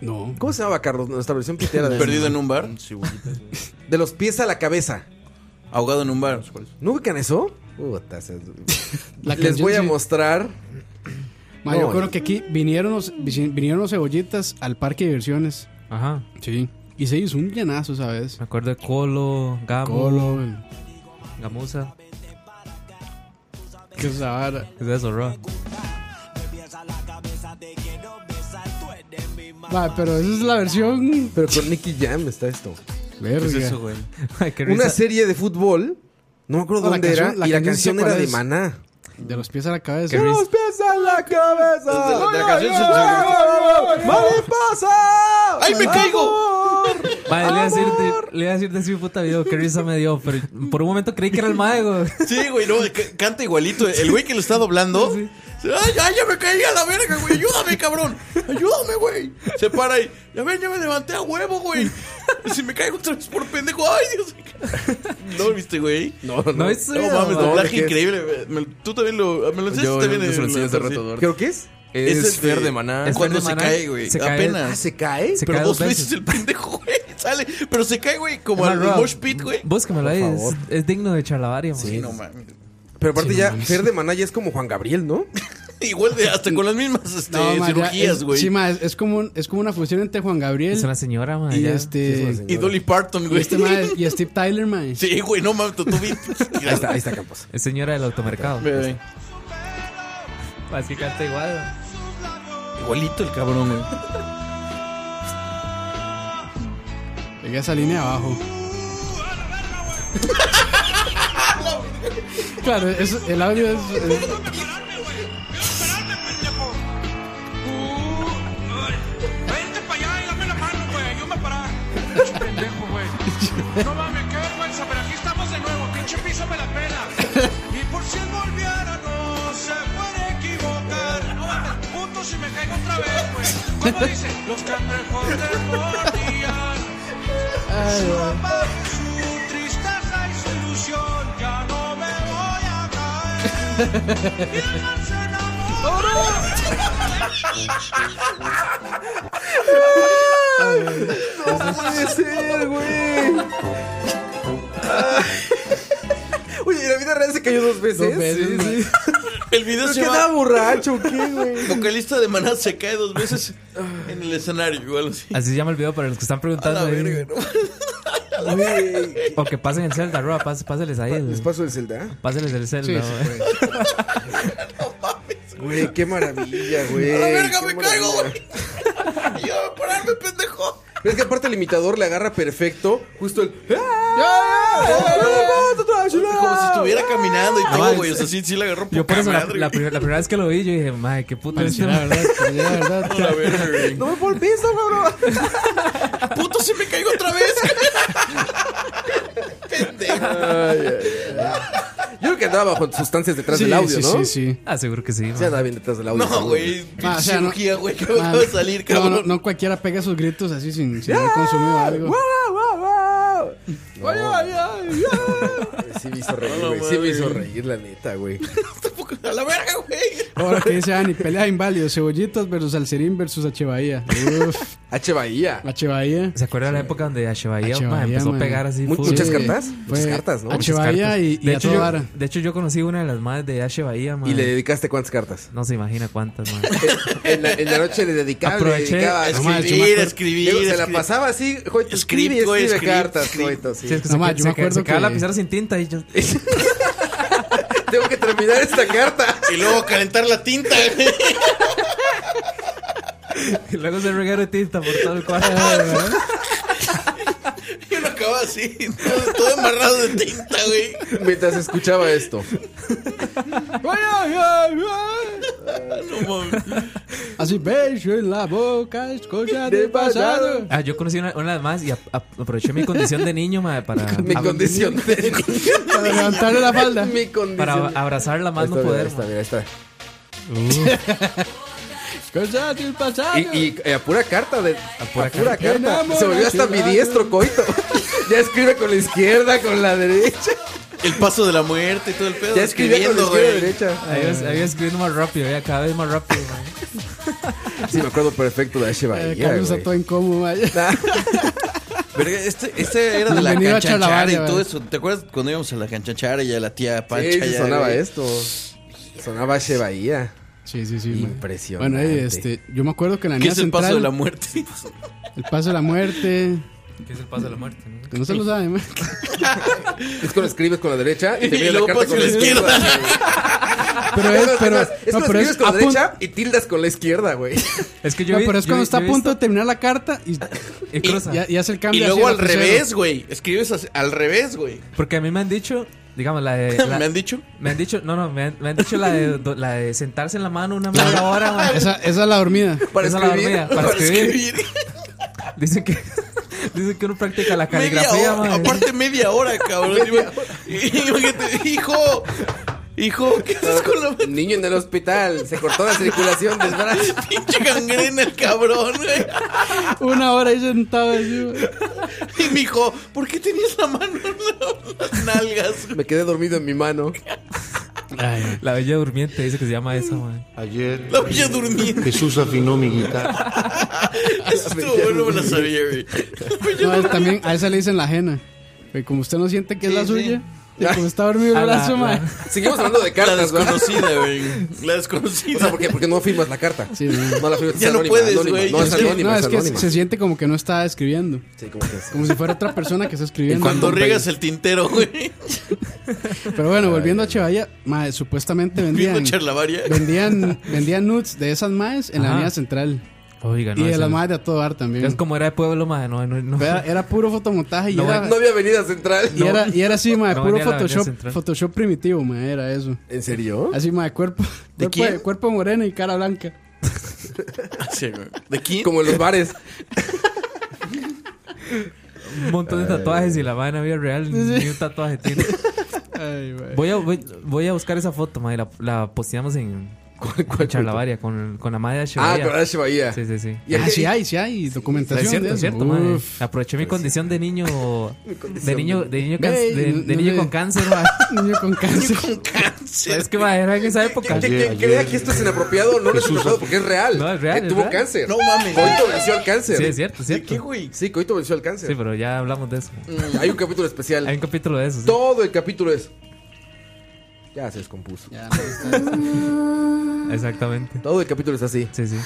[SPEAKER 14] No.
[SPEAKER 1] ¿Cómo se llamaba, Carlos? Nuestra versión pitera de
[SPEAKER 15] Perdido en un bar.
[SPEAKER 1] De los pies a la cabeza.
[SPEAKER 15] Ahogado en un bar.
[SPEAKER 1] ¿No ubican eso? Puta, se-
[SPEAKER 14] La
[SPEAKER 1] Les
[SPEAKER 14] canción
[SPEAKER 1] voy a
[SPEAKER 14] sí.
[SPEAKER 1] mostrar.
[SPEAKER 14] Ma, Ah, yo
[SPEAKER 1] No,
[SPEAKER 14] creo que aquí vinieron los, vinieron los cebollitas al parque de diversiones.
[SPEAKER 2] Ajá.
[SPEAKER 14] Sí. Y se hizo un llenazo, ¿sabes?
[SPEAKER 2] Me acuerdo de Colo, Gamo.
[SPEAKER 14] Colo,
[SPEAKER 2] Gamusa.
[SPEAKER 14] ¿Qué es ahora?
[SPEAKER 2] ¿Qué es eso, Ro?
[SPEAKER 14] Ma, pero esa es la versión.
[SPEAKER 1] Pero con Nicky Jam está esto.
[SPEAKER 14] Verga.
[SPEAKER 1] ¿Qué es eso, güey?
[SPEAKER 2] Ay, qué
[SPEAKER 1] Una
[SPEAKER 2] risa.
[SPEAKER 1] serie de fútbol. No me acuerdo
[SPEAKER 14] Ah, la
[SPEAKER 1] dónde
[SPEAKER 14] canción-
[SPEAKER 1] era.
[SPEAKER 14] la
[SPEAKER 1] y la
[SPEAKER 14] canción
[SPEAKER 1] canción
[SPEAKER 14] sé cuál
[SPEAKER 1] era de
[SPEAKER 14] es.
[SPEAKER 1] Maná.
[SPEAKER 14] De los pies a la cabeza.
[SPEAKER 1] De los pies a la cabeza.
[SPEAKER 14] De la- de la
[SPEAKER 1] Ay,
[SPEAKER 14] canción se-
[SPEAKER 1] ay, ay, ay, ay, ¡Mariposa!
[SPEAKER 15] ¡Ay, me caigo!
[SPEAKER 2] Madre, le iba a decir de- le iba a decir de su puta video que risa me dio, pero por un momento creí que era el mago.
[SPEAKER 15] Sí, güey, no, c- canta igualito. El güey que lo está doblando. ¡Ay, ay, ya me caí a la verga, güey! ¡Ayúdame, cabrón! ¡Ayúdame, güey! Se para ahí. Ya ven, ya me levanté a huevo, güey. Y Si me caigo otra vez por pendejo. ¡Ay, Dios! ¿No lo viste, güey?
[SPEAKER 1] No, no.
[SPEAKER 15] No,
[SPEAKER 1] No,
[SPEAKER 15] mames,
[SPEAKER 1] no,
[SPEAKER 15] doblaje
[SPEAKER 1] ¿de qué?
[SPEAKER 15] increíble. Me- tú también lo. ¿Me lo enseñaste
[SPEAKER 18] Yo-
[SPEAKER 15] también?
[SPEAKER 18] yo se lo
[SPEAKER 15] eh,
[SPEAKER 18] enseñé hace
[SPEAKER 15] sí.
[SPEAKER 18] rato, Dor.
[SPEAKER 1] ¿Creo que es?
[SPEAKER 18] Es,
[SPEAKER 15] Es este-
[SPEAKER 18] Fer de Maná.
[SPEAKER 15] es Cuando Fer de se Maná. cae, güey. Se cae. Apenas.
[SPEAKER 1] Ah, ¿se cae?
[SPEAKER 15] pero dos veces el pendejo, güey. Sale. Pero se cae, güey, como
[SPEAKER 2] Ma,
[SPEAKER 15] al
[SPEAKER 2] Ro,
[SPEAKER 15] mosh pit, güey.
[SPEAKER 2] Búscamelo ahí,
[SPEAKER 1] Por
[SPEAKER 2] es,
[SPEAKER 1] favor.
[SPEAKER 2] es digno de charlavaria, man.
[SPEAKER 15] Sí, no mames.
[SPEAKER 1] Pero aparte
[SPEAKER 2] Sí,
[SPEAKER 1] ya,
[SPEAKER 2] no mames.
[SPEAKER 1] Fer de Maná ya es como Juan Gabriel, ¿no?
[SPEAKER 15] Igual de hasta con las mismas este,
[SPEAKER 14] No, ma, ya
[SPEAKER 15] cirugías,
[SPEAKER 14] es-
[SPEAKER 15] güey.
[SPEAKER 14] Sí, ma, es, es como un- es como una fusión entre Juan Gabriel.
[SPEAKER 2] Es una señora, man.
[SPEAKER 14] Y
[SPEAKER 2] ya.
[SPEAKER 14] este.
[SPEAKER 15] y Dolly Parton,
[SPEAKER 14] y
[SPEAKER 15] güey.
[SPEAKER 14] este ma, y Steve Tyler, ma.
[SPEAKER 15] Sí, güey, no mames, tú tú vi.
[SPEAKER 1] Ahí está, ahí está Campos.
[SPEAKER 2] Es señora del automercado.
[SPEAKER 15] Ve, ve.
[SPEAKER 2] Más que canta igual. man.
[SPEAKER 15] Igualito el cabrón, güey.
[SPEAKER 14] Llegué a esa línea abajo. claro, es- el audio es. es-
[SPEAKER 20] Vente para allá y dame la mano, güey. Ayúdame a parar. Pinche pendejo, güey. No mames, qué vergüenza, pero aquí estamos de nuevo. Pinche piso me la pela. Y por si él volviera, no se puede equivocar. No mames, puto si me caigo otra vez, güey. ¿Cómo dice? Los cangrejos del morían. Su amargo, su tristeza y su ilusión. Ya no me voy a caer. Y el mar se enamoró.
[SPEAKER 1] No puede ser, güey. Ah. Oye, ¿y la vida real se cayó dos veces?
[SPEAKER 14] Dos veces,
[SPEAKER 1] sí, sí.
[SPEAKER 15] El video
[SPEAKER 1] Pero
[SPEAKER 15] se
[SPEAKER 1] queda
[SPEAKER 15] llama
[SPEAKER 1] borracho, ¿o ¿qué, güey?
[SPEAKER 15] Vocalista de Maná se cae dos veces en el escenario, igual así.
[SPEAKER 2] Así se llama el video para los que están
[SPEAKER 1] Ah,
[SPEAKER 15] A
[SPEAKER 2] preguntando.
[SPEAKER 15] la
[SPEAKER 2] ahí.
[SPEAKER 15] verga, ¿no?
[SPEAKER 2] O que pasen el Zelda, Roa, pas- páseles ahí.
[SPEAKER 1] ¿Les
[SPEAKER 2] güey.
[SPEAKER 1] paso el Zelda?
[SPEAKER 2] Páseles el Zelda,
[SPEAKER 1] Sí,
[SPEAKER 2] güey.
[SPEAKER 1] sí, Güey, qué maravilla, güey.
[SPEAKER 15] A la verga,
[SPEAKER 1] Qué
[SPEAKER 15] me
[SPEAKER 1] maravilla.
[SPEAKER 15] caigo, güey. Ayúdame a pararme, pendejo.
[SPEAKER 1] Pero es que aparte el imitador le agarra perfecto justo el...
[SPEAKER 15] Como si estuviera caminando y
[SPEAKER 2] No,
[SPEAKER 15] todo,
[SPEAKER 2] es-
[SPEAKER 15] güey. O sea, sí, sí le agarró
[SPEAKER 2] Yo por
[SPEAKER 15] poca
[SPEAKER 2] eso la,
[SPEAKER 15] madre,
[SPEAKER 2] la
[SPEAKER 15] güey.
[SPEAKER 2] primer- la primera vez que lo vi, yo dije, madre, qué este, puta.
[SPEAKER 14] Pareció la verdad, pareció la verdad.
[SPEAKER 15] A la verga, güey.
[SPEAKER 1] ¡No me por el piso, cabrón!
[SPEAKER 15] Puto, si me caigo otra vez.
[SPEAKER 1] Yo creo que andaba bajo sustancias detrás
[SPEAKER 14] Sí,
[SPEAKER 1] del audio,
[SPEAKER 14] sí, sí,
[SPEAKER 1] ¿no?
[SPEAKER 14] sí.
[SPEAKER 2] Ah, seguro que sí.
[SPEAKER 1] Se andaba bien detrás del audio.
[SPEAKER 15] No,
[SPEAKER 1] seguro.
[SPEAKER 15] güey.
[SPEAKER 14] Ma, Ah, o sea, no-
[SPEAKER 15] cirugía, güey. Que
[SPEAKER 14] ma,
[SPEAKER 15] va a salir,
[SPEAKER 14] no,
[SPEAKER 15] cabrón.
[SPEAKER 14] no, no cualquiera pega esos gritos así sin, sin haber consumido algo.
[SPEAKER 1] ¡Guau, guau, guau! Sí me hizo reír,
[SPEAKER 15] No,
[SPEAKER 1] güey. Sí me
[SPEAKER 15] madre.
[SPEAKER 1] hizo reír, la neta, güey.
[SPEAKER 15] A la verga, güey.
[SPEAKER 14] Ahora que dice Ani, pelea inválido, cebollitos versus Alcerín versus H. Bahía. Uf.
[SPEAKER 1] H. Bahía.
[SPEAKER 14] H. Bahía.
[SPEAKER 2] ¿Se acuerda la época donde Ashebaya
[SPEAKER 14] Achebaía,
[SPEAKER 2] empezó
[SPEAKER 14] man.
[SPEAKER 2] a pegar así?
[SPEAKER 14] Mu-
[SPEAKER 2] full?
[SPEAKER 14] muchas Sí. cartas, muchas Fue cartas, ¿no? Achebaía
[SPEAKER 2] Muchas
[SPEAKER 14] y- y
[SPEAKER 2] de,
[SPEAKER 14] a
[SPEAKER 2] hecho,
[SPEAKER 14] toda
[SPEAKER 2] yo,
[SPEAKER 14] vara.
[SPEAKER 2] de hecho, yo conocí una de las madres de Ashebaya,
[SPEAKER 1] ¿Y le dedicaste cuántas cartas?
[SPEAKER 2] No se imagina cuántas, man.
[SPEAKER 1] En la, en la noche le dedicaba, le
[SPEAKER 2] Aproveché
[SPEAKER 1] dedicaba
[SPEAKER 2] a
[SPEAKER 1] No más,
[SPEAKER 2] escribir,
[SPEAKER 1] yo me acuerdo.
[SPEAKER 2] escribir,
[SPEAKER 1] Luego Se la
[SPEAKER 2] escribir.
[SPEAKER 1] pasaba así, Joito, escribe,
[SPEAKER 2] Script, güey,
[SPEAKER 1] escribe
[SPEAKER 2] script,
[SPEAKER 1] cartas,
[SPEAKER 2] script.
[SPEAKER 1] Joito, sí.
[SPEAKER 2] Sí, es que se No más, qued- yo se me qued- acuerdo se quedaba la que- pizarra sin tinta y yo...
[SPEAKER 1] Tengo que terminar esta carta.
[SPEAKER 15] Y luego calentar la tinta.
[SPEAKER 2] Y luego se regaron tinta por todo el cuarto.
[SPEAKER 14] Ah,
[SPEAKER 15] Yo lo acababa así, todo, todo embarrado de tinta, güey.
[SPEAKER 1] Mientras escuchaba esto.
[SPEAKER 14] Así beso en la boca, es cosa de pasado.
[SPEAKER 2] Ah, yo conocí una, una de las más y ap- ap- aproveché mi condición de niño, madre, para...
[SPEAKER 1] Mi
[SPEAKER 2] ab-
[SPEAKER 1] condición de
[SPEAKER 14] Para levantarle la falda.
[SPEAKER 1] Mi condición.
[SPEAKER 2] Para ab- abrazarla más
[SPEAKER 1] Ahí
[SPEAKER 2] no
[SPEAKER 1] está,
[SPEAKER 2] poder,
[SPEAKER 1] Ahí está,
[SPEAKER 2] man.
[SPEAKER 1] mira, ahí está.
[SPEAKER 14] Cosa del
[SPEAKER 15] Ah,
[SPEAKER 14] pasado.
[SPEAKER 1] Y, y eh, a pura carta, de, a pura,
[SPEAKER 14] pura
[SPEAKER 1] carta.
[SPEAKER 14] carta.
[SPEAKER 1] Se volvió hasta bidiestro, coito. ya escribe con la izquierda, con la derecha.
[SPEAKER 15] El paso de la muerte y todo el pedo.
[SPEAKER 1] Ya escribía con la
[SPEAKER 15] escribiendo,
[SPEAKER 1] izquierda y
[SPEAKER 15] güey.
[SPEAKER 1] derecha.
[SPEAKER 2] Ahí vas- ahí vas escribiendo más rápido, ya, cada vez más rápido, man.
[SPEAKER 1] Sí, me acuerdo perfecto de Ashe
[SPEAKER 14] Eh,
[SPEAKER 1] Bahía,
[SPEAKER 14] Carlos
[SPEAKER 1] güey.
[SPEAKER 14] está todo incómodo, vaya.
[SPEAKER 15] Ah, Verga, este, este era de la
[SPEAKER 14] Bienvenido a
[SPEAKER 15] canchachara y
[SPEAKER 14] Chalabaria,
[SPEAKER 15] todo
[SPEAKER 14] güey.
[SPEAKER 15] eso. ¿Te acuerdas cuando íbamos a la canchachara y a la tía Pancha?
[SPEAKER 1] Sí, sí,
[SPEAKER 15] ya,
[SPEAKER 1] sonaba
[SPEAKER 15] güey?
[SPEAKER 1] esto. Sonaba Ashe Bahía.
[SPEAKER 14] Sí, sí, sí.
[SPEAKER 1] Impresionante.
[SPEAKER 14] Bueno, ahí, este, yo me acuerdo que en la
[SPEAKER 15] ¿Qué
[SPEAKER 14] niña
[SPEAKER 15] es el paso de
[SPEAKER 14] central-
[SPEAKER 15] la muerte?
[SPEAKER 14] El paso de la muerte.
[SPEAKER 2] Que es el paso de la muerte, ¿no?
[SPEAKER 14] Que no se lo saben, man.
[SPEAKER 1] Es cuando escribes con la derecha y te
[SPEAKER 14] Y
[SPEAKER 1] viene la
[SPEAKER 14] luego
[SPEAKER 1] carta
[SPEAKER 14] pasas
[SPEAKER 1] con la
[SPEAKER 14] a la
[SPEAKER 1] izquierda.
[SPEAKER 14] Pero es, pero,
[SPEAKER 1] es,
[SPEAKER 14] no,
[SPEAKER 1] cuando
[SPEAKER 14] pero
[SPEAKER 1] escribes
[SPEAKER 14] es,
[SPEAKER 1] con la
[SPEAKER 14] a punto-
[SPEAKER 1] derecha y tildas con la izquierda, güey.
[SPEAKER 2] Es que
[SPEAKER 14] no, pero es cuando está a punto de terminar la carta y,
[SPEAKER 2] Y cruza.
[SPEAKER 14] y- y hace el cambio.
[SPEAKER 15] Y
[SPEAKER 14] hacia
[SPEAKER 15] luego al
[SPEAKER 14] el tercero.
[SPEAKER 15] revés, güey. Escribes así- al revés, güey.
[SPEAKER 2] Porque a mí me han dicho, digamos, la de. la-
[SPEAKER 15] ¿Me han dicho?
[SPEAKER 2] Me han dicho, no, no, me han, me han dicho la de, do- la de sentarse en la mano una media hora, man.
[SPEAKER 14] Esa, esa es la dormida.
[SPEAKER 2] Para Esa es la escribir, dormida, para para escribir.
[SPEAKER 15] escribir.
[SPEAKER 2] Dicen que. Dicen que uno practica la
[SPEAKER 15] Media
[SPEAKER 2] caligrafía,
[SPEAKER 15] hora,
[SPEAKER 2] man.
[SPEAKER 15] aparte media hora, cabrón. Imagínate, hijo, hijo, ¿qué haces con la
[SPEAKER 1] Niño en el hospital, se cortó la circulación del brazo.
[SPEAKER 15] pinche gangrena el cabrón, güey?
[SPEAKER 14] Una hora ahí sentado así, güey.
[SPEAKER 15] Y me dijo, ¿por qué tenías la mano en las nalgas?
[SPEAKER 1] Me quedé dormido en mi mano.
[SPEAKER 2] La bella durmiente, dice que se llama esa, man.
[SPEAKER 22] Ayer
[SPEAKER 15] La bella durmiente.
[SPEAKER 22] Jesús afinó mi guitarra.
[SPEAKER 15] Estuvo bueno, me la sabía, güey.
[SPEAKER 14] No, es- también a esa le dicen la ajena. Güey, como usted no siente que es la suya, y como está dormido el
[SPEAKER 1] A la-
[SPEAKER 14] brazo,
[SPEAKER 1] la-
[SPEAKER 14] man.
[SPEAKER 1] Seguimos hablando de
[SPEAKER 15] La
[SPEAKER 1] cartas, ¿verdad?
[SPEAKER 15] desconocida, güey. La desconocida.
[SPEAKER 1] O sea, ¿por qué? Porque no firmas la carta. no. la firmas. es
[SPEAKER 15] Ya no
[SPEAKER 1] anónima,
[SPEAKER 15] puedes,
[SPEAKER 1] anónima.
[SPEAKER 15] güey.
[SPEAKER 1] No, es
[SPEAKER 15] Es que-
[SPEAKER 1] anónima,
[SPEAKER 14] No,
[SPEAKER 1] es
[SPEAKER 14] es que
[SPEAKER 1] anónima.
[SPEAKER 14] se, se siente como que no está escribiendo.
[SPEAKER 1] Sí, como que es-
[SPEAKER 14] Como si fuera otra persona que está escribiendo.
[SPEAKER 15] Cuando riegas el tintero, güey.
[SPEAKER 14] Pero bueno, volviendo a Chevalla, mae, supuestamente vendían.
[SPEAKER 15] Viendo charlavaria.
[SPEAKER 14] Vendían, vendían nudes de esas maes en la
[SPEAKER 2] Ajá.
[SPEAKER 14] avenida central.
[SPEAKER 2] Oiga, no.
[SPEAKER 14] y de
[SPEAKER 2] esa-
[SPEAKER 14] las maes de a todo bar también.
[SPEAKER 2] Es como era de pueblo, man. No, no, no.
[SPEAKER 14] Era, era puro fotomontaje y,
[SPEAKER 2] No,
[SPEAKER 14] era,
[SPEAKER 1] No había avenida central.
[SPEAKER 14] y, era, y era así, mae,
[SPEAKER 2] No
[SPEAKER 14] puro
[SPEAKER 2] venía la Avenida
[SPEAKER 14] Photoshop,
[SPEAKER 2] Central.
[SPEAKER 14] Photoshop primitivo, mae, era eso.
[SPEAKER 1] ¿En serio?
[SPEAKER 14] Así, mae, cuerpo,
[SPEAKER 1] ¿De
[SPEAKER 14] cuerpo,
[SPEAKER 1] quién?
[SPEAKER 14] cuerpo moreno y cara blanca.
[SPEAKER 15] Sí, güey. ¿De quién?
[SPEAKER 1] Como en los bares.
[SPEAKER 2] Un montón de tatuajes y la madre en la vida real. Ni un tatuaje tiene.
[SPEAKER 14] Ay, mae.
[SPEAKER 2] Voy a, voy, voy a buscar esa foto, madre. La, la posteamos en. en Charlavaria, con, con la madre de
[SPEAKER 1] Ah,
[SPEAKER 2] Ashebaya.
[SPEAKER 1] con Ashe Bahía.
[SPEAKER 2] Sí, sí, sí.
[SPEAKER 1] Y es
[SPEAKER 14] Ah,
[SPEAKER 1] que-
[SPEAKER 14] sí hay, sí hay documentación.
[SPEAKER 2] Es cierto,
[SPEAKER 14] de
[SPEAKER 2] es cierto,
[SPEAKER 14] eso.
[SPEAKER 2] madre.
[SPEAKER 14] Uf.
[SPEAKER 2] Aproveché
[SPEAKER 1] Pues
[SPEAKER 2] mi condición de niño. De
[SPEAKER 14] condición
[SPEAKER 2] niño, de niño, can-
[SPEAKER 14] Ey,
[SPEAKER 2] de,
[SPEAKER 14] no-
[SPEAKER 2] de
[SPEAKER 14] no
[SPEAKER 2] niño
[SPEAKER 14] me-
[SPEAKER 2] con cáncer, madre.
[SPEAKER 14] Niño con cáncer.
[SPEAKER 2] Es que, madre, era en esa época.
[SPEAKER 1] Que quien crea que esto es inapropiado no lo es
[SPEAKER 2] Jesús.
[SPEAKER 1] inapropiado porque es real.
[SPEAKER 2] No, es real,
[SPEAKER 1] Que
[SPEAKER 2] es
[SPEAKER 1] tuvo
[SPEAKER 2] real.
[SPEAKER 1] cáncer.
[SPEAKER 15] No mames.
[SPEAKER 1] Coito venció al cáncer.
[SPEAKER 2] Sí, es cierto, es cierto.
[SPEAKER 1] Sí, Coito venció al cáncer.
[SPEAKER 2] Sí, pero ya hablamos de eso.
[SPEAKER 1] Mm, Hay un capítulo especial.
[SPEAKER 2] Hay un capítulo de eso. sí.
[SPEAKER 1] Todo el capítulo es. Ya se descompuso.
[SPEAKER 2] Exactamente.
[SPEAKER 1] Todo el capítulo es así.
[SPEAKER 2] Sí, sí.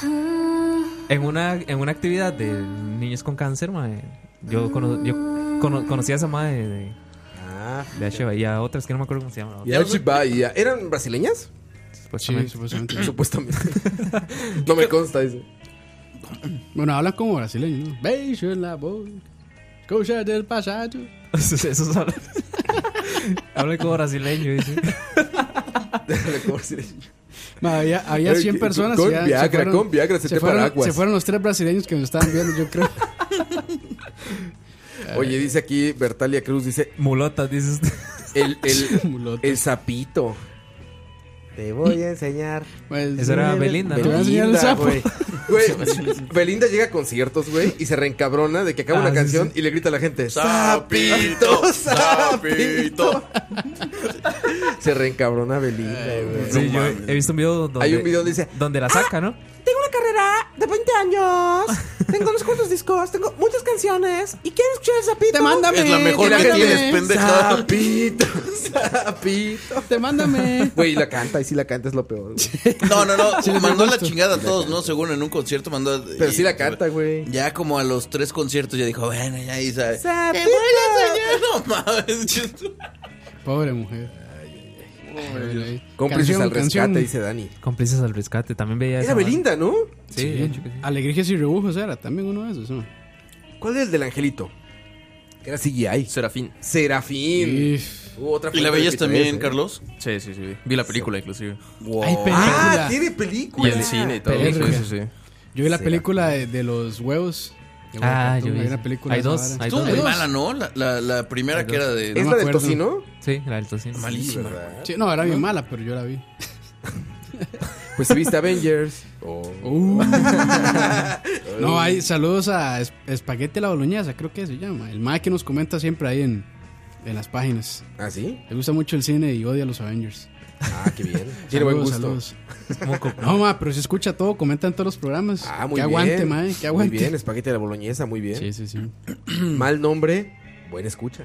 [SPEAKER 2] En una, en una actividad de niños con cáncer, madre, yo, cono- yo cono- conocí a esa madre de,
[SPEAKER 1] Ah.
[SPEAKER 2] de Asheva y a otras que no me acuerdo cómo se llaman.
[SPEAKER 1] Y Archie Bahía. ¿Eran brasileñas?
[SPEAKER 14] Sí,
[SPEAKER 15] Pues
[SPEAKER 2] Supuestamente.
[SPEAKER 14] supuestamente.
[SPEAKER 1] Supuestamente. no me consta, dice.
[SPEAKER 14] Bueno, hablan como brasileño, ¿no? Beijo en la boca, cosa del pasado.
[SPEAKER 2] Eso es habla. Habla como brasileño, dice.
[SPEAKER 1] Déjale como brasileño.
[SPEAKER 14] Ma, había había
[SPEAKER 1] Pero,
[SPEAKER 14] 100
[SPEAKER 1] ¿qué-
[SPEAKER 14] personas.
[SPEAKER 1] Eh, con
[SPEAKER 14] y ya se
[SPEAKER 1] Viagra,
[SPEAKER 14] fueron-
[SPEAKER 1] con Viagra, se te
[SPEAKER 14] fueron,
[SPEAKER 1] paraguas.
[SPEAKER 14] Se fueron los tres brasileños que me estaban viendo, yo creo. Eh.
[SPEAKER 1] Oye, dice aquí Bertalia Cruz, dice...
[SPEAKER 2] Mulotas, dices.
[SPEAKER 1] El, el, el sapito.
[SPEAKER 21] Te voy a enseñar.
[SPEAKER 14] Pues,
[SPEAKER 2] Eso era Belinda, ¿no?
[SPEAKER 14] Te voy a enseñar el
[SPEAKER 1] Belinda,
[SPEAKER 14] sapo.
[SPEAKER 1] güey. Güey, Belinda llega a conciertos, güey, y se reencabrona de que acaba
[SPEAKER 15] Ah,
[SPEAKER 1] una
[SPEAKER 15] sí,
[SPEAKER 1] canción y le grita a la gente:
[SPEAKER 15] Sapito, sapito.
[SPEAKER 1] Se reencabrona Belinda, güey.
[SPEAKER 2] Sí,
[SPEAKER 1] No
[SPEAKER 2] yo
[SPEAKER 1] mames.
[SPEAKER 2] he visto un video donde.
[SPEAKER 1] Hay un video donde dice:
[SPEAKER 2] Donde la saca, ¿no?
[SPEAKER 21] Tengo una carrera de 20 años. Tengo unos cuantos discos. Tengo muchas canciones. ¿Y quieres escuchar el zapito? Te
[SPEAKER 14] mándame,
[SPEAKER 15] Es la mejor que tienes, pendeja.
[SPEAKER 1] Sapito, sapito.
[SPEAKER 14] Te mándame.
[SPEAKER 1] Güey, y la canta, y si la canta es lo peor.
[SPEAKER 15] No, no, no.
[SPEAKER 1] Sí, les
[SPEAKER 15] mandó
[SPEAKER 1] dio
[SPEAKER 15] la
[SPEAKER 1] gusto.
[SPEAKER 15] chingada a todos, ¿no? Según en un concierto mandó.
[SPEAKER 1] Pero sí la canta, güey.
[SPEAKER 15] Ya como a los tres conciertos ya dijo, bueno, ya ahí sabe.
[SPEAKER 21] ¡Sapito!
[SPEAKER 14] Pobre mujer. Ah,
[SPEAKER 1] Cómplices al rescate,
[SPEAKER 14] dice
[SPEAKER 1] Dani.
[SPEAKER 2] Cómplices al rescate, también veía
[SPEAKER 1] Era
[SPEAKER 2] esa madre.
[SPEAKER 1] Belinda, ¿no?
[SPEAKER 2] Sí, de hecho que
[SPEAKER 14] Alegrías y rebujos era también uno de esos, ¿no?
[SPEAKER 1] ¿Cuál es el del angelito? Que era CGI.
[SPEAKER 18] Serafín.
[SPEAKER 1] Serafín. Hubo otra
[SPEAKER 15] ¿Y la
[SPEAKER 1] película
[SPEAKER 15] veías
[SPEAKER 1] que
[SPEAKER 15] también,
[SPEAKER 1] traes, ¿eh?
[SPEAKER 15] Carlos?
[SPEAKER 18] Sí, sí, sí. Vi la película, inclusive.
[SPEAKER 14] Hay película.
[SPEAKER 1] Ah, tiene película.
[SPEAKER 18] Y en cine y todo. Sí,
[SPEAKER 14] Película.
[SPEAKER 18] sí, sí.
[SPEAKER 14] Yo vi la
[SPEAKER 18] Sí,
[SPEAKER 14] película de, de los huevos. de huevo
[SPEAKER 2] Ah,
[SPEAKER 14] cartón,
[SPEAKER 2] yo vi
[SPEAKER 14] Hay
[SPEAKER 2] esa.
[SPEAKER 14] una película.
[SPEAKER 2] Hay
[SPEAKER 14] de esa
[SPEAKER 2] dos,
[SPEAKER 14] vara.
[SPEAKER 2] hay
[SPEAKER 15] Estuvo muy mala, ¿no? La, la, la primera que era de.
[SPEAKER 14] ¿Es No la me del acuerdo. tocino?
[SPEAKER 2] Sí, la del tocino.
[SPEAKER 15] Malísima.
[SPEAKER 14] Sí, no, era bien mala, pero yo la vi.
[SPEAKER 1] Pues si viste Avengers.
[SPEAKER 14] Uh. no, hay saludos a Es- Espaguete la Boloñesa, creo que se llama. El mae que nos comenta siempre ahí en, en las páginas.
[SPEAKER 1] ¿Ah, sí?
[SPEAKER 14] Le gusta mucho el cine y odia los Avengers.
[SPEAKER 1] Ah, qué bien. Tiene buen gusto.
[SPEAKER 14] No, ma, pero se escucha todo, comenta en todos los programas.
[SPEAKER 1] Ah, muy
[SPEAKER 14] que
[SPEAKER 1] bien.
[SPEAKER 14] aguante, mae, que aguante.
[SPEAKER 1] Muy bien, espagueti de la boloñesa, muy bien.
[SPEAKER 14] Sí, sí, sí.
[SPEAKER 1] Mal nombre, buena escucha.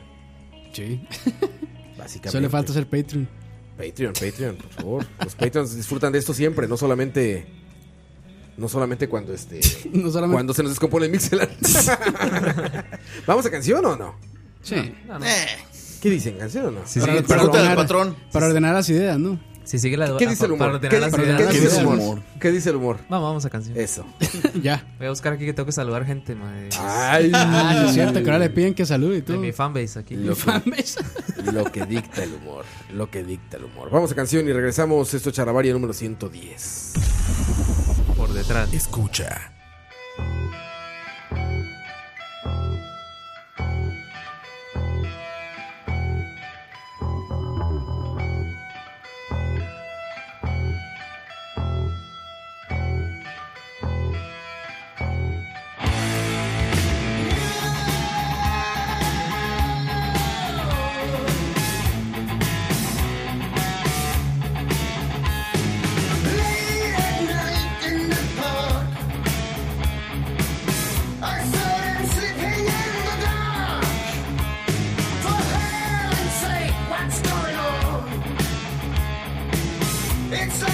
[SPEAKER 14] Sí.
[SPEAKER 1] Básicamente.
[SPEAKER 14] Solo le falta ser Patreon.
[SPEAKER 1] Patreon, Patreon, por favor. Los Patreons disfrutan de esto siempre, no solamente. No solamente cuando este.
[SPEAKER 14] No solamente-
[SPEAKER 1] Cuando se nos descompone el mixer. ¿Vamos a canción o no?
[SPEAKER 14] Sí.
[SPEAKER 15] Eh.
[SPEAKER 1] ¿Qué dicen? ¿Canción o no?
[SPEAKER 14] Para- para ordenar- Para ordenar las ideas, ¿no?
[SPEAKER 2] Si sigue la
[SPEAKER 1] ¿Qué dice el humor? ¿Qué, qué- qué dice el humor? ¿Qué dice el humor?
[SPEAKER 2] Vamos, vamos a canción.
[SPEAKER 1] Eso.
[SPEAKER 14] ya.
[SPEAKER 2] Voy a buscar aquí que tengo que saludar gente, madre.
[SPEAKER 1] Ay.
[SPEAKER 14] Ah, sí, es cierto, que ahora le piden que salude
[SPEAKER 2] De
[SPEAKER 14] y todo.
[SPEAKER 2] mi fanbase aquí.
[SPEAKER 1] Lo que- Lo que dicta el humor. Lo que dicta el humor. Vamos a canción y regresamos. Esto es Charabaria número 110.
[SPEAKER 2] Por detrás.
[SPEAKER 19] Escucha.
[SPEAKER 20] Late at night in the park,
[SPEAKER 9] Oh,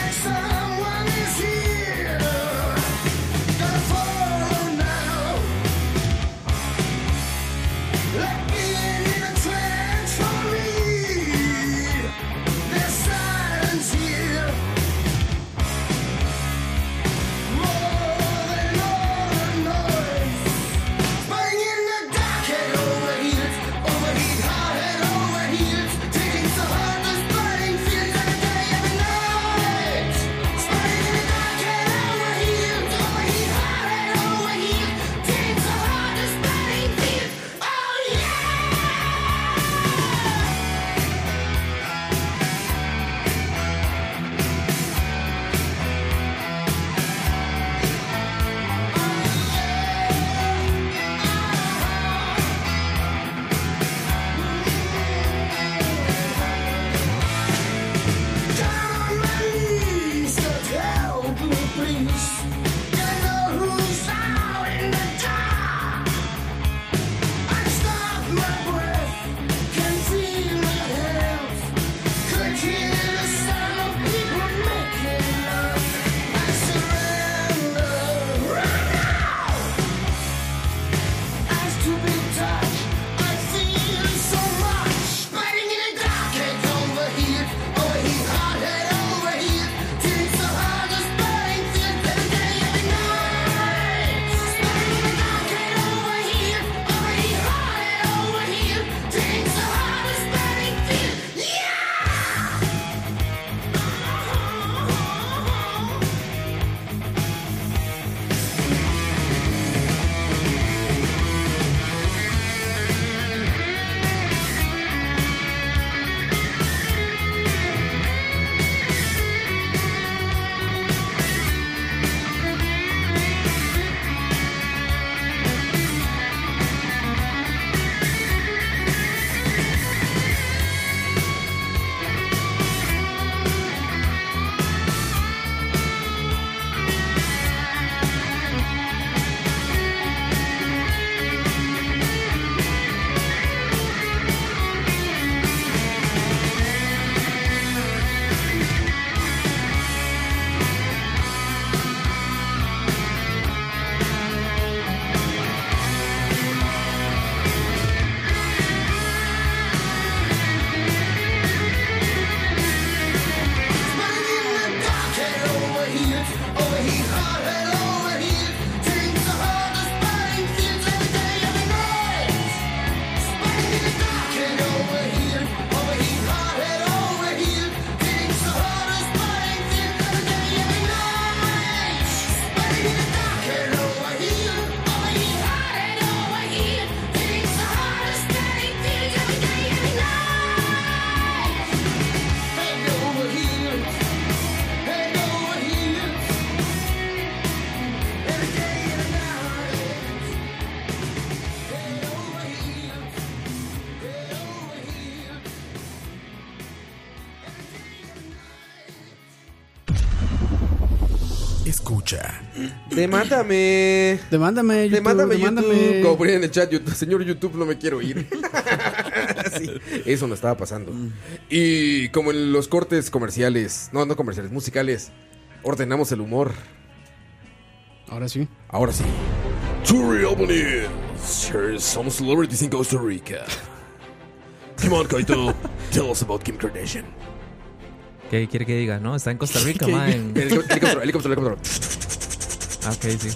[SPEAKER 19] escucha.
[SPEAKER 1] Demándame.
[SPEAKER 14] Demándame, YouTube.
[SPEAKER 1] Demándame,
[SPEAKER 14] demándame.
[SPEAKER 1] YouTube. Como ponía en el chat, YouTube, señor YouTube, no me quiero ir. Sí, eso no estaba pasando. Y como en los cortes comerciales, no, no comerciales, musicales, ordenamos el humor.
[SPEAKER 14] Ahora sí.
[SPEAKER 1] Ahora sí.
[SPEAKER 17] To reopen it. Here's some celebrities in Costa Rica. Come on, Kaito. Tell us about Kim Kardashian.
[SPEAKER 2] ¿Qué quiere que diga? No, está en Costa Rica, ma. en-
[SPEAKER 1] Helicóptero, helicóptero, helicóptero.
[SPEAKER 2] Ah, ok, sí.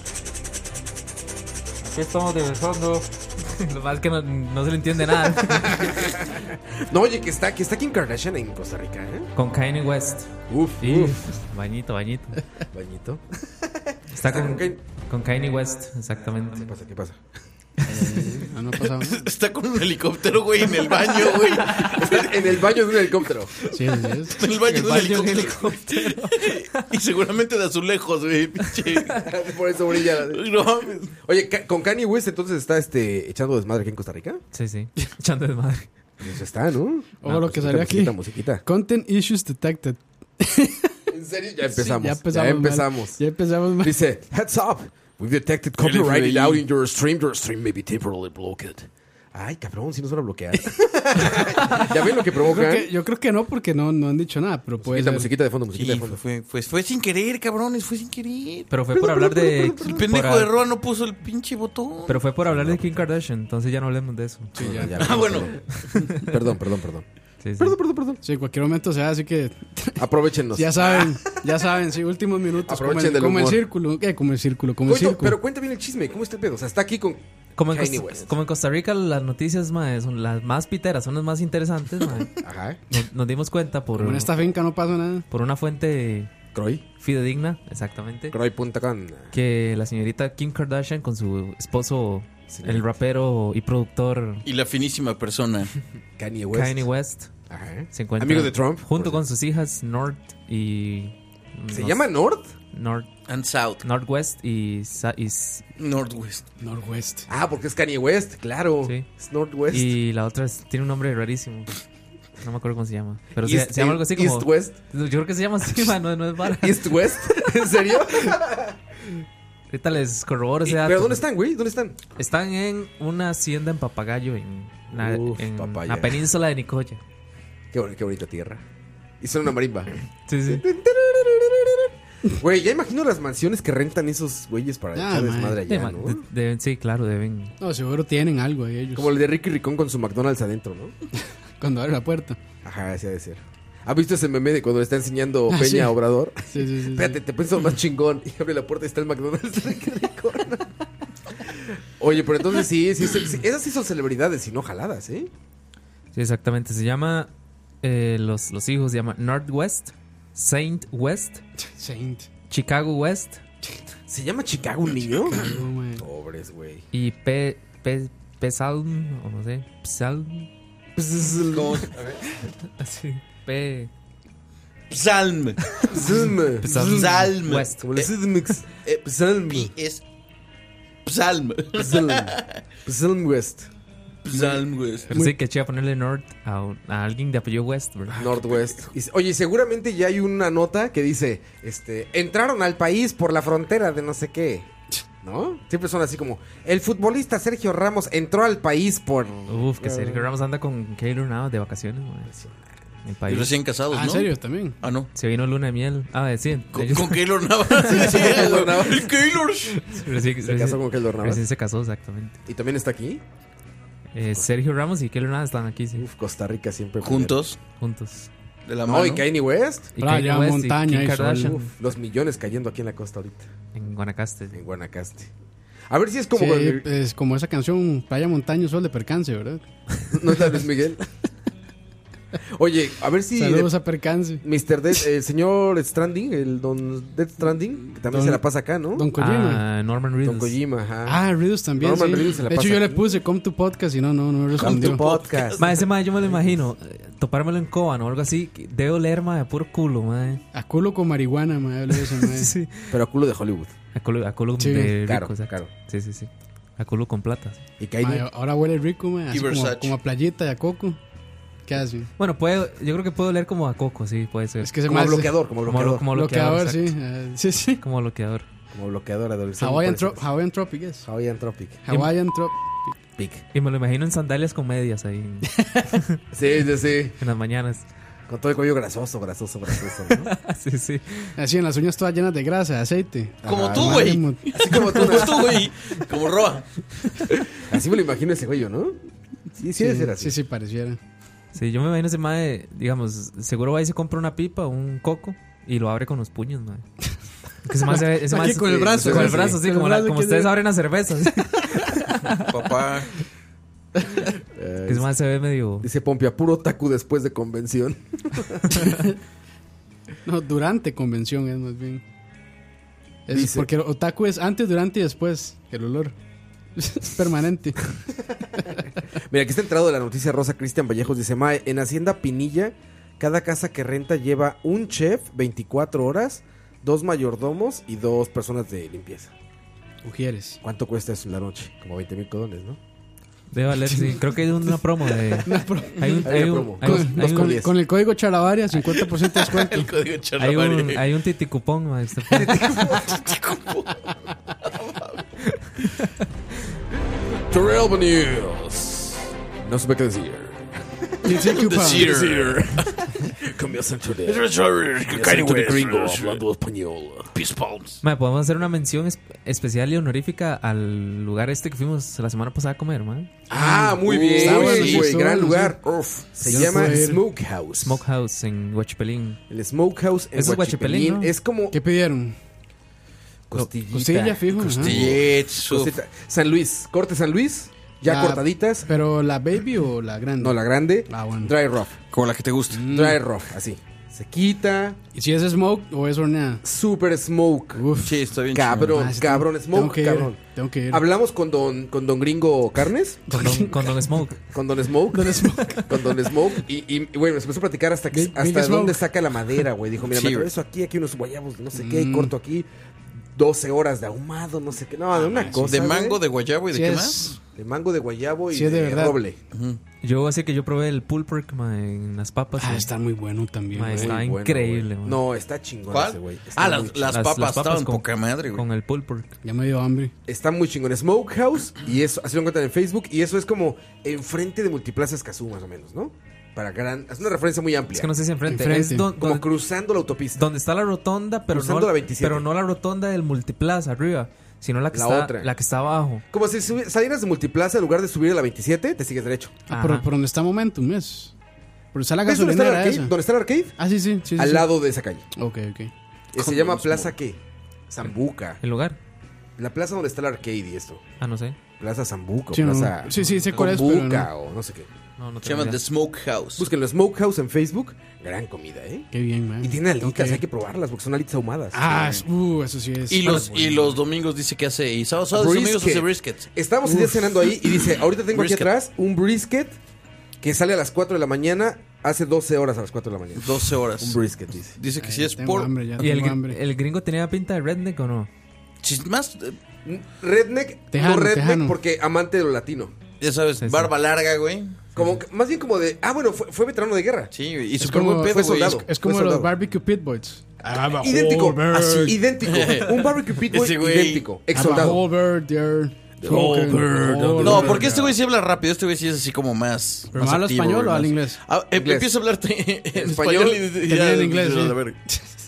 [SPEAKER 2] Aquí estamos regresando. Lo mal es que no, no se le entiende nada.
[SPEAKER 1] No, oye, que está, que está Kim Kardashian en Costa Rica, ¿eh?
[SPEAKER 2] Con Kanye West.
[SPEAKER 1] Uf,
[SPEAKER 2] Y-
[SPEAKER 1] uf.
[SPEAKER 2] Bañito, bañito.
[SPEAKER 1] Bañito.
[SPEAKER 2] Está
[SPEAKER 1] Ah,
[SPEAKER 2] con,
[SPEAKER 1] con Kanye.
[SPEAKER 2] con Kanye West, exactamente. ¿Qué
[SPEAKER 1] pasa? ¿Qué pasa?
[SPEAKER 14] Ah, no pasaba.
[SPEAKER 15] Está con un helicóptero, güey, en el baño, güey.
[SPEAKER 1] en el baño de un helicóptero.
[SPEAKER 14] Sí, es.
[SPEAKER 15] En el baño
[SPEAKER 1] En
[SPEAKER 15] de
[SPEAKER 1] el
[SPEAKER 15] un
[SPEAKER 1] baño de
[SPEAKER 15] helicóptero.
[SPEAKER 1] un
[SPEAKER 15] y seguramente de azulejos, güey. pinche.
[SPEAKER 1] Por eso brilla.
[SPEAKER 15] No mames.
[SPEAKER 1] Oye, ca- con Kanye West entonces está este, echando desmadre aquí en Costa Rica.
[SPEAKER 2] Sí, sí. Echando desmadre.
[SPEAKER 1] Pues está, ¿no?
[SPEAKER 14] Ojo lo que
[SPEAKER 1] musiquita,
[SPEAKER 14] salió aquí.
[SPEAKER 1] musiquita, musiquita.
[SPEAKER 14] Content issues detected.
[SPEAKER 1] ¿En serio? Ya empezamos.
[SPEAKER 14] Sí, ya
[SPEAKER 1] ya
[SPEAKER 14] empezamos
[SPEAKER 1] empezamos.
[SPEAKER 14] mal. Ya empezamos mal.
[SPEAKER 1] Dice, heads up. We've detected
[SPEAKER 17] And if you
[SPEAKER 1] copyrighted
[SPEAKER 17] allow
[SPEAKER 1] out
[SPEAKER 17] in your stream, your stream may be temporarily blocked.
[SPEAKER 1] Ay, cabrón, si nos van a bloquear. ya ven lo que
[SPEAKER 14] Yo creo
[SPEAKER 1] provoca.
[SPEAKER 14] que, yo creo que no, porque no, no han dicho nada, pero puede
[SPEAKER 1] Musiquita,
[SPEAKER 14] ser.
[SPEAKER 1] musiquita de fondo, musiquita de fondo.
[SPEAKER 15] Fue, fue, fue sin querer, cabrones, fue sin querer.
[SPEAKER 2] Pero fue por hablar de-
[SPEAKER 15] El pendejo
[SPEAKER 2] por-
[SPEAKER 15] de Roa no puso el pinche botón.
[SPEAKER 2] Pero fue por hablar de Kim Kardashian, entonces ya no hablemos de eso.
[SPEAKER 1] Sí, ya.
[SPEAKER 15] Ah, bueno.
[SPEAKER 1] Perdón, perdón, perdón.
[SPEAKER 2] Sí, sí.
[SPEAKER 1] perdón, perdón.
[SPEAKER 14] Sí, en cualquier momento se así que.
[SPEAKER 1] Aprovechenos.
[SPEAKER 14] Ya saben, ya saben, sí, últimos minutos. Como
[SPEAKER 1] Aprovechen
[SPEAKER 14] el,
[SPEAKER 1] del
[SPEAKER 14] como el
[SPEAKER 1] humor.
[SPEAKER 14] círculo, ¿qué? Como el círculo, como el
[SPEAKER 1] Coito,
[SPEAKER 14] círculo.
[SPEAKER 1] pero cuenta bien el chisme. ¿Cómo está el pedo? O sea, está aquí con
[SPEAKER 2] Como en,
[SPEAKER 1] Kanye
[SPEAKER 2] Costa,
[SPEAKER 1] West.
[SPEAKER 2] como en Costa Rica las noticias mae, son las más piteras, son las más interesantes. mae.
[SPEAKER 1] Ajá.
[SPEAKER 2] Nos, nos dimos cuenta por,
[SPEAKER 14] Como en esta finca no pasa nada.
[SPEAKER 2] por una fuente fidedigna, exactamente,
[SPEAKER 1] Croy.com.
[SPEAKER 2] que la señorita Kim Kardashian con su esposo,
[SPEAKER 1] Señorita.
[SPEAKER 2] el rapero y productor
[SPEAKER 15] Y la finísima persona.
[SPEAKER 1] Kanye
[SPEAKER 2] Kanye West,
[SPEAKER 1] Ajá.
[SPEAKER 2] se encuentra
[SPEAKER 1] Amigo de Trump.
[SPEAKER 2] junto con sus hijas North y...
[SPEAKER 1] ¿Se
[SPEAKER 2] no
[SPEAKER 1] llama
[SPEAKER 2] sé,
[SPEAKER 1] North?
[SPEAKER 2] North.
[SPEAKER 15] And South.
[SPEAKER 2] Northwest y... sa- y s-
[SPEAKER 15] Northwest.
[SPEAKER 14] Northwest.
[SPEAKER 1] Ah, porque es Kanye West, claro. Es Northwest.
[SPEAKER 2] Y la otra es- tiene un nombre rarísimo. No me acuerdo cómo se llama. Pero se,
[SPEAKER 1] East-
[SPEAKER 2] se llama algo así como.
[SPEAKER 1] East West.
[SPEAKER 2] Yo creo que se llama así, man, no, no es vara.
[SPEAKER 1] ¿East West? ¿En serio?
[SPEAKER 2] Ahorita les corroboro ese
[SPEAKER 1] ¿Y-
[SPEAKER 2] dato.
[SPEAKER 1] pero dónde están, güey? ¿Dónde están?
[SPEAKER 2] Están en una hacienda en Papagayo, en, la-
[SPEAKER 1] Uf,
[SPEAKER 2] en
[SPEAKER 1] papaya.
[SPEAKER 2] la península de Nicoya.
[SPEAKER 1] Qué, bon- qué bonita tierra. Y suena una marimba.
[SPEAKER 2] Sí, sí.
[SPEAKER 1] Güey, ya imagino las mansiones que rentan esos güeyes para
[SPEAKER 14] Ah,
[SPEAKER 1] echar
[SPEAKER 14] man.
[SPEAKER 1] desmadre
[SPEAKER 2] De-
[SPEAKER 1] allá,
[SPEAKER 2] man,
[SPEAKER 1] ¿no?
[SPEAKER 2] de- deben, sí, claro, deben.
[SPEAKER 14] No, seguro tienen algo ahí ellos.
[SPEAKER 1] Como el de Ricky Ricón con su McDonald's adentro, ¿no?
[SPEAKER 14] Cuando abre la puerta.
[SPEAKER 1] Ajá, así ha de ser. ¿Has visto ese meme de cuando le está enseñando
[SPEAKER 14] Ah,
[SPEAKER 1] Peña
[SPEAKER 14] sí.
[SPEAKER 1] a Obrador?
[SPEAKER 14] Sí, sí, sí.
[SPEAKER 1] Espérate, te pienso más chingón. Y abre la puerta y está el McDonald's de Ricky Ricón. Oye, pero entonces sí, sí, sí, sí, esas sí son celebridades y no jaladas, ¿eh?
[SPEAKER 2] Sí, exactamente. Se llama. eh, los, los hijos se llaman Northwest, Saint West,
[SPEAKER 14] Saint.
[SPEAKER 2] Chicago West
[SPEAKER 1] ¿Se llama Chicago un niño?
[SPEAKER 14] No, güey.
[SPEAKER 1] Pobres, güey.
[SPEAKER 2] y Pe, Pe, Pesalm, o no sé, Psalm.
[SPEAKER 1] ¿Cómo?
[SPEAKER 2] Así. P.
[SPEAKER 15] Psalm.
[SPEAKER 1] Psalm.
[SPEAKER 2] Psalm.
[SPEAKER 15] Psalm.
[SPEAKER 2] West.
[SPEAKER 1] Como le Sidmix.
[SPEAKER 15] Eh,
[SPEAKER 1] Psalm.
[SPEAKER 15] Pi es Psalm.
[SPEAKER 1] Psalm. Psalm West.
[SPEAKER 15] Psalm, güey.
[SPEAKER 2] Pero sí, que chido ponerle North a, un- a alguien de apellido West, ¿verdad?
[SPEAKER 1] Northwest. Y- oye, seguramente ya hay una nota que dice, este, entraron al país por la frontera de no sé qué. ¿No? Siempre son así como, el futbolista Sergio Ramos entró al país por...
[SPEAKER 2] Uf, que Sergio Ramos anda con Keylor Nava de vacaciones, güey. En el país.
[SPEAKER 15] Y recién casados, ¿no?
[SPEAKER 14] Ah, ¿en serio? También.
[SPEAKER 15] Ah, no.
[SPEAKER 2] Se vino luna de miel. Ah, sí.
[SPEAKER 15] Con,
[SPEAKER 2] ellos-
[SPEAKER 15] con Keylor Navas. Sí, sí,
[SPEAKER 1] Keylor Navas.
[SPEAKER 15] El Keylor.
[SPEAKER 2] Recién-
[SPEAKER 1] Se casó
[SPEAKER 2] recién-
[SPEAKER 1] con Keylor Navas.
[SPEAKER 2] Recién se casó, exactamente.
[SPEAKER 1] ¿Y también está aquí?
[SPEAKER 2] Eh, Sergio Ramos y Keylor Nava están aquí, sí.
[SPEAKER 1] Pues Uf, Costa Rica siempre.
[SPEAKER 15] Juntos.
[SPEAKER 2] Juntos.
[SPEAKER 15] De la mano.
[SPEAKER 1] No, y Kanye West.
[SPEAKER 2] Y
[SPEAKER 14] Playa,
[SPEAKER 2] Kanye West y Kim
[SPEAKER 14] montaña y sol.
[SPEAKER 2] Kardashian
[SPEAKER 1] Uf, los millones cayendo aquí en la costa ahorita,
[SPEAKER 2] en Guanacaste. sí.
[SPEAKER 1] en Guanacaste. A ver si es como...
[SPEAKER 14] Sí, es como esa canción, Playa, Montaña, Sol de Percance, ¿verdad?
[SPEAKER 1] ¿No está Luis Miguel? Oye, a ver si...
[SPEAKER 14] Saludos a Percance.
[SPEAKER 1] Mr. Death, el señor Stranding, el don Death Stranding, que también
[SPEAKER 14] Don-
[SPEAKER 1] se la pasa acá, ¿no?
[SPEAKER 14] Don Kojima.
[SPEAKER 2] Ah, Norman Reedus.
[SPEAKER 1] Don Kojima, ajá.
[SPEAKER 14] Ah, Reedus también.
[SPEAKER 1] Norman
[SPEAKER 14] sí.
[SPEAKER 1] Reedus se la
[SPEAKER 14] de hecho,
[SPEAKER 1] pasa
[SPEAKER 14] yo le
[SPEAKER 1] aquí.
[SPEAKER 14] puse Come to Podcast y no, no, no me respondió.
[SPEAKER 1] podcast.
[SPEAKER 2] Ma, ese ma, yo me lo imagino. eh, Topármelo en Coban o algo así. que Debe oler, ma, de puro culo, ma.
[SPEAKER 14] A culo con marihuana, madre. hablé de eso, madre.
[SPEAKER 2] Sí.
[SPEAKER 1] Pero a culo de Hollywood.
[SPEAKER 2] A culo, a culo
[SPEAKER 14] Sí.
[SPEAKER 2] de rico,
[SPEAKER 1] Claro,
[SPEAKER 2] exacto.
[SPEAKER 1] claro.
[SPEAKER 2] Sí, sí, sí. A culo con plata. sí.
[SPEAKER 1] Y Kanye.
[SPEAKER 14] Madre, ahora huele rico, madre.
[SPEAKER 15] Y
[SPEAKER 14] así como,
[SPEAKER 15] Versace.
[SPEAKER 14] como a playita y a coco. ¿Qué hace?
[SPEAKER 2] Bueno, puede, yo creo que puedo leer como a coco, sí, puede ser.
[SPEAKER 14] Es que se
[SPEAKER 1] como bloqueador, como
[SPEAKER 2] Como,
[SPEAKER 1] bloqueador.
[SPEAKER 2] como
[SPEAKER 14] bloqueador,
[SPEAKER 2] bloqueador,
[SPEAKER 14] sí.
[SPEAKER 2] exacto.
[SPEAKER 14] eh, sí, sí.
[SPEAKER 2] Como bloqueador.
[SPEAKER 1] Como bloqueador adolescente.
[SPEAKER 14] Hawaiian,
[SPEAKER 1] por
[SPEAKER 14] tro Hawaiian Tropic es.
[SPEAKER 1] Hawaiian Tropic.
[SPEAKER 14] Hawaiian Tropic.
[SPEAKER 2] Y me lo imagino en sandalias con medias ahí. en-
[SPEAKER 23] Sí, sí, sí.
[SPEAKER 2] En las mañanas.
[SPEAKER 1] Con todo el cuello grasoso, grasoso, grasoso.
[SPEAKER 2] Ah, sí, sí.
[SPEAKER 14] Así en las uñas todas llenas de grasa, de aceite. Ah,
[SPEAKER 1] Como
[SPEAKER 14] Ajá,
[SPEAKER 1] tú,
[SPEAKER 14] madre
[SPEAKER 1] güey.
[SPEAKER 14] mu-
[SPEAKER 1] Así como tú,
[SPEAKER 15] Como tú, güey. Como Roa.
[SPEAKER 1] Así me lo imagino ese güey, ¿no? Sí, sí, debe ser así.
[SPEAKER 14] Mm, Sí, sí, pareciera.
[SPEAKER 2] Sí, yo me imagino ese mae, digamos, seguro va y se compra una pipa, un coco y lo abre con los puños, mae. Que ese mae se ve- ese mae
[SPEAKER 14] Aquí
[SPEAKER 2] se-
[SPEAKER 14] con el brazo.
[SPEAKER 2] Con el brazo, sí,
[SPEAKER 14] Con el
[SPEAKER 2] como, la-
[SPEAKER 14] brazo,
[SPEAKER 2] como
[SPEAKER 14] ¿quién
[SPEAKER 2] ustedes
[SPEAKER 14] sabe?
[SPEAKER 2] abren las cervezas.
[SPEAKER 15] Papá.
[SPEAKER 2] Que es más, se ve medio.
[SPEAKER 23] Dice Pompia, puro taku después de convención.
[SPEAKER 14] No, durante convención es más bien. Es
[SPEAKER 23] Dice-
[SPEAKER 14] porque el otaku es antes, durante y después. El olor. Es permanente.
[SPEAKER 1] Pues Mira, aquí está entrado de la noticia rosa. Cristian Vallejos dice: Mae, en Hacienda Pinilla, cada casa que renta lleva un chef 24 horas, dos mayordomos y dos personas de limpieza.
[SPEAKER 14] Ujieres.
[SPEAKER 1] ¿Cuánto cuesta eso en la noche? Como 20 mil colones, ¿no?
[SPEAKER 2] Debe valer, sí. Creo que hay una promo de.
[SPEAKER 14] Una promo.
[SPEAKER 2] Hay un, hay un- hay un-
[SPEAKER 14] Con,
[SPEAKER 2] hay un-
[SPEAKER 14] con- con el código Charabaria, 50% de descuento.
[SPEAKER 2] El código Hay un, hay un titicupón, mae, este- usted puede-
[SPEAKER 9] Terrell Veneers.
[SPEAKER 23] No supe qué decir.
[SPEAKER 9] Decir.
[SPEAKER 23] Cambias el
[SPEAKER 9] Es Richard Kanye West, hablando español. Peace palms.
[SPEAKER 2] Mae, podemos hacer una mención es- especial y honorífica al lugar este que fuimos la semana pasada a comer, mae.
[SPEAKER 23] Ah, muy bien,
[SPEAKER 2] está bueno,
[SPEAKER 23] güey,
[SPEAKER 2] sí, estuvo
[SPEAKER 23] gran
[SPEAKER 2] bueno,
[SPEAKER 23] lugar.
[SPEAKER 2] sí.
[SPEAKER 23] Uf, se
[SPEAKER 2] Yo
[SPEAKER 23] llama
[SPEAKER 2] fui.
[SPEAKER 23] Smokehouse.
[SPEAKER 2] Smokehouse en Huachipelín.
[SPEAKER 1] El Smokehouse
[SPEAKER 2] en Eso es Huachipelín, Huachipelín, ¿no?
[SPEAKER 1] Es como.
[SPEAKER 14] ¿Qué pidieron?
[SPEAKER 1] Costillita.
[SPEAKER 14] Costilla, fijo, ajá.
[SPEAKER 1] Costita. San Luis, corte San Luis, ya
[SPEAKER 14] La-
[SPEAKER 1] cortadita.
[SPEAKER 14] ¿Pero la baby o la grande?
[SPEAKER 1] No, la grande.
[SPEAKER 14] Ah,
[SPEAKER 1] Dry rough.
[SPEAKER 15] Como la que te gusta.
[SPEAKER 1] Dry rough, así. Se quita.
[SPEAKER 14] ¿Y si es smoke o es horneada?
[SPEAKER 1] Super smoke.
[SPEAKER 15] sí, está bien
[SPEAKER 1] Cabrón,
[SPEAKER 14] Ah, está-
[SPEAKER 1] cabrón,
[SPEAKER 14] tengo
[SPEAKER 1] smoke,
[SPEAKER 14] que ir,
[SPEAKER 1] cabrón.
[SPEAKER 14] tengo que ir.
[SPEAKER 1] Hablamos con don, con don Gringo Carnes.
[SPEAKER 2] Con don, Smoke.
[SPEAKER 1] Con don Smoke. con don Smoke. Y, y, y, güey, nos empezó a platicar hasta, que,
[SPEAKER 23] Big- Big
[SPEAKER 1] hasta
[SPEAKER 23] Smoke.
[SPEAKER 1] dónde saca la madera, güey. Dijo, mira,
[SPEAKER 23] Sí,
[SPEAKER 1] me
[SPEAKER 23] güey.
[SPEAKER 1] eso aquí, aquí unos guayabos, no sé qué, y
[SPEAKER 23] Mm.
[SPEAKER 1] corto aquí. 12 horas de ahumado, no sé qué. No, de una cosa.
[SPEAKER 15] Ah, ¿De
[SPEAKER 1] güey.
[SPEAKER 15] mango, de guayabo y de
[SPEAKER 1] Sí
[SPEAKER 15] qué
[SPEAKER 1] es-
[SPEAKER 15] más?
[SPEAKER 1] De mango, de guayabo y
[SPEAKER 2] Sí, es de
[SPEAKER 1] de,
[SPEAKER 2] verdad.
[SPEAKER 1] roble.
[SPEAKER 2] Yo así que yo probé el pulled pork ma, en las papas.
[SPEAKER 14] Ah,
[SPEAKER 2] ma.
[SPEAKER 14] está muy bueno también.
[SPEAKER 2] Ma,
[SPEAKER 14] güey.
[SPEAKER 2] está
[SPEAKER 14] Muy bueno,
[SPEAKER 2] increíble.
[SPEAKER 14] güey.
[SPEAKER 2] ma.
[SPEAKER 1] No, está chingón
[SPEAKER 15] ¿Cuál?
[SPEAKER 1] ese, güey. Está
[SPEAKER 15] Ah, las,
[SPEAKER 1] muy
[SPEAKER 15] las,
[SPEAKER 1] chingón.
[SPEAKER 15] papas estaban
[SPEAKER 2] con-
[SPEAKER 15] poca madre, güey.
[SPEAKER 2] Con el pulled pork.
[SPEAKER 14] Ya me dio hambre.
[SPEAKER 1] Está muy chingón. Smokehouse, y eso, así lo encuentran en Facebook, y eso es como enfrente de Multiplaza Escazú, más o menos, ¿no? Para gran. Es una referencia muy amplia.
[SPEAKER 2] Es que no sé si enfrente, es don-
[SPEAKER 1] como
[SPEAKER 2] don-
[SPEAKER 1] cruzando la autopista.
[SPEAKER 2] Donde está la rotonda, pero no,
[SPEAKER 1] Cruzando la 27.
[SPEAKER 2] pero no la rotonda del multiplaza arriba, sino la que,
[SPEAKER 1] La
[SPEAKER 2] está,
[SPEAKER 1] otra.
[SPEAKER 2] la que está abajo.
[SPEAKER 1] Como si subi- salieras de Multiplaza, en lugar de subir a la 27, te sigues derecho.
[SPEAKER 14] Ah, por, por donde está Momentum, es. Por donde está la
[SPEAKER 1] ¿Ves dónde está el
[SPEAKER 14] gasolinera
[SPEAKER 1] arcade?
[SPEAKER 14] esa.
[SPEAKER 1] ¿Dónde está el arcade?
[SPEAKER 14] Ah, sí, sí. sí, sí,
[SPEAKER 1] Al
[SPEAKER 14] sí.
[SPEAKER 1] lado de esa calle.
[SPEAKER 14] Ok, ok.
[SPEAKER 1] Eh, Se llama Plaza qué? Zambuca.
[SPEAKER 2] ¿El lugar?
[SPEAKER 1] La plaza donde está el arcade y esto.
[SPEAKER 2] Ah, no sé.
[SPEAKER 1] Plaza Zambuca. o
[SPEAKER 14] Sí, no.
[SPEAKER 1] plaza
[SPEAKER 14] Sí, sí, sé cuál es, pero
[SPEAKER 1] Combuca
[SPEAKER 14] no.
[SPEAKER 1] o no sé qué.
[SPEAKER 2] No, no
[SPEAKER 15] Se llama The Smokehouse.
[SPEAKER 1] Búsquenlo, Smokehouse en Facebook. Gran comida, ¿eh?
[SPEAKER 14] Qué bien, man.
[SPEAKER 1] Y tiene alitas,
[SPEAKER 14] Ok.
[SPEAKER 1] hay que probarlas porque son alitas ahumadas.
[SPEAKER 14] Ah, es- uh, eso sí es.
[SPEAKER 15] Y los, y los domingos dice que hace. Y sábados, sábados y domingos
[SPEAKER 1] Brisket.
[SPEAKER 15] hace briskets.
[SPEAKER 1] Estábamos un día
[SPEAKER 15] Uf.
[SPEAKER 1] cenando ahí y dice, ahorita tengo
[SPEAKER 15] Brisket.
[SPEAKER 1] aquí atrás un brisket que sale a las 4 de la mañana, hace 12 horas a las 4 de la mañana.
[SPEAKER 15] 12 horas.
[SPEAKER 1] Un brisket, dice.
[SPEAKER 15] Dice que si es
[SPEAKER 1] tengo
[SPEAKER 15] por.
[SPEAKER 1] hambre ya.
[SPEAKER 2] ¿Y el,
[SPEAKER 1] tengo
[SPEAKER 2] gr-
[SPEAKER 1] hambre.
[SPEAKER 2] el gringo tenía pinta de redneck o no?
[SPEAKER 15] Chis- Más. eh,
[SPEAKER 1] Redneck,
[SPEAKER 2] Tejano,
[SPEAKER 1] no redneck
[SPEAKER 2] tejano.
[SPEAKER 1] porque amante de lo latino.
[SPEAKER 15] Ya sabes, barba larga, güey.
[SPEAKER 1] Como, que- más bien como de, ah, bueno, fue, fue veterano de guerra.
[SPEAKER 15] Sí, y
[SPEAKER 14] Es
[SPEAKER 15] súper
[SPEAKER 14] como-
[SPEAKER 15] buen pedo,
[SPEAKER 14] fue
[SPEAKER 15] güey.
[SPEAKER 14] soldado.
[SPEAKER 15] Es-
[SPEAKER 14] Es como
[SPEAKER 1] soldado. Ah,
[SPEAKER 14] los barbecue pit boys.
[SPEAKER 1] Idéntico, así, idéntico. Un barbecue pit boy
[SPEAKER 15] Ah, Ese güey.
[SPEAKER 1] idéntico. Ex
[SPEAKER 14] I'm a
[SPEAKER 1] soldado.
[SPEAKER 14] whole bird, dear. Smoking. Whole
[SPEAKER 15] No,
[SPEAKER 14] bird.
[SPEAKER 15] porque este güey sí habla rápido, este güey sí es así como más.
[SPEAKER 14] ¿Pero
[SPEAKER 15] más
[SPEAKER 14] habla
[SPEAKER 15] activo,
[SPEAKER 14] español
[SPEAKER 15] güey,
[SPEAKER 14] o habla
[SPEAKER 15] más-
[SPEAKER 14] inglés?
[SPEAKER 15] Ah, eh,
[SPEAKER 14] Inglés.
[SPEAKER 15] Empieza a hablarte en
[SPEAKER 14] Español,
[SPEAKER 15] español y- y
[SPEAKER 14] termina
[SPEAKER 15] ya-
[SPEAKER 14] en inglés,
[SPEAKER 15] a la
[SPEAKER 14] sí.
[SPEAKER 15] verga.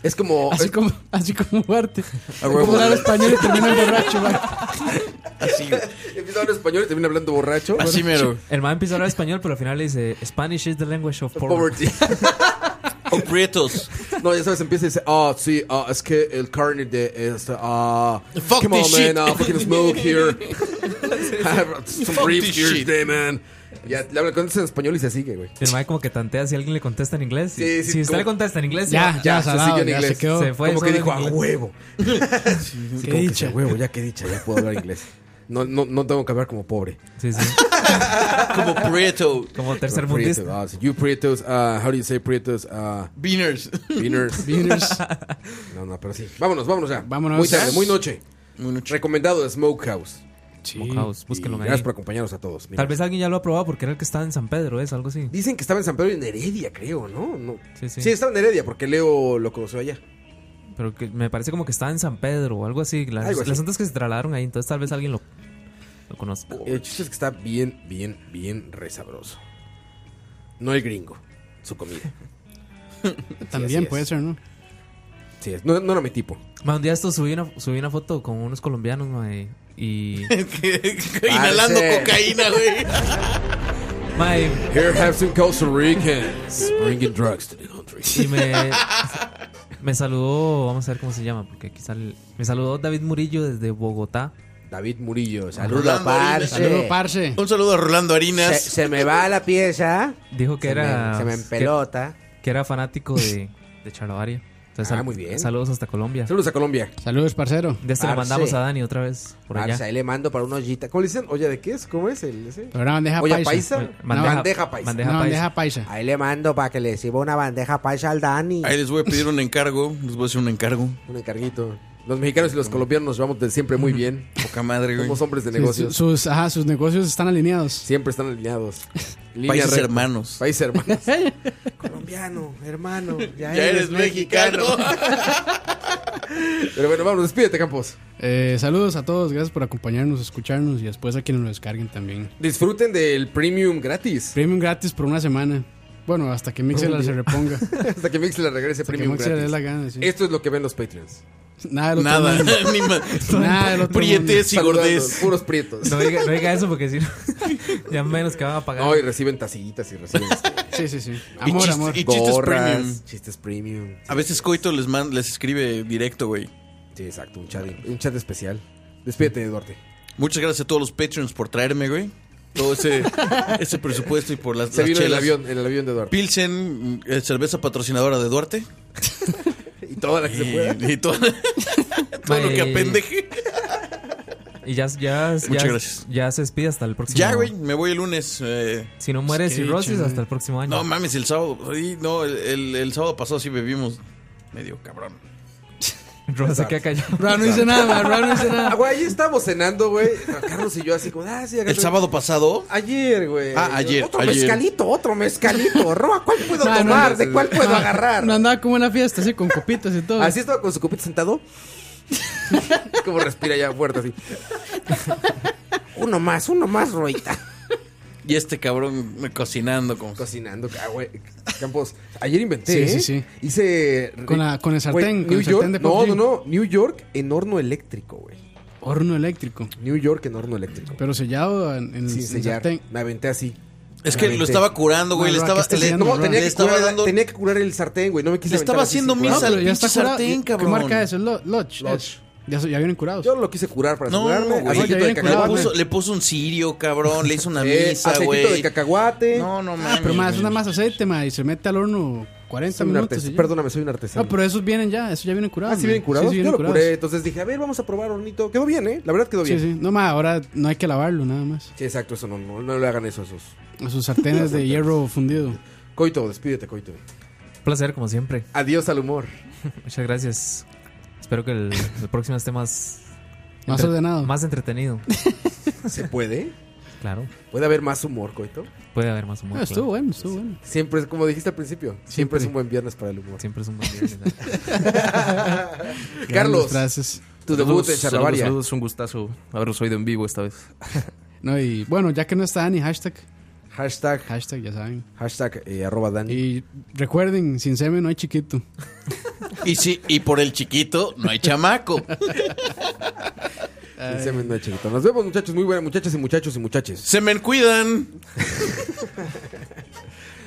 [SPEAKER 1] Es como.
[SPEAKER 14] Así como, así como Duarte.
[SPEAKER 15] huevo.
[SPEAKER 14] Como hablar español y termina borracho, güey.
[SPEAKER 15] Así, güey.
[SPEAKER 1] Empieza a hablar español y termina hablando borracho.
[SPEAKER 2] El man empieza a hablar español, pero al final le dice: Spanish is the language of poverty.
[SPEAKER 1] Poverty.
[SPEAKER 15] O prietos.
[SPEAKER 1] No, ya sabes, empieza y dice, ah, sí, ah, es que el carne de este, ah,
[SPEAKER 15] Fuck
[SPEAKER 1] come on,
[SPEAKER 15] this shit.
[SPEAKER 1] man, ah, fucking smoke here. I brought
[SPEAKER 15] Fuck
[SPEAKER 1] some ribs
[SPEAKER 15] this
[SPEAKER 1] here
[SPEAKER 15] shit.
[SPEAKER 1] today, man. Ya, le habla con en español y se sigue, güey.
[SPEAKER 2] El man como que tantea si alguien le contesta en inglés.
[SPEAKER 1] Sí, sí,
[SPEAKER 2] si usted
[SPEAKER 1] como-
[SPEAKER 2] le contesta en inglés,
[SPEAKER 1] Ya, ya, se
[SPEAKER 2] salado,
[SPEAKER 1] siguió en inglés.
[SPEAKER 2] Se fue
[SPEAKER 1] Como que
[SPEAKER 2] solo
[SPEAKER 1] dijo,
[SPEAKER 2] en
[SPEAKER 1] "A
[SPEAKER 2] inglés".
[SPEAKER 1] huevo. Sí, como que dice, huevo, ya que dicha, ya puedo hablar inglés. No, no, no tengo que hablar como pobre.
[SPEAKER 2] Sí, sí.
[SPEAKER 15] Como prieto.
[SPEAKER 2] Como
[SPEAKER 1] Como prieto, ah, sí, you prietos, ah, how do you say prietos? Ah,
[SPEAKER 15] Beaners.
[SPEAKER 1] Beaners.
[SPEAKER 14] Beaners.
[SPEAKER 1] No, no, pero sí. Vámonos, vámonos ya.
[SPEAKER 14] Vámonos.
[SPEAKER 1] Muy tarde, muy noche. Recomendado de Smokehouse.
[SPEAKER 2] Smokehouse, búsquenlo
[SPEAKER 1] Y
[SPEAKER 2] ahí.
[SPEAKER 1] Gracias por acompañarnos a todos. Mira.
[SPEAKER 2] Tal vez alguien ya lo ha probado porque era el que estaba en San Pedro, es algo así.
[SPEAKER 1] Dicen que estaba en San Pedro y en Heredia, creo, ¿no? no.
[SPEAKER 2] Sí, sí.
[SPEAKER 1] estaba en Heredia porque Leo lo conoció allá.
[SPEAKER 2] Pero que me parece como que estaba en San Pedro o algo así. La-
[SPEAKER 1] Algo así.
[SPEAKER 2] El asunto es que se trasladaron ahí, entonces tal vez alguien lo, lo conozca.
[SPEAKER 1] El chiste es que está bien, bien, bien re sabroso. No el gringo, su comida.
[SPEAKER 14] También puede ser, ¿no?
[SPEAKER 1] Sí, es- no, no era mi tipo.
[SPEAKER 2] Ma, un día esto subí una, subí una foto con unos colombianos, mae, y...
[SPEAKER 15] Inhalando
[SPEAKER 2] Ah, sí.
[SPEAKER 15] cocaína, güey.
[SPEAKER 2] Mae,
[SPEAKER 17] Here have some Costa Ricans bringing drugs to the country.
[SPEAKER 2] y me, me saludó, vamos a ver cómo se llama, porque aquí sale... Me saludó David Murillo desde Bogotá.
[SPEAKER 1] David Murillo,
[SPEAKER 2] saludo, parce.
[SPEAKER 1] Saludo,
[SPEAKER 14] parce.
[SPEAKER 15] Un saludo a Rolando
[SPEAKER 1] Se,
[SPEAKER 15] Harinas.
[SPEAKER 1] se me va la pieza.
[SPEAKER 2] Dijo que
[SPEAKER 1] Se me-
[SPEAKER 2] era...
[SPEAKER 1] se me empelota.
[SPEAKER 2] Que, que era fanático de, de Charlavaria. Entonces,
[SPEAKER 1] Ah,
[SPEAKER 2] sal-
[SPEAKER 1] muy bien.
[SPEAKER 2] Saludos hasta Colombia.
[SPEAKER 1] Saludos a Colombia.
[SPEAKER 14] Saludos, parcero.
[SPEAKER 2] De este le mandamos a Dani otra vez, por allá.
[SPEAKER 1] Ahí le mando para una ollita. ¿Cómo le dicen? Oye, ¿de qué es? ¿Cómo es el ese?
[SPEAKER 14] Pero una bandeja
[SPEAKER 1] Olla
[SPEAKER 14] paisa.
[SPEAKER 1] paisa.
[SPEAKER 14] Oye,
[SPEAKER 1] Bandeja,
[SPEAKER 14] bandeja-
[SPEAKER 1] paisa.
[SPEAKER 14] bandeja Una bandeja paisa.
[SPEAKER 1] Ahí le mando para que le sirva una bandeja paisa al Dani.
[SPEAKER 15] Ahí les voy a pedir un encargo. Les voy a hacer un encargo.
[SPEAKER 1] Un encarguito. Los mexicanos y los colombianos nos vamos de siempre muy bien.
[SPEAKER 15] Poca madre, güey.
[SPEAKER 1] Somos hombres de
[SPEAKER 14] Sí,
[SPEAKER 1] negocios.
[SPEAKER 14] su- sus, ajá, sus negocios están alineados.
[SPEAKER 1] Siempre están alineados.
[SPEAKER 15] Países
[SPEAKER 1] recta.
[SPEAKER 15] hermanos.
[SPEAKER 1] Países hermanos. Colombiano, hermano. Ya,
[SPEAKER 15] eres mexicano.
[SPEAKER 1] Pero bueno, vamos, despídete, Campos.
[SPEAKER 14] Eh, saludos a todos, gracias por acompañarnos, escucharnos y después a quienes lo descarguen también.
[SPEAKER 1] Disfruten del premium gratis.
[SPEAKER 14] Premium gratis por una semana. Bueno, hasta que Mixer
[SPEAKER 1] Muy
[SPEAKER 14] se
[SPEAKER 1] bien.
[SPEAKER 14] reponga.
[SPEAKER 1] Hasta que Mix le regrese
[SPEAKER 14] Hasta que
[SPEAKER 1] premium
[SPEAKER 14] Mix le dé
[SPEAKER 1] gratis.
[SPEAKER 14] la gana, sí.
[SPEAKER 1] Esto es lo que ven los Patreons.
[SPEAKER 2] Ah,
[SPEAKER 14] Nada del otro
[SPEAKER 15] Nada,
[SPEAKER 14] mundo.
[SPEAKER 15] ni ma-
[SPEAKER 14] Nada del otro
[SPEAKER 15] Prietes y
[SPEAKER 14] mundo.
[SPEAKER 15] gordés.
[SPEAKER 1] Puros prietos.
[SPEAKER 2] No diga, no diga eso porque si no, ya menos que van a pagar.
[SPEAKER 1] No, y reciben tacillitas y reciben. este.
[SPEAKER 14] Sí, sí, sí.
[SPEAKER 15] Y
[SPEAKER 14] Amor,
[SPEAKER 15] chis-
[SPEAKER 14] amor.
[SPEAKER 15] y chistes
[SPEAKER 1] Gorras,
[SPEAKER 15] premium.
[SPEAKER 1] Chistes premium.
[SPEAKER 15] A veces Coito les, man- les escribe directo, güey.
[SPEAKER 1] Sí, exacto. Un chat, un chat especial. Despídete, Duarte.
[SPEAKER 15] Muchas gracias a todos los Patreons por traerme, güey. Todo ese, ese presupuesto y por las,
[SPEAKER 1] Se
[SPEAKER 15] las
[SPEAKER 1] vino en el
[SPEAKER 15] chelas.
[SPEAKER 1] avión, en el avión de Duarte.
[SPEAKER 15] Pilsen, mm, eh, cerveza patrocinadora de Duarte.
[SPEAKER 1] y toda la que se pueda.
[SPEAKER 15] Y toda- todo lo que apendeje.
[SPEAKER 2] Y ya, ya,
[SPEAKER 15] Muchas
[SPEAKER 2] ya-
[SPEAKER 15] gracias.
[SPEAKER 2] Ya se despide hasta el próximo
[SPEAKER 15] Ya, güey, me voy el lunes. eh.
[SPEAKER 2] Pues Si no mueres
[SPEAKER 15] Sketch,
[SPEAKER 2] cirrosis,
[SPEAKER 15] güey.
[SPEAKER 2] hasta el próximo año.
[SPEAKER 15] No mames, el sábado. sí, no, el, el- el sábado pasado sí bebimos. Medio cabrón.
[SPEAKER 2] Roa se queda callado.
[SPEAKER 1] Ah, güey, ayer estábamos cenando, güey. Carlos y yo así como, ah, sí, acá
[SPEAKER 15] ¿El
[SPEAKER 1] estoy-
[SPEAKER 15] sábado pasado?
[SPEAKER 1] Ayer, güey.
[SPEAKER 15] Ah, ayer,
[SPEAKER 1] Otro
[SPEAKER 15] ayer.
[SPEAKER 1] mezcalito, otro mezcalito. Roa, ¿cuál puedo
[SPEAKER 14] No, no,
[SPEAKER 1] tomar?
[SPEAKER 14] no,
[SPEAKER 1] ¿De cuál puedo
[SPEAKER 14] no,
[SPEAKER 1] agarrar?
[SPEAKER 14] No andaba como en la fiesta, así con copitas y todo.
[SPEAKER 1] Así estaba con su copito sentado. como respira ya fuerte así. uno más, uno más, Roita.
[SPEAKER 15] Y este cabrón me cocinando como.
[SPEAKER 1] Cocinando, ah, güey. Campos, ayer inventé.
[SPEAKER 14] Sí, sí,
[SPEAKER 1] ¿eh?
[SPEAKER 14] sí.
[SPEAKER 1] Hice.
[SPEAKER 14] Con la- con el sartén,
[SPEAKER 1] Güey,
[SPEAKER 14] con
[SPEAKER 1] New
[SPEAKER 14] el
[SPEAKER 1] York.
[SPEAKER 14] sartén de
[SPEAKER 1] no,
[SPEAKER 14] PUBG.
[SPEAKER 1] no, no. New York en horno eléctrico, güey.
[SPEAKER 14] Horno eléctrico.
[SPEAKER 1] New York en horno eléctrico.
[SPEAKER 14] Pero sellado en, en
[SPEAKER 1] Sin
[SPEAKER 14] en
[SPEAKER 1] sellar.
[SPEAKER 14] sartén.
[SPEAKER 1] Me aventé así.
[SPEAKER 15] Es
[SPEAKER 1] Me
[SPEAKER 15] que lo
[SPEAKER 1] aventé.
[SPEAKER 15] estaba curando, güey.
[SPEAKER 14] No,
[SPEAKER 15] le
[SPEAKER 14] Roa,
[SPEAKER 15] estaba.
[SPEAKER 14] ¿qué estás
[SPEAKER 15] le-
[SPEAKER 14] haciendo,
[SPEAKER 1] No,
[SPEAKER 14] Roa?
[SPEAKER 1] tenía
[SPEAKER 15] le
[SPEAKER 1] que,
[SPEAKER 15] estaba
[SPEAKER 1] curar,
[SPEAKER 15] dando-
[SPEAKER 1] tenía que curar el sartén, güey. No me quise
[SPEAKER 15] Le
[SPEAKER 1] aventar
[SPEAKER 15] estaba
[SPEAKER 1] así,
[SPEAKER 15] haciendo
[SPEAKER 1] güey.
[SPEAKER 15] misa al
[SPEAKER 14] pero ya
[SPEAKER 15] pinche
[SPEAKER 14] está curado.
[SPEAKER 15] sartén,
[SPEAKER 14] ¿Qué
[SPEAKER 15] cabrón.
[SPEAKER 14] marca es? Lo- Lodge.
[SPEAKER 1] Lodge.
[SPEAKER 14] es. Ya, so- ya vienen curados.
[SPEAKER 1] Yo lo quise curar para
[SPEAKER 15] No,
[SPEAKER 1] asegurarme.
[SPEAKER 15] güey.
[SPEAKER 1] Aceitito
[SPEAKER 14] Ya viene
[SPEAKER 1] de
[SPEAKER 15] Le
[SPEAKER 14] curado,
[SPEAKER 1] cacahuate.
[SPEAKER 15] puso, le puso un cirio, cabrón. Le hizo una
[SPEAKER 1] Eh,
[SPEAKER 15] misa,
[SPEAKER 1] aceitito de
[SPEAKER 15] güey.
[SPEAKER 1] cacahuate.
[SPEAKER 15] No, no mames.
[SPEAKER 14] Ah, pero más, es
[SPEAKER 15] güey.
[SPEAKER 14] una más aceite, ma, y se mete al horno 40
[SPEAKER 1] Soy un
[SPEAKER 14] minutos.
[SPEAKER 1] artes-
[SPEAKER 14] y ya.
[SPEAKER 1] Perdóname, soy un artesano.
[SPEAKER 14] No, pero esos vienen ya, esos ya vienen
[SPEAKER 1] Ah,
[SPEAKER 14] curados.
[SPEAKER 1] ¿sí
[SPEAKER 14] ma.
[SPEAKER 1] vienen curados?
[SPEAKER 14] sí
[SPEAKER 1] Yo
[SPEAKER 14] vienen
[SPEAKER 1] lo
[SPEAKER 14] curados.
[SPEAKER 1] curé. Entonces dije, a ver, vamos a probar hornito. Quedó bien, ¿eh? La verdad quedó bien.
[SPEAKER 14] Sí,
[SPEAKER 1] Sí,
[SPEAKER 14] sí. No, ma, ahora no hay que lavarlo nada más.
[SPEAKER 1] exacto. Eso no, no, no le hagan eso a esos.
[SPEAKER 14] A sus sartenes de hierro fundido.
[SPEAKER 1] Coito, despídete, Coito.
[SPEAKER 2] Un placer, como siempre.
[SPEAKER 1] Adiós al humor.
[SPEAKER 2] Muchas gracias. Espero que el, el próximo esté más.
[SPEAKER 14] Más ordenado.
[SPEAKER 2] Más entretenido.
[SPEAKER 1] ¿Se puede?
[SPEAKER 2] Claro.
[SPEAKER 1] ¿Puede haber más humor, Coito?
[SPEAKER 2] Puede haber más humor.
[SPEAKER 14] No, Ah, estuvo
[SPEAKER 2] claro.
[SPEAKER 14] bueno, estuvo bueno.
[SPEAKER 1] Siempre es como dijiste al principio. Siempre,
[SPEAKER 14] Siempre.
[SPEAKER 1] es un buen viernes para el humor.
[SPEAKER 2] Siempre es un buen viernes.
[SPEAKER 1] Carlos,
[SPEAKER 14] Gracias.
[SPEAKER 1] tu debut
[SPEAKER 18] Saludos,
[SPEAKER 1] en
[SPEAKER 18] saludos,
[SPEAKER 1] Charlavaria.
[SPEAKER 18] saludos, un gustazo haberos oído en vivo esta vez.
[SPEAKER 14] No, y bueno, ya que no está Dani, hashtag,
[SPEAKER 1] Hashtag,
[SPEAKER 14] hashtag, ya saben.
[SPEAKER 1] hashtag eh, arroba Dani.
[SPEAKER 14] Y recuerden, sin semen no hay chiquito.
[SPEAKER 15] Y sí, y por el chiquito no hay chamaco.
[SPEAKER 1] Sin semen no hay chiquito. Nos vemos, muchachos. Muy buenas, muchachas y muchachos y muchachas.
[SPEAKER 15] Se me cuidan.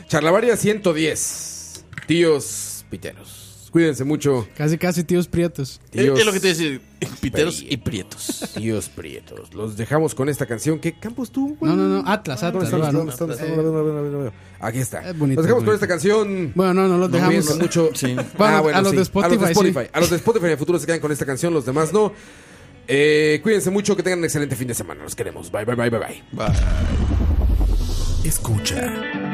[SPEAKER 1] Charlavaria 110. Tíos piteros. Cuídense mucho.
[SPEAKER 14] Casi, casi tíos prietos.
[SPEAKER 1] Tíos,
[SPEAKER 15] Eh, Es lo que te decía. Piteros y prietos.
[SPEAKER 1] tíos prietos. Los dejamos con esta canción. ¿Qué campos tú, güey? Ah,
[SPEAKER 14] No, no, no, Atlas,
[SPEAKER 1] ¿Dónde
[SPEAKER 14] Atlas.
[SPEAKER 1] está?
[SPEAKER 14] Roa,
[SPEAKER 1] ¿Dónde
[SPEAKER 14] no.
[SPEAKER 1] está? ¿Dónde está? ¿Dónde está? ¿Dónde está? ¿Dónde está? ¿Dónde está? Aquí está.
[SPEAKER 14] Es bonito,
[SPEAKER 1] Nos dejamos con
[SPEAKER 14] bonito.
[SPEAKER 1] esta canción.
[SPEAKER 14] Bueno, no, no los
[SPEAKER 1] Nos
[SPEAKER 14] dejamos.
[SPEAKER 1] vieron mucho. Ah,
[SPEAKER 15] Sí.
[SPEAKER 14] Vamos, a los de
[SPEAKER 1] A los de
[SPEAKER 14] Spotify,
[SPEAKER 1] Spotify.
[SPEAKER 14] sí.
[SPEAKER 1] A los de Spotify en el futuro se quedan con esta canción, los demás no. Eh, cuídense mucho, que tengan un excelente fin de semana. Los queremos. Bye, bye, bye, bye, bye.
[SPEAKER 15] Va.
[SPEAKER 19] Escucha.